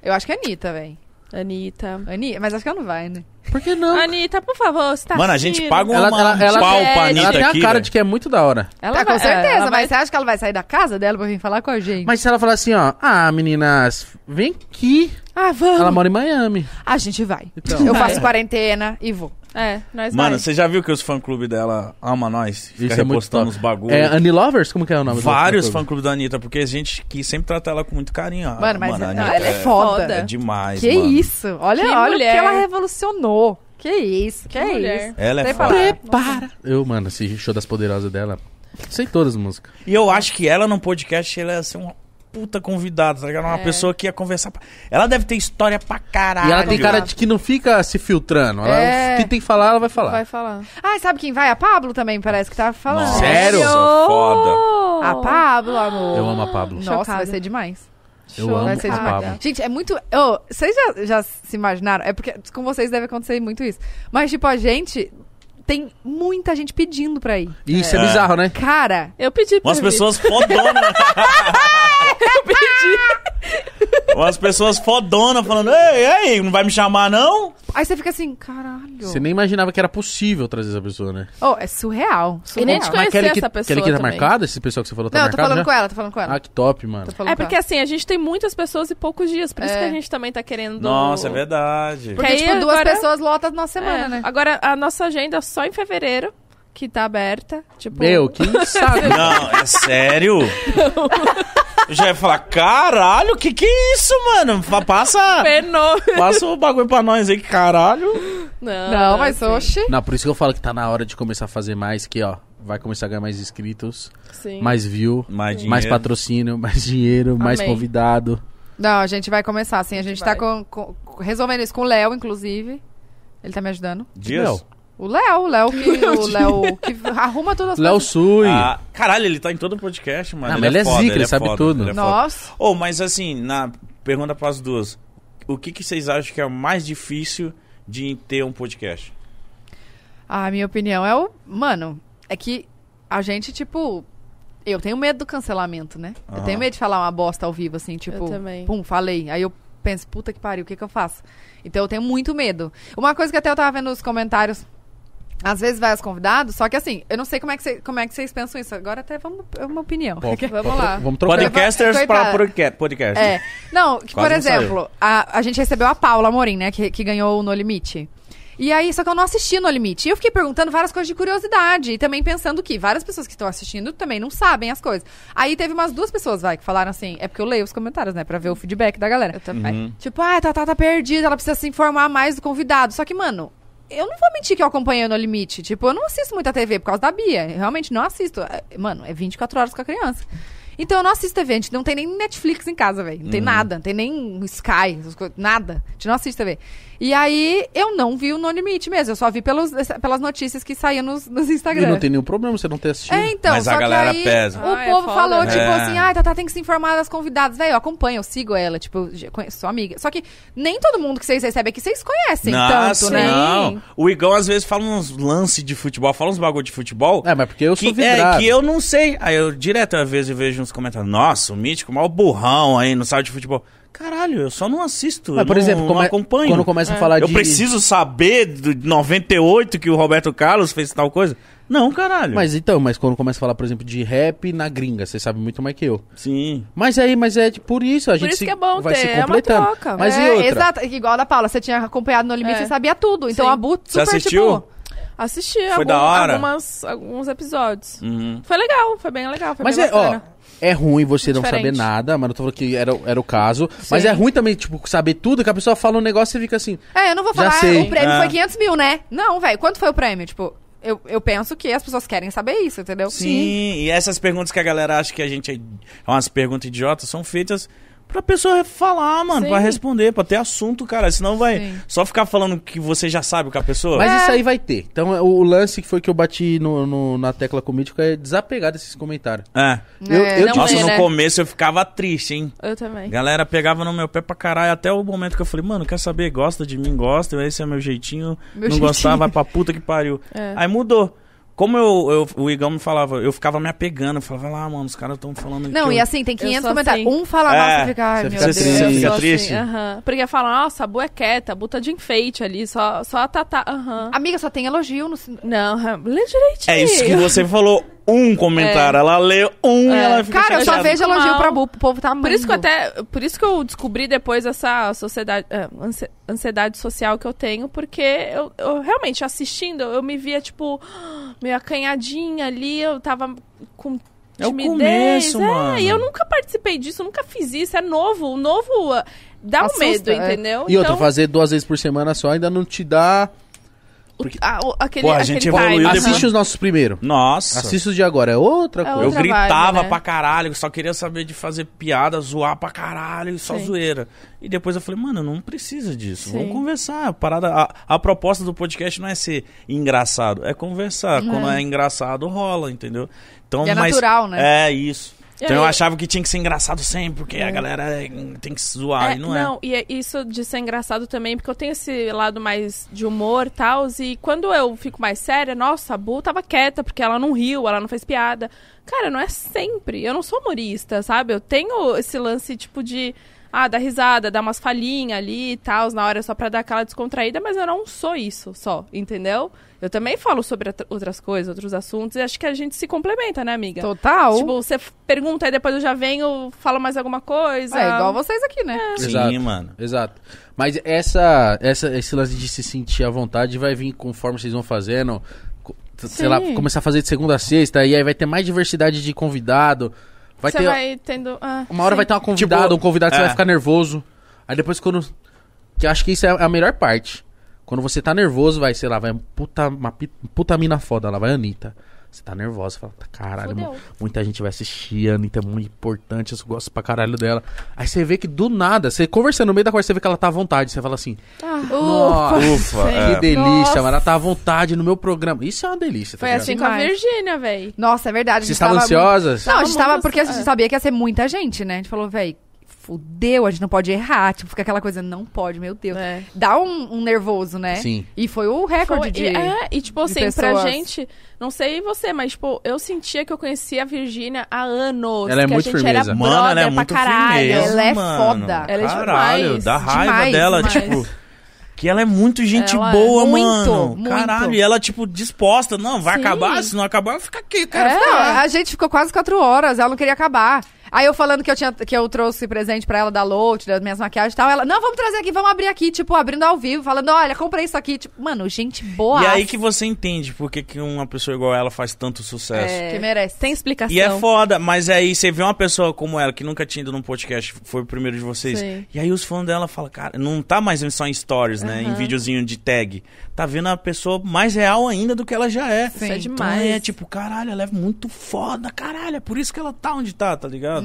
[SPEAKER 3] Eu acho que é Anitta, velho.
[SPEAKER 4] Anitta.
[SPEAKER 3] Anitta, mas acho que ela não vai, né?
[SPEAKER 1] Por que não?
[SPEAKER 4] Anitta, por favor, você tá
[SPEAKER 2] Mano, a gente
[SPEAKER 4] assistindo?
[SPEAKER 2] paga uma,
[SPEAKER 1] Ela- ela- ela-
[SPEAKER 2] um pau pra
[SPEAKER 4] Ela
[SPEAKER 1] Ela
[SPEAKER 2] Anitta
[SPEAKER 1] tem
[SPEAKER 2] aqui, né?
[SPEAKER 1] a cara
[SPEAKER 2] velho.
[SPEAKER 1] de que é muito da hora.
[SPEAKER 4] Ela
[SPEAKER 3] tá,
[SPEAKER 4] vai- é,
[SPEAKER 3] com certeza,
[SPEAKER 4] ela
[SPEAKER 3] mas
[SPEAKER 4] vai-
[SPEAKER 3] você acha que ela vai sair da casa dela pra vir falar com a gente?
[SPEAKER 1] Mas se ela falar assim, ó, ah, meninas, vem aqui.
[SPEAKER 3] Ah, vamos.
[SPEAKER 1] Ela mora em Miami.
[SPEAKER 3] A gente vai.
[SPEAKER 1] Então.
[SPEAKER 3] Eu
[SPEAKER 4] Vai.
[SPEAKER 3] faço quarentena e vou.
[SPEAKER 4] É, nós
[SPEAKER 2] Mano,
[SPEAKER 4] vai.
[SPEAKER 2] você já viu que os fã-clubes dela ama nós? Fica
[SPEAKER 1] Isso é muito
[SPEAKER 2] repostando
[SPEAKER 1] top.
[SPEAKER 2] os bagulhos.
[SPEAKER 1] É Annie Lovers? Como que é o nome? do
[SPEAKER 2] Vários
[SPEAKER 1] fã-clube?
[SPEAKER 2] fã-clubes da Anitta, porque a gente que sempre trata ela com muito carinho. Ah,
[SPEAKER 3] Mano, mas
[SPEAKER 2] a
[SPEAKER 3] não,
[SPEAKER 2] Anitta
[SPEAKER 3] ela é foda.
[SPEAKER 2] É demais,
[SPEAKER 3] que
[SPEAKER 2] mano.
[SPEAKER 3] isso? Olha,
[SPEAKER 4] Que
[SPEAKER 3] olha
[SPEAKER 4] mulher.
[SPEAKER 3] o que ela revolucionou. Que isso, que,
[SPEAKER 4] mulher.
[SPEAKER 3] isso.
[SPEAKER 2] Ela é
[SPEAKER 3] Sem
[SPEAKER 2] foda.
[SPEAKER 3] falar.
[SPEAKER 1] Prepara. Eu, mano, esse show das poderosas dela, sei todas as músicas.
[SPEAKER 2] E eu acho que ela num podcast, ela ia ser uma puta convidada, tá ligado? Uma
[SPEAKER 3] É.
[SPEAKER 2] pessoa que ia conversar. pra- Ela deve ter história pra caralho.
[SPEAKER 1] E ela tem cara de que não fica se filtrando. Ela,
[SPEAKER 3] É.
[SPEAKER 1] O que tem que falar, ela vai falar.
[SPEAKER 4] Vai falar.
[SPEAKER 3] Ai, sabe quem vai? A Pablo também parece que tá falando.
[SPEAKER 2] Nossa,
[SPEAKER 1] Sério?
[SPEAKER 2] Foda.
[SPEAKER 3] A Pablo, amor.
[SPEAKER 1] Eu amo a Pablo.
[SPEAKER 3] Nossa,
[SPEAKER 4] Chocada.
[SPEAKER 3] vai ser demais.
[SPEAKER 1] Eu amo
[SPEAKER 3] vai ser
[SPEAKER 1] a
[SPEAKER 3] demais.
[SPEAKER 1] Pablo.
[SPEAKER 3] Gente, é muito. Ô, vocês já, já se imaginaram? É porque com vocês deve acontecer muito isso. Mas, tipo, a gente tem muita gente pedindo pra ir.
[SPEAKER 1] Isso é,
[SPEAKER 2] É.
[SPEAKER 1] bizarro, né?
[SPEAKER 3] Cara,
[SPEAKER 4] Eu pedi pra
[SPEAKER 2] Umas
[SPEAKER 4] vir.
[SPEAKER 2] pessoas fodonas.
[SPEAKER 4] Eu pedi.
[SPEAKER 2] umas pessoas fodonas falando, ei, ei, não vai me chamar, não?
[SPEAKER 3] aí você fica assim, caralho.
[SPEAKER 1] Você nem imaginava que era possível trazer essa pessoa, né?
[SPEAKER 3] Oh, é surreal.
[SPEAKER 4] E nem te
[SPEAKER 3] surreal.
[SPEAKER 4] conheço. Conhecer
[SPEAKER 1] aquele que,
[SPEAKER 4] essa pessoa
[SPEAKER 1] aquele que tá
[SPEAKER 4] também.
[SPEAKER 1] marcado? Esse pessoal que você falou tá
[SPEAKER 3] Não, eu tô
[SPEAKER 1] marcado
[SPEAKER 3] falando
[SPEAKER 1] já?
[SPEAKER 3] com ela, tô falando com ela.
[SPEAKER 1] Ah, que top, mano.
[SPEAKER 3] Tô falando
[SPEAKER 4] É
[SPEAKER 3] com
[SPEAKER 4] porque
[SPEAKER 3] ela.
[SPEAKER 4] assim, a gente tem muitas pessoas e poucos dias. Por isso
[SPEAKER 3] É.
[SPEAKER 4] que a gente também tá querendo.
[SPEAKER 2] Nossa, é verdade.
[SPEAKER 4] Porque
[SPEAKER 3] Porque,
[SPEAKER 4] aí
[SPEAKER 3] tipo, duas
[SPEAKER 4] agora-
[SPEAKER 3] pessoas lotam na semana,
[SPEAKER 4] É,
[SPEAKER 3] né?
[SPEAKER 4] Agora, a nossa agenda é só em fevereiro, que tá aberta. Tipo,
[SPEAKER 1] Meu, que sabe?
[SPEAKER 2] Não, é sério? Eu já ia falar, caralho, que que é isso, mano? Fa- Passa,
[SPEAKER 4] fenômeno.
[SPEAKER 2] passa o bagulho pra nós aí, que caralho.
[SPEAKER 4] Não,
[SPEAKER 3] Não, mas
[SPEAKER 4] sim,
[SPEAKER 3] oxe.
[SPEAKER 1] Não, por isso que eu falo que tá na hora de começar a fazer mais, que ó, vai começar a ganhar mais inscritos,
[SPEAKER 4] Sim.
[SPEAKER 1] mais view,
[SPEAKER 2] Mais dinheiro.
[SPEAKER 1] mais patrocínio, mais dinheiro, mais
[SPEAKER 4] Amei.
[SPEAKER 1] convidado.
[SPEAKER 3] Não, a gente vai começar, assim. A gente tá
[SPEAKER 4] Vai.
[SPEAKER 3] com- com- com- resolvendo isso com o Léo, inclusive. Ele tá me ajudando.
[SPEAKER 2] Dias?
[SPEAKER 3] O Léo, o Léo que, o Léo que arruma todas as
[SPEAKER 1] Léo
[SPEAKER 3] coisas.
[SPEAKER 1] Sui.
[SPEAKER 2] Ah, caralho, ele tá em todo o podcast, mano.
[SPEAKER 1] Não, mas ele é
[SPEAKER 2] foda,
[SPEAKER 1] zica, ele sabe
[SPEAKER 2] foda,
[SPEAKER 1] tudo.
[SPEAKER 2] ele é foda.
[SPEAKER 3] Nossa.
[SPEAKER 2] Ô, mas assim, na pergunta pras duas, o que, que vocês acham que é o mais difícil de ter um podcast?
[SPEAKER 3] A minha opinião é o. Mano, é que a gente, tipo. Eu tenho medo do cancelamento, né? Eu
[SPEAKER 2] Aham.
[SPEAKER 3] tenho medo de falar uma bosta ao vivo, assim, tipo.
[SPEAKER 4] também.
[SPEAKER 3] Pum, falei. Aí eu penso, puta que pariu, o que, que eu faço? Então eu tenho muito medo. Uma coisa que até eu tava vendo nos comentários. Às vezes vai aos convidados, só que assim, eu não sei como é que, cê- como é que vocês pensam isso. Agora até vamos, é uma opinião.
[SPEAKER 1] Pô, pô,
[SPEAKER 3] vamos
[SPEAKER 2] Ah,
[SPEAKER 3] lá.
[SPEAKER 1] Vamos trocar.
[SPEAKER 2] Podcasters
[SPEAKER 3] Coitada.
[SPEAKER 2] pra podca- podcast.
[SPEAKER 3] É. Não, que, por
[SPEAKER 2] Quase não saiu.
[SPEAKER 3] exemplo, a, a gente recebeu a Paula Amorim, né? Que, que ganhou o No Limite. E aí, só que eu não assisti No Limite. E eu fiquei perguntando várias coisas de curiosidade. E também pensando que várias pessoas que estão assistindo também não sabem as coisas. Aí teve umas duas pessoas, vai, que falaram assim. É porque eu leio os comentários, né? Pra ver o feedback da galera. Eu também.
[SPEAKER 2] Uhum.
[SPEAKER 3] Tipo, ah, a Tatá tá perdida, ela precisa se informar mais do convidado. Só que, mano. Eu não vou mentir que eu acompanhei o No Limite. Tipo, eu não assisto muita TV por causa da Bia. Eu realmente não assisto. É, Mano, é 24 horas com a criança. Então eu não assisto TV, a gente não tem nem Netflix em casa, velho. Não
[SPEAKER 2] Uhum.
[SPEAKER 3] tem nada, não tem nem Sky, essas coisas, nada. A gente não assiste TV. E aí eu não vi o No Limite mesmo, eu só vi pelos, pelas notícias que saíam nos, nos
[SPEAKER 1] E
[SPEAKER 3] Instagram.
[SPEAKER 1] não tem nenhum problema você não ter assistido.
[SPEAKER 3] É, então,
[SPEAKER 2] Mas a
[SPEAKER 3] só
[SPEAKER 2] galera
[SPEAKER 3] que aí
[SPEAKER 2] pesa.
[SPEAKER 3] o
[SPEAKER 4] Ah, é
[SPEAKER 3] povo
[SPEAKER 4] foda,
[SPEAKER 3] falou,
[SPEAKER 4] né?
[SPEAKER 3] tipo
[SPEAKER 2] É.
[SPEAKER 3] assim, ai, Tatá tem que se informar das convidadas. Velho, eu acompanho, eu sigo ela, tipo, já conheço, sou amiga. Só que nem todo mundo que vocês recebem aqui, vocês conhecem
[SPEAKER 2] Nossa,
[SPEAKER 3] tanto, né?
[SPEAKER 2] assim, não. O Igão às vezes fala uns lance de futebol, fala uns bagulho de futebol.
[SPEAKER 1] É, mas porque eu sou
[SPEAKER 2] que,
[SPEAKER 1] vidrado.
[SPEAKER 2] é, que eu não sei. Aí eu direto às vezes eu vejo uns comentários. Nossa, o Mítico, mal burrão aí, não sabe de futebol. Caralho, eu só não assisto.
[SPEAKER 1] Mas, É, por
[SPEAKER 2] não,
[SPEAKER 1] exemplo,
[SPEAKER 2] não
[SPEAKER 1] come-
[SPEAKER 2] acompanho.
[SPEAKER 1] quando começa
[SPEAKER 3] É.
[SPEAKER 1] a falar
[SPEAKER 2] eu
[SPEAKER 1] de...
[SPEAKER 2] preciso saber do 98 que o Roberto Carlos fez tal coisa? Não, caralho.
[SPEAKER 1] Mas então, mas quando começa a falar, por exemplo, de rap na gringa, você sabe muito mais que eu.
[SPEAKER 2] Sim.
[SPEAKER 1] Mas aí, mas é de- por isso, a gente
[SPEAKER 4] isso
[SPEAKER 1] se-
[SPEAKER 4] que é bom
[SPEAKER 1] vai
[SPEAKER 4] ter, é
[SPEAKER 1] se
[SPEAKER 4] uma
[SPEAKER 1] completando.
[SPEAKER 4] troca. né?
[SPEAKER 1] Mas
[SPEAKER 3] é,
[SPEAKER 1] e outra?
[SPEAKER 3] Exato, igual a da Paula, você tinha acompanhado No Limite,
[SPEAKER 4] É.
[SPEAKER 3] você sabia tudo. Então
[SPEAKER 4] Sim.
[SPEAKER 3] a Bu
[SPEAKER 2] Você
[SPEAKER 3] super,
[SPEAKER 2] assistiu?
[SPEAKER 3] tipo...
[SPEAKER 4] Assisti algum-
[SPEAKER 2] da hora?
[SPEAKER 4] algumas- alguns episódios.
[SPEAKER 2] Uhum.
[SPEAKER 4] Foi legal, foi bem legal. Foi
[SPEAKER 1] Mas
[SPEAKER 4] bem
[SPEAKER 1] é, ó,
[SPEAKER 4] bacana.
[SPEAKER 1] é ruim você não
[SPEAKER 4] Diferente.
[SPEAKER 1] saber nada, mas eu tô falando que era, era o caso. Mas é ruim também, tipo, saber tudo, que a pessoa fala um negócio e fica assim.
[SPEAKER 3] É, eu não vou
[SPEAKER 1] Já
[SPEAKER 3] falar,
[SPEAKER 1] sei.
[SPEAKER 3] o prêmio
[SPEAKER 2] Ah.
[SPEAKER 3] foi 500 mil, né? Não, velho, quanto foi o prêmio? Tipo, eu, eu penso que as pessoas querem saber isso, entendeu?
[SPEAKER 2] Sim. e essas perguntas que a galera acha que a gente é é umas perguntas idiotas são feitas pra pessoa falar, mano,
[SPEAKER 4] Sim.
[SPEAKER 2] pra responder, pra ter assunto, cara. Senão vai
[SPEAKER 3] Sim.
[SPEAKER 2] só ficar falando que você já sabe com a pessoa.
[SPEAKER 4] É.
[SPEAKER 1] Mas isso aí vai ter. Então o, o lance que foi que eu bati no, no- na tecla comídica é desapegar desses comentários.
[SPEAKER 2] É.
[SPEAKER 1] Eu,
[SPEAKER 3] É,
[SPEAKER 1] eu
[SPEAKER 3] não
[SPEAKER 1] tive-
[SPEAKER 2] Nossa,
[SPEAKER 4] é,
[SPEAKER 2] no
[SPEAKER 4] né?
[SPEAKER 2] começo eu ficava triste, hein?
[SPEAKER 4] Eu também.
[SPEAKER 2] Galera pegava no meu pé pra caralho, até o momento que eu falei, mano, quer saber? Gosta de mim, gosta, esse é meu jeitinho.
[SPEAKER 3] Meu
[SPEAKER 2] não
[SPEAKER 3] jeitinho.
[SPEAKER 2] gostava, vai pra puta que pariu.
[SPEAKER 4] É.
[SPEAKER 2] Aí mudou. Como eu, eu- o Igão me falava, eu ficava me apegando, eu falava, lá, mano, os caras tão falando. que
[SPEAKER 3] Não,
[SPEAKER 2] eu...
[SPEAKER 3] e assim, tem
[SPEAKER 4] Eu
[SPEAKER 3] 500
[SPEAKER 4] sou
[SPEAKER 3] comentários.
[SPEAKER 4] assim.
[SPEAKER 3] Um fala,
[SPEAKER 2] É,
[SPEAKER 3] nossa, fica, ai,
[SPEAKER 1] você
[SPEAKER 3] meu
[SPEAKER 1] fica
[SPEAKER 3] Deus.
[SPEAKER 1] triste.
[SPEAKER 4] Eu
[SPEAKER 1] Fica
[SPEAKER 4] sou
[SPEAKER 2] triste?
[SPEAKER 4] Assim, aham. Porque falam, nossa, a Bu é quieta, a Bu tá de enfeite ali, só, só a Tatá. aham.
[SPEAKER 3] Amiga, só tem elogio no...
[SPEAKER 4] Não, aham. lê direitinho.
[SPEAKER 2] É isso que você falou, um comentário. Ela leu um e
[SPEAKER 4] É.
[SPEAKER 2] ela fica
[SPEAKER 3] Cara, eu só
[SPEAKER 2] chateada.
[SPEAKER 3] vejo
[SPEAKER 4] Fico
[SPEAKER 3] elogio
[SPEAKER 4] mal.
[SPEAKER 3] pra Bu, o povo tá amando.
[SPEAKER 4] Por isso que eu até. Por isso que eu descobri depois essa sociedade, eh, ansi- ansiedade social que eu tenho, porque eu, eu realmente assistindo, eu me via, tipo, meio acanhadinha ali, eu tava com.
[SPEAKER 2] É o
[SPEAKER 4] Timidez,
[SPEAKER 2] começo,
[SPEAKER 4] é,
[SPEAKER 2] mano.
[SPEAKER 4] e eu nunca participei disso, nunca fiz isso. É novo, o novo ah, dá um
[SPEAKER 3] Assusta,
[SPEAKER 4] medo,
[SPEAKER 3] é.
[SPEAKER 4] entendeu? Então,
[SPEAKER 1] E outra, fazer duas vezes por semana só ainda não te dá.
[SPEAKER 4] o- ah, o- aquele,
[SPEAKER 2] Pô, a
[SPEAKER 4] aquele
[SPEAKER 2] gente evoluiu
[SPEAKER 4] time.
[SPEAKER 2] depois.
[SPEAKER 1] Assiste os nossos primeiro.
[SPEAKER 2] Nossa.
[SPEAKER 1] Assiste os de agora, é outra
[SPEAKER 4] É
[SPEAKER 1] coisa.
[SPEAKER 2] Eu
[SPEAKER 4] outra
[SPEAKER 2] gritava
[SPEAKER 4] vibe, né?
[SPEAKER 2] pra caralho, só queria saber de fazer piada, zoar pra caralho, e só
[SPEAKER 4] Sim.
[SPEAKER 2] zoeira. E depois eu falei, mano, não precisa disso.
[SPEAKER 4] Sim.
[SPEAKER 2] Vamos conversar. A, parada, a, a proposta do podcast não é ser engraçado, é conversar. Quando é engraçado, rola, entendeu? Então,
[SPEAKER 3] E é
[SPEAKER 2] mas-
[SPEAKER 3] natural, né?
[SPEAKER 2] É isso. Então
[SPEAKER 4] E
[SPEAKER 2] eu
[SPEAKER 4] aí-
[SPEAKER 2] achava que tinha que ser engraçado sempre, porque a galera é, tem que zoar,
[SPEAKER 4] É,
[SPEAKER 2] e não é.
[SPEAKER 4] e é isso de ser engraçado também, porque eu tenho esse lado mais de humor e tal, e quando eu fico mais séria, nossa, a Bu tava quieta, porque ela não riu, ela não fez piada. Cara, não é sempre. Eu não sou humorista, sabe? Eu tenho esse lance, tipo, de. Ah, dar risada, dar umas falhinhas ali e tal, na hora só pra dar aquela descontraída, mas eu não sou isso só, entendeu? Eu também falo sobre outra- outras coisas, outros assuntos, e acho que a gente se complementa, né,
[SPEAKER 2] é.
[SPEAKER 4] amiga?
[SPEAKER 3] Total.
[SPEAKER 4] Tipo, você f- pergunta e depois eu já venho, falo mais alguma coisa.
[SPEAKER 3] é igual vocês aqui, né?
[SPEAKER 2] Sim,
[SPEAKER 1] Exato.
[SPEAKER 2] mano.
[SPEAKER 1] Exato. Mas essa, essa, esse lance de se sentir à vontade vai vir conforme vocês vão fazendo. co- t- Sei
[SPEAKER 4] Sim.
[SPEAKER 1] lá, começar a fazer de segunda a sexta, e aí vai ter mais diversidade de convidado. Vai
[SPEAKER 4] você
[SPEAKER 1] ter.
[SPEAKER 4] vai tendo. ah,
[SPEAKER 1] Uma hora
[SPEAKER 4] sim.
[SPEAKER 1] vai ter uma convidada,
[SPEAKER 2] Tipo,
[SPEAKER 1] um convidado que você
[SPEAKER 2] é.
[SPEAKER 1] vai ficar nervoso. Aí depois quando. Que eu acho que isso é a melhor parte. Quando você tá nervoso, vai, sei lá, vai um puta, uma pi- puta mina foda lá, vai a Anitta. Você tá nervosa, fala, "Tá, caralho,
[SPEAKER 4] Fudeu.
[SPEAKER 1] mano, muita gente vai assistir, a Anitta é muito importante, eu gosto pra caralho dela. Aí você vê que do nada, você conversando no meio da conversa, você vê que ela tá à vontade, você fala assim,
[SPEAKER 4] Ah,
[SPEAKER 1] nossa,
[SPEAKER 2] Ufa,
[SPEAKER 1] que
[SPEAKER 2] é.
[SPEAKER 1] delícia,
[SPEAKER 4] Nossa.
[SPEAKER 1] mano, ela tá à vontade no meu programa. Isso é uma delícia, tá
[SPEAKER 3] Foi
[SPEAKER 1] ligado?
[SPEAKER 3] assim
[SPEAKER 4] Assim com a
[SPEAKER 3] Demais.
[SPEAKER 4] Virgínia, véi.
[SPEAKER 3] Nossa, é verdade. a
[SPEAKER 1] Vocês
[SPEAKER 2] tá
[SPEAKER 3] gente
[SPEAKER 1] estavam
[SPEAKER 3] tava muito-
[SPEAKER 1] ansiosas?
[SPEAKER 3] Não, a gente
[SPEAKER 4] Tava
[SPEAKER 3] tava
[SPEAKER 4] muito
[SPEAKER 3] porque a
[SPEAKER 4] ansiosa.
[SPEAKER 3] gente sabia que ia ser muita gente, né? A gente falou, véi, fudeu, a gente não pode errar. Tipo, fica aquela coisa, não pode, meu Deus.
[SPEAKER 4] É.
[SPEAKER 3] Dá um, um nervoso, né?
[SPEAKER 1] Sim.
[SPEAKER 3] E foi o recorde
[SPEAKER 4] Foi-
[SPEAKER 3] de...
[SPEAKER 4] e, é, e tipo
[SPEAKER 3] de
[SPEAKER 4] assim, pra
[SPEAKER 3] pessoas.
[SPEAKER 4] gente, não sei você, mas tipo, eu sentia que eu conhecia a Virgínia há anos.
[SPEAKER 1] Ela é
[SPEAKER 4] que
[SPEAKER 1] muito
[SPEAKER 4] a gente
[SPEAKER 1] firmeza.
[SPEAKER 4] Era
[SPEAKER 2] Mano, ela é
[SPEAKER 4] brother pra
[SPEAKER 2] muito
[SPEAKER 4] caralho.
[SPEAKER 2] firmeza,
[SPEAKER 3] Ela é
[SPEAKER 2] mano.
[SPEAKER 3] foda.
[SPEAKER 4] Ela é
[SPEAKER 2] Caralho,
[SPEAKER 4] demais.
[SPEAKER 2] dá raiva
[SPEAKER 3] Demais,
[SPEAKER 2] dela,
[SPEAKER 4] demais.
[SPEAKER 2] tipo... Que ela é muito gente
[SPEAKER 4] Ela é
[SPEAKER 2] boa,
[SPEAKER 3] muito,
[SPEAKER 2] mano.
[SPEAKER 3] muito.
[SPEAKER 2] Caralho, e ela, tipo, disposta. Não, vai
[SPEAKER 4] Sim.
[SPEAKER 2] acabar, se não acabar, fica aqui, cara.
[SPEAKER 3] É, a gente ficou quase quatro horas, ela não queria acabar. Aí eu falando que eu, tinha, que eu trouxe presente pra ela da Lout, das minhas maquiagens e tal. Ela, não, vamos trazer aqui, vamos abrir aqui, tipo, abrindo ao vivo, falando, olha, comprei isso aqui. Tipo, mano, gente boa.
[SPEAKER 2] E é aí que você entende por que que uma pessoa igual ela faz tanto sucesso.
[SPEAKER 3] É.
[SPEAKER 4] Que merece. Tem explicação.
[SPEAKER 2] E é foda, mas aí você vê uma pessoa como ela, que nunca tinha ido num podcast, foi o primeiro de vocês.
[SPEAKER 4] Sim.
[SPEAKER 2] E aí os fãs dela falam, cara, não tá mais só em stories, né? Em videozinho de tag. Tá vendo a pessoa mais real ainda do que ela já é.
[SPEAKER 4] Isso
[SPEAKER 2] Então
[SPEAKER 4] é demais.
[SPEAKER 2] é tipo, caralho, ela é muito foda, caralho. É por isso que ela tá onde tá, tá ligado?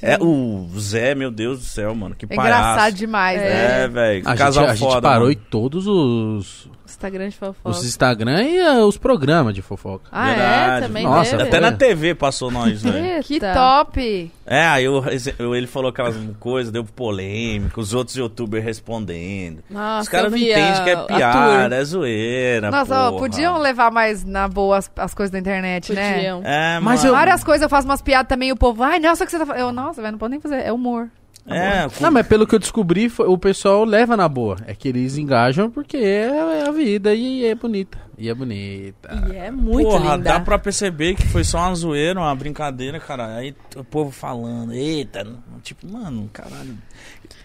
[SPEAKER 2] é o Zé, meu Deus do céu, mano. Que
[SPEAKER 3] É
[SPEAKER 2] palhaço.
[SPEAKER 3] engraçado demais, né?
[SPEAKER 2] É, velho.
[SPEAKER 1] A,
[SPEAKER 2] Casal
[SPEAKER 1] gente, a gente
[SPEAKER 2] foda.
[SPEAKER 1] parou
[SPEAKER 2] mano.
[SPEAKER 1] em todos os,
[SPEAKER 4] Instagram Tá de fofoca.
[SPEAKER 1] os Instagram e ah, os programas de fofoca.
[SPEAKER 4] Ah,
[SPEAKER 2] Verdade.
[SPEAKER 4] é? Também
[SPEAKER 1] Nossa,
[SPEAKER 4] teve?
[SPEAKER 2] Até na TV passou nós, velho.
[SPEAKER 3] Que
[SPEAKER 4] Eita.
[SPEAKER 3] top!
[SPEAKER 2] É, aí eu- eu- ele falou aquelas coisas, deu polêmica, os outros youtubers respondendo.
[SPEAKER 4] Nossa,
[SPEAKER 2] os caras
[SPEAKER 4] eu
[SPEAKER 2] não
[SPEAKER 4] vi
[SPEAKER 2] entendem
[SPEAKER 4] a-
[SPEAKER 2] que é
[SPEAKER 4] a
[SPEAKER 2] piada, é zoeira.
[SPEAKER 3] Nossa, ó,
[SPEAKER 2] porra.
[SPEAKER 3] podiam levar mais na boa as, as coisas da internet, né?
[SPEAKER 4] Podiam.
[SPEAKER 2] É,
[SPEAKER 1] Mas
[SPEAKER 2] mas
[SPEAKER 1] eu-
[SPEAKER 2] eu.
[SPEAKER 3] Várias coisas eu faço umas piadas também e o povo, ai, nossa, o que você tá falando? Eu, nossa, velho, não pode nem fazer, é humor.
[SPEAKER 2] É,
[SPEAKER 1] Não, mas pelo que eu descobri, foi- o pessoal leva na boa. É que eles engajam porque é a vida e é bonita. E é bonita.
[SPEAKER 4] E é muito
[SPEAKER 2] porra,
[SPEAKER 4] linda.
[SPEAKER 2] dá pra perceber que foi só uma zoeira, uma brincadeira, cara. Aí t- o povo falando, eita, não- tipo, mano, caralho.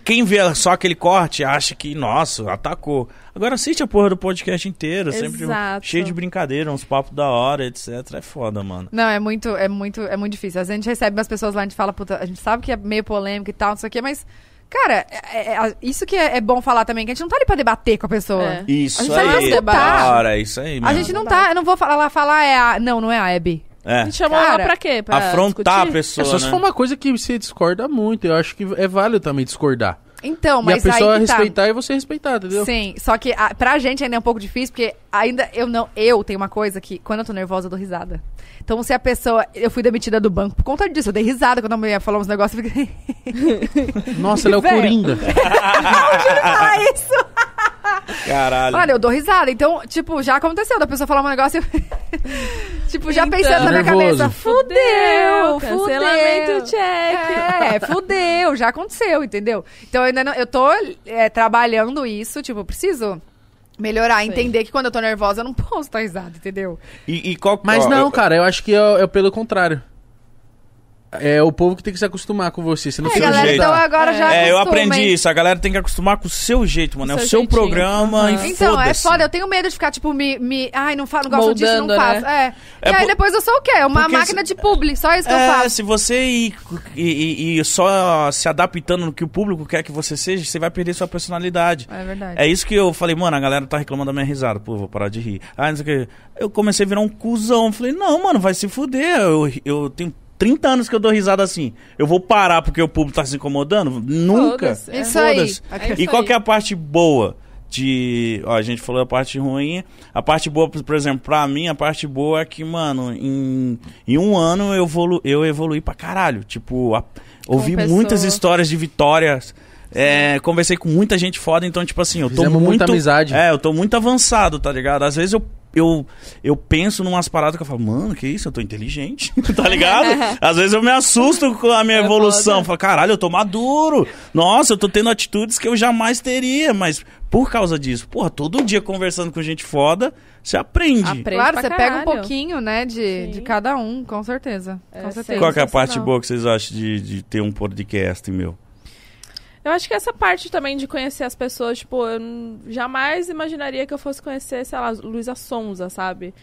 [SPEAKER 2] Quem vê só aquele corte acha que, nossa, atacou. Agora assiste a porra do podcast inteiro, sempre um
[SPEAKER 4] Exato.
[SPEAKER 2] cheio de brincadeira, uns papos da hora, etc. É foda, mano.
[SPEAKER 3] Não, é muito, é muito, é muito difícil. Às vezes a gente recebe umas pessoas lá, a gente fala, puta, a gente sabe que é meio polêmico e tal, não sei o quê, mas, cara, é- é- é- isso que é, é bom falar também, que a gente não tá ali pra debater com a pessoa.
[SPEAKER 4] É.
[SPEAKER 2] Isso
[SPEAKER 3] A gente vai
[SPEAKER 2] aí,
[SPEAKER 3] escutar.
[SPEAKER 2] da hora, isso aí,
[SPEAKER 3] A
[SPEAKER 2] mano.
[SPEAKER 3] gente não tá, eu não vou falar lá, falar é a. Não, não é a Abby.
[SPEAKER 2] É.
[SPEAKER 4] A gente chamou
[SPEAKER 3] Cara,
[SPEAKER 4] ela pra quê? Pra
[SPEAKER 2] afrontar a
[SPEAKER 4] discutir?
[SPEAKER 1] É
[SPEAKER 2] pessoa,
[SPEAKER 1] só se
[SPEAKER 2] né?
[SPEAKER 1] for uma coisa que você discorda muito. Eu acho que é válido também discordar.
[SPEAKER 3] Então,
[SPEAKER 1] e a
[SPEAKER 3] mas
[SPEAKER 1] pessoa
[SPEAKER 3] aí que tá.
[SPEAKER 1] respeitar e você respeitar, entendeu?
[SPEAKER 3] Sim, só que a, pra gente ainda é um pouco difícil, porque ainda eu não. Eu tenho uma coisa que, quando eu tô nervosa, eu dou risada. Então, se a pessoa. Eu fui demitida do banco por conta disso, eu dei risada quando a mulher falou uns negócios, eu fiquei.
[SPEAKER 1] Nossa, ela é o
[SPEAKER 3] Velho.
[SPEAKER 1] Coringa.
[SPEAKER 3] ah, isso!
[SPEAKER 2] Caralho.
[SPEAKER 3] Olha, eu dou risada. Então, tipo, já aconteceu da pessoa falar um negócio. e- tipo, já
[SPEAKER 4] Então.
[SPEAKER 3] pensando na minha
[SPEAKER 1] Nervoso.
[SPEAKER 3] cabeça. Fudeu!
[SPEAKER 4] Fudeu,
[SPEAKER 3] fudeu.
[SPEAKER 4] cancelamento check.
[SPEAKER 3] É, fudeu, já aconteceu, entendeu? Então eu ainda não, eu tô é, trabalhando isso, tipo, eu preciso melhorar, entender que quando eu tô nervosa eu não posso dar risada, entendeu?
[SPEAKER 2] E, e qual
[SPEAKER 1] Mas
[SPEAKER 2] ó,
[SPEAKER 1] não,
[SPEAKER 2] eu-
[SPEAKER 1] cara, eu acho que é, é pelo contrário. É o povo que tem que se acostumar com você. Você não
[SPEAKER 3] É,
[SPEAKER 1] tem
[SPEAKER 3] galera,
[SPEAKER 1] jeito.
[SPEAKER 3] então agora já
[SPEAKER 2] É, eu
[SPEAKER 3] acostumem.
[SPEAKER 2] aprendi isso. A galera tem que acostumar com o seu jeito, mano. É o
[SPEAKER 4] O
[SPEAKER 2] seu
[SPEAKER 4] seu jeitinho.
[SPEAKER 2] programa
[SPEAKER 4] Aham.
[SPEAKER 2] e
[SPEAKER 3] Então, é
[SPEAKER 2] foda-se.
[SPEAKER 3] foda, eu tenho medo de ficar, tipo, me. me ai, não, fa, não gosto disso, não
[SPEAKER 4] Moldando, né?
[SPEAKER 3] faço. É.
[SPEAKER 2] É
[SPEAKER 3] E aí
[SPEAKER 2] por-
[SPEAKER 3] depois eu sou o quê? Uma
[SPEAKER 2] porque
[SPEAKER 3] máquina
[SPEAKER 2] se-
[SPEAKER 3] de publi, só isso que eu
[SPEAKER 2] É,
[SPEAKER 3] faço.
[SPEAKER 2] se você ir e, e- e só se adaptando no que o público quer que você seja, você vai perder sua personalidade.
[SPEAKER 3] É verdade.
[SPEAKER 2] É isso que eu falei, mano, a galera tá reclamando da minha risada. Pô, vou parar de rir. Ah, não sei o que. Eu comecei a virar um cuzão. Falei, não, mano, vai se fuder. Eu, eu tenho 30 anos que eu dou risada assim. Eu vou parar porque o público tá se incomodando? Nunca.
[SPEAKER 3] É.
[SPEAKER 4] Foda-se.
[SPEAKER 3] Isso aí.
[SPEAKER 2] Foda-se. E qual que é a é parte boa? de. Ó, a gente falou a parte ruim. A parte boa, por por exemplo, pra mim, a parte boa é que, mano, em, em um ano eu, evolu, eu evoluí pra caralho. Tipo, a- ouvi
[SPEAKER 4] pessoa.
[SPEAKER 2] muitas histórias de vitórias. é, conversei com muita gente foda, então, tipo assim, eu tô
[SPEAKER 1] Fizemos
[SPEAKER 2] muito.
[SPEAKER 1] muita amizade.
[SPEAKER 2] É, eu tô muito avançado, tá ligado? Às vezes eu. Eu, eu penso numas paradas que eu falo, mano, que isso? Eu tô inteligente, tá ligado? Às vezes eu me assusto com a minha
[SPEAKER 4] É
[SPEAKER 2] evolução.
[SPEAKER 4] foda.
[SPEAKER 2] Falo, caralho, eu tô maduro. Nossa, eu tô tendo atitudes que eu jamais teria, mas por causa disso, porra, todo dia conversando com gente foda, você aprende.
[SPEAKER 4] Aprende
[SPEAKER 3] Claro,
[SPEAKER 4] pra
[SPEAKER 3] você pega um
[SPEAKER 4] caralho.
[SPEAKER 3] pouquinho, né, de, de
[SPEAKER 4] Sim.
[SPEAKER 3] cada um, com certeza.
[SPEAKER 4] É,
[SPEAKER 3] com
[SPEAKER 4] sim.
[SPEAKER 3] certeza.
[SPEAKER 2] Qual que é a parte
[SPEAKER 4] sensacional.
[SPEAKER 2] boa que vocês acham de, de ter um podcast meu?
[SPEAKER 4] Eu acho que essa parte também de conhecer as pessoas, tipo, eu n- jamais imaginaria que eu fosse conhecer, sei lá, Luísa Sonza, sabe?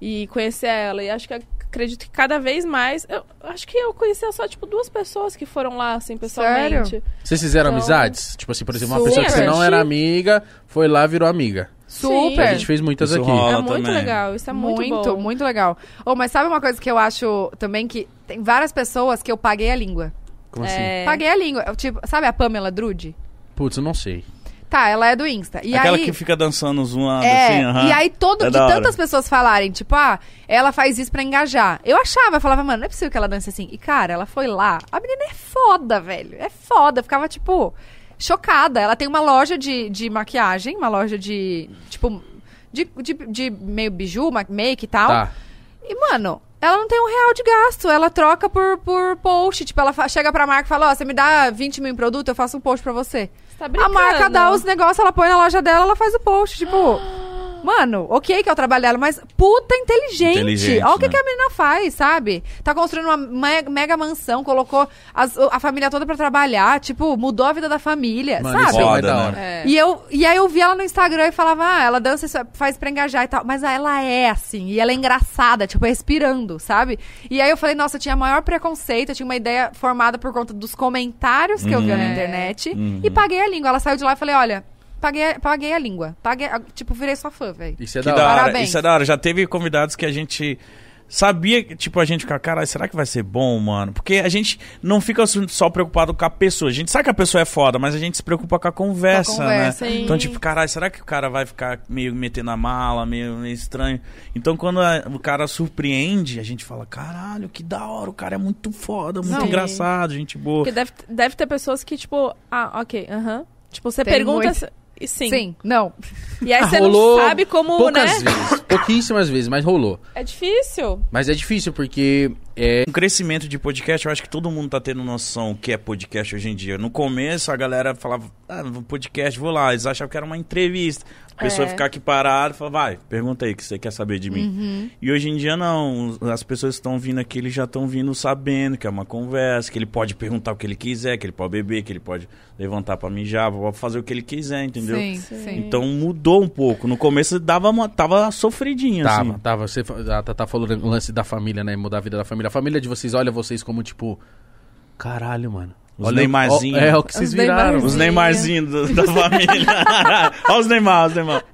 [SPEAKER 4] E conhecer ela. E acho que acredito que cada vez mais. Eu acho que eu conhecia só, tipo, duas pessoas que foram lá, assim, pessoalmente.
[SPEAKER 1] Vocês fizeram
[SPEAKER 4] Então-
[SPEAKER 1] amizades? Tipo assim, por exemplo, uma pessoa que você
[SPEAKER 3] é.
[SPEAKER 4] Super.
[SPEAKER 1] não era amiga, foi lá virou amiga.
[SPEAKER 3] Super.
[SPEAKER 1] A gente fez muitas
[SPEAKER 2] Isso
[SPEAKER 1] aqui. Ah,
[SPEAKER 2] rola.
[SPEAKER 4] É
[SPEAKER 2] Ela
[SPEAKER 4] muito
[SPEAKER 2] também.
[SPEAKER 4] legal, isso é muito,
[SPEAKER 3] muito,
[SPEAKER 4] bom.
[SPEAKER 3] muito legal. Oh, mas sabe uma coisa que eu acho também que tem várias pessoas que eu paguei a língua.
[SPEAKER 1] Como assim?
[SPEAKER 4] É.
[SPEAKER 3] Paguei a língua. Eu, Tipo, sabe a Pamela Drude?
[SPEAKER 1] Putz, eu não sei.
[SPEAKER 3] Tá, ela é do Insta. E
[SPEAKER 2] Aquela
[SPEAKER 3] aí,
[SPEAKER 2] que fica dançando zoando
[SPEAKER 3] É,
[SPEAKER 2] assim, aham.
[SPEAKER 3] e aí todo
[SPEAKER 2] É
[SPEAKER 3] de
[SPEAKER 2] da hora.
[SPEAKER 3] tantas pessoas falarem, tipo, ah, ela faz isso pra engajar. Eu achava, eu falava, mano, não é possível que ela dance assim. E cara, ela foi lá. A menina é foda, velho. É foda. Eu ficava, tipo, chocada. Ela tem uma loja de, de maquiagem, uma loja de, tipo, de, de, de meio biju, ma- make e tal.
[SPEAKER 1] Tá.
[SPEAKER 3] E, mano, ela não tem um real de gasto. Ela troca por, por post. Tipo, ela fa- chega pra marca e fala, ó, você me dá 20 mil em produto, eu faço um post pra você.
[SPEAKER 4] Você tá brincando.
[SPEAKER 3] A marca dá os negócios, ela põe na loja dela, ela faz o post. Tipo, mano, ok que é o trabalho dela, mas puta inteligente.
[SPEAKER 2] Inteligente,
[SPEAKER 3] Olha o que,
[SPEAKER 2] né?
[SPEAKER 3] que a menina faz, sabe? Tá construindo uma me- mega mansão, colocou as- a família toda pra trabalhar, tipo, mudou a vida da família,
[SPEAKER 1] Mano,
[SPEAKER 3] sabe?
[SPEAKER 1] isso é mais
[SPEAKER 2] Foda,
[SPEAKER 1] da
[SPEAKER 2] né?
[SPEAKER 1] hora.
[SPEAKER 4] É.
[SPEAKER 3] E, eu, e aí eu vi ela no Instagram e falava, ah, ela dança, isso faz pra engajar e tal. Mas ah, ela é assim, e ela é engraçada, tipo, respirando, sabe? E aí eu falei, nossa, eu tinha maior preconceito, eu tinha uma ideia formada por conta dos comentários que eu via
[SPEAKER 4] Uhum.
[SPEAKER 3] na
[SPEAKER 4] É.
[SPEAKER 3] internet. E paguei a língua. Ela saiu de lá e falei, olha, paguei, a- paguei a língua. Paguei, a- tipo, virei sua fã, velho.
[SPEAKER 1] Isso é
[SPEAKER 2] Que
[SPEAKER 1] da
[SPEAKER 2] da
[SPEAKER 1] hora.
[SPEAKER 2] hora.
[SPEAKER 3] Parabéns.
[SPEAKER 2] Isso é da hora. Já teve convidados que a gente sabia, que, tipo, a gente fica, caralho, será que vai ser bom, mano? Porque a gente não fica só preocupado com a pessoa. A gente sabe que a pessoa é foda, mas a gente se preocupa com a conversa,
[SPEAKER 3] Com a conversa,
[SPEAKER 2] né?
[SPEAKER 4] sim.
[SPEAKER 2] Então, tipo, caralho, será que o cara vai ficar meio metendo na mala, meio, meio estranho? Então, quando a- o cara surpreende, a gente fala, caralho, que da hora, o cara é muito foda, muito
[SPEAKER 4] Sim.
[SPEAKER 2] engraçado, gente boa.
[SPEAKER 4] Porque deve, deve ter pessoas que, tipo, ah, ok, aham. Tipo, você
[SPEAKER 3] Tem
[SPEAKER 4] pergunta.
[SPEAKER 3] muito.
[SPEAKER 4] se- e Sim.
[SPEAKER 3] Sim. não.
[SPEAKER 4] E aí você
[SPEAKER 1] Ah, Rolou
[SPEAKER 4] não sabe como, né?
[SPEAKER 1] Poucas vezes. Pouquíssimas vezes, mas rolou.
[SPEAKER 4] É difícil.
[SPEAKER 1] Mas é difícil porque é,
[SPEAKER 2] Um crescimento de podcast, eu acho que todo mundo tá tendo noção o que é podcast hoje em dia. No começo, a galera falava, ah, podcast, vou lá. Eles achavam que era uma entrevista. A pessoa
[SPEAKER 4] É.
[SPEAKER 2] ficar aqui parada e falar, vai, pergunta aí o que você quer saber de mim. E hoje em dia, não. As pessoas que estão vindo aqui, eles já estão vindo sabendo que é uma conversa, que ele pode perguntar o que ele quiser, que ele pode beber, que ele pode levantar pra mijar, pode fazer o que ele quiser, entendeu?
[SPEAKER 3] Sim,
[SPEAKER 4] Sim.
[SPEAKER 3] sim.
[SPEAKER 2] Então mudou um pouco. No começo dava uma, tava sofridinho,
[SPEAKER 1] Tava,
[SPEAKER 2] assim.
[SPEAKER 1] tava. Você, fa- a Tata falou o lance da família, né? Mudar a vida da família. A família de vocês olha vocês como, tipo... Caralho, mano.
[SPEAKER 2] Os
[SPEAKER 1] Olha o-
[SPEAKER 2] Neymarzinho.
[SPEAKER 1] ó- É, o que vocês
[SPEAKER 3] Os
[SPEAKER 1] viraram.
[SPEAKER 2] Os
[SPEAKER 3] Neymarzinho.
[SPEAKER 2] Neymarzinhos do- da família. Olha os Neymar, os Neymar.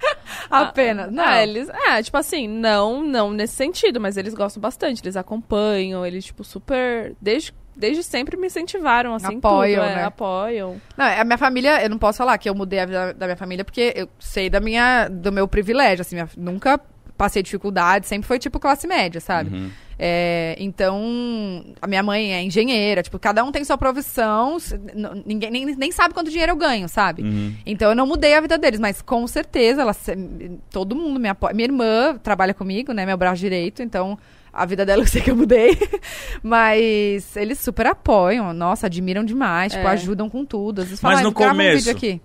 [SPEAKER 3] Apenas. Não.
[SPEAKER 4] Ah, eles. É, tipo assim, não, não nesse sentido, mas eles gostam bastante, eles acompanham, eles, tipo, super. Desde, desde sempre me incentivaram, assim, tudo,
[SPEAKER 3] Apoiam,
[SPEAKER 4] é,
[SPEAKER 3] né?
[SPEAKER 4] apoiam.
[SPEAKER 3] Não, a minha família, eu não posso falar que eu mudei a vida da minha família, porque eu sei da minha, do meu privilégio, assim, minha- nunca passei dificuldade, sempre foi tipo classe média, sabe? É, então, a minha mãe é engenheira, tipo, cada um tem sua profissão, s- n- ninguém nem, nem sabe quanto dinheiro eu ganho, sabe?
[SPEAKER 2] Hum. Uhum.
[SPEAKER 3] Então eu não mudei a vida deles, mas com certeza ela, se- todo mundo me apoia. Minha irmã trabalha comigo, né? Meu braço direito, então a vida dela eu sei que eu mudei. mas eles super apoiam, nossa, admiram demais, tipo,
[SPEAKER 4] É.
[SPEAKER 3] ajudam com tudo. Às vezes
[SPEAKER 2] Mas
[SPEAKER 3] falam,
[SPEAKER 2] no
[SPEAKER 3] "Ah, grava um
[SPEAKER 2] começo-
[SPEAKER 3] vídeo aqui.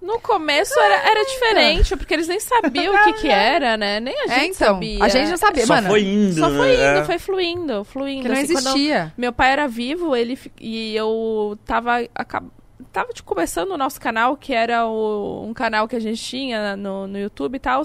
[SPEAKER 4] No começo era, era diferente, porque eles nem sabiam o que que era, né? Nem a gente
[SPEAKER 3] É, então.
[SPEAKER 4] sabia.
[SPEAKER 3] A gente não sabia,
[SPEAKER 2] Só
[SPEAKER 3] mano.
[SPEAKER 2] foi indo.
[SPEAKER 4] Só foi
[SPEAKER 2] né?
[SPEAKER 4] indo,
[SPEAKER 2] É.
[SPEAKER 4] foi fluindo, fluindo.
[SPEAKER 3] Que não
[SPEAKER 4] assim, quando eu-
[SPEAKER 3] existia.
[SPEAKER 4] Meu pai era vivo, ele fi- e eu tava acab- tava tipo, começando o nosso canal, que era o- um canal que a gente tinha no, no YouTube e tal.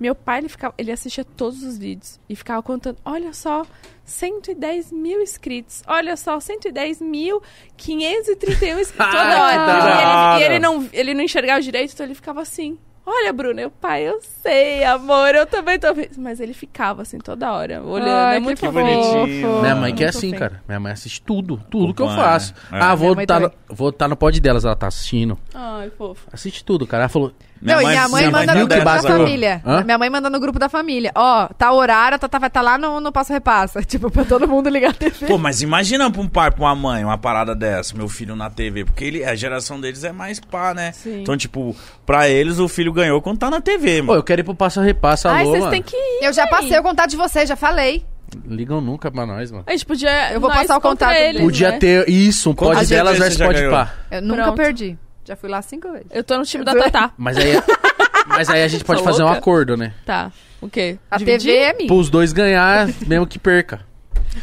[SPEAKER 4] Meu pai, ele, ficava, ele assistia todos os vídeos e ficava contando, olha só, 110 mil inscritos, olha só, 110 mil, 531 inscritos toda
[SPEAKER 1] Ah,
[SPEAKER 4] hora.
[SPEAKER 1] que da
[SPEAKER 4] E ele-
[SPEAKER 2] hora.
[SPEAKER 4] e ele, não, ele não enxergava direito, então ele ficava assim, Olha, Bruno, eu pai, eu sei, amor, eu também tô. fe-" Mas ele ficava assim toda hora, olhando.
[SPEAKER 3] Ai,
[SPEAKER 4] é
[SPEAKER 3] que
[SPEAKER 4] muito
[SPEAKER 2] Que
[SPEAKER 4] fofo.
[SPEAKER 2] bonitinho.
[SPEAKER 1] Minha mãe que é
[SPEAKER 4] Muito
[SPEAKER 1] assim,
[SPEAKER 4] bem.
[SPEAKER 1] cara. Minha mãe assiste tudo, tudo que eu
[SPEAKER 2] Acompanha,
[SPEAKER 1] faço.
[SPEAKER 2] é.
[SPEAKER 1] Ah, vou
[SPEAKER 3] Minha mãe
[SPEAKER 1] estar no,
[SPEAKER 3] também.
[SPEAKER 1] vou tá no pod delas, ela tá assistindo.
[SPEAKER 4] Ai, fofo.
[SPEAKER 1] Assiste tudo, cara. Ela falou,
[SPEAKER 3] não, e minha mãe manda no
[SPEAKER 1] manda
[SPEAKER 3] grupo da
[SPEAKER 1] dessa, né?
[SPEAKER 3] família.
[SPEAKER 1] Hã?
[SPEAKER 3] Minha mãe manda no grupo da família. Ó, tá horário, tá, tá, vai tá lá no, no Passo Repassa. Tipo, pra todo mundo ligar a TV.
[SPEAKER 2] Pô, mas imagina pra um pai, pra uma mãe, uma parada dessa, meu filho na TV. Porque ele, a geração deles é mais pá, né?
[SPEAKER 4] Sim.
[SPEAKER 2] Então, tipo, pra eles o filho ganhou quando tá na TV,
[SPEAKER 1] pô,
[SPEAKER 2] mano.
[SPEAKER 1] eu quero ir pro Passa
[SPEAKER 2] Tá
[SPEAKER 1] Repassa,
[SPEAKER 4] Ai,
[SPEAKER 1] alô,
[SPEAKER 4] vocês
[SPEAKER 1] mano.
[SPEAKER 4] têm que ir.
[SPEAKER 3] Eu já
[SPEAKER 4] véi.
[SPEAKER 3] passei o contato de vocês, já falei.
[SPEAKER 1] Ligam nunca pra nós, mano.
[SPEAKER 4] A gente podia.
[SPEAKER 3] Eu vou
[SPEAKER 4] nós
[SPEAKER 3] passar o
[SPEAKER 4] contra
[SPEAKER 3] contato
[SPEAKER 4] eles,
[SPEAKER 3] deles.
[SPEAKER 1] Podia
[SPEAKER 4] né?
[SPEAKER 1] ter isso, um pod
[SPEAKER 2] Quantas
[SPEAKER 1] delas
[SPEAKER 2] vezes
[SPEAKER 1] versus
[SPEAKER 2] você já
[SPEAKER 1] pod
[SPEAKER 2] ganhou?
[SPEAKER 1] pá.
[SPEAKER 3] Eu nunca
[SPEAKER 4] Pronto.
[SPEAKER 3] perdi. Já fui lá cinco vezes.
[SPEAKER 4] Eu tô no time da Tatá.
[SPEAKER 1] Mas aí, mas aí a gente pode
[SPEAKER 4] Tá
[SPEAKER 1] fazer um
[SPEAKER 4] louca?
[SPEAKER 1] acordo, né?
[SPEAKER 4] Tá. O quê?
[SPEAKER 3] A
[SPEAKER 4] Dividir?
[SPEAKER 3] TV é minha.
[SPEAKER 1] Pros dois ganhar, mesmo que perca.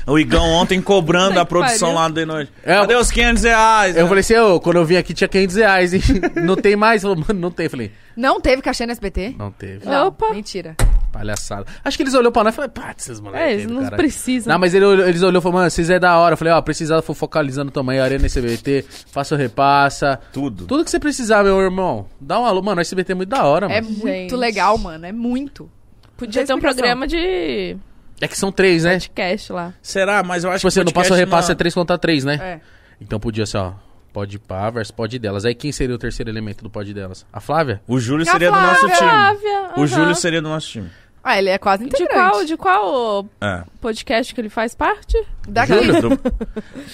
[SPEAKER 2] O Igão ontem cobrando
[SPEAKER 4] Ai,
[SPEAKER 2] a produção
[SPEAKER 4] que
[SPEAKER 2] lá de noite.
[SPEAKER 1] É,
[SPEAKER 2] Cadê os 500 reais?
[SPEAKER 1] Eu falei assim, ô, quando eu vim aqui tinha 500 reais, hein? Não tem mais? Falou, mano, não tem. Eu falei,
[SPEAKER 3] Não teve cachê no SBT?
[SPEAKER 1] não teve.
[SPEAKER 3] Não,
[SPEAKER 4] Opa.
[SPEAKER 3] mentira.
[SPEAKER 1] Palhaçada. Acho que eles olhou pra nós e falaram, pá, esses moleques.
[SPEAKER 4] É,
[SPEAKER 1] aí
[SPEAKER 4] eles
[SPEAKER 1] do
[SPEAKER 4] não
[SPEAKER 1] caralho."
[SPEAKER 4] precisam.
[SPEAKER 1] Não, mas ele olhou- eles olhou e falou, mano, vocês é da hora. Eu falei, ó, precisar, for focalizando também, Arena SBT, faça o repassa.
[SPEAKER 2] Tudo.
[SPEAKER 1] Tudo que você precisar, meu irmão. Dá um alô. Mano, o SBT é muito da hora,
[SPEAKER 3] É
[SPEAKER 1] mano.
[SPEAKER 3] muito legal, mano. É muito.
[SPEAKER 4] Podia
[SPEAKER 3] Não
[SPEAKER 4] ter
[SPEAKER 3] tem
[SPEAKER 4] um programa de
[SPEAKER 1] É que são três, né? Tipo
[SPEAKER 4] podcast lá.
[SPEAKER 2] Será? Mas eu acho que.
[SPEAKER 1] assim, no
[SPEAKER 2] podcast
[SPEAKER 1] passo repassa é três contra três, né?
[SPEAKER 3] É.
[SPEAKER 1] Então podia ser, ó, pode pá versus pode delas. Aí quem seria o terceiro elemento do pode delas? A Flávia?
[SPEAKER 2] O Júlio
[SPEAKER 3] E a
[SPEAKER 2] seria do nosso
[SPEAKER 3] Flávia?
[SPEAKER 2] time.
[SPEAKER 4] Ah, Flávia.
[SPEAKER 2] O Júlio
[SPEAKER 4] aham.
[SPEAKER 2] seria do nosso time.
[SPEAKER 3] Ah, ele é quase
[SPEAKER 4] De
[SPEAKER 3] integrante.
[SPEAKER 4] qual, de qual
[SPEAKER 2] É.
[SPEAKER 4] podcast que ele faz parte?
[SPEAKER 3] Daqui.
[SPEAKER 2] Júlio, do-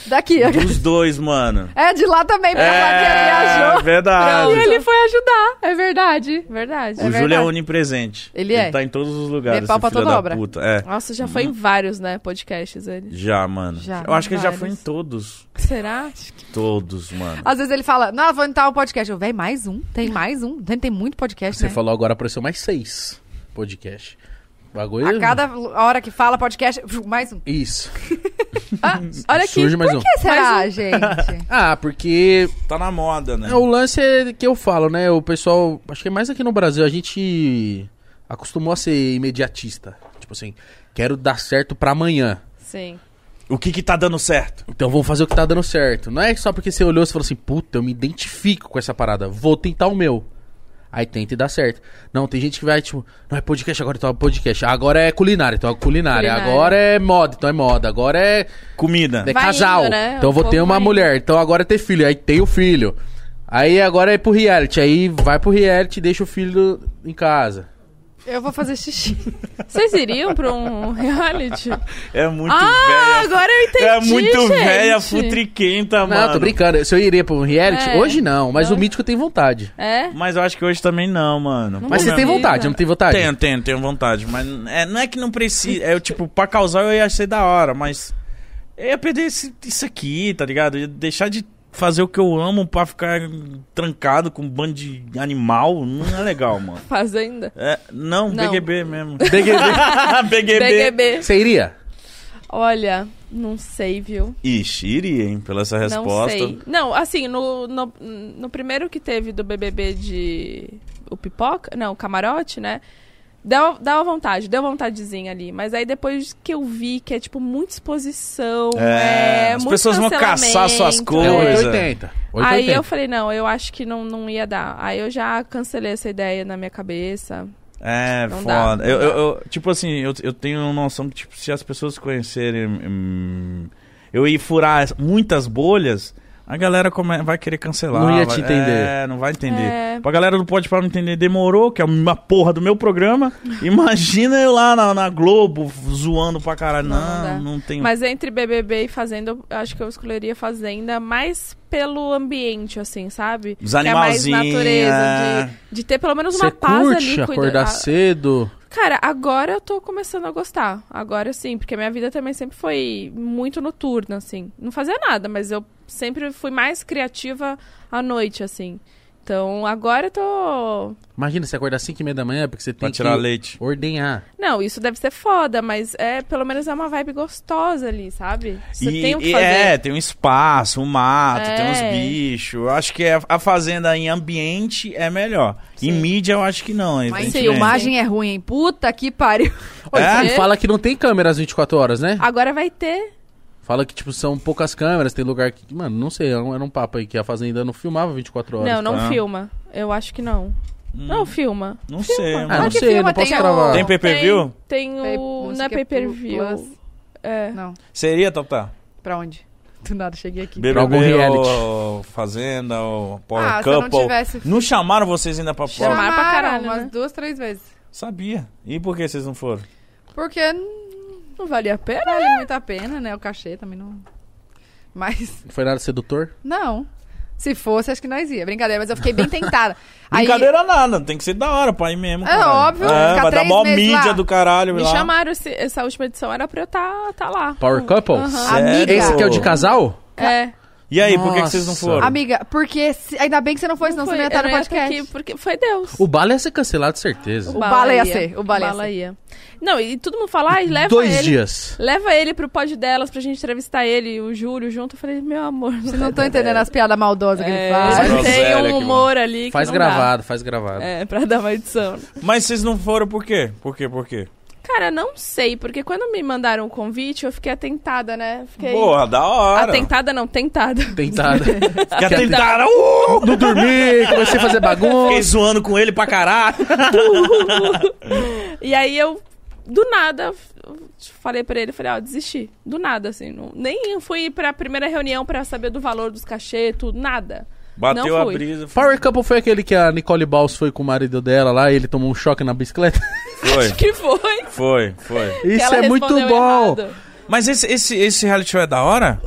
[SPEAKER 3] Daqui.
[SPEAKER 2] dos dois, mano.
[SPEAKER 3] É, de lá também, pra lá que ele
[SPEAKER 2] É,
[SPEAKER 3] viajou.
[SPEAKER 2] verdade.
[SPEAKER 4] E ele foi ajudar, é verdade. Verdade.
[SPEAKER 2] O Júlio é
[SPEAKER 3] verdade.
[SPEAKER 2] onipresente.
[SPEAKER 3] Ele é.
[SPEAKER 2] tá em todos os lugares.
[SPEAKER 3] Ele é pau
[SPEAKER 2] esse
[SPEAKER 3] pra
[SPEAKER 2] filho
[SPEAKER 3] toda
[SPEAKER 2] da
[SPEAKER 3] obra.
[SPEAKER 2] Puta. É.
[SPEAKER 4] Nossa, já foi em vários, né, podcasts ele.
[SPEAKER 2] Já, mano.
[SPEAKER 3] Já.
[SPEAKER 2] eu acho que ele já
[SPEAKER 4] Vários.
[SPEAKER 2] foi em todos.
[SPEAKER 4] Será?
[SPEAKER 2] Todos, mano.
[SPEAKER 3] Às vezes ele fala, não, vou entrar um podcast. Eu, véi, mais um? Tem mais um? Tem, tem muito podcast,
[SPEAKER 1] Você
[SPEAKER 3] né?
[SPEAKER 1] falou agora, apareceu mais seis podcast. Bagulho.
[SPEAKER 3] A cada hora que fala podcast, mais um.
[SPEAKER 1] Isso.
[SPEAKER 4] Ah, olha aqui.
[SPEAKER 1] Surge mais um.
[SPEAKER 3] que será, gente?
[SPEAKER 1] Ah, porque
[SPEAKER 2] Tá na moda, né?
[SPEAKER 1] é, o lance é que eu falo, né? O pessoal, acho que é mais aqui no Brasil, a gente acostumou a ser imediatista. Tipo assim, quero dar certo pra amanhã.
[SPEAKER 4] Sim.
[SPEAKER 2] O que que tá dando certo?
[SPEAKER 1] Então vamos fazer o que tá dando certo. Não é só porque você olhou e você falou assim, puta, eu me identifico com essa parada, vou tentar o meu. Aí tenta e dá certo. Não, tem gente que vai, tipo, não é podcast agora, então é podcast. Agora é culinária, então é culinária.
[SPEAKER 4] Culinária.
[SPEAKER 1] Agora é moda, então é moda. Agora é,
[SPEAKER 2] Comida.
[SPEAKER 1] é
[SPEAKER 4] Vai
[SPEAKER 1] casal,
[SPEAKER 4] indo, né?
[SPEAKER 1] então eu
[SPEAKER 4] O
[SPEAKER 1] vou ter
[SPEAKER 4] povo
[SPEAKER 1] uma
[SPEAKER 4] vai
[SPEAKER 1] mulher. Então agora é ter filho, aí tem o filho. Aí agora é pro reality, aí vai pro reality e deixa o filho em casa.
[SPEAKER 3] Eu vou fazer xixi.
[SPEAKER 4] Vocês iriam pra um reality?
[SPEAKER 2] É muito
[SPEAKER 4] ah,
[SPEAKER 2] velha.
[SPEAKER 4] agora eu entendi,
[SPEAKER 2] É muito
[SPEAKER 4] gente.
[SPEAKER 2] velha, futriquenta,
[SPEAKER 1] Não,
[SPEAKER 2] mano.
[SPEAKER 1] tô brincando. Se eu iria pra um reality,
[SPEAKER 4] É.
[SPEAKER 1] hoje não, mas
[SPEAKER 4] Não.
[SPEAKER 1] o mítico tem vontade.
[SPEAKER 4] É?
[SPEAKER 2] Mas eu acho que hoje também não, mano. Pô,
[SPEAKER 1] Mas você
[SPEAKER 2] meu-
[SPEAKER 1] tem vontade,
[SPEAKER 4] Precisa.
[SPEAKER 1] não tem vontade?
[SPEAKER 2] Tenho, tenho, tenho vontade. Mas é, não é que não precisa. É tipo, pra causar eu ia ser da hora, mas. Eu ia perder esse- isso aqui, tá ligado? Eu ia deixar de fazer o que eu amo pra ficar trancado com um bando de animal. Não é legal, mano.
[SPEAKER 4] Fazenda?
[SPEAKER 2] É, não,
[SPEAKER 4] Não.
[SPEAKER 2] BGB mesmo.
[SPEAKER 1] BGB.
[SPEAKER 2] BGB.
[SPEAKER 4] BGB.
[SPEAKER 1] Você iria?
[SPEAKER 4] Olha, não sei, viu?
[SPEAKER 2] Ixi, iria, hein, pela essa
[SPEAKER 4] Não
[SPEAKER 2] resposta.
[SPEAKER 4] sei. Não, assim, no, no, no primeiro que teve do BBB de. O pipoca? Não, o camarote, né? Deu, dava vontade, deu vontadezinha ali. Mas aí depois que eu vi que é, tipo, muita exposição.
[SPEAKER 2] É,
[SPEAKER 4] É,
[SPEAKER 2] as
[SPEAKER 4] muito
[SPEAKER 2] pessoas vão caçar suas
[SPEAKER 4] cancelamento,
[SPEAKER 1] É
[SPEAKER 2] coisas. Pois é.
[SPEAKER 1] 880.
[SPEAKER 4] Aí
[SPEAKER 1] 880.
[SPEAKER 4] eu falei, não, eu acho que não, não ia dar. Aí eu já cancelei essa ideia na minha cabeça.
[SPEAKER 2] É,
[SPEAKER 4] Não dá,
[SPEAKER 2] foda.
[SPEAKER 4] não
[SPEAKER 2] eu,
[SPEAKER 4] dá.
[SPEAKER 2] eu- eu- tipo assim, eu, eu tenho noção que tipo, se as pessoas conhecerem. hum, eu ir furar as- muitas bolhas, a galera come- vai querer cancelar.
[SPEAKER 1] Não ia
[SPEAKER 2] vai-
[SPEAKER 1] te entender.
[SPEAKER 2] É, não vai entender.
[SPEAKER 4] É.
[SPEAKER 2] Pra galera do Pode Falar não entender, demorou, que é uma porra do meu programa. Imagina eu lá na, na Globo zoando pra caralho.
[SPEAKER 4] Não,
[SPEAKER 2] Não,
[SPEAKER 4] não dá.
[SPEAKER 2] não, tem.
[SPEAKER 4] Mas entre BBB e Fazenda, eu acho que eu escolheria Fazenda mais pelo ambiente, assim, sabe?
[SPEAKER 2] Os
[SPEAKER 4] Que é mais
[SPEAKER 2] animalzinhos,
[SPEAKER 4] natureza,
[SPEAKER 2] é.
[SPEAKER 4] de, de ter pelo menos uma
[SPEAKER 1] Você
[SPEAKER 4] paz
[SPEAKER 1] curte
[SPEAKER 4] ali. Ah. cuida-
[SPEAKER 1] acordar
[SPEAKER 4] a-
[SPEAKER 1] cedo?
[SPEAKER 4] Cara, agora eu tô começando a gostar. Agora sim, porque minha vida também sempre foi muito noturna, assim. Não fazia nada, mas eu sempre fui mais criativa à noite, assim. Então agora eu tô.
[SPEAKER 1] Imagina, você acordar às 5 e meia da manhã porque você tem
[SPEAKER 2] Pra tirar
[SPEAKER 1] que
[SPEAKER 2] leite.
[SPEAKER 1] ordenhar.
[SPEAKER 4] Não, isso deve ser foda, mas é pelo menos é uma vibe gostosa ali, sabe? Você
[SPEAKER 2] e,
[SPEAKER 4] tem o que
[SPEAKER 2] e
[SPEAKER 4] fazer.
[SPEAKER 2] É, tem um espaço, um mato, tem uns
[SPEAKER 4] É.
[SPEAKER 2] bichos. Eu acho que é- a fazenda em ambiente é melhor. Em mídia eu acho que não. aí
[SPEAKER 3] Mas
[SPEAKER 2] tem
[SPEAKER 3] em
[SPEAKER 2] que
[SPEAKER 4] sim,
[SPEAKER 2] ver.
[SPEAKER 3] filmagem é ruim, hein? Puta que pariu.
[SPEAKER 1] Olha,
[SPEAKER 2] É?
[SPEAKER 1] E fala que não tem câmera às 24 horas, né?
[SPEAKER 4] Agora vai ter.
[SPEAKER 1] Fala que, tipo, são poucas câmeras, tem lugar que... é Mano, não sei, era um era um papo aí que a Fazenda não filmava 24 horas.
[SPEAKER 4] não, não
[SPEAKER 2] tá?
[SPEAKER 4] filma. Eu acho que não. Não, filma.
[SPEAKER 2] Não
[SPEAKER 4] Filma.
[SPEAKER 2] sei,
[SPEAKER 1] Ah,
[SPEAKER 2] mano.
[SPEAKER 1] não
[SPEAKER 3] que
[SPEAKER 1] sei,
[SPEAKER 3] filma
[SPEAKER 1] não posso
[SPEAKER 3] tem
[SPEAKER 1] cravar.
[SPEAKER 3] o-
[SPEAKER 2] Tem pay-per-view?
[SPEAKER 4] Tem,
[SPEAKER 3] Pay-
[SPEAKER 4] o.
[SPEAKER 3] não sei
[SPEAKER 4] Não é
[SPEAKER 3] o que é
[SPEAKER 4] pay-per-view.
[SPEAKER 3] Plus.
[SPEAKER 4] É.
[SPEAKER 3] Não.
[SPEAKER 2] Seria, Tata?
[SPEAKER 3] Pra onde? Do nada, cheguei aqui.
[SPEAKER 2] BBB
[SPEAKER 1] algum reality.
[SPEAKER 2] ou Fazenda ou Power
[SPEAKER 3] Ah, se eu não
[SPEAKER 2] Couple?
[SPEAKER 3] tivesse-
[SPEAKER 2] Não chamaram vocês ainda pra Power
[SPEAKER 4] Chamaram pra caralho,
[SPEAKER 3] umas
[SPEAKER 4] né?
[SPEAKER 3] duas, três vezes.
[SPEAKER 2] Sabia. E por que vocês não foram?
[SPEAKER 3] Porque não
[SPEAKER 4] Não valia a pena?
[SPEAKER 3] vale muito a pena, né? O cachê também não... Mas,
[SPEAKER 1] Foi nada sedutor?
[SPEAKER 3] não. Se fosse, acho que nós ia. Brincadeira, mas eu fiquei bem tentada. Aí-
[SPEAKER 2] Brincadeira nada, tem que ser da hora pra ir mesmo.
[SPEAKER 3] É
[SPEAKER 2] caralho.
[SPEAKER 3] óbvio,
[SPEAKER 2] É,
[SPEAKER 3] ficar
[SPEAKER 2] vai dar
[SPEAKER 3] três
[SPEAKER 2] mó
[SPEAKER 3] meses
[SPEAKER 2] mídia
[SPEAKER 3] lá.
[SPEAKER 2] do caralho
[SPEAKER 4] Me
[SPEAKER 2] lá.
[SPEAKER 4] chamaram esse- essa última edição, era pra eu tá, tá lá.
[SPEAKER 1] Power Couple?
[SPEAKER 2] Sério?
[SPEAKER 1] Esse que é o de casal?
[SPEAKER 4] É.
[SPEAKER 2] E aí, por que, que vocês não
[SPEAKER 1] Nossa.
[SPEAKER 2] foram?
[SPEAKER 3] Amiga, porque... se- Ainda bem que você não foi, senão
[SPEAKER 4] Foi-
[SPEAKER 3] você não ia estar
[SPEAKER 4] eu
[SPEAKER 3] no
[SPEAKER 4] não ia tá
[SPEAKER 3] podcast.
[SPEAKER 4] aqui porque foi Deus.
[SPEAKER 1] O Bala ia ser cancelado, certeza.
[SPEAKER 3] O Bala ia ser, o Bala ia ser.
[SPEAKER 4] ia. Não, e todo mundo fala, ai, leva
[SPEAKER 1] Dois
[SPEAKER 4] ele.
[SPEAKER 1] dias.
[SPEAKER 4] Leva ele pro pod delas pra gente entrevistar ele e o Júlio junto. Eu falei, meu amor,
[SPEAKER 3] Vocês não estão entendendo as piadas maldosas que ele
[SPEAKER 4] é,
[SPEAKER 3] faz.
[SPEAKER 2] Groselha
[SPEAKER 4] tem
[SPEAKER 2] que
[SPEAKER 4] um humor ali que
[SPEAKER 1] Faz
[SPEAKER 4] não dá.
[SPEAKER 1] gravado, faz gravado.
[SPEAKER 4] É, pra dar uma edição.
[SPEAKER 2] Mas vocês não foram por quê? Por quê? Por quê?
[SPEAKER 4] Cara, não sei, porque quando me mandaram o convite, eu fiquei atentada, né? Fiquei...
[SPEAKER 2] Porra, da hora.
[SPEAKER 4] Atentada não, tentada.
[SPEAKER 1] Tentado.
[SPEAKER 2] Que atentaram. Uh!
[SPEAKER 1] Não dormi, comecei a fazer
[SPEAKER 2] Fiquei
[SPEAKER 1] bagunça.
[SPEAKER 2] zoando com ele pra caralho.
[SPEAKER 4] E aí eu, do nada, eu falei pra ele, falei, ó, desisti. Do nada, assim. não- nem fui pra primeira reunião pra saber do valor dos cachê, tudo, nada.
[SPEAKER 2] Bateu
[SPEAKER 4] Não
[SPEAKER 2] a
[SPEAKER 4] fui.
[SPEAKER 2] brisa.
[SPEAKER 1] Power Couple foi aquele que a Nicole Baus foi com o marido dela lá e ele tomou um choque na bicicleta?
[SPEAKER 2] Foi,
[SPEAKER 4] Que foi?
[SPEAKER 2] foi, foi.
[SPEAKER 4] Que
[SPEAKER 1] Isso
[SPEAKER 4] ela
[SPEAKER 1] é muito
[SPEAKER 4] respondeu
[SPEAKER 1] bom.
[SPEAKER 4] errado.
[SPEAKER 2] Mas esse, esse, esse reality show é da hora?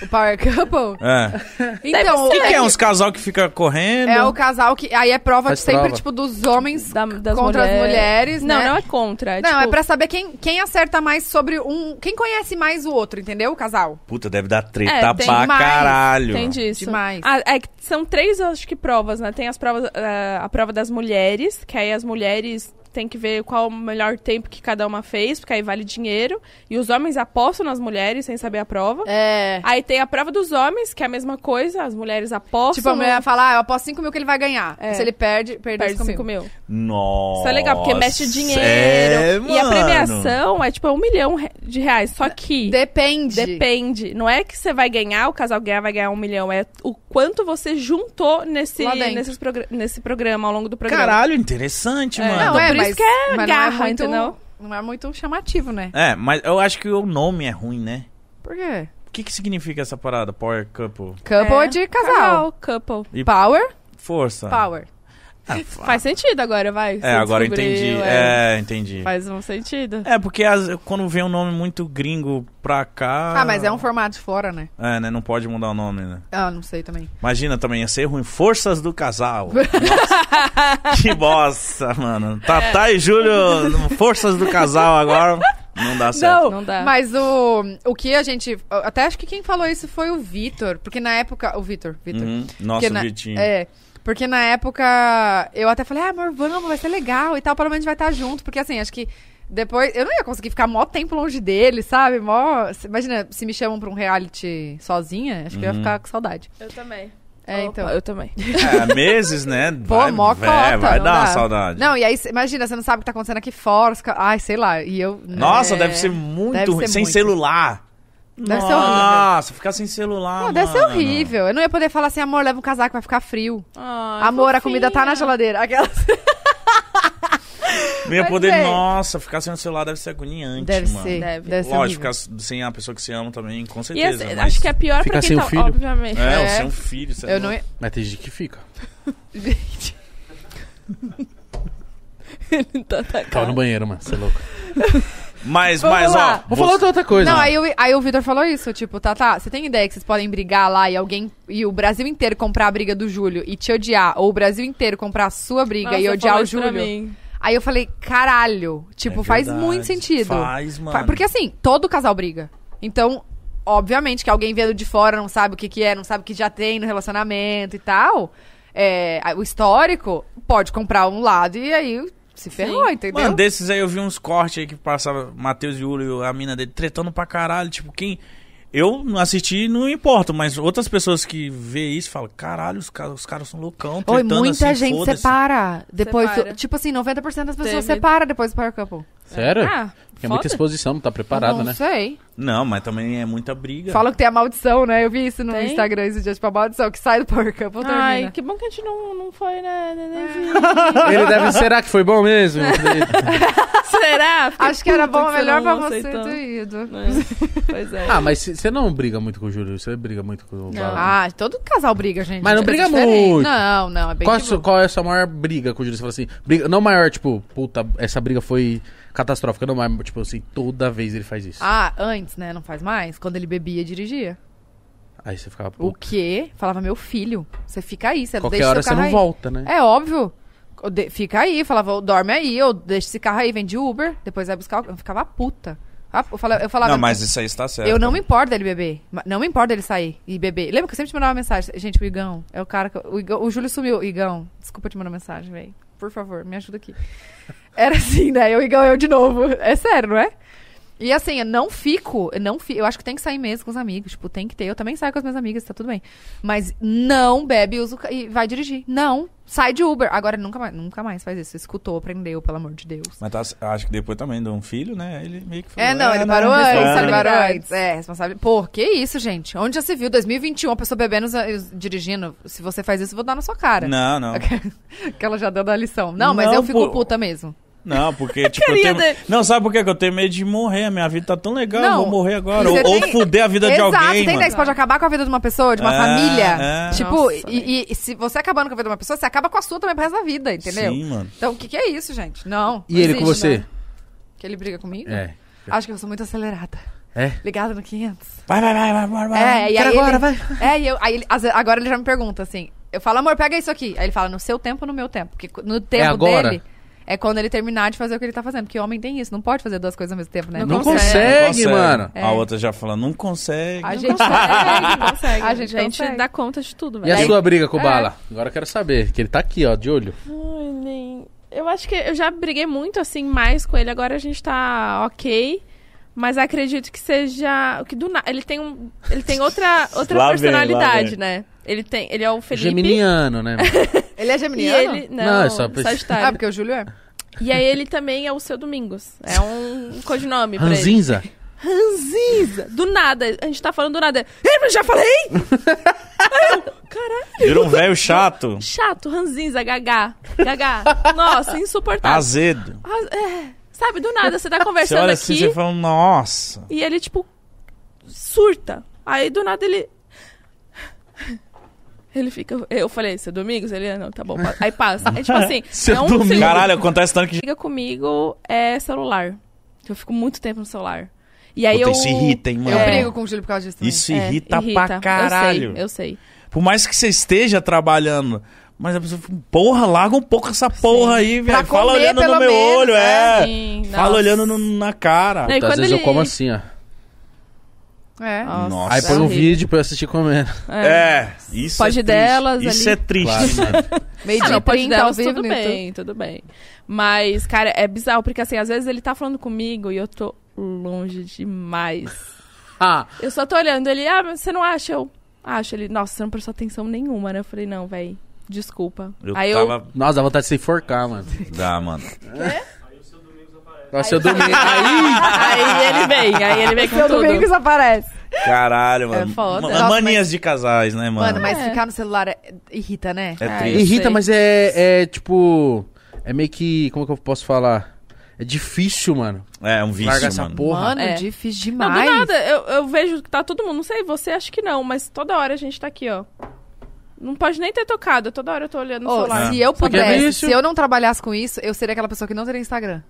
[SPEAKER 3] O Power Couple.
[SPEAKER 2] É.
[SPEAKER 3] Então,
[SPEAKER 4] ser.
[SPEAKER 2] O que, que
[SPEAKER 3] é
[SPEAKER 2] é? Uns casal que fica correndo?
[SPEAKER 3] É o casal que. Aí é prova
[SPEAKER 1] Faz
[SPEAKER 3] de sempre,
[SPEAKER 1] prova.
[SPEAKER 3] tipo, dos homens
[SPEAKER 4] Da- das
[SPEAKER 3] contra
[SPEAKER 4] mulheres.
[SPEAKER 3] as mulheres.
[SPEAKER 4] Não,
[SPEAKER 3] né?
[SPEAKER 4] não é contra. É,
[SPEAKER 3] Não,
[SPEAKER 4] tipo,
[SPEAKER 3] é pra saber quem, quem acerta mais sobre um. Quem conhece mais o outro, entendeu? O casal.
[SPEAKER 2] Puta, deve dar treta
[SPEAKER 4] É, tem
[SPEAKER 2] pra
[SPEAKER 3] mais.
[SPEAKER 2] caralho.
[SPEAKER 4] Tem disso.
[SPEAKER 3] Demais.
[SPEAKER 4] Ah, é que são três, acho que, provas, né? Tem as provas, ah, a prova das mulheres, que aí as mulheres têm que ver qual o melhor tempo que cada uma fez, porque aí vale dinheiro. E os homens apostam nas mulheres sem saber a prova.
[SPEAKER 3] É.
[SPEAKER 4] Aí tem a prova dos homens, que é a mesma coisa, as mulheres apostam. né?
[SPEAKER 3] Tipo, a assim. mulher fala, ah, eu aposto 5 mil que ele vai ganhar.
[SPEAKER 4] É.
[SPEAKER 3] Se ele perde, perde
[SPEAKER 4] perde
[SPEAKER 3] 5 mil.
[SPEAKER 4] 5 mil.
[SPEAKER 2] Nossa.
[SPEAKER 4] Isso é legal, porque mexe dinheiro.
[SPEAKER 2] É,
[SPEAKER 4] e a
[SPEAKER 2] mano.
[SPEAKER 4] premiação é tipo um milhão re- de reais. Só que.
[SPEAKER 3] Depende.
[SPEAKER 4] Depende. Não é que você vai ganhar, o casal ganhar vai ganhar um milhão. É o quanto você juntou nesse,
[SPEAKER 3] Lá dentro.
[SPEAKER 4] nesses progra- nesse programa, ao longo do programa.
[SPEAKER 2] Caralho, interessante, mano.
[SPEAKER 3] Não, é,
[SPEAKER 4] Por isso
[SPEAKER 3] mas,
[SPEAKER 4] que é
[SPEAKER 3] mas não
[SPEAKER 4] garra,
[SPEAKER 3] é muito,
[SPEAKER 4] entendeu?
[SPEAKER 3] Não é muito chamativo, né?
[SPEAKER 2] É, mas eu acho que o nome é ruim, né?
[SPEAKER 3] Por quê?
[SPEAKER 2] O que, que significa essa parada? Power Couple?
[SPEAKER 3] Couple
[SPEAKER 4] É.
[SPEAKER 3] de casal.
[SPEAKER 4] Couple.
[SPEAKER 2] E-
[SPEAKER 3] Power,
[SPEAKER 1] Ah.
[SPEAKER 2] Força. Ah,
[SPEAKER 3] power.
[SPEAKER 4] Faz sentido agora, vai. Você
[SPEAKER 2] É, agora eu
[SPEAKER 4] descobriu,
[SPEAKER 2] entendi.
[SPEAKER 4] é.
[SPEAKER 2] É, entendi.
[SPEAKER 4] Faz um sentido.
[SPEAKER 2] É, porque as- quando vem um nome muito gringo pra cá.
[SPEAKER 3] Ah, mas é um formato de fora, né?
[SPEAKER 2] É, né? Não pode mudar o nome, né?
[SPEAKER 3] Ah, não sei também.
[SPEAKER 2] Imagina também, ia ser ruim. Forças do casal. Nossa, que bosta, mano.
[SPEAKER 3] É.
[SPEAKER 2] Tatá e Júlio, no forças do casal agora. Não dá certo.
[SPEAKER 4] Não dá.
[SPEAKER 3] Mas o, o que a gente. Até acho que quem falou isso foi o Vitor. Porque na época. O Vitor. Vitor.
[SPEAKER 2] Uhum.
[SPEAKER 3] Porque
[SPEAKER 2] Nossa,
[SPEAKER 3] na-
[SPEAKER 2] Vitinho.
[SPEAKER 3] É. Porque na época eu até falei, ah, amor, vamos, vai ser legal e tal, pelo menos a gente vai estar junto. Porque assim, acho que depois. Eu não ia conseguir ficar mó tempo longe dele, sabe? Mó. se- Imagina, se me chamam pra um reality sozinha, acho que eu ia ficar com saudade.
[SPEAKER 4] Eu também.
[SPEAKER 3] É, então.
[SPEAKER 4] Eu também.
[SPEAKER 2] É, meses, né?
[SPEAKER 3] Pô,
[SPEAKER 2] vai,
[SPEAKER 3] mó
[SPEAKER 2] é,
[SPEAKER 3] cota,
[SPEAKER 2] vai
[SPEAKER 3] não
[SPEAKER 2] dar uma
[SPEAKER 3] dá.
[SPEAKER 2] saudade.
[SPEAKER 3] Não, e aí, cê- imagina, você não sabe o que tá acontecendo aqui fora. você fica- Ai, sei lá. E eu.
[SPEAKER 2] Nossa,
[SPEAKER 3] é.
[SPEAKER 2] deve ser muito
[SPEAKER 3] Deve ser
[SPEAKER 2] ruim. Sem
[SPEAKER 3] muito.
[SPEAKER 2] celular.
[SPEAKER 3] Deve ser
[SPEAKER 2] Nossa, ficar sem celular.
[SPEAKER 3] Não, deve ser
[SPEAKER 2] mano.
[SPEAKER 3] horrível. Eu não ia poder falar assim, amor, leva um casaco, vai ficar frio.
[SPEAKER 4] Ah,
[SPEAKER 3] amor, a comida tá na geladeira. Aquelas.
[SPEAKER 2] Não ia
[SPEAKER 3] Mas
[SPEAKER 2] poder,
[SPEAKER 3] é.
[SPEAKER 2] nossa, ficar sem o celular deve ser agoniante,
[SPEAKER 3] Deve
[SPEAKER 2] mano.
[SPEAKER 3] ser.
[SPEAKER 4] Deve.
[SPEAKER 3] Deve, ser.
[SPEAKER 2] Lógico,
[SPEAKER 3] horrível.
[SPEAKER 2] ficar sem a pessoa que você ama também, com
[SPEAKER 4] E
[SPEAKER 2] certeza.
[SPEAKER 4] assim,
[SPEAKER 2] mas-
[SPEAKER 4] acho que é pior
[SPEAKER 1] Fica
[SPEAKER 4] pra quem
[SPEAKER 1] sem
[SPEAKER 4] tá...
[SPEAKER 1] o filho.
[SPEAKER 4] Obviamente.
[SPEAKER 2] É, o
[SPEAKER 3] É.
[SPEAKER 2] seu filho, você
[SPEAKER 3] Eu não ia.
[SPEAKER 1] Mas tem gente que fica.
[SPEAKER 3] Gente.
[SPEAKER 4] Ele tá
[SPEAKER 1] Tava no
[SPEAKER 4] atacando.
[SPEAKER 1] banheiro, mano. Você é louco.
[SPEAKER 2] Mas,
[SPEAKER 3] Vamos
[SPEAKER 2] mas,
[SPEAKER 3] lá.
[SPEAKER 2] ó.
[SPEAKER 1] Vou falar
[SPEAKER 2] você-
[SPEAKER 1] outra- outra coisa.
[SPEAKER 3] não,
[SPEAKER 2] é.
[SPEAKER 3] aí, o- aí o Vitor falou isso, tipo, tá, tá, você tem ideia que vocês podem brigar lá e alguém e o Brasil inteiro comprar a briga do Júlio e te odiar, ou o Brasil inteiro comprar a sua briga
[SPEAKER 4] Nossa,
[SPEAKER 3] e odiar
[SPEAKER 4] falou
[SPEAKER 3] o
[SPEAKER 4] isso pra
[SPEAKER 3] Júlio?
[SPEAKER 4] mim.
[SPEAKER 3] Aí eu falei, caralho, tipo,
[SPEAKER 2] É
[SPEAKER 3] faz
[SPEAKER 2] verdade.
[SPEAKER 3] muito sentido.
[SPEAKER 2] Faz,
[SPEAKER 3] Fa-
[SPEAKER 2] mano.
[SPEAKER 3] Porque assim, todo casal briga. Então, obviamente que alguém vendo de fora não sabe o que que é, não sabe o que já tem no relacionamento e tal. É, a- o histórico pode comprar um lado e aí se ferrou, entendeu?
[SPEAKER 2] Mano, desses aí eu vi uns cortes aí que passava Matheus e Júlio, a mina dele, tretando pra caralho. Tipo, quem. Eu não assisti, não importa, mas outras pessoas que vê isso falam: caralho, os, ca- os caras são loucão,
[SPEAKER 3] Oi,
[SPEAKER 2] tretando
[SPEAKER 3] muita
[SPEAKER 2] assim,
[SPEAKER 3] gente
[SPEAKER 2] foda-se."
[SPEAKER 3] separa. Depois, do-
[SPEAKER 4] Separa.
[SPEAKER 3] tipo assim, 90% das pessoas
[SPEAKER 4] Teve.
[SPEAKER 3] separa depois do Power Couple.
[SPEAKER 1] Sério?
[SPEAKER 4] Ah,
[SPEAKER 1] é muita
[SPEAKER 4] foda.
[SPEAKER 1] exposição, não tá preparado,
[SPEAKER 3] não
[SPEAKER 1] né?
[SPEAKER 3] sei.
[SPEAKER 2] Não, mas também é muita briga.
[SPEAKER 3] Falam que tem a maldição, né? Eu vi isso no
[SPEAKER 4] Tem?
[SPEAKER 3] Instagram esses dias, tipo, a maldição que sai do Power Couple
[SPEAKER 4] Ai,
[SPEAKER 3] termina.
[SPEAKER 4] que bom que a gente não, não foi, né? Nenenzinho?
[SPEAKER 1] Ele deve. Será que foi bom mesmo?
[SPEAKER 4] Será? Fiquei
[SPEAKER 3] Acho que era
[SPEAKER 4] puta
[SPEAKER 3] bom,
[SPEAKER 4] você
[SPEAKER 3] melhor
[SPEAKER 4] não
[SPEAKER 3] pra você
[SPEAKER 4] aceitou.
[SPEAKER 3] ter ido.
[SPEAKER 4] É, Pois é.
[SPEAKER 1] ah, mas você não briga muito com o Júlio, você briga muito com o Bala.
[SPEAKER 3] Ah, todo casal briga, gente.
[SPEAKER 1] Mas não
[SPEAKER 3] Coisa
[SPEAKER 1] briga
[SPEAKER 3] diferente.
[SPEAKER 1] muito.
[SPEAKER 3] Não, não, é bem
[SPEAKER 1] Qual, a
[SPEAKER 3] de
[SPEAKER 1] sua-
[SPEAKER 3] boa.
[SPEAKER 1] qual é a sua maior briga com o Júlio? Você fala assim, briga, não maior, tipo, puta, essa briga foi catastrófica, não mas tipo assim, toda vez ele faz isso.
[SPEAKER 3] Ah, antes, né? Não faz mais. Quando ele bebia, dirigia.
[SPEAKER 1] Aí você ficava,
[SPEAKER 3] O
[SPEAKER 1] puta,
[SPEAKER 3] quê? Falava, meu filho, você fica aí, você
[SPEAKER 1] qualquer
[SPEAKER 3] deixa
[SPEAKER 1] hora
[SPEAKER 3] seu
[SPEAKER 1] você
[SPEAKER 3] carro
[SPEAKER 1] não
[SPEAKER 3] aí.
[SPEAKER 1] volta, né?
[SPEAKER 3] É óbvio. Eu de- Fica aí, falava, "Ou dorme aí, ou deixa esse carro aí, vende Uber, depois vai buscar. o- Eu ficava puta. Ah, Eu falava, eu falava
[SPEAKER 2] Não, mas isso aí está certo.
[SPEAKER 3] eu não me importo dele beber. Ma- Não me importo dele sair e beber. Lembra que eu sempre te mandava uma mensagem? Gente, o Igão é o cara que. eu- O, Igão- o Júlio sumiu. Igão, desculpa te mandar mensagem, velho. Por favor, me ajuda aqui. Era assim, né? Eu, Igão, eu de novo. É sério, não é? E assim, eu não fico, eu não fico. Eu acho que tem que sair mesmo com os amigos. Tipo, tem que ter. Eu também saio com as minhas amigas, tá tudo bem. Mas não bebe e usa o ca- e vai dirigir. Não. Sai de Uber. Agora nunca mais, nunca mais faz isso. Escutou, aprendeu, pelo amor de Deus.
[SPEAKER 2] Mas tá- acho que depois também de um filho, né? Ele meio que falou,
[SPEAKER 3] É, não, ele parou
[SPEAKER 2] não,
[SPEAKER 3] antes,
[SPEAKER 2] não,
[SPEAKER 3] ele
[SPEAKER 2] não.
[SPEAKER 3] parou
[SPEAKER 4] responsabilidades.
[SPEAKER 3] antes. É, responsável. Pô, que isso, gente? Onde já se viu? 2021, a pessoa bebendo e os- dirigindo. Se você faz isso, eu vou dar na sua cara.
[SPEAKER 2] Não, não.
[SPEAKER 3] Que ela já dando a lição. Não, mas
[SPEAKER 2] Não,
[SPEAKER 3] eu fico
[SPEAKER 2] pô.
[SPEAKER 3] puta mesmo.
[SPEAKER 2] Não, porque, tipo, eu
[SPEAKER 4] carinha
[SPEAKER 2] tenho...
[SPEAKER 4] dele.
[SPEAKER 2] Não, sabe por quê? Que eu tenho medo de morrer. A minha vida tá tão legal, eu
[SPEAKER 3] Não,
[SPEAKER 2] vou morrer agora.
[SPEAKER 3] você
[SPEAKER 2] Ou, ou
[SPEAKER 3] tem-
[SPEAKER 2] fuder a vida
[SPEAKER 3] Exato,
[SPEAKER 2] de alguém,
[SPEAKER 3] tem
[SPEAKER 2] mano.
[SPEAKER 3] ideia que pode acabar com a vida de uma pessoa, de uma
[SPEAKER 2] É,
[SPEAKER 3] família.
[SPEAKER 2] é.
[SPEAKER 3] Tipo,
[SPEAKER 4] Nossa,
[SPEAKER 3] e- e, e se você acabando com a vida de uma pessoa, você acaba com a sua também pro resto da vida, entendeu?
[SPEAKER 2] Sim, mano.
[SPEAKER 3] Então, o que, que é isso, gente? Não.
[SPEAKER 1] E
[SPEAKER 3] não
[SPEAKER 1] ele com
[SPEAKER 3] existe, né?
[SPEAKER 1] você?
[SPEAKER 3] não. Que ele briga comigo?
[SPEAKER 1] É.
[SPEAKER 3] Acho que eu sou muito acelerada.
[SPEAKER 1] É?
[SPEAKER 3] Ligada no 500.
[SPEAKER 2] Vai, vai, vai, vai, vai, vai.
[SPEAKER 3] É, e aí
[SPEAKER 1] Quero agora,
[SPEAKER 3] ele,
[SPEAKER 1] vai.
[SPEAKER 3] É, e eu, aí ele- às vezes- agora ele já me pergunta assim. Eu falo, amor, pega isso aqui. Aí ele fala, no seu tempo ou no meu tempo? Porque no tempo
[SPEAKER 1] agora?
[SPEAKER 3] dele é quando ele terminar de fazer o que ele tá fazendo. Porque homem tem isso, não pode fazer duas coisas ao mesmo tempo, né?
[SPEAKER 4] Não
[SPEAKER 1] Não
[SPEAKER 4] consegue.
[SPEAKER 1] consegue, mano.
[SPEAKER 3] É.
[SPEAKER 2] A outra já falando, não consegue.
[SPEAKER 3] A
[SPEAKER 4] Não
[SPEAKER 3] gente
[SPEAKER 4] consegue, não consegue.
[SPEAKER 3] A gente consegue.
[SPEAKER 4] Então dá conta de tudo,
[SPEAKER 1] E
[SPEAKER 4] velho.
[SPEAKER 1] a
[SPEAKER 3] Aí-
[SPEAKER 1] sua briga com o
[SPEAKER 3] É.
[SPEAKER 1] Bala? Agora eu quero saber, que ele tá aqui, ó, de olho.
[SPEAKER 4] Ai, nem- Eu acho que eu já briguei muito assim mais com ele, agora a gente tá ok. Mas acredito que seja. que do na- Ele tem um. Ele tem outra, outra
[SPEAKER 2] Lá vem,
[SPEAKER 4] personalidade,
[SPEAKER 2] lá vem.
[SPEAKER 4] né? Ele tem. Ele é o Felipe.
[SPEAKER 1] Geminiano, né? mano?
[SPEAKER 3] Ele é
[SPEAKER 4] E
[SPEAKER 3] geminiano?
[SPEAKER 4] ele. Tá. Não,
[SPEAKER 1] Não, é só-
[SPEAKER 4] Sagitário.
[SPEAKER 3] Ah, porque o Júlio é.
[SPEAKER 4] E aí ele também é o seu Domingos. É um codinome pra ele.
[SPEAKER 1] Ranzinza?
[SPEAKER 4] Ranzinza. Do nada. A gente tá falando do nada. Ei, mas já falei?
[SPEAKER 2] Vira um velho chato,
[SPEAKER 4] Chato, Ranzinza, Gagá. Gagá. Nossa,
[SPEAKER 3] Tá
[SPEAKER 4] insuportável.
[SPEAKER 2] azedo.
[SPEAKER 4] Ah, é. Sabe, do nada, você tá
[SPEAKER 2] Você
[SPEAKER 4] conversando
[SPEAKER 2] olha
[SPEAKER 4] aqui
[SPEAKER 2] assim, você fala, nossa.
[SPEAKER 4] e ele, tipo, surta. Aí do nada ele. Ele fica. Eu falei, seu Domingos? Ele, não, tá bom. pa- Aí passa. É tipo assim.
[SPEAKER 1] Seu
[SPEAKER 4] é um
[SPEAKER 1] Domingos.
[SPEAKER 4] segundo.
[SPEAKER 2] Caralho, acontece tanto que...
[SPEAKER 4] Liga comigo é celular. Eu fico muito tempo no celular. E aí
[SPEAKER 2] Puta,
[SPEAKER 4] eu.
[SPEAKER 2] isso irrita, hein, mano.
[SPEAKER 3] Eu
[SPEAKER 4] É.
[SPEAKER 3] É, brigo com o Júlio por causa disso também.
[SPEAKER 2] Isso
[SPEAKER 4] É,
[SPEAKER 2] irrita, pra caralho.
[SPEAKER 4] Eu sei, eu sei.
[SPEAKER 2] Por mais que você esteja trabalhando, mas a pessoa fica, porra, larga um pouco essa porra aí, velho. Fala
[SPEAKER 3] comer,
[SPEAKER 2] olhando no
[SPEAKER 3] pelo
[SPEAKER 2] meu
[SPEAKER 3] menos,
[SPEAKER 2] olho, é.
[SPEAKER 4] Sim, nossa.
[SPEAKER 2] Fala olhando no- na cara.
[SPEAKER 4] Não, e
[SPEAKER 1] Às
[SPEAKER 4] quando
[SPEAKER 1] vezes eu
[SPEAKER 4] ele-
[SPEAKER 1] como assim, ó.
[SPEAKER 3] É.
[SPEAKER 4] Ah.
[SPEAKER 2] Nossa.
[SPEAKER 1] Aí põe um
[SPEAKER 4] horrível.
[SPEAKER 1] vídeo pra eu assistir comendo.
[SPEAKER 2] É, isso
[SPEAKER 4] Pode
[SPEAKER 2] é triste.
[SPEAKER 4] delas
[SPEAKER 2] Isso
[SPEAKER 4] ali.
[SPEAKER 2] é triste,
[SPEAKER 1] Claro, né?
[SPEAKER 2] mano.
[SPEAKER 1] mano.
[SPEAKER 3] Meio
[SPEAKER 4] Ah,
[SPEAKER 3] dia
[SPEAKER 4] não, pode
[SPEAKER 3] 30 ao
[SPEAKER 4] delas,
[SPEAKER 3] vivo
[SPEAKER 4] tudo
[SPEAKER 3] no YouTube.
[SPEAKER 4] bem, tudo bem. Mas, cara, é bizarro, porque assim, às vezes ele tá falando comigo e eu tô longe demais.
[SPEAKER 1] Ah,
[SPEAKER 4] Eu só tô olhando ele, ah, mas você não acha? Eu acho ele, nossa, você não prestou atenção nenhuma, né? Eu falei, não, véi, desculpa.
[SPEAKER 2] Eu
[SPEAKER 4] Aí eu.
[SPEAKER 2] tava...
[SPEAKER 1] nossa, dá vontade de se enforcar, mano.
[SPEAKER 2] Dá, mano.
[SPEAKER 1] Nossa, eu dormi.
[SPEAKER 4] Aí ele vem, aí ele vem com
[SPEAKER 3] Seu Domingos
[SPEAKER 4] tudo.
[SPEAKER 3] aparece.
[SPEAKER 2] Caralho, mano.
[SPEAKER 3] foda.
[SPEAKER 2] Ma-
[SPEAKER 3] Nossa,
[SPEAKER 2] Manias de casais, né, mano?
[SPEAKER 3] Mano, mas
[SPEAKER 4] É.
[SPEAKER 3] ficar no celular é- irrita, né?
[SPEAKER 2] É
[SPEAKER 4] Ah,
[SPEAKER 2] triste.
[SPEAKER 1] Irrita,
[SPEAKER 4] sei.
[SPEAKER 1] mas é, é tipo. É meio que. Como é que eu posso falar? É difícil, mano.
[SPEAKER 2] É um vício,
[SPEAKER 1] Larga
[SPEAKER 2] mano.
[SPEAKER 1] essa porra.
[SPEAKER 3] Mano,
[SPEAKER 4] É.
[SPEAKER 3] difícil
[SPEAKER 4] Não,
[SPEAKER 3] demais.
[SPEAKER 4] do nada, eu, eu vejo que tá todo mundo, não sei, você acha que não, mas toda hora a gente tá aqui, ó. Não pode nem ter tocado, toda hora eu tô olhando o
[SPEAKER 3] Ô,
[SPEAKER 4] celular.
[SPEAKER 3] se eu
[SPEAKER 1] Só que é
[SPEAKER 3] pudesse,
[SPEAKER 1] vício.
[SPEAKER 3] se eu não trabalhasse com isso, eu seria aquela pessoa que não teria Instagram.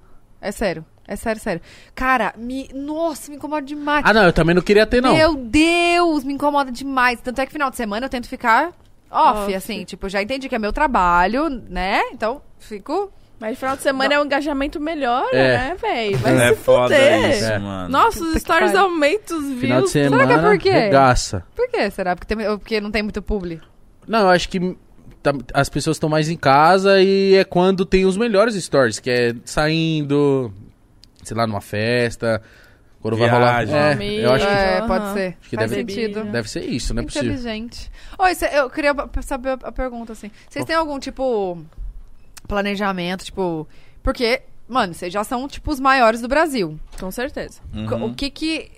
[SPEAKER 3] É sério. É sério, sério. Cara, me. Nossa, me incomoda demais.
[SPEAKER 1] Ah, não, eu também não queria ter, não.
[SPEAKER 3] Meu Deus, me incomoda demais. Tanto é que final de semana eu tento ficar off,
[SPEAKER 4] Off.
[SPEAKER 3] assim. Tipo, eu já entendi que é meu trabalho, né? Então, fico.
[SPEAKER 4] Mas final de semana é um engajamento melhor,
[SPEAKER 1] É.
[SPEAKER 4] né, véi?
[SPEAKER 2] É
[SPEAKER 4] Vai se
[SPEAKER 2] foda
[SPEAKER 4] fuder.
[SPEAKER 2] isso,
[SPEAKER 1] É.
[SPEAKER 2] mano.
[SPEAKER 4] Nossa, os
[SPEAKER 3] Puta que
[SPEAKER 4] stories
[SPEAKER 3] pariu.
[SPEAKER 4] aumentam os views.
[SPEAKER 1] Final de
[SPEAKER 3] Será que é
[SPEAKER 1] semana,
[SPEAKER 3] por quê?
[SPEAKER 1] regaça.
[SPEAKER 3] Por que será? Porque, tem- eu- porque não tem muito publi.
[SPEAKER 1] Não, eu acho que tá- as pessoas estão mais em casa e é quando tem os melhores stories, que é saindo, sei lá, numa festa, quando vai
[SPEAKER 2] Viagem.
[SPEAKER 1] rolar. É,
[SPEAKER 4] Família.
[SPEAKER 1] eu acho que
[SPEAKER 3] é,
[SPEAKER 4] Aham.
[SPEAKER 3] pode ser.
[SPEAKER 1] Acho que
[SPEAKER 3] Faz
[SPEAKER 1] deve-
[SPEAKER 3] sentido.
[SPEAKER 1] deve ser isso, não é possível.
[SPEAKER 3] Inteligente. Oi, cê- eu queria p- saber a- a pergunta, assim. Vocês têm algum, tipo, planejamento, tipo... Porque, mano, vocês já são, tipo, os maiores do Brasil.
[SPEAKER 4] Com certeza.
[SPEAKER 2] Uhum.
[SPEAKER 3] Co- O que que...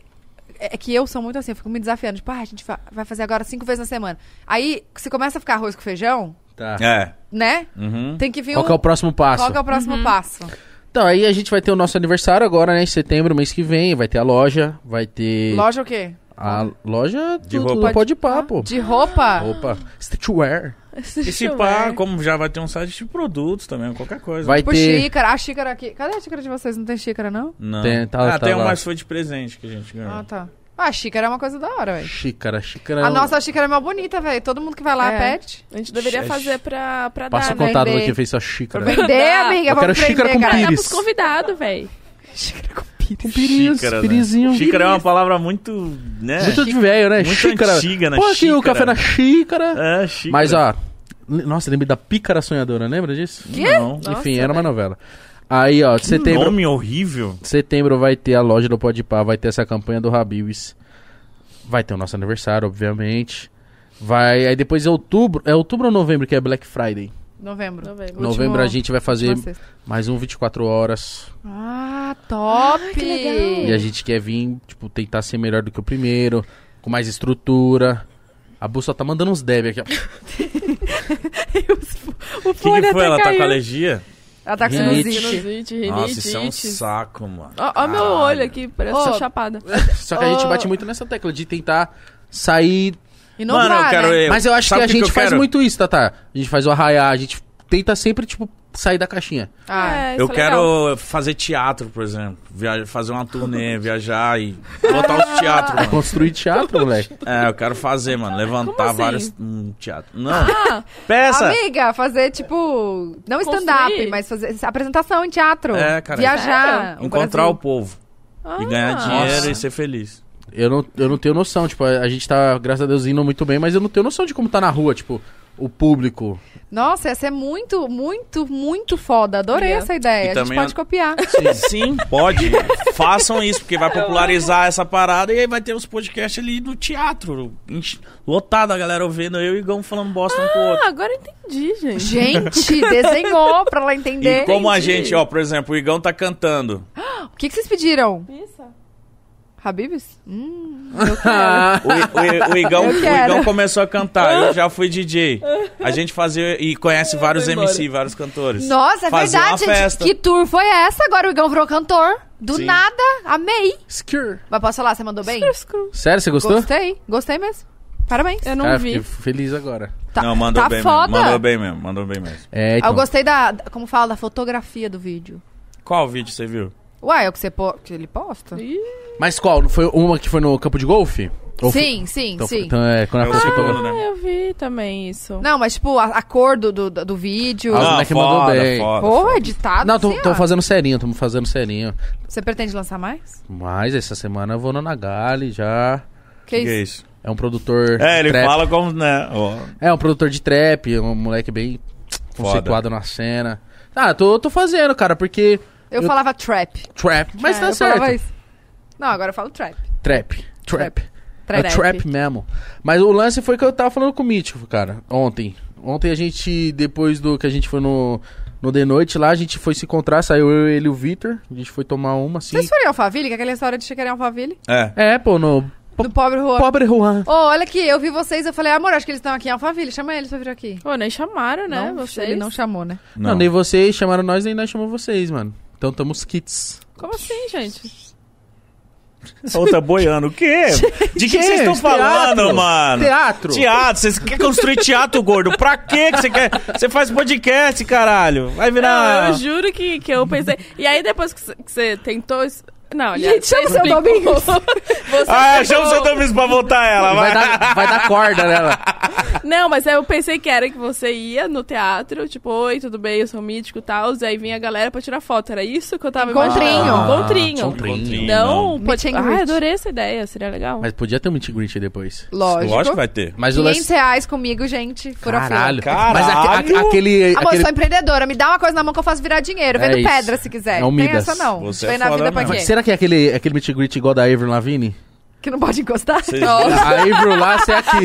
[SPEAKER 3] é que eu sou muito assim, eu fico me desafiando. Tipo, ah, a gente fa- vai fazer agora cinco vezes na semana. Aí, se começa a ficar arroz com feijão,
[SPEAKER 1] Tá.
[SPEAKER 2] É.
[SPEAKER 3] né?
[SPEAKER 2] Uhum.
[SPEAKER 3] Tem que vir
[SPEAKER 1] Qual
[SPEAKER 3] um-
[SPEAKER 1] que é o próximo passo?
[SPEAKER 3] Qual que é o próximo passo?
[SPEAKER 1] Então, aí a gente vai ter o nosso aniversário agora, né? Em setembro, mês que vem. Vai ter a loja, vai ter.
[SPEAKER 3] Loja o quê?
[SPEAKER 1] A loja
[SPEAKER 2] De
[SPEAKER 1] de
[SPEAKER 2] roupa.
[SPEAKER 1] roupa. Pode papo.
[SPEAKER 3] De roupa?
[SPEAKER 1] Opa, streetwear.
[SPEAKER 2] E se pá, como já vai ter um site de produtos também, qualquer coisa.
[SPEAKER 1] Vai
[SPEAKER 3] Tipo
[SPEAKER 1] ter.
[SPEAKER 3] xícara. A xícara aqui. Cadê a xícara de vocês? Não tem xícara, não?
[SPEAKER 2] Não.
[SPEAKER 1] Tem- tá-
[SPEAKER 2] ah,
[SPEAKER 1] tá
[SPEAKER 2] tem
[SPEAKER 1] lá.
[SPEAKER 2] um mais foi de presente que a gente
[SPEAKER 1] É.
[SPEAKER 2] ganhou.
[SPEAKER 3] Ah, tá. Ah, a xícara é uma coisa da hora, velho.
[SPEAKER 1] Xícara, xícara.
[SPEAKER 3] A nossa xícara é mó bonita, velho. Todo mundo que vai lá
[SPEAKER 4] É.
[SPEAKER 3] pede.
[SPEAKER 4] A gente deveria
[SPEAKER 2] Xixi.
[SPEAKER 4] fazer pra, pra dar,
[SPEAKER 1] Passa o
[SPEAKER 4] né?
[SPEAKER 1] contato
[SPEAKER 3] vender.
[SPEAKER 1] do que fez sua
[SPEAKER 2] É.
[SPEAKER 1] xícara.
[SPEAKER 4] Pra
[SPEAKER 3] Vender,
[SPEAKER 4] dar.
[SPEAKER 3] amiga.
[SPEAKER 1] Eu
[SPEAKER 3] vamos
[SPEAKER 1] quero xícara
[SPEAKER 3] prender,
[SPEAKER 1] com
[SPEAKER 4] Pra
[SPEAKER 3] cara.
[SPEAKER 4] dar
[SPEAKER 1] pires.
[SPEAKER 4] pros convidados, véi.
[SPEAKER 1] Com pires,
[SPEAKER 2] Xícara, né?
[SPEAKER 1] pirizinho.
[SPEAKER 2] Xícara é uma palavra muito, né?
[SPEAKER 1] Muito de velho, né?
[SPEAKER 2] Muito
[SPEAKER 1] xícara.
[SPEAKER 2] antiga, né?
[SPEAKER 1] Pô, aqui o
[SPEAKER 2] Xícara.
[SPEAKER 1] café na xícara.
[SPEAKER 2] É, xícara.
[SPEAKER 1] Mas, ó. n- Nossa, lembrei da Pícara Sonhadora, lembra disso?
[SPEAKER 2] Não.
[SPEAKER 3] Nossa,
[SPEAKER 1] Enfim, era uma
[SPEAKER 3] velho.
[SPEAKER 1] novela. Aí, ó, setembro.
[SPEAKER 2] Nome horrível.
[SPEAKER 1] Setembro vai ter a loja do Podpah, vai ter essa campanha do Habibs. Vai ter o nosso aniversário, obviamente. Vai, aí depois é outubro, é outubro ou novembro que é Black Friday.
[SPEAKER 3] Novembro.
[SPEAKER 4] Novembro.
[SPEAKER 1] novembro a gente vai fazer
[SPEAKER 3] Vocês.
[SPEAKER 1] mais um 24 horas
[SPEAKER 3] Ah, top!
[SPEAKER 4] que
[SPEAKER 3] É.
[SPEAKER 4] legal.
[SPEAKER 1] e a gente quer vir, tipo, tentar ser melhor do que o primeiro, com mais estrutura. A Bu só tá mandando uns deb aqui. ó.
[SPEAKER 4] O
[SPEAKER 2] O que, que foi? Ela tá com
[SPEAKER 4] caiu.
[SPEAKER 2] alergia?
[SPEAKER 3] né, Ela tá com
[SPEAKER 1] Rinite.
[SPEAKER 3] sinusite.
[SPEAKER 4] Sinusite, rinite.
[SPEAKER 2] Nossa, isso é um
[SPEAKER 4] ites.
[SPEAKER 2] saco, mano.
[SPEAKER 4] Ó, ó meu
[SPEAKER 2] Caralho.
[SPEAKER 4] olho aqui, parece
[SPEAKER 3] Ô.
[SPEAKER 4] oh. chapada.
[SPEAKER 1] Só que a gente
[SPEAKER 3] Ô.
[SPEAKER 1] bate muito nessa tecla de tentar sair.
[SPEAKER 3] Inovar,
[SPEAKER 2] Mano, eu quero.
[SPEAKER 3] né?
[SPEAKER 1] Mas eu acho
[SPEAKER 2] sabe
[SPEAKER 1] que a
[SPEAKER 2] o
[SPEAKER 1] gente
[SPEAKER 2] eu
[SPEAKER 1] faz
[SPEAKER 2] quero?
[SPEAKER 1] muito isso, Tata. A gente faz o arraiar, a gente tenta sempre, tipo, sair da caixinha.
[SPEAKER 3] Ah,
[SPEAKER 4] É, isso
[SPEAKER 2] Eu
[SPEAKER 4] é legal.
[SPEAKER 2] quero fazer teatro, por exemplo. Viaja- fazer uma turnê, viajar e botar os teatros, mano.
[SPEAKER 1] Construir teatro, moleque.
[SPEAKER 2] É, eu quero fazer, mano. Levantar
[SPEAKER 4] assim? Ah,
[SPEAKER 2] vários hum, teatros. Não. Peça!
[SPEAKER 3] Amiga, fazer tipo. Não stand-up,
[SPEAKER 4] Construir.
[SPEAKER 3] mas fazer apresentação em teatro.
[SPEAKER 2] É, cara.
[SPEAKER 3] Viajar. o
[SPEAKER 2] Encontrar o
[SPEAKER 3] Brasil.
[SPEAKER 2] povo. E
[SPEAKER 4] Ah.
[SPEAKER 2] ganhar dinheiro
[SPEAKER 1] Nossa.
[SPEAKER 2] e ser feliz.
[SPEAKER 1] Eu não, eu não tenho noção, tipo, a a gente tá, graças a Deus, indo muito bem, mas eu não tenho noção de como tá na rua, tipo, o público.
[SPEAKER 3] Nossa, essa é muito, muito, muito foda. Adorei
[SPEAKER 4] Amiga.
[SPEAKER 3] essa
[SPEAKER 2] E
[SPEAKER 3] ideia. a gente
[SPEAKER 2] também
[SPEAKER 3] pode
[SPEAKER 2] a-
[SPEAKER 3] copiar.
[SPEAKER 2] Sim, pode. Façam isso, porque vai popularizar essa parada e aí vai ter os podcasts ali do teatro. enche- Lotado a galera ouvindo eu e Gão falando bosta um com o outro.
[SPEAKER 4] Ah, agora eu entendi, gente.
[SPEAKER 3] Gente, desenhou pra ela
[SPEAKER 2] E
[SPEAKER 3] entender.
[SPEAKER 2] como a gente, ó, por exemplo, o Igão tá cantando.
[SPEAKER 3] O que, que vocês pediram?
[SPEAKER 4] Pizza?
[SPEAKER 3] Habibs? Hum.
[SPEAKER 2] O, I- o I- o Igão,
[SPEAKER 3] Eu
[SPEAKER 2] o
[SPEAKER 3] quero.
[SPEAKER 2] Igão começou a cantar, eu já fui DJ. A gente fazia e conhece vários MC, vários cantores.
[SPEAKER 3] Nossa, é
[SPEAKER 2] Fazia
[SPEAKER 3] verdade,
[SPEAKER 2] uma
[SPEAKER 3] gente.
[SPEAKER 2] festa.
[SPEAKER 3] Que tour foi essa? Agora o Igão virou cantor. Do
[SPEAKER 2] Sim.
[SPEAKER 3] nada. Amei.
[SPEAKER 1] Skir.
[SPEAKER 3] Mas posso falar, você mandou bem?
[SPEAKER 4] Screw.
[SPEAKER 1] Sério, você gostou?
[SPEAKER 3] Gostei. Gostei mesmo. Parabéns.
[SPEAKER 4] Eu não
[SPEAKER 1] Cara,
[SPEAKER 4] vi.
[SPEAKER 1] fiquei feliz agora.
[SPEAKER 3] Tá,
[SPEAKER 2] É. Não, mandou
[SPEAKER 3] tá
[SPEAKER 2] bem
[SPEAKER 3] foda.
[SPEAKER 2] mesmo. Mandou bem mesmo, mandou bem mesmo.
[SPEAKER 1] É,
[SPEAKER 3] Ah,
[SPEAKER 1] então,
[SPEAKER 3] Eu gostei da, da- como fala, da fotografia do vídeo.
[SPEAKER 2] Qual vídeo você viu?
[SPEAKER 3] Uai, é o que, você po- que ele posta?
[SPEAKER 1] Mas qual? Foi uma que foi no campo de golfe? Ou foi-
[SPEAKER 3] Sim, sim,
[SPEAKER 1] Então,
[SPEAKER 3] sim.
[SPEAKER 1] então é, quando
[SPEAKER 2] É
[SPEAKER 1] a
[SPEAKER 2] o
[SPEAKER 1] pessoa
[SPEAKER 2] segundo,
[SPEAKER 1] falou-
[SPEAKER 2] né?
[SPEAKER 4] Ah, eu vi também isso.
[SPEAKER 3] Não, mas tipo, a, a cor do, do, do vídeo.
[SPEAKER 1] Ah,
[SPEAKER 2] Ah,
[SPEAKER 1] moleque mandou
[SPEAKER 2] foda,
[SPEAKER 1] bem.
[SPEAKER 2] foda,
[SPEAKER 3] Porra,
[SPEAKER 2] foda.
[SPEAKER 3] editado.
[SPEAKER 1] Não,
[SPEAKER 3] sei
[SPEAKER 1] estamos
[SPEAKER 3] lá.
[SPEAKER 1] fazendo serinho, estamos fazendo serinho.
[SPEAKER 3] Você pretende lançar mais?
[SPEAKER 1] Mas essa semana eu vou no Nagali já.
[SPEAKER 3] Que
[SPEAKER 2] Que é
[SPEAKER 3] isso?
[SPEAKER 2] isso?
[SPEAKER 1] É um produtor.
[SPEAKER 2] É,
[SPEAKER 1] de
[SPEAKER 2] ele
[SPEAKER 1] trap.
[SPEAKER 2] fala como, né? ó.
[SPEAKER 1] É um produtor de trap, um moleque bem conceituado na cena. Ah, tô, tô fazendo, cara, porque.
[SPEAKER 3] Eu,
[SPEAKER 1] Eu-
[SPEAKER 3] falava trap.
[SPEAKER 1] Trap, mas
[SPEAKER 3] É,
[SPEAKER 1] tá
[SPEAKER 3] eu
[SPEAKER 1] certo.
[SPEAKER 3] falava isso. Não, agora eu falo trap.
[SPEAKER 1] Trap. Trap.
[SPEAKER 3] Trap.
[SPEAKER 1] É trap mesmo. Mas o lance foi que eu tava falando com o Mítico, cara, ontem. Ontem a gente, depois do que a gente foi no, no The Noite lá, a gente foi se encontrar, saiu eu, ele e o Vitor. A gente foi tomar uma, assim.
[SPEAKER 3] Vocês foram em Alphaville? Que é aquela história de chegar em Alphaville?
[SPEAKER 2] É.
[SPEAKER 1] É, pô, no Po-
[SPEAKER 3] Do pobre Juan.
[SPEAKER 1] Pobre Juan.
[SPEAKER 3] Ô, olha aqui, eu vi vocês, eu falei, amor, acho que eles estão aqui em Alphaville, chama eles pra vir aqui.
[SPEAKER 4] Ô, nem chamaram, né?
[SPEAKER 3] Não,
[SPEAKER 4] vocês?
[SPEAKER 3] Ele não chamou, né?
[SPEAKER 1] Não.
[SPEAKER 2] Não.
[SPEAKER 1] nem vocês chamaram nós, nem nós chamamos vocês, mano. Então tamo os kits.
[SPEAKER 4] Como assim, gente?
[SPEAKER 2] Ou tá boiando. O quê? De que que vocês estão falando,
[SPEAKER 1] Teatro.
[SPEAKER 2] mano?
[SPEAKER 1] Teatro.
[SPEAKER 2] Teatro, vocês querem construir teatro, gordo? Pra quê que você quer? Você faz podcast, caralho. Vai
[SPEAKER 3] Ah.
[SPEAKER 4] Não,
[SPEAKER 2] virar.
[SPEAKER 4] eu juro que, que eu pensei. E aí, depois que c- que você tentou. es- Não, aliás.
[SPEAKER 3] Gente, chama
[SPEAKER 4] você
[SPEAKER 3] o seu
[SPEAKER 4] explicou.
[SPEAKER 3] Domingos.
[SPEAKER 4] Você
[SPEAKER 2] ah,
[SPEAKER 4] explicou.
[SPEAKER 2] chama o seu Domingos pra voltar ela, vai.
[SPEAKER 1] Vai dar, vai dar corda nela.
[SPEAKER 4] Não, mas aí eu pensei que era que você ia no teatro, tipo, oi, tudo bem, eu sou mítico e tal. E aí vinha a galera pra tirar foto. Era isso que eu tava
[SPEAKER 3] Encontrinho.
[SPEAKER 4] imaginando.
[SPEAKER 1] Ah,
[SPEAKER 4] Encontrinho.
[SPEAKER 1] Encontrinho.
[SPEAKER 4] Não,
[SPEAKER 3] Meet
[SPEAKER 4] pode...
[SPEAKER 3] and
[SPEAKER 4] Ah,
[SPEAKER 3] greet.
[SPEAKER 4] adorei essa ideia, seria legal.
[SPEAKER 1] Mas podia ter um meet and greet depois.
[SPEAKER 3] Lógico.
[SPEAKER 2] Lógico que vai ter.
[SPEAKER 1] Mas o
[SPEAKER 3] 500
[SPEAKER 1] lance...
[SPEAKER 3] reais comigo, gente. Fura a fila.
[SPEAKER 1] Caralho.
[SPEAKER 2] Caralho.
[SPEAKER 1] Mas aque- a- aquele...
[SPEAKER 3] Amor, eu
[SPEAKER 1] aquele...
[SPEAKER 3] sou empreendedora. Me dá uma coisa na mão que eu faço virar dinheiro.
[SPEAKER 1] É
[SPEAKER 3] Vendo
[SPEAKER 1] isso.
[SPEAKER 3] pedra, se quiser.
[SPEAKER 1] É um
[SPEAKER 3] tem
[SPEAKER 1] Midas.
[SPEAKER 3] essa não.
[SPEAKER 2] Você
[SPEAKER 3] Foi
[SPEAKER 2] é
[SPEAKER 3] na
[SPEAKER 2] foda
[SPEAKER 3] vida pra
[SPEAKER 2] mesmo.
[SPEAKER 3] quê?
[SPEAKER 1] Será que é aquele, aquele meet and greet igual da Avril Lavigne? Oh.
[SPEAKER 3] Que não pode encostar?
[SPEAKER 2] Vocês-
[SPEAKER 3] Nossa.
[SPEAKER 1] A Avril lá, você é aqui.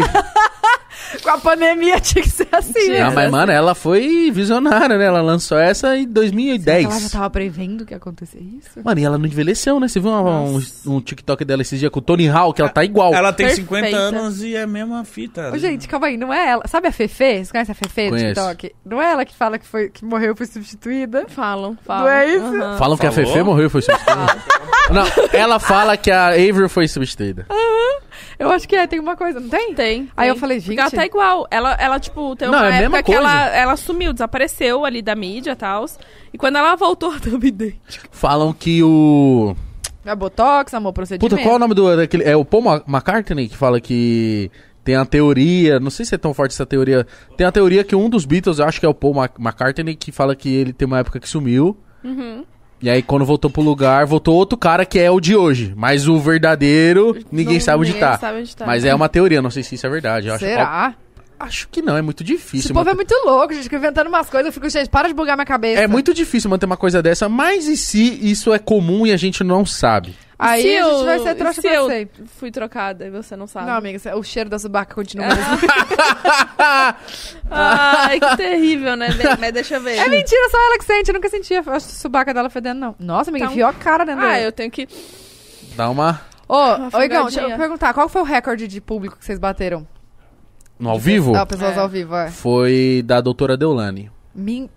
[SPEAKER 3] Com a pandemia tinha que ser assim.
[SPEAKER 1] Ah, mas, mano, ela foi visionária, né? Ela lançou essa em
[SPEAKER 3] Será que
[SPEAKER 1] 2010.
[SPEAKER 3] Ela já tava prevendo que ia acontecer isso?
[SPEAKER 1] Mano, e ela não envelheceu, né? Você viu uma- um, um TikTok dela esses dias com o Tony Hawk? Ela tá igual.
[SPEAKER 2] Ela tem
[SPEAKER 4] Perfeita.
[SPEAKER 2] 50 anos e é a mesma fita.
[SPEAKER 3] Ô, gente, calma aí, não é ela. Sabe a Fefe? Você conhece a Fefe do
[SPEAKER 1] Conheço.
[SPEAKER 3] TikTok? Não é ela que fala que, foi, que morreu e foi substituída?
[SPEAKER 4] Falam, falam.
[SPEAKER 3] Não é isso?
[SPEAKER 4] Aham.
[SPEAKER 1] Falam que a
[SPEAKER 2] Falou?
[SPEAKER 1] Fefe morreu e foi substituída. não, ela fala que a Avery foi substituída.
[SPEAKER 3] Eu acho que é, tem uma coisa, não tem?
[SPEAKER 4] Tem.
[SPEAKER 3] Aí eu
[SPEAKER 4] tem.
[SPEAKER 3] falei,
[SPEAKER 4] Porque
[SPEAKER 3] gente-
[SPEAKER 4] Ela tá igual. Ela, ela tipo, tem
[SPEAKER 1] Não,
[SPEAKER 4] uma
[SPEAKER 1] é a
[SPEAKER 4] época
[SPEAKER 1] mesma
[SPEAKER 4] que ela,
[SPEAKER 1] coisa.
[SPEAKER 4] ela sumiu, desapareceu ali da mídia e tal. E quando ela voltou, ela tava idêntica.
[SPEAKER 1] Falam que o.
[SPEAKER 3] A É Botox, amor, procedimento.
[SPEAKER 1] Puta, qual é o nome do. Daquele, é o Paul Ma- McCartney que fala que tem a teoria. Não sei se é tão forte essa teoria. Tem a teoria que um dos Beatles, eu acho que é o Paul Ma- McCartney, que fala que ele tem uma época que sumiu.
[SPEAKER 4] Uhum.
[SPEAKER 1] E aí, quando voltou pro lugar, voltou outro cara que é o de hoje. Mas o verdadeiro, ninguém
[SPEAKER 4] Não-
[SPEAKER 1] sabe onde
[SPEAKER 4] ninguém
[SPEAKER 1] tá.
[SPEAKER 4] sabe onde tá.
[SPEAKER 1] Mas é uma teoria, não sei se isso é verdade. Eu acho,
[SPEAKER 3] Será?
[SPEAKER 1] acho que não, é muito
[SPEAKER 3] Esse
[SPEAKER 1] difícil.
[SPEAKER 3] povo é
[SPEAKER 1] manter-
[SPEAKER 3] muito louco, gente, fica inventando umas coisas. Eu fico, gente, para de bugar minha cabeça.
[SPEAKER 1] é muito difícil manter uma coisa dessa, mas em si isso é comum e a gente não sabe.
[SPEAKER 3] Aí
[SPEAKER 4] Se
[SPEAKER 3] a gente
[SPEAKER 4] eu-
[SPEAKER 3] vai ser trouxa
[SPEAKER 4] se
[SPEAKER 3] pra
[SPEAKER 4] eu Tá.
[SPEAKER 3] sempre.
[SPEAKER 4] fui trocada e você não sabe.
[SPEAKER 3] Não, amiga, cê- o cheiro da subaca
[SPEAKER 4] É,
[SPEAKER 3] continua.
[SPEAKER 4] Ai, que terrível, né? Bem, Mas deixa eu ver.
[SPEAKER 3] É mentira, só ela que sente. Eu nunca senti a a subaca dela fedendo, não. Nossa, amiga,
[SPEAKER 4] Então-
[SPEAKER 3] enfiou a cara dentro
[SPEAKER 4] Ah,
[SPEAKER 3] dela.
[SPEAKER 4] eu tenho que.
[SPEAKER 1] Dá uma.
[SPEAKER 3] Ô, ô,
[SPEAKER 4] afogadinha.
[SPEAKER 3] Igão, deixa eu perguntar, qual foi o recorde de público que vocês bateram?
[SPEAKER 1] No ao vivo?
[SPEAKER 3] Ah, pessoas
[SPEAKER 4] É.
[SPEAKER 3] ao vivo, é.
[SPEAKER 1] Foi da doutora Deolane.
[SPEAKER 3] Min...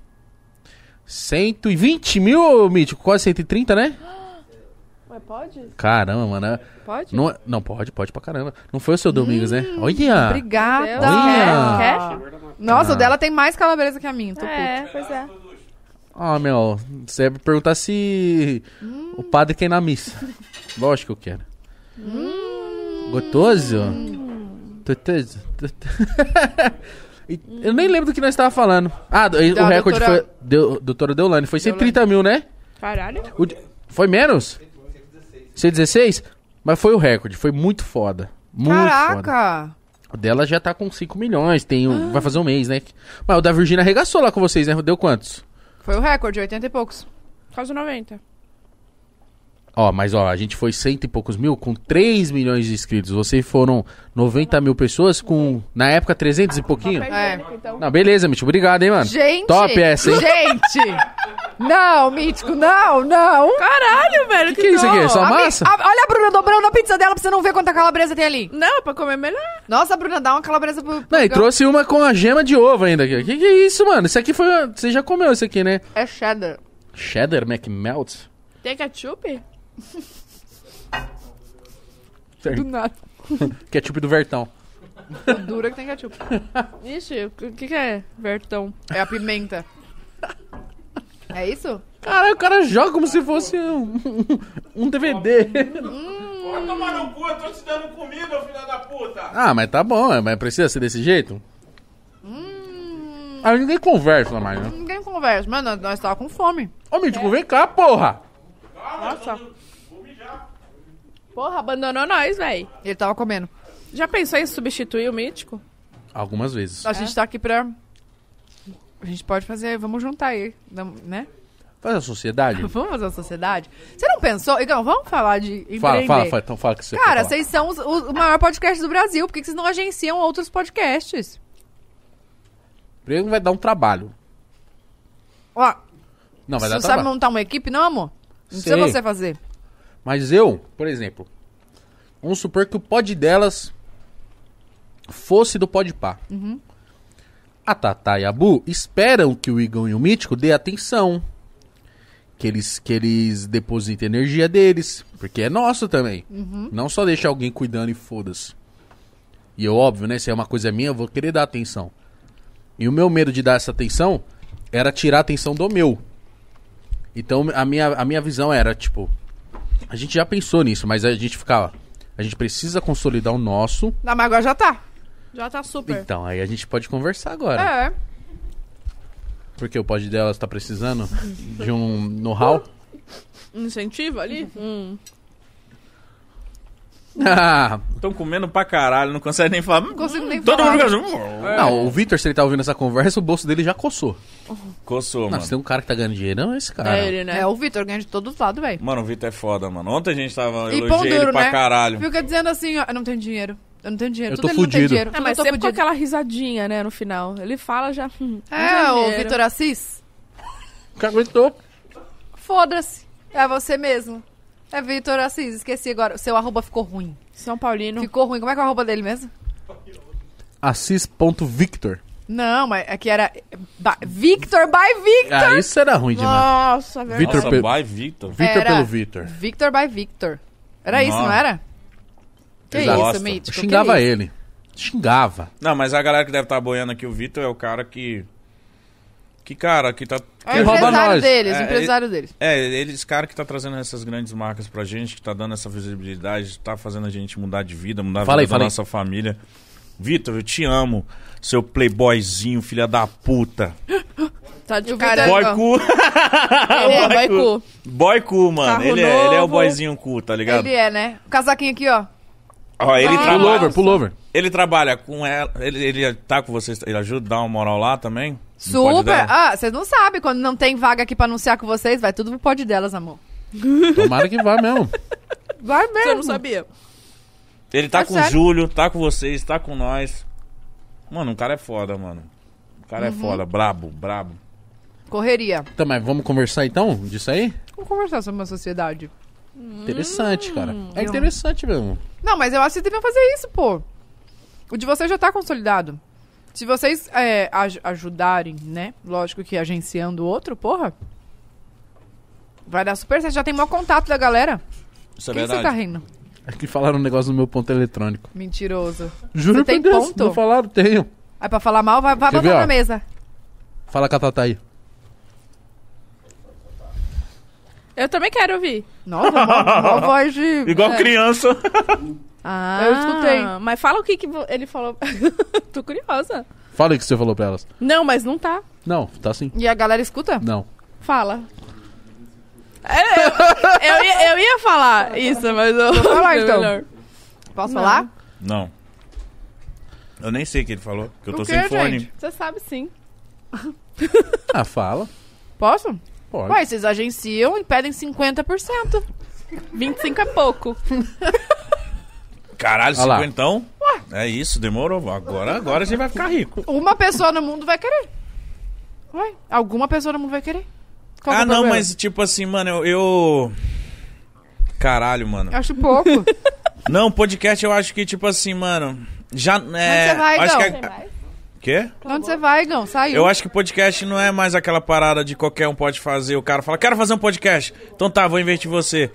[SPEAKER 1] 120 mil, ô, Mítico? Quase 130, né?
[SPEAKER 4] Mas pode?
[SPEAKER 1] Caramba, mano. é-
[SPEAKER 4] Pode?
[SPEAKER 1] Não, não, pode, pode pra caramba. Não foi o seu Domingos, né? Olha!
[SPEAKER 3] Obrigada.
[SPEAKER 4] Deus.
[SPEAKER 1] Olha.
[SPEAKER 4] Quer?
[SPEAKER 3] Nossa,
[SPEAKER 1] Ah.
[SPEAKER 3] o dela tem mais calabresa que a minha, tô puta.
[SPEAKER 4] É, pois é.
[SPEAKER 1] Ah, meu, você ia me perguntar se o
[SPEAKER 3] Hum.
[SPEAKER 1] padre quer ir na missa. Lógico que eu quero.
[SPEAKER 3] Hum.
[SPEAKER 1] Gostoso? Gostoso? E Eu nem lembro do que nós estávamos falando. Ah, do- o
[SPEAKER 3] Hum. Da
[SPEAKER 1] recorde
[SPEAKER 3] doutora-
[SPEAKER 1] foi. Deu, doutora Deolane, foi 130 mil, né?
[SPEAKER 4] Caralho.
[SPEAKER 1] O de- foi menos? 116? Mas foi o recorde, foi muito foda. Muito foda.
[SPEAKER 3] Caraca! Ah.
[SPEAKER 1] O dela já tá com 5 milhões, tem um, vai fazer um mês, né? Mas o da Virgínia arregaçou lá com vocês, né? Deu quantos?
[SPEAKER 3] Foi o recorde, 80 e poucos.
[SPEAKER 4] Quase 90.
[SPEAKER 1] Ó, mas ó, a gente foi cento e poucos mil com 3 milhões de inscritos. Vocês foram 90 mil pessoas com, na época, 300 e pouquinho.
[SPEAKER 3] É.
[SPEAKER 4] Então.
[SPEAKER 1] Não, beleza, Mitch. Obrigado, hein, mano.
[SPEAKER 3] Gente!
[SPEAKER 1] Top essa, hein?
[SPEAKER 3] Gente! Não, Mítico, não, não!
[SPEAKER 4] Caralho, velho.
[SPEAKER 1] Que que é isso aqui?
[SPEAKER 4] dó.
[SPEAKER 1] É só
[SPEAKER 3] A mi-
[SPEAKER 1] massa?
[SPEAKER 3] a- olha a Bruna dobrando a pizza dela pra você não ver quanta calabresa tem ali.
[SPEAKER 4] Não, pra comer é melhor.
[SPEAKER 3] Nossa, Bruna, dá uma calabresa pro. pro
[SPEAKER 1] Não, e
[SPEAKER 3] Igão.
[SPEAKER 1] trouxe uma com a gema de ovo ainda. Que que é isso, mano? Isso aqui foi. Você já comeu isso aqui, né?
[SPEAKER 3] É cheddar.
[SPEAKER 1] Cheddar McMelt?
[SPEAKER 4] Tem ketchup?
[SPEAKER 3] Do nada.
[SPEAKER 1] Ketchup é tipo do Vertão.
[SPEAKER 3] Tô dura que tem ketchup.
[SPEAKER 4] Ixi, o que que é? Vertão.
[SPEAKER 3] É a pimenta. É isso?
[SPEAKER 1] Caralho, o cara joga como se fosse um, um DVD.
[SPEAKER 5] Vai tomar no cu, eu tô te dando comida, ô filha da puta!
[SPEAKER 1] Ah, mas tá bom, é, mas precisa ser desse jeito? Aí ninguém conversa mais, né?
[SPEAKER 3] Ninguém Hum, conversa. Mano, nós tava com fome.
[SPEAKER 1] Ô, Mítico, vem cá, porra!
[SPEAKER 4] Nossa. Porra, abandonou nós, véi.
[SPEAKER 3] Ele tava comendo.
[SPEAKER 4] Já pensou em substituir o mítico?
[SPEAKER 1] Algumas vezes.
[SPEAKER 4] É?
[SPEAKER 3] A gente tá aqui pra. A gente pode fazer. Vamos juntar aí, dam- né?
[SPEAKER 1] Faz a sociedade.
[SPEAKER 3] Vamos fazer uma sociedade? Você não pensou? Igão, vamos falar de empreender.
[SPEAKER 1] Fala, fala, fala, então fala que você
[SPEAKER 3] Cara,
[SPEAKER 1] quer falar.
[SPEAKER 3] vocês são os- os- o maior podcast do Brasil. Por que que vocês não agenciam outros podcasts?
[SPEAKER 1] Emprego vai dar um trabalho.
[SPEAKER 3] Ó,
[SPEAKER 1] Não, vai
[SPEAKER 3] você
[SPEAKER 1] dar
[SPEAKER 3] não sabe
[SPEAKER 1] trabalho.
[SPEAKER 3] montar uma equipe, não, amor? Não precisa
[SPEAKER 1] Sei.
[SPEAKER 3] você fazer.
[SPEAKER 1] Mas eu, por exemplo, vamos supor que o pod delas fosse do pod pá. A Tatá e a Bu esperam que o Igão e o Mítico dê atenção. Que eles, que eles depositem energia deles. Porque é nosso também. Não só deixar alguém cuidando e foda-se. E eu, óbvio, né? Se é uma coisa minha, eu vou querer dar atenção. E o meu medo de dar essa atenção era tirar a atenção do meu. Então a minha, a minha visão era, tipo, a gente já pensou nisso, mas a gente ficava. A gente precisa consolidar o nosso.
[SPEAKER 3] Não, mas agora já tá.
[SPEAKER 4] Já tá super.
[SPEAKER 1] Então, aí a gente pode conversar agora.
[SPEAKER 3] É.
[SPEAKER 1] Porque o pod delas tá precisando de um know-how.
[SPEAKER 4] Incentivo ali?
[SPEAKER 3] Uhum.
[SPEAKER 4] Hum.
[SPEAKER 1] Ah,
[SPEAKER 2] Estão comendo pra caralho, não consegue nem falar.
[SPEAKER 3] Não consigo nem
[SPEAKER 2] Todo
[SPEAKER 3] falar.
[SPEAKER 2] mundo fica assim.
[SPEAKER 1] não, o Victor, se ele tá ouvindo essa conversa, o bolso dele já coçou.
[SPEAKER 2] Coçou,
[SPEAKER 1] Nossa,
[SPEAKER 2] mano.
[SPEAKER 1] tem um cara que tá ganhando dinheiro. Não, esse cara.
[SPEAKER 4] É ele, né?
[SPEAKER 3] É, o Vitor ganha de todos os lados, velho.
[SPEAKER 2] Mano, o Vitor é foda, mano. Ontem a gente tava
[SPEAKER 3] um- E pão
[SPEAKER 2] elogiando ele
[SPEAKER 3] duro,
[SPEAKER 2] pra
[SPEAKER 3] né?
[SPEAKER 2] caralho.
[SPEAKER 3] Fica dizendo assim, ó, eu não tenho dinheiro. Eu não tenho dinheiro.
[SPEAKER 1] Eu
[SPEAKER 3] Tudo
[SPEAKER 1] tô
[SPEAKER 3] ele não tem
[SPEAKER 1] fudido.
[SPEAKER 4] É,
[SPEAKER 3] dinheiro. Tudo eu
[SPEAKER 4] mas
[SPEAKER 3] tô
[SPEAKER 4] sempre com
[SPEAKER 3] fudido.
[SPEAKER 4] aquela risadinha, né, no final. Ele fala já. hum,
[SPEAKER 3] É, o
[SPEAKER 4] janeiro.
[SPEAKER 3] Vitor Assis?
[SPEAKER 1] Nunca aguentou.
[SPEAKER 3] Foda-se. É você mesmo. É Vitor Assis, esqueci agora. Seu arroba ficou ruim.
[SPEAKER 4] São Paulino.
[SPEAKER 3] Ficou ruim. Como é que é o arroba dele mesmo?
[SPEAKER 1] Assis.Victor.
[SPEAKER 3] Não, mas é que era. Ba- Victor by Victor!
[SPEAKER 1] Ah, isso era ruim demais.
[SPEAKER 4] Nossa, velho.
[SPEAKER 1] Vitor
[SPEAKER 2] Nossa,
[SPEAKER 1] Pe-
[SPEAKER 2] vai, Vitor.
[SPEAKER 1] Victor
[SPEAKER 3] Era.
[SPEAKER 1] pelo Victor.
[SPEAKER 3] Victor by Victor. Era isso, não
[SPEAKER 2] Nossa.
[SPEAKER 3] era?
[SPEAKER 2] Exato.
[SPEAKER 3] Que É isso,
[SPEAKER 2] Bosta.
[SPEAKER 1] Eu
[SPEAKER 3] Mítico? que
[SPEAKER 1] xingava
[SPEAKER 3] isso?
[SPEAKER 1] ele. Xingava.
[SPEAKER 2] Não, mas a galera que deve estar boiando aqui, o Vitor é o cara que. Que cara, que tá.
[SPEAKER 3] É o
[SPEAKER 1] Quem rouba
[SPEAKER 3] empresário
[SPEAKER 1] nós?
[SPEAKER 3] deles,
[SPEAKER 2] É,
[SPEAKER 3] o empresário deles.
[SPEAKER 2] É, ele, esse cara que tá trazendo essas grandes marcas pra gente, que tá dando essa visibilidade, tá fazendo a gente mudar de vida, mudar
[SPEAKER 1] Fala
[SPEAKER 2] a
[SPEAKER 1] aí,
[SPEAKER 2] vida
[SPEAKER 1] fala
[SPEAKER 2] da
[SPEAKER 1] aí.
[SPEAKER 2] nossa família. Vitor, eu te amo, seu playboyzinho, filha da puta.
[SPEAKER 4] Tá de
[SPEAKER 3] O
[SPEAKER 4] cara.
[SPEAKER 3] Vitor-
[SPEAKER 2] Boy
[SPEAKER 3] ó.
[SPEAKER 2] cu.
[SPEAKER 4] Ele
[SPEAKER 2] Boy
[SPEAKER 4] é boy
[SPEAKER 2] cu.
[SPEAKER 4] cu.
[SPEAKER 2] Boy cu, mano.
[SPEAKER 4] Carro
[SPEAKER 2] Ele é, ele é o
[SPEAKER 4] novo.
[SPEAKER 2] boyzinho cu, tá ligado?
[SPEAKER 3] Ele é, né? O casaquinho aqui, ó.
[SPEAKER 2] Ó, ele,
[SPEAKER 4] Ah.
[SPEAKER 2] traba-
[SPEAKER 1] Pullover, pullover.
[SPEAKER 2] ele trabalha com ela, ele, ele tá com vocês, ele ajuda, dá uma moral lá também? Não pode
[SPEAKER 3] Super!
[SPEAKER 2] dar?
[SPEAKER 3] Ah, vocês não sabem, quando não tem vaga aqui pra anunciar com vocês, vai tudo pro pod delas, amor.
[SPEAKER 1] Tomara que vá mesmo.
[SPEAKER 3] Vai mesmo.
[SPEAKER 4] Você não sabia?
[SPEAKER 2] Ele tá
[SPEAKER 3] É
[SPEAKER 2] com o
[SPEAKER 3] sério.
[SPEAKER 2] Júlio, tá com vocês, tá com nós. Mano, o cara é foda, mano. O cara é
[SPEAKER 3] Uhum.
[SPEAKER 2] foda, brabo, brabo.
[SPEAKER 3] Correria.
[SPEAKER 1] Então, mas vamos conversar então disso aí?
[SPEAKER 3] Vamos conversar sobre uma sociedade.
[SPEAKER 4] Hum.
[SPEAKER 1] Interessante, cara. É
[SPEAKER 3] eu-
[SPEAKER 1] interessante mesmo.
[SPEAKER 3] Não, mas eu acho que vocês deviam fazer isso, pô. O de vocês já tá consolidado. Se vocês é, aj- ajudarem, né? Lógico que agenciando o outro, porra. Vai dar super certo. Já tem maior contato da galera.
[SPEAKER 2] Isso é
[SPEAKER 3] Quem
[SPEAKER 2] verdade.
[SPEAKER 3] você tá rindo?
[SPEAKER 1] É que falaram um negócio no meu ponto eletrônico.
[SPEAKER 3] Mentiroso.
[SPEAKER 1] Juro
[SPEAKER 3] Você
[SPEAKER 1] por
[SPEAKER 3] tem
[SPEAKER 1] Deus,
[SPEAKER 3] ponto?
[SPEAKER 1] não falaram, tenho.
[SPEAKER 3] Aí pra falar mal, vai, vai
[SPEAKER 1] Quer
[SPEAKER 3] botar
[SPEAKER 1] ver, ó?
[SPEAKER 3] na mesa.
[SPEAKER 1] Fala com a Tatá aí.
[SPEAKER 4] Eu também quero ouvir.
[SPEAKER 3] Nossa, mó, mó voz de...
[SPEAKER 2] Igual criança.
[SPEAKER 4] Ah,
[SPEAKER 3] Eu escutei.
[SPEAKER 4] Mas fala o que, que vo- ele falou. Tô curiosa.
[SPEAKER 1] Fala aí o que você falou pra elas.
[SPEAKER 4] Não, mas não tá.
[SPEAKER 1] Não, tá sim.
[SPEAKER 3] E a galera escuta?
[SPEAKER 1] Não.
[SPEAKER 4] Fala. É, Eu, eu, ia, eu ia falar isso, mas eu. é Vou
[SPEAKER 3] falar, então. Posso
[SPEAKER 4] Não.
[SPEAKER 3] falar?
[SPEAKER 2] Não. Eu nem sei o que ele falou, porque eu
[SPEAKER 3] O
[SPEAKER 2] tô
[SPEAKER 3] quê,
[SPEAKER 2] sem fone.
[SPEAKER 3] gente?
[SPEAKER 4] Você sabe sim.
[SPEAKER 1] Ah, fala.
[SPEAKER 3] Posso?
[SPEAKER 1] Pode.
[SPEAKER 3] Ué, vocês agenciam e pedem 50%.
[SPEAKER 4] 25 é pouco.
[SPEAKER 2] Caralho,
[SPEAKER 1] Olha lá.
[SPEAKER 2] cinquentão? É isso, demorou. Agora, agora a gente vai ficar rico.
[SPEAKER 3] Uma pessoa no mundo vai querer. Ué, alguma pessoa no mundo vai querer. Qual que é
[SPEAKER 2] ah,
[SPEAKER 3] o
[SPEAKER 2] não,
[SPEAKER 3] problema?
[SPEAKER 2] mas tipo assim, mano, eu. eu- Caralho, mano.
[SPEAKER 3] Acho pouco.
[SPEAKER 2] Não, podcast eu acho que, tipo assim, mano. Já. É,
[SPEAKER 3] você vai,
[SPEAKER 2] acho
[SPEAKER 3] Igão?
[SPEAKER 2] que é- Quê?
[SPEAKER 3] Onde você vai, Gão? Saiu.
[SPEAKER 2] Eu acho que podcast não é mais aquela parada de qualquer um pode fazer. O cara fala, quero fazer um podcast. Então tá, vou investir em você.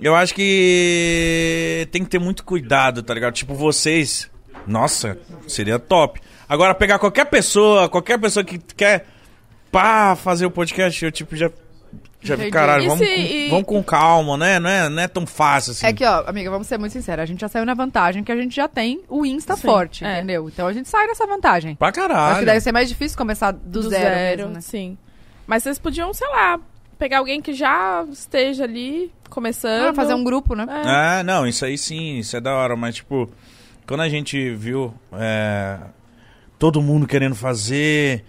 [SPEAKER 2] Eu acho que tem que ter muito cuidado, tá ligado? Tipo, vocês. Nossa, seria top. Agora, pegar qualquer pessoa, qualquer pessoa que quer pá, fazer o podcast, eu tipo já. Já vi,
[SPEAKER 3] Entendi.
[SPEAKER 2] caralho,
[SPEAKER 4] E
[SPEAKER 2] vamos,
[SPEAKER 4] se-
[SPEAKER 2] com,
[SPEAKER 4] e-
[SPEAKER 2] vamos com calma, né? Não é, não é tão fácil assim.
[SPEAKER 3] É que, ó, amiga, vamos ser muito sinceros. A gente já saiu na vantagem que a gente já tem o Insta
[SPEAKER 4] Sim,
[SPEAKER 3] forte,
[SPEAKER 4] é.
[SPEAKER 3] entendeu? Então a gente sai nessa vantagem.
[SPEAKER 2] Pra
[SPEAKER 3] Acho
[SPEAKER 2] caralho.
[SPEAKER 3] que deve ser mais difícil começar do, zero, mesmo, né?
[SPEAKER 4] Sim. Mas vocês podiam, sei lá, pegar alguém que já esteja ali, começando.
[SPEAKER 3] Ah, fazer um grupo, né?
[SPEAKER 4] É.
[SPEAKER 2] Ah, não, isso aí sim, isso é da hora, mas tipo, quando a gente viu é, todo mundo querendo fazer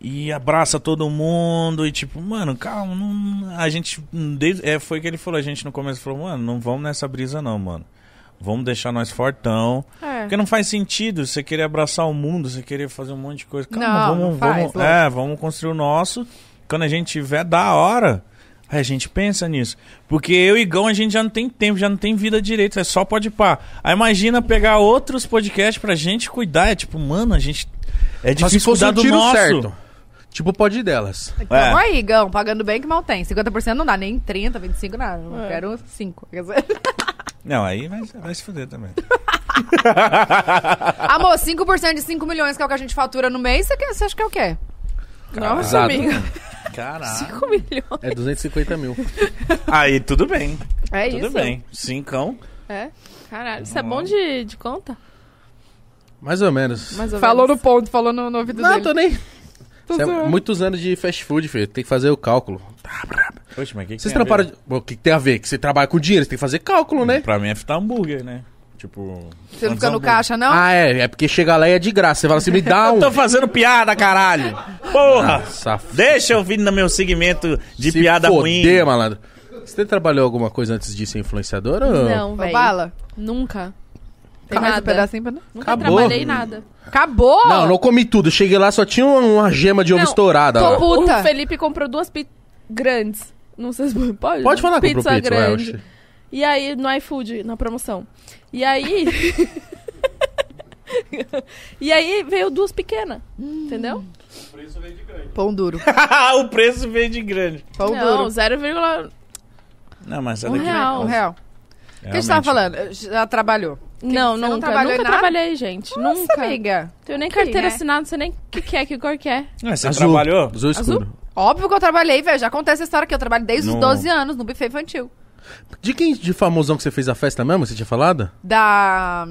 [SPEAKER 2] e abraça todo mundo e tipo, mano, calma, não- a gente, desde- é, foi o que ele falou, a gente no começo falou, mano, não vamos nessa brisa não, mano. Vamos deixar nós fortão.
[SPEAKER 4] É.
[SPEAKER 2] Porque não faz sentido você querer abraçar o mundo, você querer fazer um monte de coisa. Calma,
[SPEAKER 3] Não,
[SPEAKER 2] vamos,
[SPEAKER 3] não faz,
[SPEAKER 2] vamos, é, vamos construir o nosso. Quando a gente tiver da hora, aí a gente pensa nisso. Porque eu e Gão, a gente já não tem tempo, já não tem vida direito, é só pode pá. Aí imagina pegar outros podcasts pra gente cuidar, é tipo, mano, a gente é
[SPEAKER 1] Mas se
[SPEAKER 2] difícil
[SPEAKER 1] fosse
[SPEAKER 2] cuidar
[SPEAKER 1] um
[SPEAKER 2] do
[SPEAKER 1] tiro
[SPEAKER 2] nosso.
[SPEAKER 1] certo. Tipo, pode ir delas.
[SPEAKER 3] Então,
[SPEAKER 2] É.
[SPEAKER 3] aí, Gão, pagando bem que mal tem. 50% não dá, nem 30, 25, nada. Eu quero 5. Quer dizer...
[SPEAKER 2] Não, aí vai, vai se fuder também.
[SPEAKER 3] Amor, 5% de 5 milhões, que é o que a gente fatura no mês, você, quer, você acha que é o quê?
[SPEAKER 4] Nossa,
[SPEAKER 1] Exato.
[SPEAKER 4] amiga. um
[SPEAKER 2] Caralho.
[SPEAKER 4] 5 milhões.
[SPEAKER 1] É 250 mil.
[SPEAKER 2] Aí tudo bem,
[SPEAKER 3] É
[SPEAKER 2] tudo
[SPEAKER 3] isso?
[SPEAKER 2] bem. Cincão.
[SPEAKER 4] É. Caralho, isso é bom de, de conta?
[SPEAKER 1] Mais ou menos.
[SPEAKER 4] Mais ou
[SPEAKER 3] Falou no
[SPEAKER 4] menos.
[SPEAKER 3] ponto, falou no, no ouvido
[SPEAKER 1] Não,
[SPEAKER 3] dele.
[SPEAKER 1] tô nem. Isso é
[SPEAKER 3] zoando.
[SPEAKER 1] muitos anos de fast food, filho. Tem que fazer o cálculo.
[SPEAKER 2] Poxa, mas o que que
[SPEAKER 1] Vocês
[SPEAKER 2] tem a ver?
[SPEAKER 1] trabalham. Bom, O que que Tá tem a ver? Que você trabalha com dinheiro, você tem que fazer cálculo, né?
[SPEAKER 2] Pra mim é fritar hambúrguer, né? Tipo.
[SPEAKER 3] Você não fica no
[SPEAKER 2] hambúrguer?
[SPEAKER 3] caixa, não?
[SPEAKER 1] Ah, é. É porque chega lá e é de graça. Você fala assim, me dá um.
[SPEAKER 2] Tô fazendo piada, caralho! Porra!
[SPEAKER 1] Safado.
[SPEAKER 2] Deixa eu vir no meu segmento de
[SPEAKER 1] Se
[SPEAKER 2] piada ruim.
[SPEAKER 1] foder, malandro. Você trabalhou alguma coisa antes de ser influenciador? ou-
[SPEAKER 4] Não,
[SPEAKER 3] Ô,
[SPEAKER 4] velho.
[SPEAKER 3] Bala,
[SPEAKER 4] Nunca.
[SPEAKER 3] Tem mais um
[SPEAKER 4] Nada.
[SPEAKER 3] pedacinho pra...
[SPEAKER 4] Nunca
[SPEAKER 1] Acabou.
[SPEAKER 4] trabalhei nada.
[SPEAKER 3] Acabou!
[SPEAKER 1] Não, não comi tudo. Cheguei lá, só tinha uma, uma gema de ovo
[SPEAKER 4] Não,
[SPEAKER 1] estourada.
[SPEAKER 3] tô
[SPEAKER 1] lá.
[SPEAKER 3] puto. Puta.
[SPEAKER 4] O Felipe comprou duas pizzas grandes. Não sei se pode.
[SPEAKER 1] Pode
[SPEAKER 4] né?
[SPEAKER 1] falar que comprou
[SPEAKER 4] pizza
[SPEAKER 1] pizza, vai,
[SPEAKER 4] grande.
[SPEAKER 1] oxe.
[SPEAKER 4] E aí, no iFood, na promoção. E aí. e aí veio duas pequenas. Entendeu?
[SPEAKER 5] Preço vem de grande.
[SPEAKER 3] Pão duro.
[SPEAKER 2] o preço veio de grande.
[SPEAKER 3] Pão
[SPEAKER 4] não,
[SPEAKER 3] duro.
[SPEAKER 4] 0,1
[SPEAKER 2] Não, mas essa
[SPEAKER 4] Um
[SPEAKER 2] daqui...
[SPEAKER 4] real.
[SPEAKER 3] Um real. O que a gente tava falando? Já trabalhou.
[SPEAKER 4] Não,
[SPEAKER 3] você não
[SPEAKER 4] nunca.
[SPEAKER 3] trabalhou em
[SPEAKER 4] nunca
[SPEAKER 3] nada?
[SPEAKER 4] trabalhei, gente.
[SPEAKER 3] Nossa,
[SPEAKER 4] nunca.
[SPEAKER 3] amiga.
[SPEAKER 4] Tenho nem
[SPEAKER 3] Que,
[SPEAKER 4] carteira
[SPEAKER 3] né?
[SPEAKER 4] assinada, não sei nem o que, que é, que cor que é.
[SPEAKER 2] Ah, Você trabalhou?
[SPEAKER 1] Azul escuro.
[SPEAKER 3] Óbvio que eu trabalhei, velho. Já acontece essa história aqui. Eu trabalho desde
[SPEAKER 2] No-
[SPEAKER 3] os 12 anos no buffet infantil.
[SPEAKER 1] De quem de famosão que você fez a festa mesmo? Você tinha falado?
[SPEAKER 3] Da...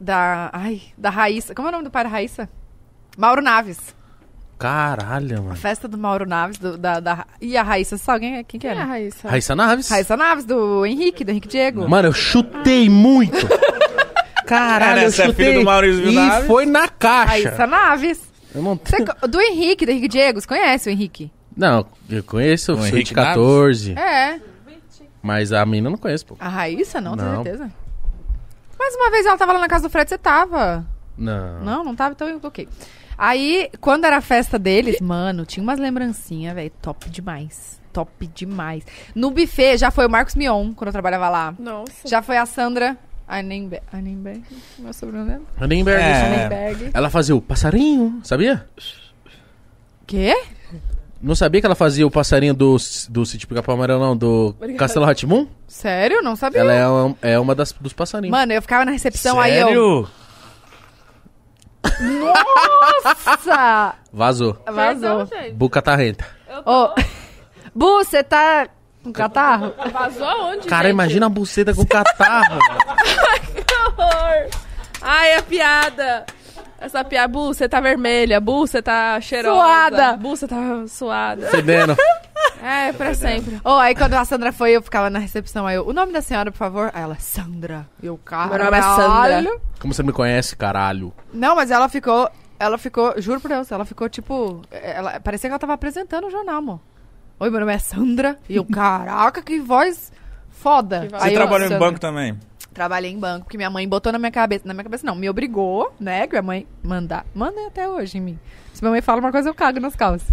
[SPEAKER 3] Da... Ai, da Raíssa. Como é o nome do pai da Raíssa? Mauro Naves.
[SPEAKER 1] Caralho, mano.
[SPEAKER 3] Festa do Mauro Naves, do- da, da... E a Raíssa, você sabe quem, é- quem que era?
[SPEAKER 4] Raíssa?
[SPEAKER 1] Raíssa Naves?
[SPEAKER 3] Raíssa Naves, do Henrique, do Henrique Diego.
[SPEAKER 1] Mano, eu chutei muito. Caralho,
[SPEAKER 2] É, né?
[SPEAKER 1] eu
[SPEAKER 2] Você é filho
[SPEAKER 1] chutei.
[SPEAKER 2] do Maurício
[SPEAKER 1] e
[SPEAKER 2] Naves?
[SPEAKER 1] foi na caixa.
[SPEAKER 3] Raíssa Naves.
[SPEAKER 1] Eu não,
[SPEAKER 3] Você co- do Henrique, do Henrique Diego, você conhece o Henrique?
[SPEAKER 1] não, eu conheço,
[SPEAKER 2] O
[SPEAKER 1] eu sou
[SPEAKER 2] Henrique
[SPEAKER 1] de 14,
[SPEAKER 3] É.
[SPEAKER 1] mas a mina eu não conheço, pô.
[SPEAKER 3] A Raíssa, não,
[SPEAKER 1] Não.
[SPEAKER 3] tenho certeza. Mais uma vez ela tava lá na casa do Fred, você tava.
[SPEAKER 1] Não.
[SPEAKER 3] Não, não tava, então eu bloqueei. Aí, quando era a festa deles, mano, tinha umas lembrancinhas, velho. Top demais. Top demais. No buffet já foi o Marcos Mion, quando eu trabalhava lá.
[SPEAKER 4] Nossa.
[SPEAKER 3] Já foi a Sandra Anenberg. Anenberg? Meu sobrenome
[SPEAKER 1] Eu nem bergo
[SPEAKER 2] É.
[SPEAKER 1] isso, né? Ela fazia o passarinho, sabia?
[SPEAKER 3] Quê?
[SPEAKER 1] Não sabia que ela fazia o passarinho do, do Sítio Pica-Pau Amarelo, não, do Castelo Ratimum?
[SPEAKER 3] Sério? Não sabia.
[SPEAKER 1] Ela é uma, é uma das, dos passarinhos.
[SPEAKER 3] Mano, eu ficava na recepção, Então, aí eu...
[SPEAKER 2] Sério?
[SPEAKER 3] Nossa!
[SPEAKER 1] Vazou.
[SPEAKER 3] Vazou.
[SPEAKER 1] Buca tá tarrenta.
[SPEAKER 3] Ô, Bu, você tá com catarro?
[SPEAKER 4] Vazou aonde?
[SPEAKER 1] Cara,
[SPEAKER 4] gente?
[SPEAKER 1] imagina a buceta com catarro.
[SPEAKER 4] Que horror. Ai, a piada. Essa piada. Bu, você tá vermelha. Bu, você tá cheirosa.
[SPEAKER 3] Suada.
[SPEAKER 4] Bu, você tá suada.
[SPEAKER 1] Fedendo.
[SPEAKER 4] É, pra sempre.
[SPEAKER 3] Ô, aí quando a Sandra foi, eu ficava na recepção, aí eu... O nome da senhora, por favor? Aí ela, Sandra. Eu, caralho.
[SPEAKER 4] Meu nome é Sandra.
[SPEAKER 1] Como você me conhece, caralho?
[SPEAKER 3] Não, mas ela ficou... Ela ficou... Juro por Deus, ela ficou, tipo... Ela, parecia que ela tava apresentando o jornal, amor. Oi, meu nome é Sandra. E eu, caraca, que voz foda.
[SPEAKER 4] Que voz.
[SPEAKER 2] Você
[SPEAKER 3] Aí eu,
[SPEAKER 2] trabalhou em
[SPEAKER 3] Sandra.
[SPEAKER 2] banco também?
[SPEAKER 3] Trabalhei em banco, porque minha mãe botou na minha cabeça. Na minha cabeça, não, me obrigou, né? Que minha mãe mandar. Manda até hoje em mim. Se minha mãe fala uma coisa, eu cago nas calças.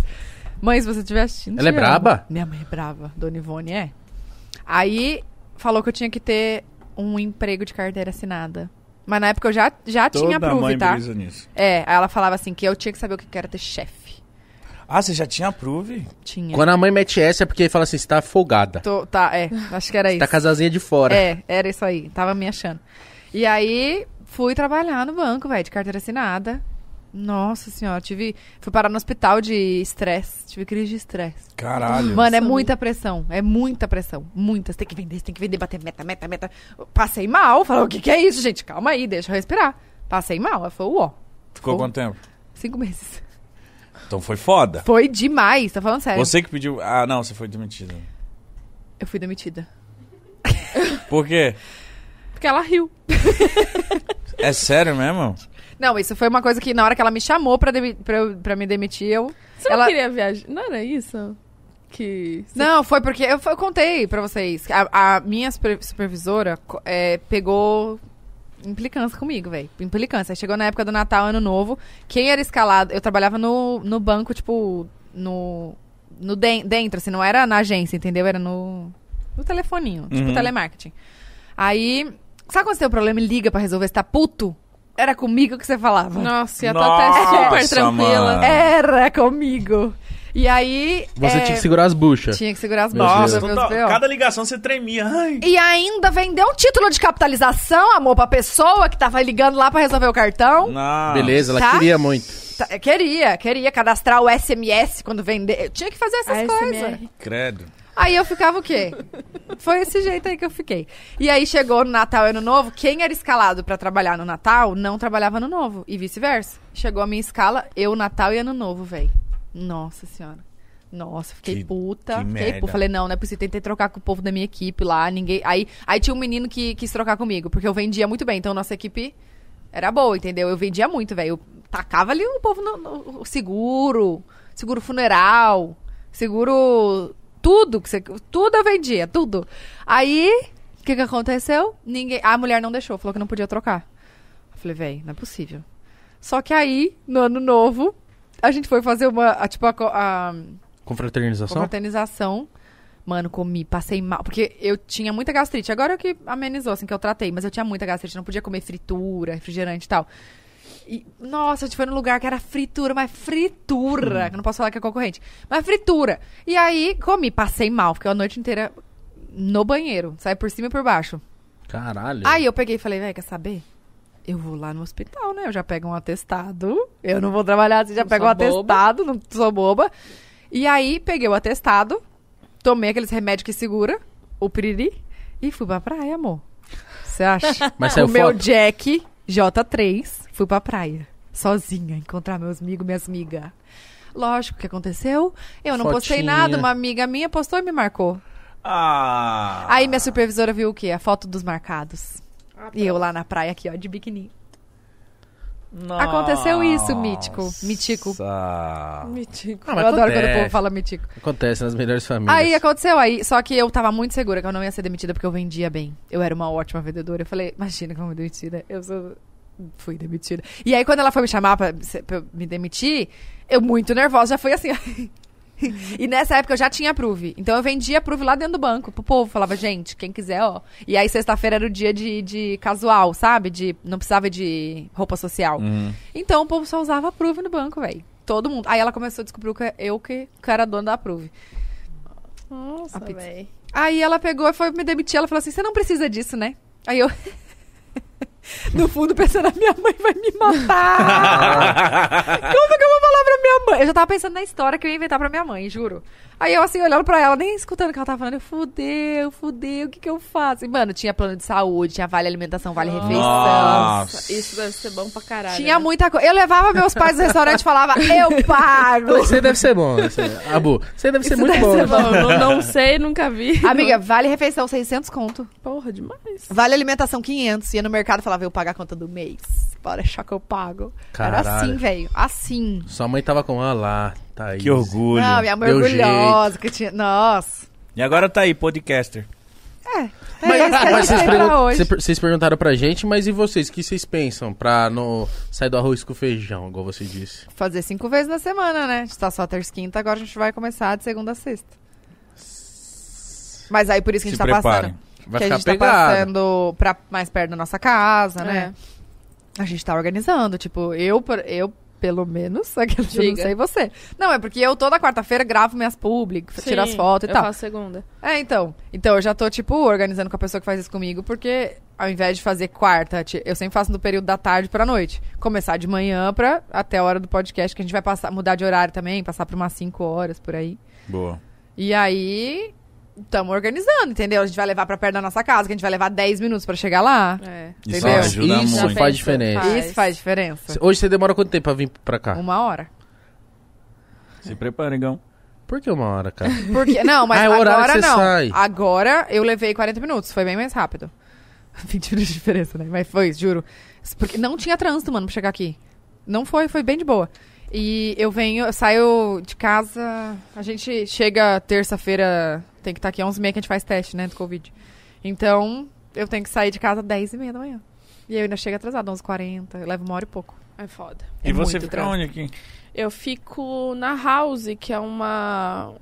[SPEAKER 3] Mãe, se você estiver assistindo.
[SPEAKER 1] Ela é
[SPEAKER 3] te amo.
[SPEAKER 1] braba?
[SPEAKER 3] Minha mãe é braba. Dona Ivone é. Aí falou que eu tinha que ter um emprego de carteira assinada. Mas na época eu já, já tinha
[SPEAKER 2] Toda mãe
[SPEAKER 3] prove, tá?
[SPEAKER 2] brisa nisso.
[SPEAKER 3] É, aí ela falava assim que eu tinha que saber o que que era ter chefe.
[SPEAKER 2] Ah, você já tinha prove?
[SPEAKER 3] Tinha.
[SPEAKER 1] Quando a mãe mete essa é porque fala assim, você tá folgada.
[SPEAKER 3] Tô- tá, é, acho que era isso.
[SPEAKER 1] Tá casazinha de fora.
[SPEAKER 3] É, era isso aí. Tava me achando. E aí, fui trabalhar no banco, velho, de carteira assinada. Nossa senhora, tive. Fui parar no hospital de estresse. Tive crise de estresse.
[SPEAKER 2] Caralho.
[SPEAKER 3] Mano, é
[SPEAKER 4] amiga.
[SPEAKER 3] muita pressão. É muita pressão. Muitas. Tem que vender, tem que vender, bater meta, meta, meta. Passei mal. Falei, o que, que é isso, gente? Calma aí, deixa eu respirar. Passei mal. Aí Foi uó.
[SPEAKER 2] Ficou quanto tempo?
[SPEAKER 3] Cinco meses.
[SPEAKER 2] Então foi
[SPEAKER 1] Tá.
[SPEAKER 2] foda.
[SPEAKER 3] Foi demais, tô falando sério.
[SPEAKER 2] Você que pediu... Ah, não, você foi demitida.
[SPEAKER 3] Eu fui demitida.
[SPEAKER 2] Por quê?
[SPEAKER 4] Porque ela riu.
[SPEAKER 2] É sério mesmo?
[SPEAKER 3] Não, isso foi uma coisa que na hora que ela me chamou pra, demi- pra, eu- pra me demitir, eu.
[SPEAKER 4] Você não
[SPEAKER 3] Ela-
[SPEAKER 4] queria viajar? Não era isso? Que...
[SPEAKER 3] Não, foi porque eu, eu contei pra vocês. que A, a minha super- supervisora co- é, pegou implicância comigo, velho. Implicância. Aí Chegou na época do Natal, Ano Novo. Quem era escalado... Eu trabalhava no, no banco, tipo, no... no den- dentro, assim. Não era na agência, entendeu? Era no, no telefoninho. Tipo,
[SPEAKER 2] Uhum.
[SPEAKER 3] telemarketing. Aí... Sabe quando você tem um problema e liga pra resolver? Você tá puto? Era comigo que você falava.
[SPEAKER 4] Nossa, ia tá
[SPEAKER 2] Nossa,
[SPEAKER 4] até super tranquila.
[SPEAKER 2] mano.
[SPEAKER 3] Era comigo. E aí...
[SPEAKER 1] Você
[SPEAKER 3] é,
[SPEAKER 1] tinha que segurar as buchas.
[SPEAKER 3] tinha que segurar as
[SPEAKER 1] Meu
[SPEAKER 3] bolas,
[SPEAKER 1] Deus.
[SPEAKER 3] meus
[SPEAKER 2] Toda-
[SPEAKER 3] B.O..
[SPEAKER 2] cada ligação você tremia. Ai.
[SPEAKER 3] E ainda vender um título de capitalização, amor, pra pessoa que tava ligando lá pra resolver o cartão.
[SPEAKER 2] Não.
[SPEAKER 1] Ah. Beleza, ela
[SPEAKER 3] Tá?
[SPEAKER 1] queria muito.
[SPEAKER 3] Tá, Queria, queria cadastrar o SMS quando vender. Eu tinha que fazer essas coisas.
[SPEAKER 4] ASMR.
[SPEAKER 2] Credo.
[SPEAKER 3] Aí eu ficava o quê? Foi esse jeito aí que eu fiquei. E aí chegou no Natal e Ano Novo, quem era escalado pra trabalhar no Natal não trabalhava no Novo e vice-versa. Chegou a minha escala, eu Natal e Ano Novo, véi. Nossa senhora. Nossa, fiquei
[SPEAKER 2] Que-
[SPEAKER 3] puta.
[SPEAKER 2] que
[SPEAKER 3] fiquei
[SPEAKER 2] merda.
[SPEAKER 3] puta. Falei, não, não é possível. Tentei trocar com o povo da minha equipe lá, ninguém. Aí, aí tinha um menino que quis trocar comigo, porque eu vendia muito bem. Então nossa equipe era boa, entendeu? Eu vendia muito, velho. Eu tacava ali o povo no, no- o seguro, seguro funeral, seguro tudo que você, tudo eu vendia, tudo. Aí que, que aconteceu? Ninguém, a mulher não deixou, falou que não podia trocar. Eu falei, véi, não é possível. Só que aí, no ano novo, a gente foi fazer uma, a- tipo, a, co- a
[SPEAKER 1] Confraternização?
[SPEAKER 3] confraternização. Mano, comi, passei mal. Porque eu tinha muita gastrite. Agora é que amenizou, assim, que eu tratei. Mas eu tinha muita gastrite. Não podia comer fritura, refrigerante e tal. E, nossa, a gente foi num lugar que era fritura, mas fritura. Que eu não posso falar que é concorrente. Mas fritura. E aí, comi, passei mal. Fiquei a noite inteira no banheiro. Saí por cima e por baixo.
[SPEAKER 1] Caralho.
[SPEAKER 3] Aí eu peguei e falei, velho, quer saber? Eu vou lá no hospital, né? Eu já pego um atestado. Eu não vou trabalhar assim, já
[SPEAKER 4] Não
[SPEAKER 3] pego um
[SPEAKER 4] sou boba.
[SPEAKER 3] atestado, não sou boba. E aí peguei o atestado, tomei aqueles remédios que segura, o piriri, e fui pra praia, amor. Você acha?
[SPEAKER 1] Mas saiu
[SPEAKER 3] o meu
[SPEAKER 1] foto?
[SPEAKER 3] Jack J3, fui pra praia. Sozinha, encontrar meus amigos, minhas amigas. Lógico o que aconteceu. Eu não postei
[SPEAKER 1] Fotinha.
[SPEAKER 3] nada, uma amiga minha postou e me marcou.
[SPEAKER 2] Ah.
[SPEAKER 3] Aí minha supervisora viu o quê? A foto dos marcados. e eu lá na praia aqui, ó, de biquininho. Aconteceu isso, mítico. Mítico.
[SPEAKER 2] Nossa.
[SPEAKER 4] Mitico.
[SPEAKER 1] Ah, mas
[SPEAKER 3] eu adoro
[SPEAKER 1] acontece.
[SPEAKER 3] quando o povo fala mitico.
[SPEAKER 1] Acontece nas melhores famílias.
[SPEAKER 3] Aí aconteceu aí, só que eu tava muito segura que eu não ia ser demitida porque eu vendia bem. Eu era uma ótima vendedora. Eu falei, imagina que eu vou me demitida. Eu sou... fui demitida. E aí quando ela foi me chamar pra, se- pra eu me demitir, eu muito nervosa, já fui assim. e nessa época eu já tinha Prove. Então eu vendia Prove lá dentro do banco pro povo. Falava, gente, quem quiser, ó. E aí sexta-feira era o dia de, de casual, sabe? De, não precisava de roupa social. Então o povo só usava Prove no banco, velho. Todo mundo. Aí ela começou a descobrir que eu que, que era dona da Prove.
[SPEAKER 4] Nossa,
[SPEAKER 3] A pizza.
[SPEAKER 4] véi.
[SPEAKER 3] Aí ela pegou e foi me demitir. Ela falou assim: você não precisa disso, né? Aí eu. No fundo, pensando, a minha mãe vai me matar. Como que eu vou falar pra minha mãe? Eu já tava pensando na história que eu ia inventar pra minha mãe, juro. Aí eu, assim, olhando pra ela, nem escutando o que ela tava falando, eu fudeu, fudeu, o que que eu faço? E, mano, tinha plano de saúde, tinha vale alimentação, vale refeição.
[SPEAKER 2] Nossa.
[SPEAKER 4] Isso deve ser bom pra caralho.
[SPEAKER 3] Tinha
[SPEAKER 4] né?
[SPEAKER 3] muita coisa. Eu levava meus pais no restaurante e falava, eu pago.
[SPEAKER 1] Você deve ser bom. Você... Abu, você deve ser
[SPEAKER 3] Isso
[SPEAKER 1] muito
[SPEAKER 3] deve
[SPEAKER 1] bom. né?
[SPEAKER 3] ser
[SPEAKER 4] Bom, não, não sei, nunca vi.
[SPEAKER 3] Amiga, vale refeição, 600 conto.
[SPEAKER 4] Porra, demais.
[SPEAKER 3] Vale alimentação 500. Ia no mercado e falava, eu pago a conta do mês. Bora achar que eu pago. Era
[SPEAKER 1] Caralho.
[SPEAKER 3] assim, velho. Assim.
[SPEAKER 1] Sua mãe tava com. Ah lá, tá aí.
[SPEAKER 2] Que orgulho.
[SPEAKER 3] Não, minha mãe
[SPEAKER 1] Deu
[SPEAKER 3] orgulhosa que tinha. Nossa.
[SPEAKER 2] E agora tá aí, podcaster.
[SPEAKER 3] É isso que a gente
[SPEAKER 1] vocês,
[SPEAKER 3] tem pra
[SPEAKER 1] pergun-
[SPEAKER 3] hoje.
[SPEAKER 1] cê- vocês perguntaram pra gente, mas e vocês? O que vocês pensam pra não sair do arroz com feijão, igual você disse?
[SPEAKER 3] Fazer cinco vezes na semana, né? A gente tá só terça e quinta, agora a gente vai começar de segunda a sexta. Mas aí por isso que a
[SPEAKER 2] Se
[SPEAKER 3] gente tá
[SPEAKER 2] preparem.
[SPEAKER 3] passando.
[SPEAKER 1] Vai
[SPEAKER 3] que a
[SPEAKER 1] ficar
[SPEAKER 3] gente tá
[SPEAKER 1] pegado.
[SPEAKER 3] passando pra mais perto da nossa casa,
[SPEAKER 4] É.
[SPEAKER 3] né?
[SPEAKER 1] É.
[SPEAKER 3] A gente tá organizando, tipo, eu, por- eu pelo menos, aquilo que eu não
[SPEAKER 4] Diga.
[SPEAKER 3] sei você. Não, é porque eu toda quarta-feira gravo minhas public, tiro as
[SPEAKER 4] Sim,
[SPEAKER 3] fotos e
[SPEAKER 4] eu
[SPEAKER 3] tal.
[SPEAKER 4] faço segunda.
[SPEAKER 3] É, então. Então eu já tô, tipo, organizando com a pessoa que faz isso comigo, porque ao invés de fazer quarta, ti- eu sempre faço no período da tarde pra noite. Começar de manhã pra até a hora do podcast, que a gente vai passar, mudar de horário também, passar pra umas 5 horas por aí.
[SPEAKER 2] Boa.
[SPEAKER 3] E aí. Tamo organizando, entendeu? A gente vai levar pra perto da nossa casa, que a gente vai levar 10 minutos pra chegar lá.
[SPEAKER 4] É.
[SPEAKER 2] Isso
[SPEAKER 3] Entendeu? tá
[SPEAKER 2] ajuda
[SPEAKER 1] Isso
[SPEAKER 2] muito.
[SPEAKER 1] faz diferença.
[SPEAKER 4] Faz.
[SPEAKER 3] Isso faz diferença.
[SPEAKER 1] Hoje você demora quanto tempo pra vir pra cá?
[SPEAKER 3] Uma hora.
[SPEAKER 2] Se prepara, Igão.
[SPEAKER 1] Por que uma hora, cara?
[SPEAKER 3] Porque, não, mas
[SPEAKER 1] Ah, é o horário
[SPEAKER 3] agora
[SPEAKER 1] que você
[SPEAKER 3] não.
[SPEAKER 1] sai.
[SPEAKER 3] Agora eu levei 40 minutos, foi bem mais rápido. 20 minutos de diferença, né? Mas foi, juro. Porque não tinha trânsito, mano, pra chegar aqui. Não foi, foi bem de boa. E eu venho, eu saio de casa. A gente chega terça-feira, tem que estar aqui 11h30 que a gente faz teste, né, do Covid. Então, eu tenho que sair de casa 10h30 da manhã. E eu ainda chego atrasada, 11h40, eu levo uma hora e pouco.
[SPEAKER 4] É foda.
[SPEAKER 3] É
[SPEAKER 2] e você
[SPEAKER 3] muito
[SPEAKER 2] fica
[SPEAKER 3] trânsito.
[SPEAKER 2] onde aqui?
[SPEAKER 4] Eu fico na House, que é uma.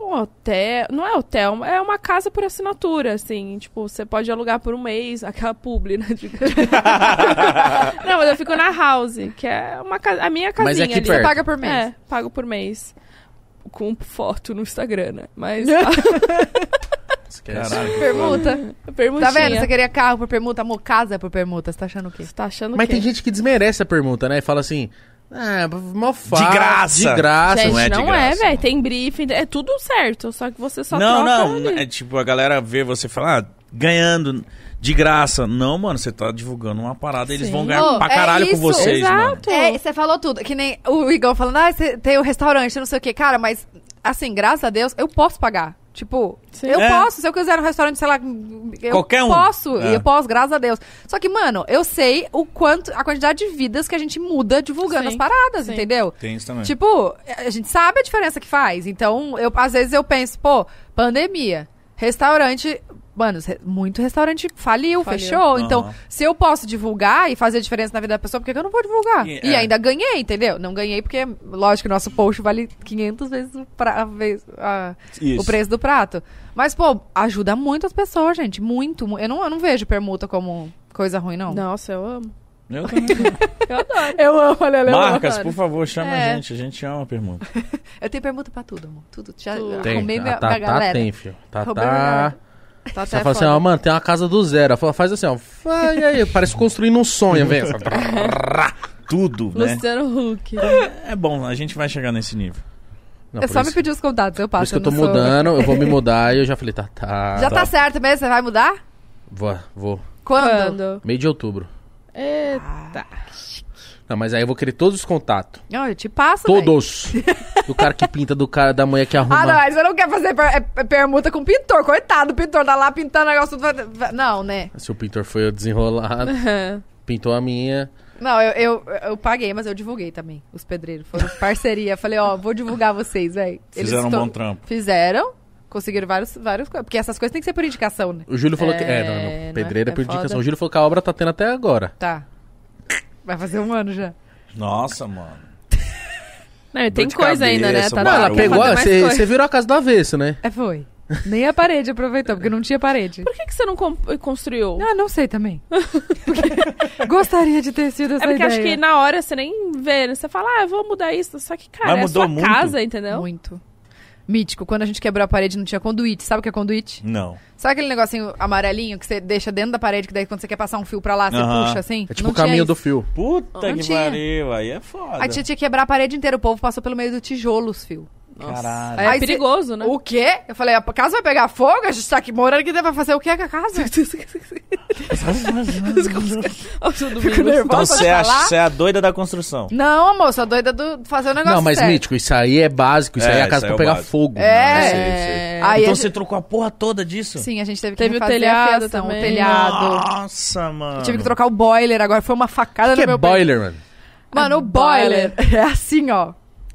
[SPEAKER 4] Um hotel. Não é hotel, é uma casa por assinatura, assim. Tipo, você pode alugar por um mês, aquela publi, né? de- não, mas eu fico na House, que é uma casa. A minha casinha
[SPEAKER 1] Mas é aqui
[SPEAKER 4] ali.
[SPEAKER 1] perto.
[SPEAKER 3] Você paga por mês?
[SPEAKER 4] É, pago por mês. Com foto no Instagram, né? Mas.
[SPEAKER 1] Esquece.
[SPEAKER 2] Caralho.
[SPEAKER 3] Permuta. Tá
[SPEAKER 4] permutinha.
[SPEAKER 3] vendo? Você queria carro por permuta, amor, casa por permuta. Você tá achando o quê?
[SPEAKER 4] Você tá achando
[SPEAKER 1] Mas
[SPEAKER 4] que.
[SPEAKER 1] tem gente que desmerece a pergunta, né? E fala assim, ah, mal fácil.
[SPEAKER 2] graça.
[SPEAKER 1] De graça.
[SPEAKER 4] Gente,
[SPEAKER 2] não é de
[SPEAKER 4] não é,
[SPEAKER 2] graça,
[SPEAKER 4] velho.
[SPEAKER 2] não.
[SPEAKER 4] Tem briefing, é tudo certo. Só que você só
[SPEAKER 2] não,
[SPEAKER 4] troca
[SPEAKER 2] não.
[SPEAKER 4] ali.
[SPEAKER 3] né?
[SPEAKER 2] É tipo, a galera vê você falar, ah, ganhando de graça. Não, mano, você tá divulgando uma parada, eles
[SPEAKER 4] Sim.
[SPEAKER 2] vão ganhar
[SPEAKER 3] Ô,
[SPEAKER 2] pra
[SPEAKER 3] é
[SPEAKER 2] caralho com
[SPEAKER 3] isso,
[SPEAKER 2] vocês, mano.
[SPEAKER 4] Exato.
[SPEAKER 3] É, você falou tudo. Que nem o Igor falando, ah, você tem o restaurante, não sei o quê. Cara, mas, assim, graças a Deus, eu posso pagar. Tipo,
[SPEAKER 4] Sim.
[SPEAKER 3] eu
[SPEAKER 2] É.
[SPEAKER 3] posso. Se eu quiser um restaurante, sei lá, eu
[SPEAKER 2] Qualquer um.
[SPEAKER 3] posso.
[SPEAKER 2] É.
[SPEAKER 3] E eu posso, graças a Deus. Só que, mano, eu sei o quanto, a quantidade de vidas que a gente muda divulgando
[SPEAKER 4] Sim.
[SPEAKER 3] as paradas,
[SPEAKER 4] Sim.
[SPEAKER 3] entendeu?
[SPEAKER 2] Tem isso também.
[SPEAKER 3] Tipo, a gente sabe a diferença que faz. Então, eu, às vezes eu penso, pô, pandemia, restaurante Mano, os re- muito restaurante faliu,
[SPEAKER 4] Faliu.
[SPEAKER 3] fechou. Então,
[SPEAKER 2] Aham.
[SPEAKER 3] se eu posso divulgar e fazer diferença na vida da pessoa, por que que eu não vou divulgar?
[SPEAKER 2] E-
[SPEAKER 3] E
[SPEAKER 2] é.
[SPEAKER 3] ainda ganhei, entendeu? Não ganhei porque, lógico, o nosso post vale 500 vezes o, pra- a vez- a-
[SPEAKER 2] Isso.
[SPEAKER 3] o preço do prato. Mas, pô, ajuda muito as pessoas, gente. Muito. mu- Eu não, eu não vejo permuta como coisa ruim, não.
[SPEAKER 4] Nossa, eu amo.
[SPEAKER 2] Eu também.
[SPEAKER 4] Eu adoro.
[SPEAKER 3] Eu amo, olha,
[SPEAKER 2] Marcas, por favor, chama
[SPEAKER 3] É.
[SPEAKER 2] a gente. A gente ama a pergunta.
[SPEAKER 3] Eu tenho permuta pra tudo, amor. Tudo. Já
[SPEAKER 4] Tudo.
[SPEAKER 1] Tem.
[SPEAKER 3] arrumei minha,
[SPEAKER 1] a Tatá
[SPEAKER 3] minha galera.
[SPEAKER 1] Ah, tá, tem, filho. tá. Tatá.
[SPEAKER 3] Roubei minha galera. Tá
[SPEAKER 1] Você
[SPEAKER 3] até
[SPEAKER 1] fala assim, ó, mano, tem uma casa do zero. Ela fala, Faz assim, ó. Vai, e aí, parece construindo um sonho, velho.
[SPEAKER 2] Tudo, né?
[SPEAKER 4] Luciano Huck.
[SPEAKER 2] É bom, a gente vai chegar nesse nível.
[SPEAKER 1] Não,
[SPEAKER 3] É
[SPEAKER 1] por
[SPEAKER 3] só me
[SPEAKER 1] isso-
[SPEAKER 3] pedir os contatos, eu
[SPEAKER 1] Por
[SPEAKER 3] passo.
[SPEAKER 1] isso que eu tô
[SPEAKER 3] não sou-
[SPEAKER 1] mudando, eu vou me mudar e eu já falei, tá, tá.
[SPEAKER 3] Já tá certo mesmo? Você vai mudar?
[SPEAKER 1] Vou, vou.
[SPEAKER 3] Quando?
[SPEAKER 4] Quando?
[SPEAKER 1] Meio de outubro.
[SPEAKER 4] Eita.
[SPEAKER 1] Não, mas aí eu vou querer todos os contatos.
[SPEAKER 3] Não, eu te passo. véi.
[SPEAKER 1] Todos. do cara que pinta, do cara da mulher que arruma.
[SPEAKER 3] Ah, não, mas você não quer fazer per- é- é permuta com o pintor, coitado. O pintor tá lá pintando o negócio. tudo- vai- vai- Não, né?
[SPEAKER 1] Se o pintor foi desenrolado, pintou a minha.
[SPEAKER 3] Não, eu, eu, eu paguei, mas eu divulguei também. Os pedreiros foram parceria. Falei, ó, vou divulgar vocês, velho.
[SPEAKER 2] Fizeram um bom trampo.
[SPEAKER 3] Fizeram, conseguiram vários, vários. co- Porque essas coisas têm que ser por indicação, né?
[SPEAKER 1] O Júlio falou que. É,
[SPEAKER 3] É,
[SPEAKER 1] não,
[SPEAKER 3] não é-
[SPEAKER 1] não. Pedreira
[SPEAKER 3] é
[SPEAKER 1] por indicação.
[SPEAKER 3] foda.
[SPEAKER 1] O Júlio falou que a obra tá tendo até agora.
[SPEAKER 3] Tá. Vai fazer um ano já.
[SPEAKER 2] Nossa, mano.
[SPEAKER 4] Não, e tem
[SPEAKER 2] de cabeça,
[SPEAKER 4] coisa ainda, né?
[SPEAKER 2] um
[SPEAKER 4] na
[SPEAKER 1] Não,
[SPEAKER 4] hora
[SPEAKER 1] ela
[SPEAKER 2] barulho.
[SPEAKER 4] de
[SPEAKER 1] pegou.
[SPEAKER 4] fazer mais
[SPEAKER 1] Você
[SPEAKER 4] coisa.
[SPEAKER 1] você virou a casa do avesso, né?
[SPEAKER 3] É, foi. Nem a parede aproveitou, porque não tinha parede.
[SPEAKER 4] Por que, que você não com- construiu?
[SPEAKER 3] Ah, não sei também. Porque gostaria de ter sido essa
[SPEAKER 4] É porque
[SPEAKER 3] ideia.
[SPEAKER 4] acho que na hora você nem vê, né? Você fala, ah, eu vou mudar isso. Só que, cara,
[SPEAKER 2] Mas
[SPEAKER 4] é a
[SPEAKER 2] mudou
[SPEAKER 4] sua
[SPEAKER 2] muito.
[SPEAKER 4] casa, entendeu?
[SPEAKER 3] Muito. Mítico, quando a gente quebrou a parede não tinha conduíte. Sabe o que é conduíte?
[SPEAKER 2] Não.
[SPEAKER 3] Sabe aquele negocinho amarelinho que você deixa dentro da parede, que daí quando você quer passar um fio pra lá, você
[SPEAKER 2] Aham.
[SPEAKER 3] puxa assim?
[SPEAKER 1] É tipo
[SPEAKER 3] Não
[SPEAKER 1] o caminho
[SPEAKER 3] tinha
[SPEAKER 1] do
[SPEAKER 3] isso.
[SPEAKER 1] fio.
[SPEAKER 2] Puta
[SPEAKER 3] Não
[SPEAKER 2] que
[SPEAKER 3] tinha.
[SPEAKER 2] pariu, aí é foda.
[SPEAKER 3] A tia tinha que quebrar a parede inteira, o povo passou pelo meio do tijolo os fios.
[SPEAKER 2] Caralho.
[SPEAKER 4] É
[SPEAKER 3] Aí cê-
[SPEAKER 4] perigoso, né?
[SPEAKER 3] O quê? Eu falei, a casa vai pegar fogo? A gente tá aqui morando aqui, vai fazer o quê com a casa? Fico nervosa
[SPEAKER 2] Então
[SPEAKER 3] pra
[SPEAKER 2] você é, a-
[SPEAKER 3] falar.
[SPEAKER 2] você é a doida da construção.
[SPEAKER 3] Não, amor, sou doida é do fazer o negócio
[SPEAKER 1] Não, mas
[SPEAKER 3] sério.
[SPEAKER 1] mítico, isso aí é básico. Isso
[SPEAKER 2] É,
[SPEAKER 1] aí é a
[SPEAKER 2] isso
[SPEAKER 1] casa
[SPEAKER 2] aí é
[SPEAKER 1] pra
[SPEAKER 2] o
[SPEAKER 1] pegar
[SPEAKER 2] básico.
[SPEAKER 1] fogo.
[SPEAKER 3] É. Aí
[SPEAKER 2] então
[SPEAKER 3] a
[SPEAKER 2] você
[SPEAKER 3] gente-
[SPEAKER 2] trocou a porra toda disso?
[SPEAKER 3] Sim, a gente teve que
[SPEAKER 4] Teve o
[SPEAKER 3] refazer
[SPEAKER 4] telhado
[SPEAKER 3] a fiação,
[SPEAKER 4] também.
[SPEAKER 3] o telhado.
[SPEAKER 2] Nossa, mano.
[SPEAKER 3] Eu Tive que trocar o boiler agora, foi uma facada
[SPEAKER 1] Ah, O que
[SPEAKER 3] no
[SPEAKER 1] é
[SPEAKER 3] meu
[SPEAKER 1] boiler, mano?
[SPEAKER 3] pe- Mano, o boiler é assim, ó.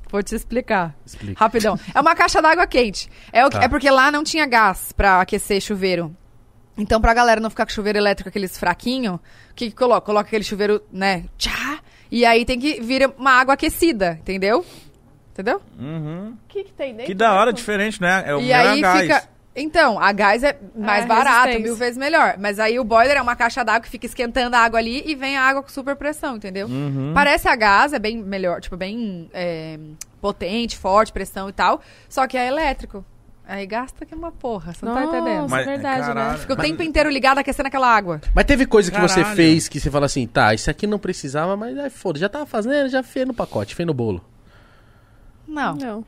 [SPEAKER 3] Vou te explicar.
[SPEAKER 1] Explica.
[SPEAKER 3] Rapidão. É uma caixa d'água quente. É, o que-
[SPEAKER 1] Tá.
[SPEAKER 3] é porque lá não tinha gás pra aquecer chuveiro. Então, pra galera não ficar com chuveiro elétrico, aqueles fraquinho, o que, que coloca? Coloca aquele chuveiro, né? Tchá! E aí tem que vir uma água aquecida, entendeu? Entendeu?
[SPEAKER 2] Uhum.
[SPEAKER 4] que, que tem dentro?
[SPEAKER 2] Que da hora, diferente, né? É o
[SPEAKER 3] e
[SPEAKER 2] meu
[SPEAKER 3] aí
[SPEAKER 2] é gás.
[SPEAKER 3] fica. Então, a gás é mais
[SPEAKER 4] Ah,
[SPEAKER 3] barato,
[SPEAKER 4] resistência.
[SPEAKER 3] mil vezes melhor. Mas aí o boiler é uma caixa d'água que fica esquentando a água ali e vem a água com super pressão, entendeu?
[SPEAKER 2] Uhum.
[SPEAKER 3] Parece a gás, é bem melhor, tipo, bem é, potente, forte, pressão e tal. Só que é elétrico. Aí gasta que é uma porra, você não tá
[SPEAKER 4] Nossa.
[SPEAKER 3] entendendo.
[SPEAKER 4] é verdade, né?
[SPEAKER 2] caralho.
[SPEAKER 3] Fica o tempo inteiro ligado aquecendo aquela água.
[SPEAKER 1] Mas teve coisa que você
[SPEAKER 2] Caralho.
[SPEAKER 1] fez que você fala assim, tá, isso aqui não precisava, mas aí foda, já tava fazendo, já fez no pacote, fez no bolo.
[SPEAKER 3] Não.
[SPEAKER 4] Não.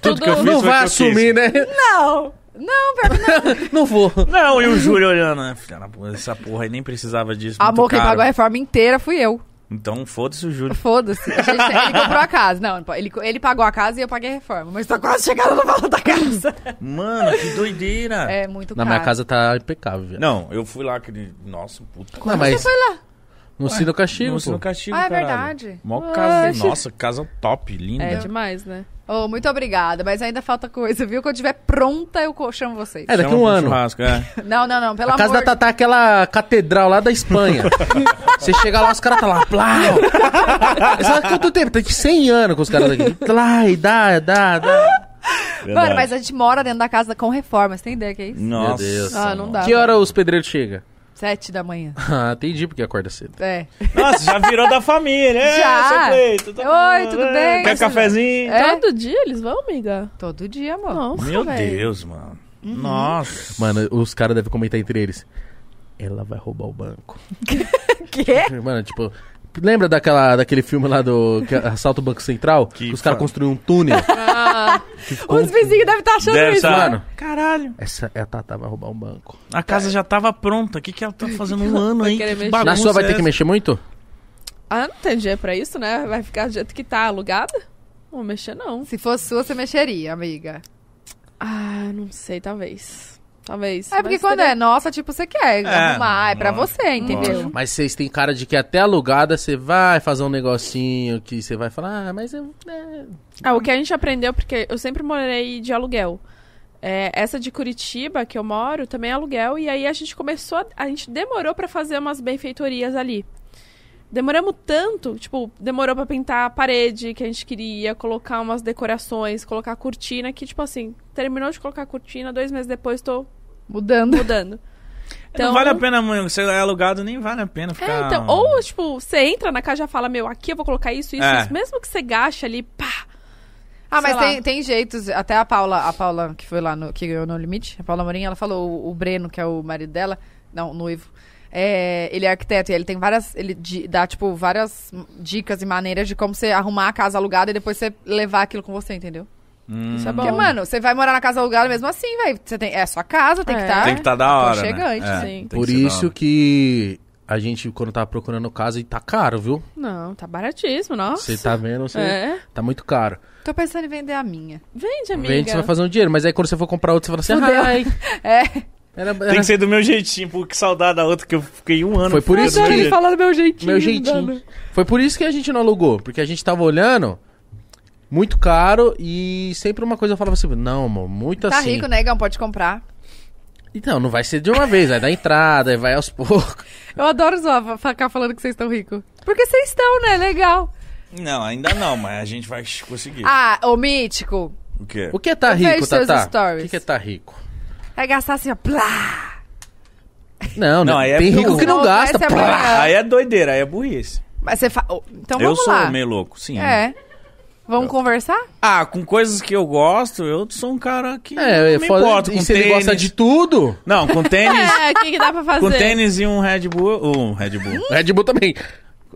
[SPEAKER 2] Tudo que eu fiz
[SPEAKER 1] não
[SPEAKER 2] foi
[SPEAKER 1] vai
[SPEAKER 2] que eu
[SPEAKER 1] assumir, né?
[SPEAKER 3] Não! Não, pior que não.
[SPEAKER 1] Não vou.
[SPEAKER 2] Não, e o Júlio olhando, né? Filha da porra, essa porra aí nem precisava disso. muito
[SPEAKER 3] Amor, quem
[SPEAKER 2] caro.
[SPEAKER 3] pagou é- a reforma inteira fui eu.
[SPEAKER 2] Então foda-se o Júlio.
[SPEAKER 3] Foda-se. A gente- Ele comprou a casa. Não, ele, ele pagou a casa e eu paguei a reforma. Mas tô quase chegando no valor da casa.
[SPEAKER 2] Mano, que doideira.
[SPEAKER 3] É muito
[SPEAKER 1] Na
[SPEAKER 3] caro.
[SPEAKER 1] minha casa tá impecável, velho.
[SPEAKER 2] Não, eu fui lá aquele. Nossa, puta.
[SPEAKER 1] Não, mas... Você foi lá? No sino castigo,
[SPEAKER 2] Não,
[SPEAKER 1] pô.
[SPEAKER 2] no castigo,
[SPEAKER 3] Ah, é
[SPEAKER 2] caralho.
[SPEAKER 3] verdade.
[SPEAKER 2] Mó
[SPEAKER 4] Ah,
[SPEAKER 2] casa.
[SPEAKER 4] achei-
[SPEAKER 2] Nossa, casa top, linda.
[SPEAKER 4] É demais, né?
[SPEAKER 3] Oh, muito obrigada, mas ainda falta coisa, viu? Quando tiver pronta, eu co- chamo vocês.
[SPEAKER 1] É, daqui
[SPEAKER 2] Chama
[SPEAKER 1] um
[SPEAKER 2] pro
[SPEAKER 1] ano.
[SPEAKER 2] churrasco, é.
[SPEAKER 3] Não, não, não. Pelo
[SPEAKER 1] A casa
[SPEAKER 3] amor
[SPEAKER 1] da Tatá é aquela catedral lá da Espanha. Você chega lá, os caras tá lá, plau. Você fala, quanto tempo? Tem que 100 anos com os caras aqui. Lá, e dá, dá, dá.
[SPEAKER 3] Mano,
[SPEAKER 2] Verdade.
[SPEAKER 3] mas a gente mora dentro da casa com reforma, você tem ideia que é isso?
[SPEAKER 2] Nossa.
[SPEAKER 1] Deus.
[SPEAKER 3] Ah, não dá.
[SPEAKER 1] Que hora os pedreiros chegam?
[SPEAKER 3] Sete da manhã.
[SPEAKER 1] Ah, entendi porque acorda cedo.
[SPEAKER 3] É.
[SPEAKER 2] Nossa, já virou da família. É,
[SPEAKER 3] Já.
[SPEAKER 2] seu Cleito, tá
[SPEAKER 3] Oi,
[SPEAKER 2] bom,
[SPEAKER 3] tudo
[SPEAKER 2] né?
[SPEAKER 3] bem?
[SPEAKER 2] Quer cafezinho?
[SPEAKER 3] É?
[SPEAKER 4] Todo dia eles vão, amiga?
[SPEAKER 3] Todo dia, amor.
[SPEAKER 4] Nossa,
[SPEAKER 2] Meu
[SPEAKER 4] velho.
[SPEAKER 2] Deus, mano.
[SPEAKER 1] Uhum.
[SPEAKER 2] Nossa.
[SPEAKER 1] Mano, os caras devem comentar entre eles. Ela vai roubar o banco.
[SPEAKER 3] Quê?
[SPEAKER 1] Mano, tipo... Lembra daquela, daquele filme lá do que- é Assalto ao Banco Central?
[SPEAKER 2] Que
[SPEAKER 1] Que, os caras
[SPEAKER 2] foda.
[SPEAKER 1] construíram um túnel.
[SPEAKER 3] Os vizinhos devem estar
[SPEAKER 4] tá
[SPEAKER 3] achando
[SPEAKER 2] Deve
[SPEAKER 3] isso.
[SPEAKER 2] estar.
[SPEAKER 3] né?
[SPEAKER 1] é Mano,
[SPEAKER 2] Caralho.
[SPEAKER 1] essa é a Tatá vai roubar um banco.
[SPEAKER 2] A casa já tava pronta. O que, que ela tá fazendo um ano aí?
[SPEAKER 4] querer
[SPEAKER 2] Que
[SPEAKER 4] mexer.
[SPEAKER 2] bagunça
[SPEAKER 1] Na sua vai
[SPEAKER 2] é
[SPEAKER 1] ter que
[SPEAKER 2] essa?
[SPEAKER 1] mexer muito?
[SPEAKER 4] Ah, não tem dinheiro pra isso, né? Vai ficar do jeito que tá, alugada? Não vou mexer, não.
[SPEAKER 3] Se fosse sua, você mexeria, amiga.
[SPEAKER 4] Ah, não sei, talvez. Talvez.
[SPEAKER 3] É porque
[SPEAKER 4] Mas
[SPEAKER 3] quando
[SPEAKER 4] seria-
[SPEAKER 3] é nossa, tipo, você quer arrumar, é pra
[SPEAKER 2] lógico,
[SPEAKER 3] você, entendeu?
[SPEAKER 1] Mas vocês têm cara de que até alugada você vai fazer um negocinho que você vai falar, ah, mas eu. é,
[SPEAKER 4] Ah, o que a gente aprendeu, porque eu sempre morei de aluguel. É, essa de Curitiba, que eu moro, também é aluguel. E aí a gente começou, a- a gente demorou pra fazer umas benfeitorias ali. Demoramos tanto, tipo, demorou pra pintar a parede que a gente queria, colocar umas decorações, colocar a cortina, que, tipo assim, terminou de colocar a cortina, dois meses depois tô
[SPEAKER 3] Mudando.
[SPEAKER 4] mudando.
[SPEAKER 2] não
[SPEAKER 3] Então-
[SPEAKER 2] vale a pena, mano. Você é alugado, nem vale a pena
[SPEAKER 4] É,
[SPEAKER 2] ficar.
[SPEAKER 4] então, ou, tipo, você entra na casa e já fala, meu, aqui eu vou colocar isso, isso,
[SPEAKER 2] É.
[SPEAKER 4] isso. Mesmo que você gaste ali, pá.
[SPEAKER 3] Ah,
[SPEAKER 4] sei
[SPEAKER 3] mas
[SPEAKER 4] lá.
[SPEAKER 3] tem, tem jeitos. Até a Paula, a Paula que foi lá no que ganhou no limite, a Paula Morim, ela falou o, o Breno, que é o marido dela, não, noivo. É, ele é arquiteto e ele tem várias. Ele di- dá, tipo, várias dicas e maneiras de como você arrumar a casa alugada e depois você levar aquilo com você, entendeu?
[SPEAKER 2] Hum,
[SPEAKER 4] Isso é bom.
[SPEAKER 3] Porque, mano, você vai morar na casa alugada mesmo assim, velho. Você tem. É sua casa, tem que
[SPEAKER 4] É.
[SPEAKER 3] estar.
[SPEAKER 2] Tem que estar da hora. né?
[SPEAKER 3] Aconchegante,
[SPEAKER 2] É,
[SPEAKER 4] sim.
[SPEAKER 2] tem que
[SPEAKER 1] Por
[SPEAKER 2] ser da
[SPEAKER 1] isso
[SPEAKER 2] hora.
[SPEAKER 1] que a gente, quando tava procurando casa, e tá caro, viu?
[SPEAKER 4] Não, tá baratíssimo, nossa.
[SPEAKER 1] Você tá vendo, você...
[SPEAKER 4] É.
[SPEAKER 1] tá muito caro.
[SPEAKER 3] Tô pensando em vender a minha.
[SPEAKER 4] Vende, amiga.
[SPEAKER 1] Vende, você vai fazer um dinheiro, mas aí quando você for comprar outro, você fala assim,
[SPEAKER 3] Fudeu.
[SPEAKER 1] ai...
[SPEAKER 3] É.
[SPEAKER 1] Era, era-
[SPEAKER 2] Tem que ser do meu jeitinho, pô, que saudade da outra que eu fiquei um ano.
[SPEAKER 1] Foi por
[SPEAKER 2] do
[SPEAKER 1] isso
[SPEAKER 2] meu
[SPEAKER 1] que-
[SPEAKER 2] jeito.
[SPEAKER 3] fala do meu jeitinho.
[SPEAKER 1] Meu jeitinho. Foi por isso que a gente não alugou, porque a gente tava olhando... Muito caro e sempre uma coisa eu falava assim, não, amor, muito
[SPEAKER 3] Tá
[SPEAKER 1] assim.
[SPEAKER 3] rico, né, Igão? Pode comprar.
[SPEAKER 1] Então, não vai ser de uma vez, vai dar entrada, aí vai aos poucos.
[SPEAKER 3] Eu adoro zoar, ficar falando que vocês estão ricos. Porque vocês estão, né? Legal.
[SPEAKER 2] Não, ainda não, mas a gente vai conseguir.
[SPEAKER 3] Ah, ô mítico.
[SPEAKER 2] O quê?
[SPEAKER 1] O que é tá
[SPEAKER 3] Eu
[SPEAKER 1] rico,
[SPEAKER 3] vejo seus
[SPEAKER 1] Tatá? O
[SPEAKER 3] stories.
[SPEAKER 1] que que é tá rico?
[SPEAKER 3] É gastar assim, ó. Plá!
[SPEAKER 1] Não,
[SPEAKER 2] Não,
[SPEAKER 1] não.
[SPEAKER 2] aí é
[SPEAKER 1] Tem rico
[SPEAKER 2] burro.
[SPEAKER 1] que não
[SPEAKER 3] Não,
[SPEAKER 1] gasta.
[SPEAKER 3] essa é a
[SPEAKER 1] pá.
[SPEAKER 3] minha-
[SPEAKER 2] Aí é doideira, aí é burrice.
[SPEAKER 3] Mas você fa... ô, Então
[SPEAKER 2] eu
[SPEAKER 3] vamos
[SPEAKER 2] sou
[SPEAKER 3] lá.
[SPEAKER 2] meio assim. louco, sim.
[SPEAKER 3] É. Vamos conversar?
[SPEAKER 2] Ah, com coisas que eu gosto, eu sou um cara que
[SPEAKER 1] É,
[SPEAKER 2] não
[SPEAKER 1] é
[SPEAKER 2] me
[SPEAKER 1] foda.
[SPEAKER 2] importo
[SPEAKER 1] E
[SPEAKER 2] com
[SPEAKER 1] se ele
[SPEAKER 2] tênis.
[SPEAKER 1] gosta de tudo,
[SPEAKER 2] Não, com tênis,
[SPEAKER 4] É, o que, que dá pra fazer?
[SPEAKER 2] com tênis e um Red Bull, um Red Bull.
[SPEAKER 1] Red Bull também.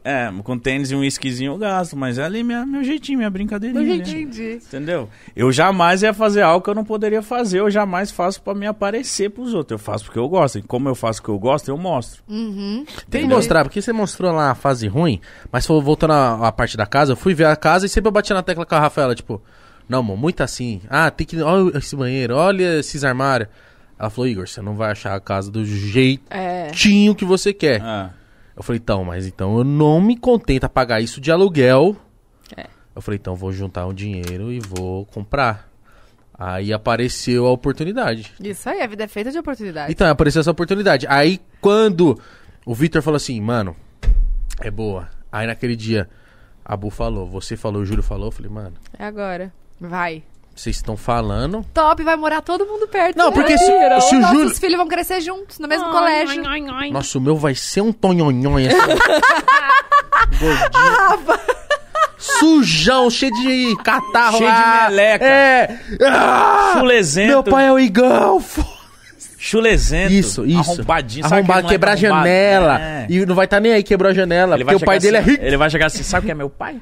[SPEAKER 2] É, com tênis e um whiskyzinho eu gasto, mas é ali minha, meu jeitinho, minha
[SPEAKER 4] Uhum.
[SPEAKER 2] brincadeirinha. né?
[SPEAKER 3] Entendi.
[SPEAKER 2] Entendeu? Eu jamais ia fazer algo que eu não poderia fazer, eu jamais faço pra me aparecer pros outros. Eu faço porque eu gosto, e como eu faço o que eu gosto, eu mostro.
[SPEAKER 3] Hum.
[SPEAKER 1] Tem que mostrar, porque você mostrou lá a fase ruim, mas foi voltando à, à parte da casa, eu fui ver a casa e sempre eu bati na tecla com a Rafaela, tipo, não, amor, muito assim. Ah, tem que. Olha esse banheiro, olha esses armários. Ela falou, Igor, você não vai achar a casa do jeitinho
[SPEAKER 4] É.
[SPEAKER 1] que você quer.
[SPEAKER 2] Ah,
[SPEAKER 1] Eu falei, então, mas então eu não me contento a pagar isso de aluguel. Eu falei, então vou juntar um dinheiro e vou comprar. Aí apareceu a oportunidade.
[SPEAKER 3] Isso aí, a vida é feita de oportunidade.
[SPEAKER 1] Então, apareceu essa oportunidade. Aí quando o Victor falou assim, mano, é boa. Aí naquele dia, a Bu falou, você falou, o Júlio falou, eu falei, mano,
[SPEAKER 4] É agora.
[SPEAKER 3] Vai.
[SPEAKER 1] vocês estão falando.
[SPEAKER 3] Top, vai morar todo mundo perto.
[SPEAKER 1] Não,
[SPEAKER 3] né?
[SPEAKER 1] porque se, se o
[SPEAKER 3] Nossos
[SPEAKER 1] Júlio.
[SPEAKER 3] filhos vão crescer juntos, no mesmo
[SPEAKER 4] Ai,
[SPEAKER 3] colégio.
[SPEAKER 4] ai, ai, ai.
[SPEAKER 1] Nossa, o meu vai ser um tonhonhonha. Assim. Gordinho. Sujão, cheio de catarro
[SPEAKER 2] Cheio de
[SPEAKER 1] lá.
[SPEAKER 2] meleca.
[SPEAKER 1] É. Ah,
[SPEAKER 2] Chulezento.
[SPEAKER 1] Meu pai é o Igão. fo-
[SPEAKER 2] Chulezento.
[SPEAKER 1] Isso, isso.
[SPEAKER 2] Arrombadinho. sabe
[SPEAKER 1] Arrombar,
[SPEAKER 2] aquele moleque
[SPEAKER 1] quebrar a
[SPEAKER 2] arrombado?
[SPEAKER 1] janela.
[SPEAKER 2] É.
[SPEAKER 1] E não vai estar nem aí quebrou a janela.
[SPEAKER 2] Ele vai
[SPEAKER 1] porque o
[SPEAKER 2] chegar
[SPEAKER 1] pai dele é
[SPEAKER 2] assim,
[SPEAKER 1] rico.
[SPEAKER 2] Ele vai chegar assim, sabe o que é meu pai?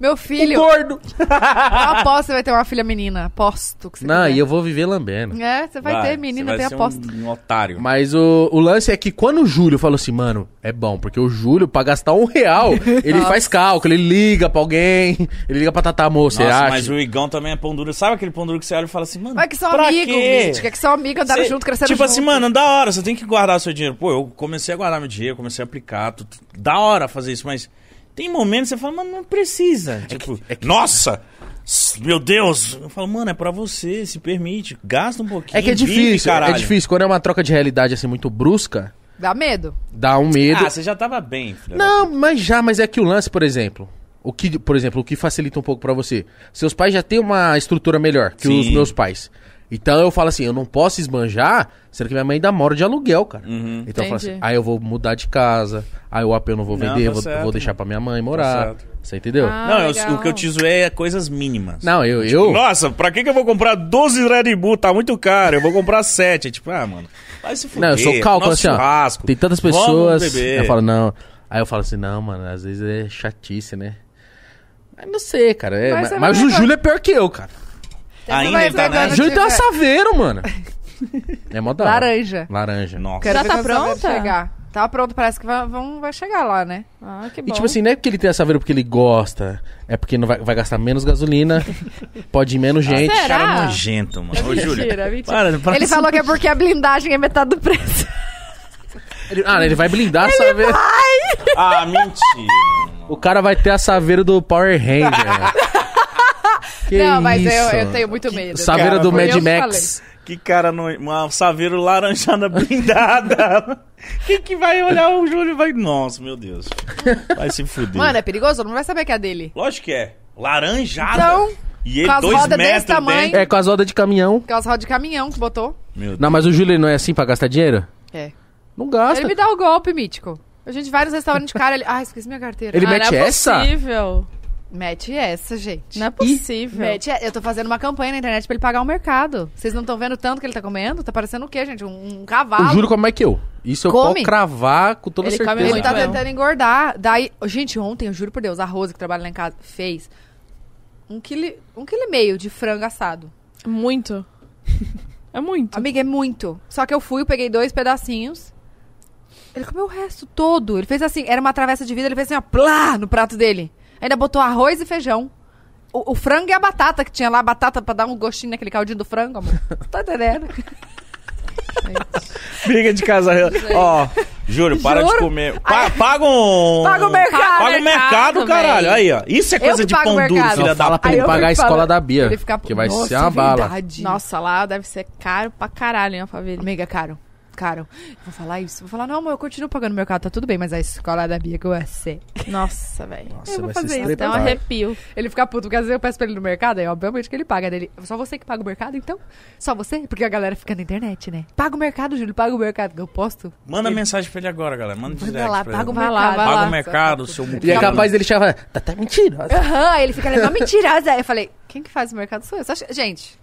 [SPEAKER 3] Meu filho,
[SPEAKER 1] Gordo.
[SPEAKER 3] eu aposto que você vai ter uma filha menina. Aposto que você
[SPEAKER 1] Não,
[SPEAKER 2] né?"
[SPEAKER 3] quiser.
[SPEAKER 1] e eu vou viver lambendo.
[SPEAKER 3] É, você vai, ter menina,
[SPEAKER 2] você vai
[SPEAKER 3] tem
[SPEAKER 2] ser
[SPEAKER 3] aposta.
[SPEAKER 2] Um, um otário.
[SPEAKER 1] Mas o, o lance é que quando o Júlio falou assim, mano, é bom, porque o Júlio, pra gastar um real, ele faz cálculo, ele liga pra alguém, ele liga pra Tatá, amor, você
[SPEAKER 2] Nossa,
[SPEAKER 1] acha?
[SPEAKER 2] mas o Igão também é pão duro. Sabe aquele pão duro que você olha e fala assim, mano,
[SPEAKER 3] Mas que são
[SPEAKER 2] pra
[SPEAKER 3] amigos,
[SPEAKER 2] quê?
[SPEAKER 3] mítica, que são amigos, andaram
[SPEAKER 2] Cê-
[SPEAKER 3] junto, cresceram
[SPEAKER 2] Tipo
[SPEAKER 3] junto.
[SPEAKER 2] assim, mano, da hora, você tem que guardar o seu dinheiro. Pô, eu comecei a guardar meu dinheiro, comecei a aplicar, tudo, da hora fazer isso, mas tem momentos que você fala, mano, não
[SPEAKER 1] É
[SPEAKER 2] precisa. tipo, nossa, s- meu Deus. Eu falo, mano, é pra você, se permite, gasta um pouquinho.
[SPEAKER 1] É que é
[SPEAKER 2] vive,
[SPEAKER 1] difícil,
[SPEAKER 2] caralho.
[SPEAKER 1] é difícil. Quando é uma troca de realidade assim muito brusca,
[SPEAKER 3] Dá medo.
[SPEAKER 1] dá um medo.
[SPEAKER 2] Ah, você já tava bem, filho.
[SPEAKER 1] não, mas já, mas é que o lance, por exemplo, o que, por exemplo, o que facilita um pouco pra você. Seus pais já têm uma estrutura melhor que os
[SPEAKER 2] Sim.
[SPEAKER 1] meus pais. Então eu falo assim, eu não posso esbanjar, sendo que minha mãe ainda mora de aluguel, cara.
[SPEAKER 2] Uhum.
[SPEAKER 1] Então eu falo assim,
[SPEAKER 4] Entendi.
[SPEAKER 1] aí eu vou mudar de casa, aí o AP eu não vou
[SPEAKER 2] Não,
[SPEAKER 1] vender,
[SPEAKER 2] tá
[SPEAKER 1] vou,
[SPEAKER 2] certo,
[SPEAKER 1] vou deixar
[SPEAKER 2] mano.
[SPEAKER 1] pra minha mãe morar.
[SPEAKER 2] certo.
[SPEAKER 1] Você entendeu?
[SPEAKER 4] Ah,
[SPEAKER 2] Não, eu-
[SPEAKER 4] legal.
[SPEAKER 2] o que eu te zoei é coisas mínimas.
[SPEAKER 1] Não, eu, eu.
[SPEAKER 2] Nossa, pra que, que eu vou comprar 12 Red Bull? Tá muito caro. Eu vou comprar 7. É Tipo, ah, mano, vai se fuder.
[SPEAKER 1] Não, eu sou cálculo
[SPEAKER 2] nosso
[SPEAKER 1] assim, ó.
[SPEAKER 2] churrasco.
[SPEAKER 1] Tem tantas
[SPEAKER 2] Vamos
[SPEAKER 1] pessoas. É
[SPEAKER 2] beber.
[SPEAKER 1] Eu falo, não. Aí eu falo assim, não, mano, às vezes é chatice, né? Aí não sei, cara. é,
[SPEAKER 3] Mas
[SPEAKER 1] mas
[SPEAKER 3] você
[SPEAKER 1] mas
[SPEAKER 3] vai
[SPEAKER 1] o
[SPEAKER 3] levar.
[SPEAKER 1] Júlio é pior que eu, cara.
[SPEAKER 2] Ainda
[SPEAKER 3] Mas
[SPEAKER 2] tá, né?
[SPEAKER 1] O
[SPEAKER 3] agora-
[SPEAKER 2] Ju-
[SPEAKER 1] Júlio tem um
[SPEAKER 3] tiver-
[SPEAKER 1] assaveiro, mano. É mó da hora.
[SPEAKER 3] Laranja.
[SPEAKER 1] Laranja.
[SPEAKER 2] Nossa.
[SPEAKER 3] Quero
[SPEAKER 4] Já
[SPEAKER 3] ver
[SPEAKER 4] tá
[SPEAKER 3] quando essa
[SPEAKER 4] pronta?
[SPEAKER 3] vai chegar. Tá pronto, parece que vai, vão, vai chegar lá, né?
[SPEAKER 4] Ah, que bom.
[SPEAKER 1] E tipo assim, não é porque ele tem assaveiro porque ele gosta. É porque não vai, vai gastar menos gasolina, pode ir menos
[SPEAKER 3] Tá
[SPEAKER 1] gente.
[SPEAKER 4] sério?
[SPEAKER 2] Cara
[SPEAKER 4] Será?
[SPEAKER 2] nojento, mano. Ô, Júlio.
[SPEAKER 4] Mentira, mentira.
[SPEAKER 2] Para, para
[SPEAKER 3] Ele
[SPEAKER 2] com
[SPEAKER 3] falou que é porque a blindagem é metade do preço.
[SPEAKER 1] Ele- ah, ele vai blindar assaveiro.
[SPEAKER 2] isso. Ah, mentira.
[SPEAKER 1] O cara vai ter assaveiro do Power Ranger. que
[SPEAKER 3] não, mas eu, eu
[SPEAKER 1] mano.
[SPEAKER 3] tenho muito medo.
[SPEAKER 1] Saveira
[SPEAKER 2] Cara,
[SPEAKER 1] do
[SPEAKER 3] foi
[SPEAKER 1] Mad
[SPEAKER 3] eu que
[SPEAKER 1] Max.
[SPEAKER 2] Que Que cara, no, uma saveiro laranjada blindada. Quem que vai olhar o Júlio e vai... Nossa, meu Deus. Vai se fuder.
[SPEAKER 3] Mano, é perigoso? Não vai saber que é a dele.
[SPEAKER 2] Lógico que é. Laranjada.
[SPEAKER 3] Então,
[SPEAKER 2] e ele
[SPEAKER 3] com as
[SPEAKER 2] dois
[SPEAKER 3] rodas
[SPEAKER 2] metros
[SPEAKER 3] desse tamanho.
[SPEAKER 2] dentro.
[SPEAKER 1] É com as rodas de caminhão.
[SPEAKER 3] Aquelas rodas de caminhão que botou.
[SPEAKER 2] Meu Deus.
[SPEAKER 1] Não, mas o Júlio ele não é assim pra gastar dinheiro?
[SPEAKER 3] É.
[SPEAKER 1] Não gasta.
[SPEAKER 3] Ele me dá o golpe mítico. A gente vai nos restaurantes de cara, ele... Ai, esqueci minha carteira.
[SPEAKER 1] Ele
[SPEAKER 4] Ah,
[SPEAKER 1] mete
[SPEAKER 4] não é
[SPEAKER 1] essa?
[SPEAKER 4] possível.
[SPEAKER 3] Mete essa, gente.
[SPEAKER 4] Não é possível.
[SPEAKER 3] Mete essa. Eu tô fazendo uma campanha na internet pra ele pagar o mercado. Vocês não estão vendo tanto que ele tá comendo? Tá parecendo o quê, gente? Um, um cavalo.
[SPEAKER 1] O Júlio come mais que eu. Isso eu
[SPEAKER 3] Come?
[SPEAKER 1] posso cravar com toda
[SPEAKER 4] Ele come
[SPEAKER 1] certeza.
[SPEAKER 3] Ele
[SPEAKER 4] muito.
[SPEAKER 3] tá
[SPEAKER 4] Não.
[SPEAKER 3] tentando engordar. Daí, gente, ontem, eu juro por Deus, a Rosa, que trabalha lá em casa, fez um quilo, um quilo e meio de frango assado.
[SPEAKER 4] Muito. É muito.
[SPEAKER 3] Amiga, é muito. Só que eu fui, eu peguei dois pedacinhos. Ele comeu o resto todo. Ele fez assim, era uma travessa de vida, ele fez assim, ó, plá, no prato dele. Ainda botou arroz e feijão. O, o frango e a batata que tinha lá, a batata pra dar um gostinho naquele caldinho do frango, amor. Tá entendendo?
[SPEAKER 2] Briga de casa. Ó, Júlio, para de
[SPEAKER 3] Juro.
[SPEAKER 2] comer. Pa- paga um...
[SPEAKER 3] Paga o mercado.
[SPEAKER 2] Paga o mercado,
[SPEAKER 4] Mercado,
[SPEAKER 2] caralho.
[SPEAKER 4] véi.
[SPEAKER 2] Aí, ó. Isso é coisa
[SPEAKER 3] que
[SPEAKER 2] de
[SPEAKER 3] pago o
[SPEAKER 2] pão duro,
[SPEAKER 3] mercado.
[SPEAKER 1] Não,
[SPEAKER 2] filha
[SPEAKER 1] fala
[SPEAKER 2] da...
[SPEAKER 1] pra ele
[SPEAKER 3] Aí eu
[SPEAKER 1] pagar a
[SPEAKER 3] fui
[SPEAKER 1] escola
[SPEAKER 3] falar-
[SPEAKER 1] da Bia.
[SPEAKER 3] Ele ficar-
[SPEAKER 1] Que vai
[SPEAKER 3] Nossa,
[SPEAKER 1] ser uma
[SPEAKER 3] é
[SPEAKER 1] bala.
[SPEAKER 3] verdade.
[SPEAKER 4] Nossa, lá deve ser caro pra caralho, hein, Alphaville?
[SPEAKER 3] Amiga, é caro. Caro. Vou falar isso. Vou falar, não, amor, eu continuo pagando meu carro, tá tudo bem, mas a escola da Bia que eu sei.
[SPEAKER 4] Nossa, velho.
[SPEAKER 1] Nossa,
[SPEAKER 3] Eu vou
[SPEAKER 1] vai
[SPEAKER 3] fazer
[SPEAKER 1] ser
[SPEAKER 3] isso,
[SPEAKER 4] Dá um
[SPEAKER 1] estrepado.
[SPEAKER 4] arrepio.
[SPEAKER 3] Ele fica puto, porque às vezes eu peço pra ele ir no mercado, aí obviamente que ele paga dele. Só você que paga o mercado, então? Só você? Porque a galera fica na internet, né? Paga o mercado, Júlio, paga o mercado. Eu posto.
[SPEAKER 2] Manda mensagem pra ele agora, galera. Manda
[SPEAKER 3] Manda
[SPEAKER 2] direto
[SPEAKER 3] lá,
[SPEAKER 2] pra ele.
[SPEAKER 3] paga o
[SPEAKER 4] Vai lá,
[SPEAKER 3] mercado.
[SPEAKER 4] vai
[SPEAKER 2] Paga
[SPEAKER 4] lá.
[SPEAKER 2] o mercado, seu
[SPEAKER 1] E é
[SPEAKER 2] muquiro.
[SPEAKER 1] capaz dele chegar e falar, tá, tá mentirosa.
[SPEAKER 3] Aham, aí ele fica legal, mentirosa. é." Eu falei, quem que faz o mercado sou eu. Só che- Gente,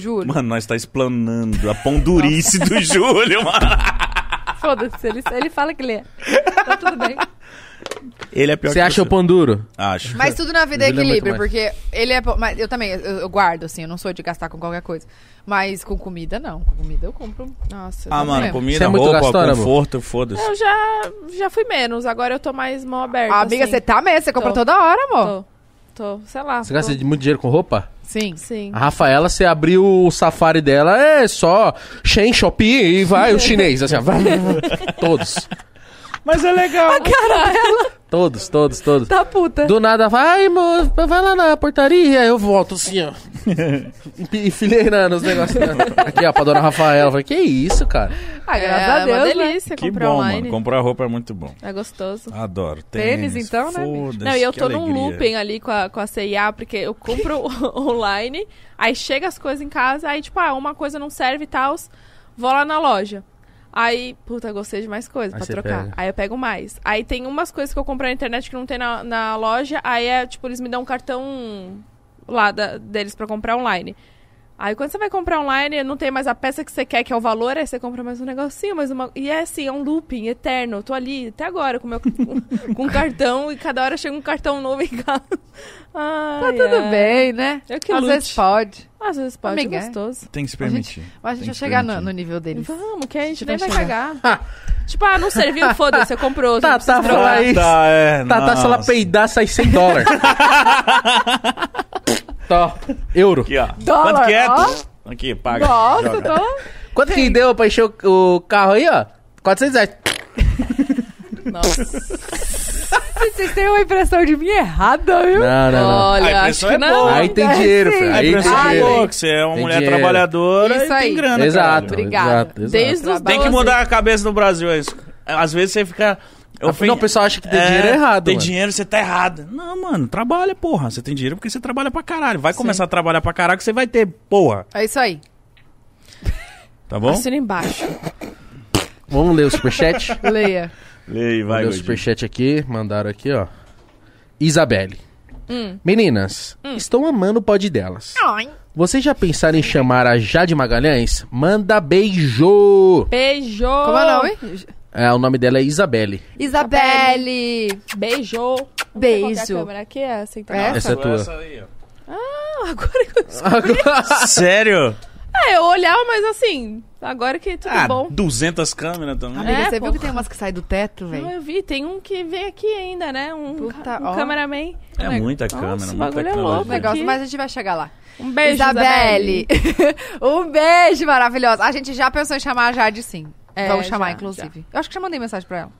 [SPEAKER 3] Júlio.
[SPEAKER 2] Mano, nós tá explanando a pondurice do Júlio, mano.
[SPEAKER 3] Foda-se, ele, ele fala que ele é. Tá tudo bem.
[SPEAKER 2] Ele é pior
[SPEAKER 1] Você
[SPEAKER 2] que
[SPEAKER 1] acha o pão duro?
[SPEAKER 2] Acho.
[SPEAKER 3] Mas tudo na vida é
[SPEAKER 1] Júlio é muito
[SPEAKER 3] equilíbrio,
[SPEAKER 1] mais.
[SPEAKER 3] porque ele é. po- Mas eu também, eu, eu guardo, assim, eu não sou de gastar com qualquer coisa. Mas com comida, não. Com comida eu compro.
[SPEAKER 4] Nossa.
[SPEAKER 2] Ah,
[SPEAKER 4] eu
[SPEAKER 2] mano,
[SPEAKER 3] lembro.
[SPEAKER 1] Você
[SPEAKER 2] comida,
[SPEAKER 1] é muito É.
[SPEAKER 2] roupa,
[SPEAKER 1] gastora, amor?
[SPEAKER 2] conforto, foda-se.
[SPEAKER 4] Eu já, já fui menos, agora eu tô mais mão aberta.
[SPEAKER 3] Ah, amiga,
[SPEAKER 4] assim.
[SPEAKER 3] você tá mesmo, você compra
[SPEAKER 4] Tô.
[SPEAKER 3] toda hora, amor.
[SPEAKER 4] Tô, tô, sei lá.
[SPEAKER 1] Você gasta
[SPEAKER 4] tô-
[SPEAKER 1] de Ah. muito dinheiro com roupa?
[SPEAKER 3] Sim.
[SPEAKER 4] Sim.
[SPEAKER 1] A Rafaela, você abriu o safari dela, é só Shen, Shopee e vai o chinês. Assim, ó. todos.
[SPEAKER 2] Mas é legal.
[SPEAKER 1] Todos, todos, todos.
[SPEAKER 3] Tá puta.
[SPEAKER 1] Do nada, vai, mo, vai lá na portaria, eu volto assim, ó. Enfileirando os negócios. dela. Aqui, ó, pra dona Rafaela. Eu Falei, que isso, cara?
[SPEAKER 3] Ah,
[SPEAKER 4] É,
[SPEAKER 3] graças a
[SPEAKER 4] É uma
[SPEAKER 3] Deus. né?
[SPEAKER 4] delícia
[SPEAKER 2] Que
[SPEAKER 4] comprar
[SPEAKER 2] bom,
[SPEAKER 4] online.
[SPEAKER 2] mano. Comprar roupa é muito bom.
[SPEAKER 4] É gostoso.
[SPEAKER 2] Adoro. Tênis,
[SPEAKER 3] Tênis, então, né, bicho?
[SPEAKER 2] foda-se,
[SPEAKER 4] Não, e eu
[SPEAKER 2] que
[SPEAKER 4] tô num
[SPEAKER 2] alegria.
[SPEAKER 4] looping ali com a, com a CIA, porque eu compro online, aí chega as coisas em casa, aí tipo, ah, uma coisa não serve e tal, vou lá na loja. Aí, puta, gostei de mais coisa
[SPEAKER 1] Aí
[SPEAKER 4] pra
[SPEAKER 1] você
[SPEAKER 4] trocar.
[SPEAKER 1] pega.
[SPEAKER 4] Aí eu pego mais. Aí tem umas coisas que eu comprei na internet que não tem na, na loja, aí é tipo, eles me dão um cartão lá da- deles pra comprar online. Aí quando você vai comprar online, não tem mais a peça que você quer, que é o valor, aí você compra mais um negocinho, mais uma. E é assim, é um looping eterno. Eu tô ali até agora com meu com, com cartão e cada hora chega um cartão novo em casa. Ai,
[SPEAKER 3] Tá tudo
[SPEAKER 4] ai.
[SPEAKER 3] bem, né?
[SPEAKER 4] Eu que
[SPEAKER 3] Às
[SPEAKER 4] lute.
[SPEAKER 3] vezes pode.
[SPEAKER 4] Às vezes pode,
[SPEAKER 3] Amiga, é
[SPEAKER 4] é gostoso.
[SPEAKER 2] Tem que se permitir.
[SPEAKER 3] Mas a gente
[SPEAKER 2] Tem
[SPEAKER 3] vai
[SPEAKER 2] que
[SPEAKER 3] chegar no,
[SPEAKER 2] permitir.
[SPEAKER 3] no nível deles.
[SPEAKER 4] Vamos, que a gente
[SPEAKER 3] Vai
[SPEAKER 4] nem vai
[SPEAKER 3] chegar.
[SPEAKER 4] cagar. tipo, ah, não serviu, foda-se, eu compro outro.
[SPEAKER 1] Tá,
[SPEAKER 4] não precisa
[SPEAKER 1] tá,
[SPEAKER 4] trocar.
[SPEAKER 1] vai.
[SPEAKER 2] Tá, é.
[SPEAKER 1] Tá, tá, se ela
[SPEAKER 2] nossa.
[SPEAKER 1] peidar, sai 100 dólares. Tó, Tá, euro.
[SPEAKER 2] Aqui, ó.
[SPEAKER 3] Dólar,
[SPEAKER 2] Quanto que é?
[SPEAKER 3] ó.
[SPEAKER 2] Aqui, paga.
[SPEAKER 3] Nossa,
[SPEAKER 1] então.
[SPEAKER 2] Joga.
[SPEAKER 3] tô...
[SPEAKER 1] Quanto que deu pra encher o, o carro aí, ó? 400 reais.
[SPEAKER 4] Nossa.
[SPEAKER 3] Vocês têm uma impressão de mim errada, viu?
[SPEAKER 1] Não, não,
[SPEAKER 2] A
[SPEAKER 4] Olha, acho
[SPEAKER 2] impressão
[SPEAKER 4] que
[SPEAKER 2] é
[SPEAKER 4] não.
[SPEAKER 1] não.
[SPEAKER 2] boa.
[SPEAKER 1] Aí tem dinheiro, filho.
[SPEAKER 2] A
[SPEAKER 1] Aí tem
[SPEAKER 2] impressão é
[SPEAKER 1] dinheiro.
[SPEAKER 2] boa, que você é uma
[SPEAKER 1] Tem
[SPEAKER 2] mulher
[SPEAKER 1] dinheiro.
[SPEAKER 2] trabalhadora
[SPEAKER 3] Isso
[SPEAKER 2] e tem
[SPEAKER 3] aí.
[SPEAKER 2] grana,
[SPEAKER 1] Exato.
[SPEAKER 2] caralho.
[SPEAKER 3] Obrigada.
[SPEAKER 1] exato, exato.
[SPEAKER 4] Desde os
[SPEAKER 2] Tem que
[SPEAKER 4] 12.
[SPEAKER 2] mudar a cabeça no Brasil, é isso. Às vezes você fica...
[SPEAKER 1] Ah,
[SPEAKER 2] ofen-
[SPEAKER 1] Não, o pessoal acha que ter dinheiro é errado.
[SPEAKER 2] Tem
[SPEAKER 1] mano.
[SPEAKER 2] dinheiro, você tá errado. Não, mano, trabalha, porra. Você tem dinheiro porque você trabalha pra caralho. Vai começar a trabalhar pra caralho que você vai ter, porra.
[SPEAKER 3] É isso aí.
[SPEAKER 2] Tá bom?
[SPEAKER 4] Assina embaixo.
[SPEAKER 1] Vamos ler o superchat?
[SPEAKER 3] Leia.
[SPEAKER 2] Lei,
[SPEAKER 1] Mandei
[SPEAKER 2] vai,
[SPEAKER 1] o
[SPEAKER 2] Gordinho.
[SPEAKER 1] superchat aqui, mandaram aqui, ó. Isabelle. Meninas, estou amando o pod delas. Vocês já pensaram em chamar a Jade Magalhães? Manda beijo!
[SPEAKER 4] Beijo.
[SPEAKER 3] Como é o nome?
[SPEAKER 1] É, o nome dela é Isabelle.
[SPEAKER 3] Isabelle.
[SPEAKER 4] Beijo. Não sei qual que é a
[SPEAKER 3] Beijo.
[SPEAKER 4] câmera aqui é assim, tá?
[SPEAKER 3] É?
[SPEAKER 1] Essa é tua.
[SPEAKER 2] aí, ó.
[SPEAKER 4] Ah, agora que eu
[SPEAKER 2] Sério?
[SPEAKER 4] Ah, eu olhava, mas assim, agora que tudo
[SPEAKER 2] Ah,
[SPEAKER 4] bom.
[SPEAKER 2] 200 câmeras
[SPEAKER 1] Ah,
[SPEAKER 2] também.
[SPEAKER 3] Amiga,
[SPEAKER 4] É,
[SPEAKER 3] você viu que
[SPEAKER 4] porra.
[SPEAKER 3] tem umas que saem do teto,
[SPEAKER 4] Não,
[SPEAKER 3] velho?
[SPEAKER 4] eu vi, tem um que vem aqui ainda, né? Um,
[SPEAKER 3] Puta,
[SPEAKER 4] ca- um
[SPEAKER 3] ó.
[SPEAKER 4] cameraman.
[SPEAKER 2] É muita câmera,
[SPEAKER 4] Nossa, o
[SPEAKER 2] muita
[SPEAKER 4] bagulho é
[SPEAKER 3] O
[SPEAKER 4] louco.
[SPEAKER 2] tecnologia.
[SPEAKER 4] Aqui.
[SPEAKER 3] Um negócio, mas a gente vai chegar lá.
[SPEAKER 4] Um beijo,
[SPEAKER 3] Isabelle. um beijo maravilhosa. A gente já pensou em chamar a Jade, sim.
[SPEAKER 4] É,
[SPEAKER 3] Vamos chamar,
[SPEAKER 4] já,
[SPEAKER 3] inclusive. Eu acho que já mandei mensagem pra ela.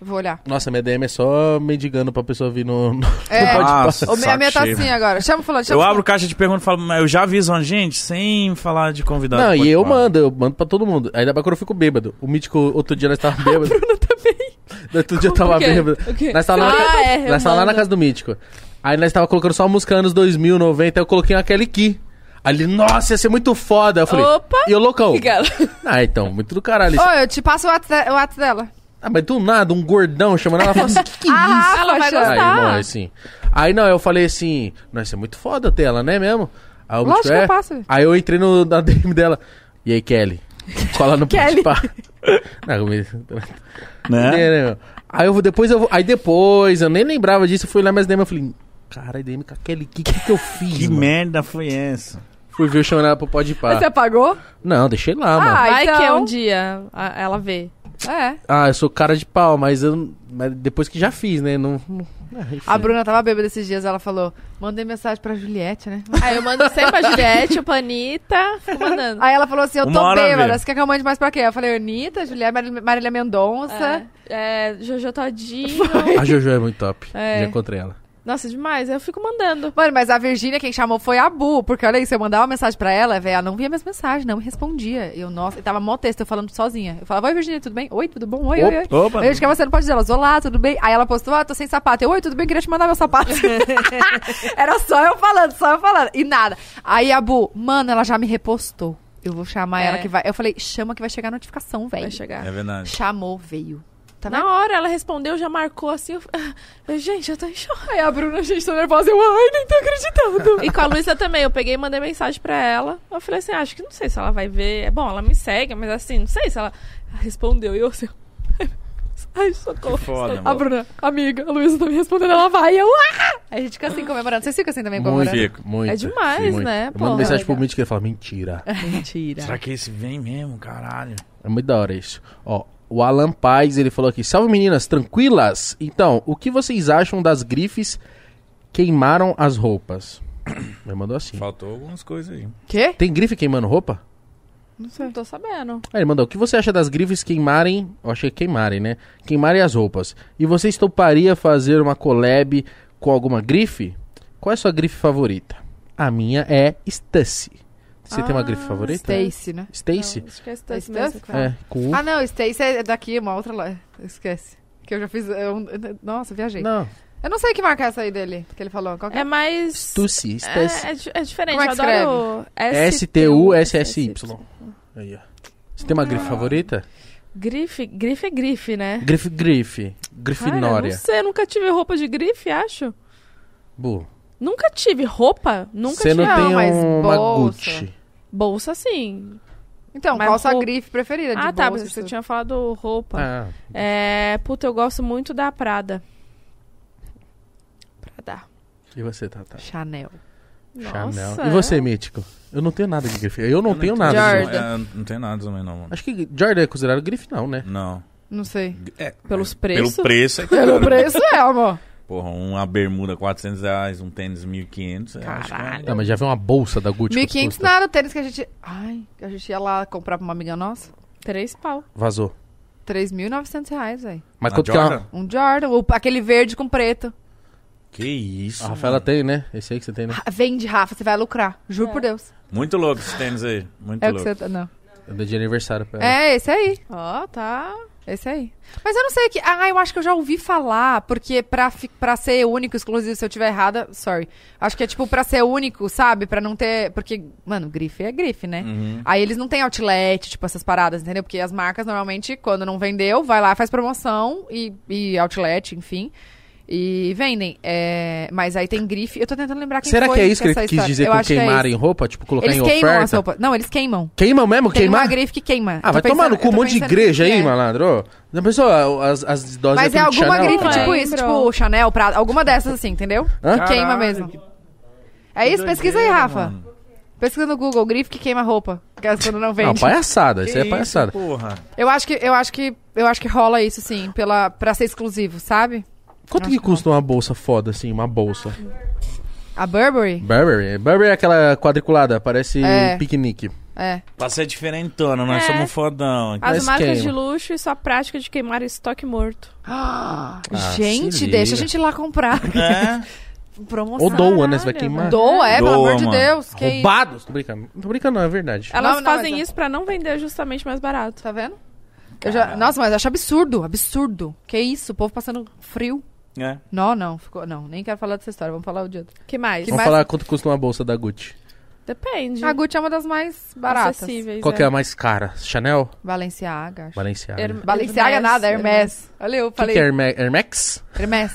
[SPEAKER 3] Vou olhar.
[SPEAKER 1] Nossa, minha DM é só mendigando pra pessoa vir no. no-
[SPEAKER 3] É,
[SPEAKER 2] Nossa,
[SPEAKER 3] o, a minha tá
[SPEAKER 2] saco cheio.
[SPEAKER 3] assim agora. Chama fulano, chama
[SPEAKER 2] Eu abro caixa de perguntas e falo, mas eu já aviso a gente sem falar de convidado.
[SPEAKER 1] Não,
[SPEAKER 2] Tá, Pode
[SPEAKER 1] e eu
[SPEAKER 2] falar.
[SPEAKER 1] mando, eu mando pra todo mundo. Ainda mais quando eu fico bêbado. O mítico, outro dia nós tava bêbado.
[SPEAKER 4] Ah, Bruno também.
[SPEAKER 1] outro dia eu tava
[SPEAKER 4] O quê?
[SPEAKER 1] bêbado.
[SPEAKER 4] O quê?
[SPEAKER 1] Nós tava, lá, na,
[SPEAKER 4] Ah, é, eu
[SPEAKER 1] nós tava lá na
[SPEAKER 4] mando.
[SPEAKER 1] casa do mítico. Aí nós tava colocando só música anos 2000, 90, eu coloquei uma Kelly Key. Ali, nossa, ia ser muito foda. Eu falei,
[SPEAKER 4] Opa!
[SPEAKER 1] E o loucão?
[SPEAKER 4] Aquela.
[SPEAKER 1] Ah, então, muito do caralho. isso.
[SPEAKER 3] Ô, eu te passo o WhatsApp, o WhatsApp dela.
[SPEAKER 1] Ah, mas do nada, um gordão chamando ela, ela falou assim, que que é isso?
[SPEAKER 3] Ah,
[SPEAKER 4] Ela vai
[SPEAKER 3] poxa.
[SPEAKER 1] Aí,
[SPEAKER 4] Tá.
[SPEAKER 1] não, aí sim. Aí não, eu falei assim, nossa, isso é muito foda ter ela, né mesmo? Aí o
[SPEAKER 3] Lógico
[SPEAKER 1] bicho,
[SPEAKER 3] que eu
[SPEAKER 1] é.
[SPEAKER 3] passo.
[SPEAKER 1] Aí eu entrei no, na DM dela. E aí, Kelly? Cola no
[SPEAKER 4] Kelly.
[SPEAKER 1] Podpah. Não, eu me-
[SPEAKER 2] Né?
[SPEAKER 1] É, né? Aí eu vou- depois eu vou- Aí depois, eu nem lembrava disso, eu fui lá mais DM, eu falei, caralho, DM com a Kelly, o que, que, que eu fiz?
[SPEAKER 2] Que
[SPEAKER 1] mano?"
[SPEAKER 2] merda foi essa?
[SPEAKER 1] Fui ver o chamando ela pro Podpah.
[SPEAKER 3] Mas Você apagou?
[SPEAKER 1] Não, deixei lá, mano.
[SPEAKER 3] Ah,
[SPEAKER 4] Vai
[SPEAKER 3] então.
[SPEAKER 4] que é um dia a- ela vê.
[SPEAKER 3] É.
[SPEAKER 1] Ah, eu sou cara de pau, mas eu. Mas depois que já fiz, né? Não. não- ah, enfim.
[SPEAKER 3] A Bruna tava bêbada esses dias, ela falou, mandei mensagem pra Juliette, né?
[SPEAKER 6] Aí Ah, eu mando sempre a Juliette, o Panita, fico mandando.
[SPEAKER 3] Aí ela falou assim, eu
[SPEAKER 2] Uma
[SPEAKER 3] tô
[SPEAKER 2] hora
[SPEAKER 3] bêbada,
[SPEAKER 2] vê.
[SPEAKER 3] você quer que eu mande mais pra quê? Eu falei, Anitta, Juliette, Marília- Marília Mendonça.
[SPEAKER 6] É, é, Jojo Todinho.
[SPEAKER 1] A Jojo é muito top.
[SPEAKER 6] É.
[SPEAKER 1] Já encontrei ela.
[SPEAKER 6] Nossa, demais. Eu fico mandando.
[SPEAKER 3] Mano, mas a Virgínia quem chamou foi a Bu, porque olha isso, eu mandava uma mensagem pra ela, velho, ela não via minhas mensagens, não me respondia. Eu, nossa, e tava mó texto, eu falando sozinha. Eu falava, oi Virgínia, tudo bem? Oi, tudo bom? Oi, oi, oi.
[SPEAKER 2] Opa!
[SPEAKER 3] Aí eu acho que você não pode dizer, ela, olá, tudo bem? Aí ela postou, ah, tô sem sapato. Eu, oi, tudo bem? Queria te mandar meu sapato. Era só eu falando, só eu falando. E nada. Aí a Bu, mano, ela já me repostou. Eu vou chamar
[SPEAKER 6] É.
[SPEAKER 3] ela que vai. Eu falei, chama que vai chegar a notificação, velho.
[SPEAKER 6] Vai chegar.
[SPEAKER 2] É verdade.
[SPEAKER 3] Chamou, veio. Tá
[SPEAKER 6] Na hora ela respondeu, já marcou assim. Eu... eu, Gente, eu tô em choque.
[SPEAKER 3] Aí a Bruna, gente, tô nervosa. Eu, ai, nem tô acreditando.
[SPEAKER 6] E com a Luísa também, eu peguei e mandei mensagem pra ela. Eu falei assim, acho que não sei se ela vai ver. É bom, ela me segue, mas assim, não sei se ela Ela respondeu. E eu assim. Ai, socorro.
[SPEAKER 2] Que
[SPEAKER 6] socorro.
[SPEAKER 2] foda, mano.
[SPEAKER 6] a Bruna, amiga, a Luísa tá me respondendo, ela vai. Eu, ah!
[SPEAKER 3] a gente fica assim comemorando. Vocês ficam assim também
[SPEAKER 1] Muito,
[SPEAKER 3] comemorando?
[SPEAKER 2] Fico.
[SPEAKER 1] muito.
[SPEAKER 6] É demais,
[SPEAKER 1] muito.
[SPEAKER 6] né?
[SPEAKER 1] Eu
[SPEAKER 6] Porra,
[SPEAKER 1] mando mensagem pro
[SPEAKER 6] legal.
[SPEAKER 1] Mítico que ele fala, mentira.
[SPEAKER 3] Mentira.
[SPEAKER 2] Será que esse vem mesmo, caralho?
[SPEAKER 1] É muito da hora isso. Ó, o Alan Paz, ele falou aqui, salve meninas, tranquilas? Então, o que vocês acham das grifes queimaram as roupas? Me mandou assim.
[SPEAKER 2] Faltou algumas coisas aí.
[SPEAKER 3] Quê?
[SPEAKER 1] Tem grife queimando roupa?
[SPEAKER 6] Não tô sabendo.
[SPEAKER 1] Aí ele mandou, o que você acha das grifes queimarem, eu achei que queimarem, né? Queimarem as roupas. E você estoparia fazer uma collab com alguma grife? Qual é a sua grife favorita? A minha é Stussy. Você tem
[SPEAKER 6] Ah,
[SPEAKER 1] uma grife favorita?
[SPEAKER 3] Stacy, né?
[SPEAKER 1] Stacy?
[SPEAKER 6] Não, acho que é Stacy
[SPEAKER 3] É
[SPEAKER 6] mesmo.
[SPEAKER 3] Stacy?
[SPEAKER 6] cara.
[SPEAKER 1] É, com
[SPEAKER 2] Uh.
[SPEAKER 1] U.
[SPEAKER 3] Ah, não, Stacy é daqui, uma outra lá. Esquece. Que eu já fiz. eu- nossa, viajei.
[SPEAKER 1] Não,
[SPEAKER 3] Eu não sei que marca é essa aí dele, que ele falou. Qual que é?
[SPEAKER 6] É mais.
[SPEAKER 1] Stussy, Stussy.
[SPEAKER 6] É, é, di- é diferente,
[SPEAKER 3] Como é
[SPEAKER 6] eu
[SPEAKER 3] que
[SPEAKER 6] adoro.
[SPEAKER 1] S-T-U-S-S-Y.
[SPEAKER 6] STU.
[SPEAKER 3] é.
[SPEAKER 1] Aí, ó. Você tem uma
[SPEAKER 3] Ah.
[SPEAKER 1] grife favorita?
[SPEAKER 6] Grife, grife é grife, né?
[SPEAKER 1] Grife, grife.
[SPEAKER 6] Cara, Ah, não
[SPEAKER 3] Ah,
[SPEAKER 1] Grifinória.
[SPEAKER 6] sei, eu nunca tive roupa de grife, acho.
[SPEAKER 1] Bu,
[SPEAKER 6] Nunca tive roupa, nunca
[SPEAKER 1] você não
[SPEAKER 6] tive. Ah,
[SPEAKER 1] tem
[SPEAKER 3] tive.
[SPEAKER 1] um
[SPEAKER 3] Não, mas
[SPEAKER 1] uma
[SPEAKER 3] bolsa.
[SPEAKER 1] Gucci.
[SPEAKER 6] Bolsa, sim.
[SPEAKER 3] Então,
[SPEAKER 6] Mas
[SPEAKER 3] qual sua
[SPEAKER 6] roupa-
[SPEAKER 3] grife preferida? De
[SPEAKER 6] ah, tá,
[SPEAKER 3] bolsa,
[SPEAKER 6] mas você
[SPEAKER 3] isso?
[SPEAKER 6] tinha falado roupa.
[SPEAKER 1] Ah,
[SPEAKER 6] É, puta, eu gosto muito da Prada. Prada.
[SPEAKER 1] e você, Tata?
[SPEAKER 3] Chanel.
[SPEAKER 1] Chanel.
[SPEAKER 6] Nossa. é.
[SPEAKER 1] E
[SPEAKER 3] é.
[SPEAKER 1] você, Mítico? Eu não tenho nada de grife. Eu não tenho nada.
[SPEAKER 3] entendi.
[SPEAKER 1] Jordan.
[SPEAKER 3] Jordan.
[SPEAKER 2] É, não tem nada também, não, mano.
[SPEAKER 1] Acho que Jordan é considerado grife, não, né?
[SPEAKER 2] Não.
[SPEAKER 3] Não sei.
[SPEAKER 2] É,
[SPEAKER 6] Pelos
[SPEAKER 2] mas
[SPEAKER 6] preços?
[SPEAKER 2] Pelo preço é
[SPEAKER 3] Pelo
[SPEAKER 2] caro.
[SPEAKER 3] preço é, amor.
[SPEAKER 2] Porra, uma bermuda 400 reais, um tênis 1.500. eu acho que é-
[SPEAKER 6] Caralho.
[SPEAKER 1] Não, Ah, mas já vem uma bolsa da Gucci.
[SPEAKER 3] 1.500
[SPEAKER 1] custa.
[SPEAKER 3] nada, o tênis que a gente... Ai, que a gente ia lá comprar pra uma amiga nossa.
[SPEAKER 6] Três pau.
[SPEAKER 1] Vazou.
[SPEAKER 3] 3.900 reais, velho.
[SPEAKER 1] Mas
[SPEAKER 2] Na
[SPEAKER 1] quanto que é uma...
[SPEAKER 2] Jordan?
[SPEAKER 3] Um Jordan, o- aquele verde com preto.
[SPEAKER 2] Que isso.
[SPEAKER 1] A Rafaela
[SPEAKER 2] mano.
[SPEAKER 1] tem, né? Esse aí que você tem, né?
[SPEAKER 3] Ah, Vende, Rafa, você vai lucrar. Juro por Deus.
[SPEAKER 2] Muito louco esse tênis aí. Muito
[SPEAKER 3] É o que
[SPEAKER 2] louco.
[SPEAKER 3] você... Não.
[SPEAKER 1] Eu dei de aniversário pra ela.
[SPEAKER 3] É, esse aí.
[SPEAKER 6] Ó, tá.
[SPEAKER 3] Esse aí. Mas eu não sei que. Ah, eu acho que eu já ouvi falar, porque pra, fi- pra ser único, exclusivo, se eu tiver errada, sorry. Acho que é tipo pra ser único, sabe? Pra não ter. Porque, mano, grife é grife, né?
[SPEAKER 1] Uhum.
[SPEAKER 3] Aí eles não têm outlet, tipo essas paradas, entendeu? Porque as marcas normalmente, quando não vendeu, vai lá, faz promoção e, e outlet, enfim. E vendem. É, mas aí tem grife. Eu tô tentando lembrar quem
[SPEAKER 1] Será
[SPEAKER 3] foi
[SPEAKER 1] que é isso que ele
[SPEAKER 3] essa
[SPEAKER 1] quis
[SPEAKER 3] história.
[SPEAKER 1] dizer
[SPEAKER 3] eu
[SPEAKER 1] com
[SPEAKER 3] acho que é
[SPEAKER 1] queimarem
[SPEAKER 3] isso.
[SPEAKER 1] roupa? Tipo, colocar
[SPEAKER 3] Eles
[SPEAKER 1] em
[SPEAKER 3] queimam
[SPEAKER 1] oferta?
[SPEAKER 3] as roupas. Não, eles queimam.
[SPEAKER 1] Queimam mesmo?
[SPEAKER 3] Tem
[SPEAKER 1] Queimar?
[SPEAKER 3] uma grife que queima.
[SPEAKER 1] Ah,
[SPEAKER 3] Tô
[SPEAKER 1] vai tomar no
[SPEAKER 3] pensando-
[SPEAKER 1] cu
[SPEAKER 3] eu
[SPEAKER 1] um
[SPEAKER 3] tô
[SPEAKER 1] monte de
[SPEAKER 3] pensando quem
[SPEAKER 1] igreja aí,
[SPEAKER 3] é.
[SPEAKER 1] malandro. Já pensou ah, as, as idosas
[SPEAKER 3] Mas é
[SPEAKER 1] tudo de
[SPEAKER 3] alguma
[SPEAKER 1] Chanel,
[SPEAKER 3] grife
[SPEAKER 1] cara?
[SPEAKER 3] tipo
[SPEAKER 6] Lembrou.
[SPEAKER 3] isso, tipo Chanel, Prada, alguma dessas assim, entendeu?
[SPEAKER 1] Hã?
[SPEAKER 3] Que queima mesmo. É isso? Pesquisa aí, Rafa. Pesquisa no Google, grife que queima roupa. Que as quando não
[SPEAKER 1] Não,
[SPEAKER 3] vende.
[SPEAKER 1] palhaçada. Isso
[SPEAKER 2] Que
[SPEAKER 1] aí é palhaçada.
[SPEAKER 2] Porra.
[SPEAKER 3] eu acho que eu acho que eu acho que rola isso sim, pela para ser exclusivo, sabe?
[SPEAKER 1] Quanto que custa uma bolsa foda, assim? Uma bolsa?
[SPEAKER 3] A Burberry?
[SPEAKER 1] Burberry? Burberry é aquela quadriculada, parece
[SPEAKER 3] É.
[SPEAKER 1] um piquenique.
[SPEAKER 3] É.
[SPEAKER 2] Pra ser diferentona, nós
[SPEAKER 6] É.
[SPEAKER 2] somos fodão.
[SPEAKER 6] As
[SPEAKER 1] Mas
[SPEAKER 6] marcas
[SPEAKER 1] queima.
[SPEAKER 6] de luxo e sua prática de queimar estoque morto.
[SPEAKER 1] se
[SPEAKER 3] gente,
[SPEAKER 1] liga.
[SPEAKER 3] deixa a gente ir lá comprar.
[SPEAKER 2] É.
[SPEAKER 3] Promoção.
[SPEAKER 1] Ou doa, né? Você vai
[SPEAKER 6] Caralho,
[SPEAKER 1] queimar.
[SPEAKER 3] Doa, é, pelo
[SPEAKER 2] Doa,
[SPEAKER 3] amor de
[SPEAKER 2] mano.
[SPEAKER 3] Deus. Que
[SPEAKER 1] Roubados? Tô brincando. Tô brincando, não, é verdade.
[SPEAKER 6] Elas
[SPEAKER 3] Não, não,
[SPEAKER 6] fazem
[SPEAKER 3] mas é.
[SPEAKER 6] isso pra não vender justamente mais barato.
[SPEAKER 3] Tá vendo? Eu já... Nossa, mas eu acho absurdo, absurdo. Que isso, o povo passando frio.
[SPEAKER 2] É.
[SPEAKER 3] Não, não, ficou. Não, nem quero falar dessa história, vamos falar de outra.
[SPEAKER 6] que mais?
[SPEAKER 3] Que
[SPEAKER 1] Vamos
[SPEAKER 3] mais-
[SPEAKER 1] falar quanto custa uma bolsa da Gucci.
[SPEAKER 6] Depende.
[SPEAKER 3] A Gucci é uma das mais baratas.
[SPEAKER 6] Acessíveis,
[SPEAKER 1] Qual que é a mais cara? Chanel?
[SPEAKER 3] Balenciaga. acho.
[SPEAKER 1] Valenciaga.
[SPEAKER 6] Her-
[SPEAKER 1] O
[SPEAKER 3] Balenciaga é
[SPEAKER 6] Hermes,
[SPEAKER 3] nada, Hermes. Olha, eu
[SPEAKER 1] que,
[SPEAKER 3] falei.
[SPEAKER 1] que é Herme- Hermex?
[SPEAKER 3] Hermes.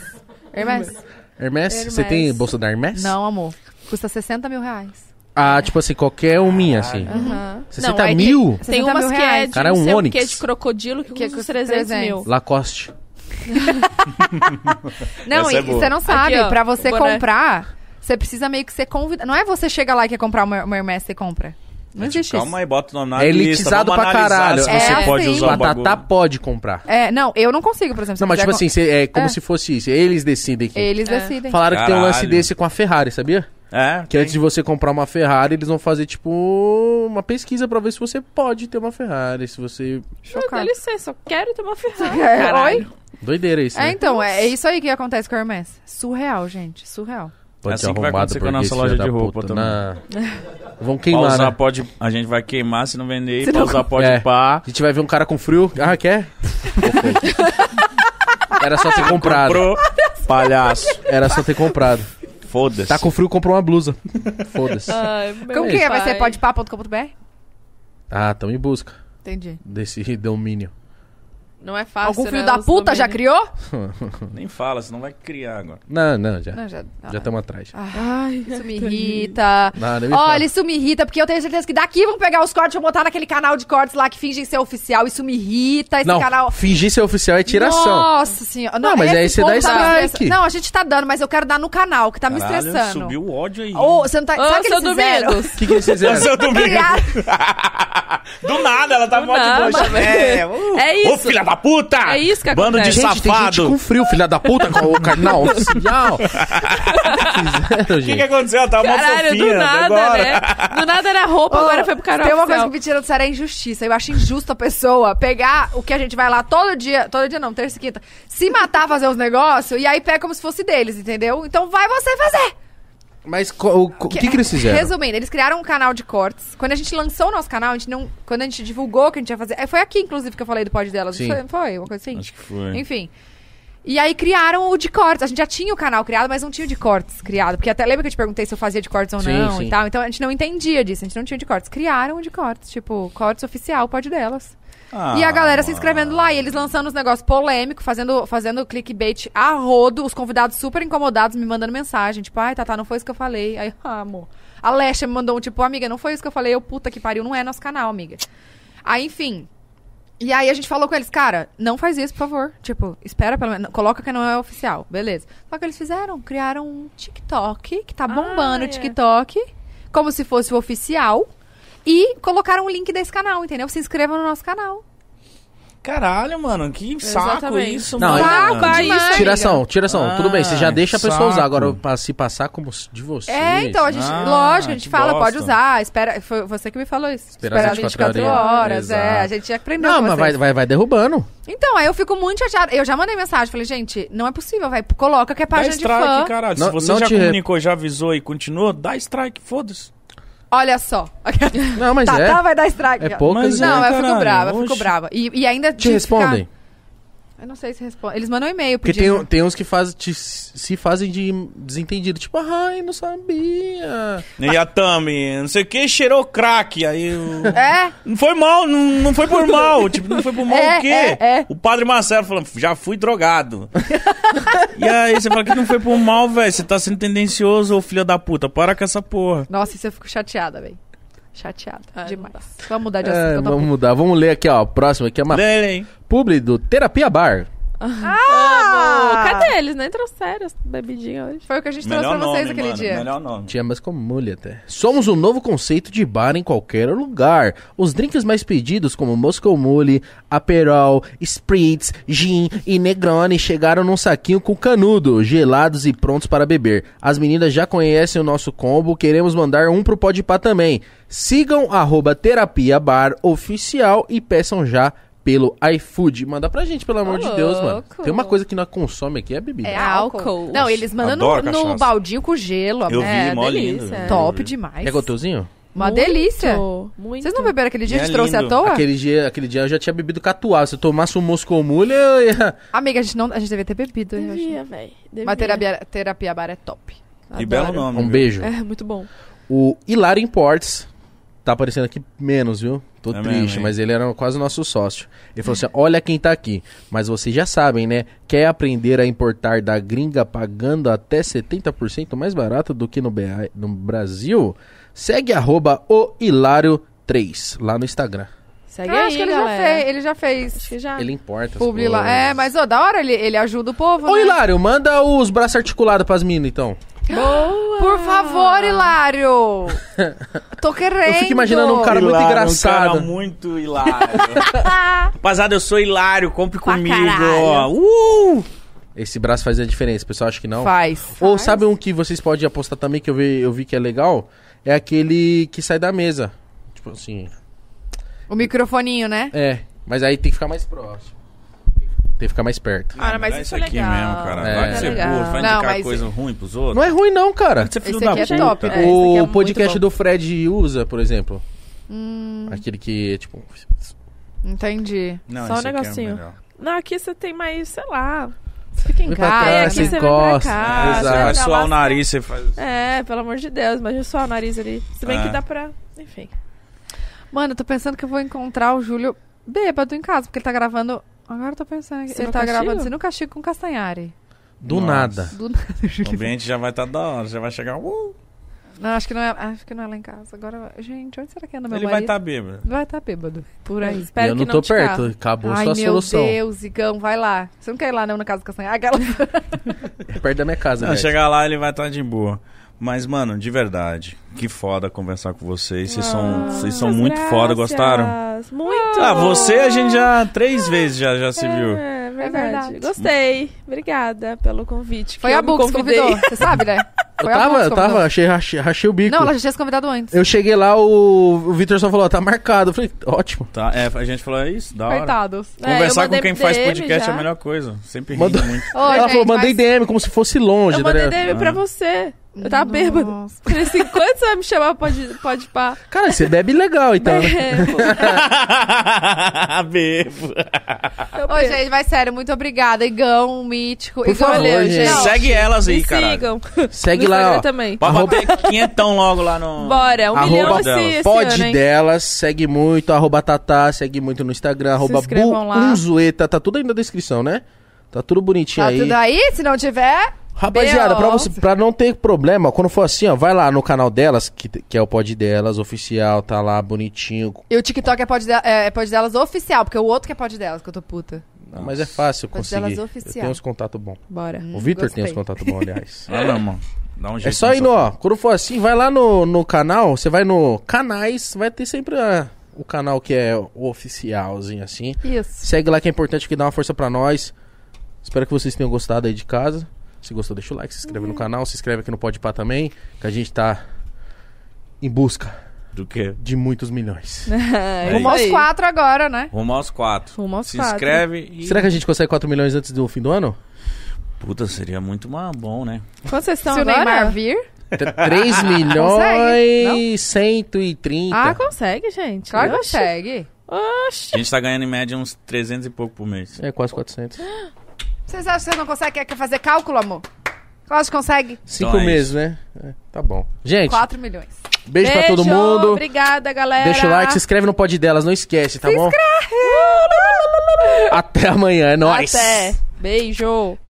[SPEAKER 3] Hermes.
[SPEAKER 1] Hermes? Você
[SPEAKER 6] Hermes.
[SPEAKER 1] tem bolsa da Hermes?
[SPEAKER 3] Não, amor. Custa 60 mil reais.
[SPEAKER 1] Ah, tipo assim, qualquer um minha, assim.
[SPEAKER 6] Aham.
[SPEAKER 1] 60
[SPEAKER 3] é
[SPEAKER 6] aí
[SPEAKER 1] mil?
[SPEAKER 6] Tem, tem
[SPEAKER 3] 60 mil
[SPEAKER 6] umas que é
[SPEAKER 3] reais.
[SPEAKER 6] de,
[SPEAKER 1] Cara, é
[SPEAKER 6] não
[SPEAKER 1] um
[SPEAKER 6] sei o
[SPEAKER 1] Onix.
[SPEAKER 6] que, de crocodilo que,
[SPEAKER 3] Que é
[SPEAKER 6] custa uns
[SPEAKER 3] custa
[SPEAKER 6] 300 mil.
[SPEAKER 3] 300.
[SPEAKER 1] Lacoste.
[SPEAKER 3] Não,
[SPEAKER 2] Essa
[SPEAKER 3] e
[SPEAKER 2] é boa.
[SPEAKER 3] você não sabe.
[SPEAKER 6] Aqui, ó,
[SPEAKER 3] pra você
[SPEAKER 6] o boné.
[SPEAKER 3] comprar, você precisa meio que ser convidado. Não é você chega lá e quer comprar uma, uma Hermes e você compra. Não existe isso.
[SPEAKER 2] Calma aí, bota o nome na
[SPEAKER 1] É
[SPEAKER 2] lista.
[SPEAKER 1] elitizado
[SPEAKER 2] Vamos
[SPEAKER 1] pra
[SPEAKER 2] analisar
[SPEAKER 1] caralho.
[SPEAKER 2] se
[SPEAKER 1] É
[SPEAKER 2] você pode
[SPEAKER 3] assim.
[SPEAKER 2] usar o bagulho.
[SPEAKER 1] Batata pode comprar.
[SPEAKER 3] É, não, eu não consigo, por exemplo. se
[SPEAKER 1] Não, mas
[SPEAKER 3] eu
[SPEAKER 1] tipo
[SPEAKER 3] quiser
[SPEAKER 1] assim, cê- é como
[SPEAKER 3] É.
[SPEAKER 1] se fosse isso. Eles decidem
[SPEAKER 3] com-
[SPEAKER 1] aqui.
[SPEAKER 3] Eles
[SPEAKER 6] É.
[SPEAKER 3] decidem.
[SPEAKER 1] Falaram que tem um lance
[SPEAKER 2] Caralho.
[SPEAKER 1] desse com a Ferrari, sabia?
[SPEAKER 2] É,
[SPEAKER 1] Que antes de você comprar uma Ferrari, eles vão fazer, tipo, uma pesquisa pra ver se você pode ter uma Ferrari. Se você.
[SPEAKER 6] Não, Ah, dá
[SPEAKER 3] Chocado.
[SPEAKER 6] licença, eu quero ter uma Ferrari.
[SPEAKER 3] É,
[SPEAKER 6] caralho.
[SPEAKER 3] oi?
[SPEAKER 1] Doideira isso,
[SPEAKER 3] É,
[SPEAKER 1] né?
[SPEAKER 3] então, é é isso aí que acontece com a Hermes. Surreal, gente, surreal.
[SPEAKER 1] Pode
[SPEAKER 2] É
[SPEAKER 1] ser
[SPEAKER 2] assim que vai
[SPEAKER 1] arrombado
[SPEAKER 2] acontecer com a
[SPEAKER 1] porque
[SPEAKER 2] nossa
[SPEAKER 1] esse
[SPEAKER 2] loja
[SPEAKER 1] filho
[SPEAKER 2] de
[SPEAKER 1] da
[SPEAKER 2] roupa
[SPEAKER 1] puta, na- Vão
[SPEAKER 2] Pra
[SPEAKER 1] queimar,
[SPEAKER 2] usar
[SPEAKER 1] né?
[SPEAKER 2] pode. A gente vai queimar se não vender.
[SPEAKER 3] Se
[SPEAKER 2] pra
[SPEAKER 3] não-
[SPEAKER 2] usar pode
[SPEAKER 1] É.
[SPEAKER 2] pá.
[SPEAKER 1] A gente vai ver um cara com frio. Ah, quer? Era só ter comprado.
[SPEAKER 2] Pro palhaço.
[SPEAKER 1] Era só ter comprado.
[SPEAKER 2] Foda-se.
[SPEAKER 1] Tá com frio, comprou uma blusa. Foda-se.
[SPEAKER 6] Ai, meu
[SPEAKER 3] Como que é? Vai ser
[SPEAKER 6] pai.
[SPEAKER 3] podpá.com.br?
[SPEAKER 1] Ah, tão em busca
[SPEAKER 3] Entendi.
[SPEAKER 1] desse domínio.
[SPEAKER 6] Não é fácil.
[SPEAKER 3] Algum
[SPEAKER 6] né,
[SPEAKER 3] filho da
[SPEAKER 6] os
[SPEAKER 3] puta já
[SPEAKER 6] domínios.
[SPEAKER 3] criou?
[SPEAKER 2] Nem fala, senão vai criar agora.
[SPEAKER 1] Não, não, já.
[SPEAKER 3] Não, já. tá.
[SPEAKER 1] Já estamos atrás.
[SPEAKER 6] Ai,
[SPEAKER 3] Isso me irrita.
[SPEAKER 1] Não, nem me fala.
[SPEAKER 3] Olha, isso me irrita, porque eu tenho certeza que daqui vão pegar os cortes, vão botar naquele canal de cortes lá que fingem ser oficial. Isso me irrita, esse
[SPEAKER 1] não,
[SPEAKER 3] canal.
[SPEAKER 1] fingir ser oficial é tiração.
[SPEAKER 3] Nossa senhora.
[SPEAKER 1] Não, mas
[SPEAKER 3] esse
[SPEAKER 1] aí você dá
[SPEAKER 3] povo tá me
[SPEAKER 1] strike.
[SPEAKER 3] estressando. Não, a gente tá dando, mas eu quero dar no canal, que tá me
[SPEAKER 2] Caralho,
[SPEAKER 3] estressando.
[SPEAKER 2] Subiu o ódio aí.
[SPEAKER 3] Ô, você não tá.
[SPEAKER 6] Ô,
[SPEAKER 3] sabe o que
[SPEAKER 6] seu
[SPEAKER 3] eles fizeram?
[SPEAKER 6] Domingos.
[SPEAKER 1] O que, que eles
[SPEAKER 2] Ô,
[SPEAKER 1] fizeram?
[SPEAKER 2] seu domingo.
[SPEAKER 3] Criaram-
[SPEAKER 2] Do nada, ela tá mó de
[SPEAKER 6] nada,
[SPEAKER 2] boa. É, uh,
[SPEAKER 6] É isso.
[SPEAKER 2] Ô, filha da puta!
[SPEAKER 6] É isso que
[SPEAKER 2] Bando de
[SPEAKER 6] acontece.
[SPEAKER 1] Gente, tem gente
[SPEAKER 2] safado.
[SPEAKER 1] com frio, filha da puta, com o canal oficial. O que fizeram,
[SPEAKER 2] O que, que
[SPEAKER 1] gente?
[SPEAKER 2] aconteceu? Ela tava mó
[SPEAKER 6] Caralho,
[SPEAKER 2] fofinha
[SPEAKER 6] do nada,
[SPEAKER 2] agora.
[SPEAKER 6] né? Do nada era roupa, agora
[SPEAKER 3] Ô,
[SPEAKER 6] foi pro canal
[SPEAKER 3] Tem uma coisa
[SPEAKER 6] oficial.
[SPEAKER 3] que me tira do sério, é injustiça. Eu acho injusto a pessoa pegar o que a gente vai lá todo dia, todo dia não, terça e quinta, se matar, fazer os negócios, e aí pega como se fosse deles, entendeu? Então vai você fazer!
[SPEAKER 1] Mas co- o co- o que, que eles fizeram?
[SPEAKER 3] Resumindo, eles criaram um canal de cortes. Quando a gente lançou o nosso canal, a gente não. Quando a gente divulgou que a gente ia fazer. é, Foi aqui, inclusive, que eu falei do pod delas.
[SPEAKER 1] Sim.
[SPEAKER 3] Foi, foi, uma coisa assim?
[SPEAKER 2] Acho que foi.
[SPEAKER 3] Enfim. E aí criaram o de cortes. A gente já tinha o canal criado, mas não tinha o de cortes criado. Porque até lembra que eu te perguntei se eu fazia de cortes ou
[SPEAKER 1] Sim,
[SPEAKER 3] não
[SPEAKER 1] sim.
[SPEAKER 3] e tal. Então a gente não entendia disso, a gente não tinha o de cortes. Criaram o de cortes, tipo, cortes oficial, pode delas.
[SPEAKER 2] Ah,
[SPEAKER 3] e a galera se inscrevendo lá, e eles lançando os negócios polêmicos, fazendo, fazendo clickbait a rodo, os convidados super incomodados me mandando mensagem, tipo, ai, Tatá, não foi isso que eu falei. Aí, ah, amor. A Lesha me mandou um tipo, amiga, não foi isso que eu falei, eu puta que pariu, não é nosso canal, amiga. Aí, enfim. E aí a gente falou com eles, cara, não faz isso, por favor. Tipo, espera pelo menos, coloca que não é oficial, beleza. Só que eles fizeram, criaram um TikTok, que tá bombando
[SPEAKER 6] é.
[SPEAKER 3] o TikTok, como se fosse o oficial. E colocaram o link desse canal, entendeu? Se inscrevam no nosso canal.
[SPEAKER 2] Caralho, mano, que saco
[SPEAKER 6] Exatamente.
[SPEAKER 2] isso,
[SPEAKER 1] Não,
[SPEAKER 2] mano.
[SPEAKER 3] Saco
[SPEAKER 6] Ah,
[SPEAKER 3] Tá demais.
[SPEAKER 6] isso-
[SPEAKER 3] né?
[SPEAKER 1] Tiração, tiração.
[SPEAKER 2] Ah,
[SPEAKER 1] Tudo bem, você já deixa a pessoa
[SPEAKER 2] saco.
[SPEAKER 1] usar. Agora, pra se passar como de você.
[SPEAKER 3] É, então, a gente,
[SPEAKER 2] Ah,
[SPEAKER 3] lógico, a gente
[SPEAKER 2] que
[SPEAKER 3] fala,
[SPEAKER 2] bosta.
[SPEAKER 3] pode usar, espera, foi você que me falou isso.
[SPEAKER 1] Esperar 24
[SPEAKER 3] horas,
[SPEAKER 1] horas.
[SPEAKER 3] é,
[SPEAKER 1] Exato.
[SPEAKER 3] a gente aprendeu
[SPEAKER 1] Não,
[SPEAKER 3] com
[SPEAKER 1] mas vai,
[SPEAKER 3] vocês.
[SPEAKER 1] vai, vai derrubando.
[SPEAKER 3] Então, aí eu fico muito chateada, eu já mandei mensagem, falei, gente, não é possível, vai, coloca que é
[SPEAKER 2] Dá
[SPEAKER 3] página de
[SPEAKER 2] strike,
[SPEAKER 3] fã.
[SPEAKER 2] caralho.
[SPEAKER 1] Não-
[SPEAKER 2] Se você
[SPEAKER 1] não
[SPEAKER 2] já
[SPEAKER 1] te-
[SPEAKER 2] comunicou, já avisou e continuou, dá strike, foda-se.
[SPEAKER 3] Olha só.
[SPEAKER 1] Não, mas
[SPEAKER 3] Tatá
[SPEAKER 1] é.
[SPEAKER 3] vai dar strike.
[SPEAKER 1] É pouco,
[SPEAKER 2] Mas
[SPEAKER 3] Não,
[SPEAKER 2] é,
[SPEAKER 3] eu fico
[SPEAKER 2] caralho,
[SPEAKER 3] brava, eu fico
[SPEAKER 2] oxe.
[SPEAKER 3] brava. E, e ainda de
[SPEAKER 1] Te
[SPEAKER 3] ficar-
[SPEAKER 1] respondem.
[SPEAKER 3] Eu não sei se respondem. Eles mandam um e-mail
[SPEAKER 1] Porque
[SPEAKER 3] pedindo.
[SPEAKER 1] tem, tem uns que faz, te- se fazem de desentendido. Tipo, ai, não sabia.
[SPEAKER 2] E a Thumb, não sei o que, cheirou crack. Aí o.
[SPEAKER 3] É,
[SPEAKER 2] Não foi mal, não, não foi por mal. Tipo, não foi por mal
[SPEAKER 3] É,
[SPEAKER 2] o quê?
[SPEAKER 3] é, é.
[SPEAKER 2] O padre Marcelo falando, já fui drogado. e aí você fala que não foi por mal, velho. Você tá sendo tendencioso, ô filho da puta. Para com essa porra.
[SPEAKER 3] nossa, isso eu fico chateada, velho. Chateada,
[SPEAKER 6] Ah, não
[SPEAKER 3] demais. Vamos mudar de assunto. então tá
[SPEAKER 1] É,
[SPEAKER 3] eu tô
[SPEAKER 1] vamos mudar, vamos ler aqui, ó. Próximo aqui é uma
[SPEAKER 2] Lê, lê, hein?
[SPEAKER 1] publi do Terapia Bar.
[SPEAKER 4] Ah! Cadê
[SPEAKER 6] né?
[SPEAKER 4] eles? Nem trouxeram essa bebidinha hoje.
[SPEAKER 3] Foi o que a gente
[SPEAKER 2] Melhor
[SPEAKER 3] trouxe pra
[SPEAKER 2] nome,
[SPEAKER 3] vocês aquele
[SPEAKER 2] mano,
[SPEAKER 3] dia.
[SPEAKER 2] Melhor nome.
[SPEAKER 1] Tinha mais como molho até. Somos um novo conceito de bar em qualquer lugar. Os drinks mais pedidos, como Moscow Mule, Aperol, Spritz, Gin e Negroni, chegaram num saquinho com canudo, gelados e prontos para beber. As meninas já conhecem o nosso combo, queremos mandar um pro Podpah também. Sigam arroba terapia bar oficial e peçam já pelo iFood. Manda pra gente, pelo amor de Deus, mano.
[SPEAKER 4] louco.
[SPEAKER 1] Tem uma coisa que nós consome aqui, é bebida.
[SPEAKER 3] É
[SPEAKER 4] álcool.
[SPEAKER 3] álcool. Não, eles mandam
[SPEAKER 2] Adoro
[SPEAKER 3] no, no
[SPEAKER 2] cachaça.
[SPEAKER 3] baldinho com gelo.
[SPEAKER 2] Eu
[SPEAKER 3] amor.
[SPEAKER 2] vi,
[SPEAKER 4] é,
[SPEAKER 2] mó
[SPEAKER 4] delícia.
[SPEAKER 2] lindo.
[SPEAKER 4] É.
[SPEAKER 3] Top
[SPEAKER 2] de
[SPEAKER 3] demais.
[SPEAKER 1] É gostosinho?
[SPEAKER 3] Uma delícia.
[SPEAKER 4] Muito.
[SPEAKER 3] Vocês não beberam aquele dia?
[SPEAKER 2] É
[SPEAKER 3] a gente trouxe à
[SPEAKER 2] lindo.
[SPEAKER 3] toa?
[SPEAKER 1] Aquele dia, aquele dia eu já tinha bebido catuá. Se eu tomasse um Moscou Mule, eu ia...
[SPEAKER 3] Amiga, a gente, não, a gente devia ter bebido. eu acho.
[SPEAKER 4] Devia, velho.
[SPEAKER 3] Mas terapia, terapia bar é top.
[SPEAKER 2] E belo nome.
[SPEAKER 1] Um
[SPEAKER 2] viu?
[SPEAKER 1] beijo.
[SPEAKER 4] É, muito bom.
[SPEAKER 1] O Hilário Imports, tá aparecendo aqui menos, viu? Tô
[SPEAKER 2] É
[SPEAKER 1] triste,
[SPEAKER 2] mesmo, hein?
[SPEAKER 1] mas ele era quase nosso sócio. Ele falou assim, olha quem tá aqui. Mas vocês já sabem, né? Quer aprender a importar da gringa pagando até 70% mais barato do que no, BA no Brasil? Segue arroba o Hilário3 lá no Instagram.
[SPEAKER 4] Segue
[SPEAKER 3] Ah,
[SPEAKER 4] aí,
[SPEAKER 3] acho que ele
[SPEAKER 4] galera.
[SPEAKER 3] já fez. Ele já fez
[SPEAKER 4] Acho que já.
[SPEAKER 1] Ele importa as
[SPEAKER 3] Ah. publi lá.
[SPEAKER 1] coisas.
[SPEAKER 3] É, mas ô, da hora ele, ele ajuda o povo.
[SPEAKER 1] Ô
[SPEAKER 3] né?
[SPEAKER 1] Hilário, manda os braços articulados pras minas, então.
[SPEAKER 4] Boa!
[SPEAKER 3] Por favor, Hilário! Tô querendo.
[SPEAKER 1] Eu fico imaginando um cara- muito
[SPEAKER 2] Hilário,
[SPEAKER 1] engraçado.
[SPEAKER 2] Um cara muito hilário. Rapaziada, eu sou hilário, compre
[SPEAKER 4] Pra
[SPEAKER 2] comigo.
[SPEAKER 4] caralho.
[SPEAKER 2] ó. Uh!
[SPEAKER 1] Esse braço faz a diferença, o pessoal acha que não.
[SPEAKER 3] Faz.
[SPEAKER 1] Ou sabe um que vocês podem apostar também, que eu vi, eu vi que é legal? É aquele que sai da mesa. Tipo assim.
[SPEAKER 3] O microfoninho, né?
[SPEAKER 1] É, mas aí tem que ficar mais próximo. Tem que ficar mais perto.
[SPEAKER 4] Cara, mas
[SPEAKER 2] Dá
[SPEAKER 4] isso
[SPEAKER 2] isso
[SPEAKER 4] é
[SPEAKER 2] aqui
[SPEAKER 4] legal.
[SPEAKER 2] mesmo, cara.
[SPEAKER 1] É.
[SPEAKER 2] Vai ser
[SPEAKER 4] Legal.
[SPEAKER 2] burro, vai
[SPEAKER 3] Não,
[SPEAKER 2] indicar
[SPEAKER 3] mas-
[SPEAKER 2] coisa ruim pros
[SPEAKER 1] Não
[SPEAKER 2] outros.
[SPEAKER 1] é ruim, não, cara.
[SPEAKER 2] Você é filho
[SPEAKER 3] Esse
[SPEAKER 2] da
[SPEAKER 3] aqui é
[SPEAKER 2] puta.
[SPEAKER 3] top, né? Esse aqui é
[SPEAKER 1] o
[SPEAKER 3] muito
[SPEAKER 1] podcast
[SPEAKER 3] bom. Hum.
[SPEAKER 1] do Fred usa, por exemplo. Aquele que é tipo.
[SPEAKER 3] Entendi.
[SPEAKER 2] Não, esse
[SPEAKER 4] Só um
[SPEAKER 2] aqui é o
[SPEAKER 4] negocinho.
[SPEAKER 2] melhor.
[SPEAKER 4] Não, aqui você tem mais, sei lá.
[SPEAKER 3] Fica em
[SPEAKER 1] Vem pra
[SPEAKER 3] casa.
[SPEAKER 1] cá,
[SPEAKER 4] é,
[SPEAKER 1] você
[SPEAKER 4] aqui você vem pra
[SPEAKER 1] encosta.
[SPEAKER 4] cá,
[SPEAKER 2] Ah,
[SPEAKER 4] você
[SPEAKER 2] você
[SPEAKER 1] exato.
[SPEAKER 2] vai
[SPEAKER 4] dá
[SPEAKER 2] suar o
[SPEAKER 4] uma-
[SPEAKER 2] nariz, você faz.
[SPEAKER 4] É, pelo amor de Deus, imagina só o nariz ali. Se bem
[SPEAKER 2] É.
[SPEAKER 4] que dá pra. Enfim.
[SPEAKER 3] Mano, eu tô pensando que eu vou encontrar o Júlio bêbado em casa, porque ele tá gravando. Agora eu tô pensando que
[SPEAKER 4] Você
[SPEAKER 3] ele
[SPEAKER 4] no
[SPEAKER 3] tá
[SPEAKER 4] castigo?
[SPEAKER 3] gravando Sino Castigo com Castanhari.
[SPEAKER 1] Do
[SPEAKER 2] Nossa.
[SPEAKER 1] nada.
[SPEAKER 3] Do nada, o
[SPEAKER 2] O
[SPEAKER 3] Júlio.
[SPEAKER 2] ambiente já vai estar da hora, já vai chegar. Uh,
[SPEAKER 3] Não, acho que não é, acho que não é lá em casa. Agora, gente, onde será que anda meu
[SPEAKER 2] ele vai
[SPEAKER 1] tá-
[SPEAKER 3] marido?
[SPEAKER 2] estar bêbado.
[SPEAKER 3] Vai estar bêbado. Por aí.
[SPEAKER 1] E
[SPEAKER 4] Espero
[SPEAKER 1] eu
[SPEAKER 4] que
[SPEAKER 1] não
[SPEAKER 4] não
[SPEAKER 1] tô
[SPEAKER 4] te
[SPEAKER 1] perto.
[SPEAKER 4] carro.
[SPEAKER 1] Acabou
[SPEAKER 3] Ai,
[SPEAKER 1] sua
[SPEAKER 3] meu
[SPEAKER 1] solução.
[SPEAKER 3] Deus, Igão, vai lá. Você não quer ir lá não na casa do Castanhari? Ah, Aquela...
[SPEAKER 1] É perto da minha casa,
[SPEAKER 2] Não,
[SPEAKER 1] aliás.
[SPEAKER 2] chegar lá ele vai estar de boa. Mas, mano, de verdade, que foda conversar com vocês. Vocês
[SPEAKER 4] Ah,
[SPEAKER 2] são, Ah, vocês são
[SPEAKER 4] Muitas
[SPEAKER 2] muito foda,
[SPEAKER 4] graças.
[SPEAKER 2] gostaram?
[SPEAKER 4] Muito!
[SPEAKER 2] Ah, você a gente já três vezes já, já se viu.
[SPEAKER 4] É verdade.
[SPEAKER 3] verdade.
[SPEAKER 4] Gostei. Obrigada pelo convite.
[SPEAKER 3] Foi
[SPEAKER 4] que
[SPEAKER 3] a
[SPEAKER 4] eu me
[SPEAKER 3] Bu que se
[SPEAKER 4] convidei.
[SPEAKER 3] convidou. Você sabe, né?
[SPEAKER 1] Eu
[SPEAKER 3] Foi a Bu
[SPEAKER 1] tava,
[SPEAKER 3] que se
[SPEAKER 1] eu
[SPEAKER 3] convidou.
[SPEAKER 1] tava, achei, rachei- rachei o bico.
[SPEAKER 3] Não, ela já tinha se convidado antes.
[SPEAKER 1] Eu cheguei lá, o, o Vitor só falou, tá marcado. Eu falei, ótimo.
[SPEAKER 2] Tá, é, a gente falou, é isso, da hora.
[SPEAKER 3] Coitados.
[SPEAKER 4] É, eu
[SPEAKER 2] Conversar com
[SPEAKER 4] mandei
[SPEAKER 2] quem faz
[SPEAKER 4] DM
[SPEAKER 2] podcast
[SPEAKER 4] já.
[SPEAKER 2] é a melhor coisa. Sempre ri
[SPEAKER 1] Mandou-
[SPEAKER 2] muito.
[SPEAKER 3] Ô,
[SPEAKER 1] Ela
[SPEAKER 3] gente,
[SPEAKER 1] falou, mandei
[SPEAKER 3] mas- tá
[SPEAKER 1] DM como se fosse longe.
[SPEAKER 4] Eu
[SPEAKER 1] tá
[SPEAKER 4] mandei
[SPEAKER 1] ligado?
[SPEAKER 4] DM pra
[SPEAKER 2] Ah.
[SPEAKER 4] você. Eu tava bêbado.
[SPEAKER 3] Nossa.
[SPEAKER 4] Falei assim, quando você vai me chamar pode, pode
[SPEAKER 2] Tá.
[SPEAKER 4] pá?
[SPEAKER 1] Cara, você bebe legal, então. né?
[SPEAKER 2] Bebo.
[SPEAKER 4] Eu
[SPEAKER 3] Ô,
[SPEAKER 4] bêbado.
[SPEAKER 3] gente, mas sério, muito obrigada, Igão, mítico.
[SPEAKER 1] Por
[SPEAKER 3] Igão,
[SPEAKER 1] favor,
[SPEAKER 3] olha,
[SPEAKER 1] gente.
[SPEAKER 3] não,
[SPEAKER 2] Segue elas aí,
[SPEAKER 4] Me
[SPEAKER 2] cara.
[SPEAKER 4] sigam.
[SPEAKER 1] Segue
[SPEAKER 4] No
[SPEAKER 1] lá,
[SPEAKER 4] Instagram
[SPEAKER 1] ó.
[SPEAKER 4] também.
[SPEAKER 2] Pra bater quinhentão logo lá no...
[SPEAKER 4] Bora, um milhão
[SPEAKER 1] Arroba
[SPEAKER 4] esse, esse
[SPEAKER 1] Pode
[SPEAKER 4] ano, hein?
[SPEAKER 1] delas, segue muito, arroba Tatá, segue muito no Instagram, arroba
[SPEAKER 3] inscrevam lá.
[SPEAKER 1] Bunzueta, tá tudo aí na descrição, né? Tá tudo bonitinho
[SPEAKER 3] Tá
[SPEAKER 1] aí.
[SPEAKER 3] tudo aí? Se não tiver,
[SPEAKER 1] Rapaziada, pra, você, pra não ter problema, quando for assim, ó, vai lá no canal delas, que, que é o pod delas, oficial, tá lá bonitinho.
[SPEAKER 3] e o TikTok é pode, de- é, é pode delas oficial, porque o outro que é pode delas, que eu tô puta.
[SPEAKER 1] Mas é fácil
[SPEAKER 3] Pod
[SPEAKER 1] conseguir.
[SPEAKER 3] Delas
[SPEAKER 1] Eu
[SPEAKER 3] oficial. Hum,
[SPEAKER 1] tenho uns contatos bons.
[SPEAKER 4] Bora.
[SPEAKER 1] o Vitor tem
[SPEAKER 3] gostei.
[SPEAKER 1] uns contatos bons, aliás.
[SPEAKER 2] Vai lá, mano. Dá um jeito.
[SPEAKER 1] É só ir no, ó, quando for assim, vai lá no, no canal, você vai no canais, vai ter sempre ah, o canal que é o oficialzinho assim.
[SPEAKER 3] Isso.
[SPEAKER 1] Segue lá que é importante que dá uma força pra nós. Espero que vocês tenham gostado aí de casa. Se gostou, deixa o like, se inscreve no canal, se inscreve aqui no Podpah também, que a gente tá em busca
[SPEAKER 2] Do quê?
[SPEAKER 1] de muitos milhões.
[SPEAKER 4] É
[SPEAKER 3] Rumo aos
[SPEAKER 4] isso aí.
[SPEAKER 3] quatro agora, né?
[SPEAKER 2] Rumo aos quatro.
[SPEAKER 4] Rumo aos
[SPEAKER 2] Se
[SPEAKER 4] quatro.
[SPEAKER 2] inscreve e...
[SPEAKER 1] Será que a gente consegue 4 milhões antes do fim do ano?
[SPEAKER 2] Puta, seria muito mais bom, né?
[SPEAKER 4] Quanto vocês estão
[SPEAKER 3] Se
[SPEAKER 4] agora?
[SPEAKER 3] o Neymar vir,
[SPEAKER 1] 3 milhões e 130.
[SPEAKER 4] Ah, consegue, gente.
[SPEAKER 3] claro que
[SPEAKER 4] Oxi.
[SPEAKER 3] consegue.
[SPEAKER 4] Oxi.
[SPEAKER 2] A gente tá ganhando em média uns 300 e pouco por mês.
[SPEAKER 1] É quase 400.
[SPEAKER 3] Vocês acham que vocês não conseguem Quer- quer fazer cálculo, amor? Claro que consegue.
[SPEAKER 1] 5
[SPEAKER 2] Então é
[SPEAKER 1] meses, né? É, tá bom. Gente,
[SPEAKER 3] Quatro milhões.
[SPEAKER 1] beijo, pra todo mundo.
[SPEAKER 4] Obrigada, galera.
[SPEAKER 1] Deixa o like, se inscreve no pod delas, não esquece, tá bom? Até amanhã, é nóis.
[SPEAKER 4] Até. Beijo.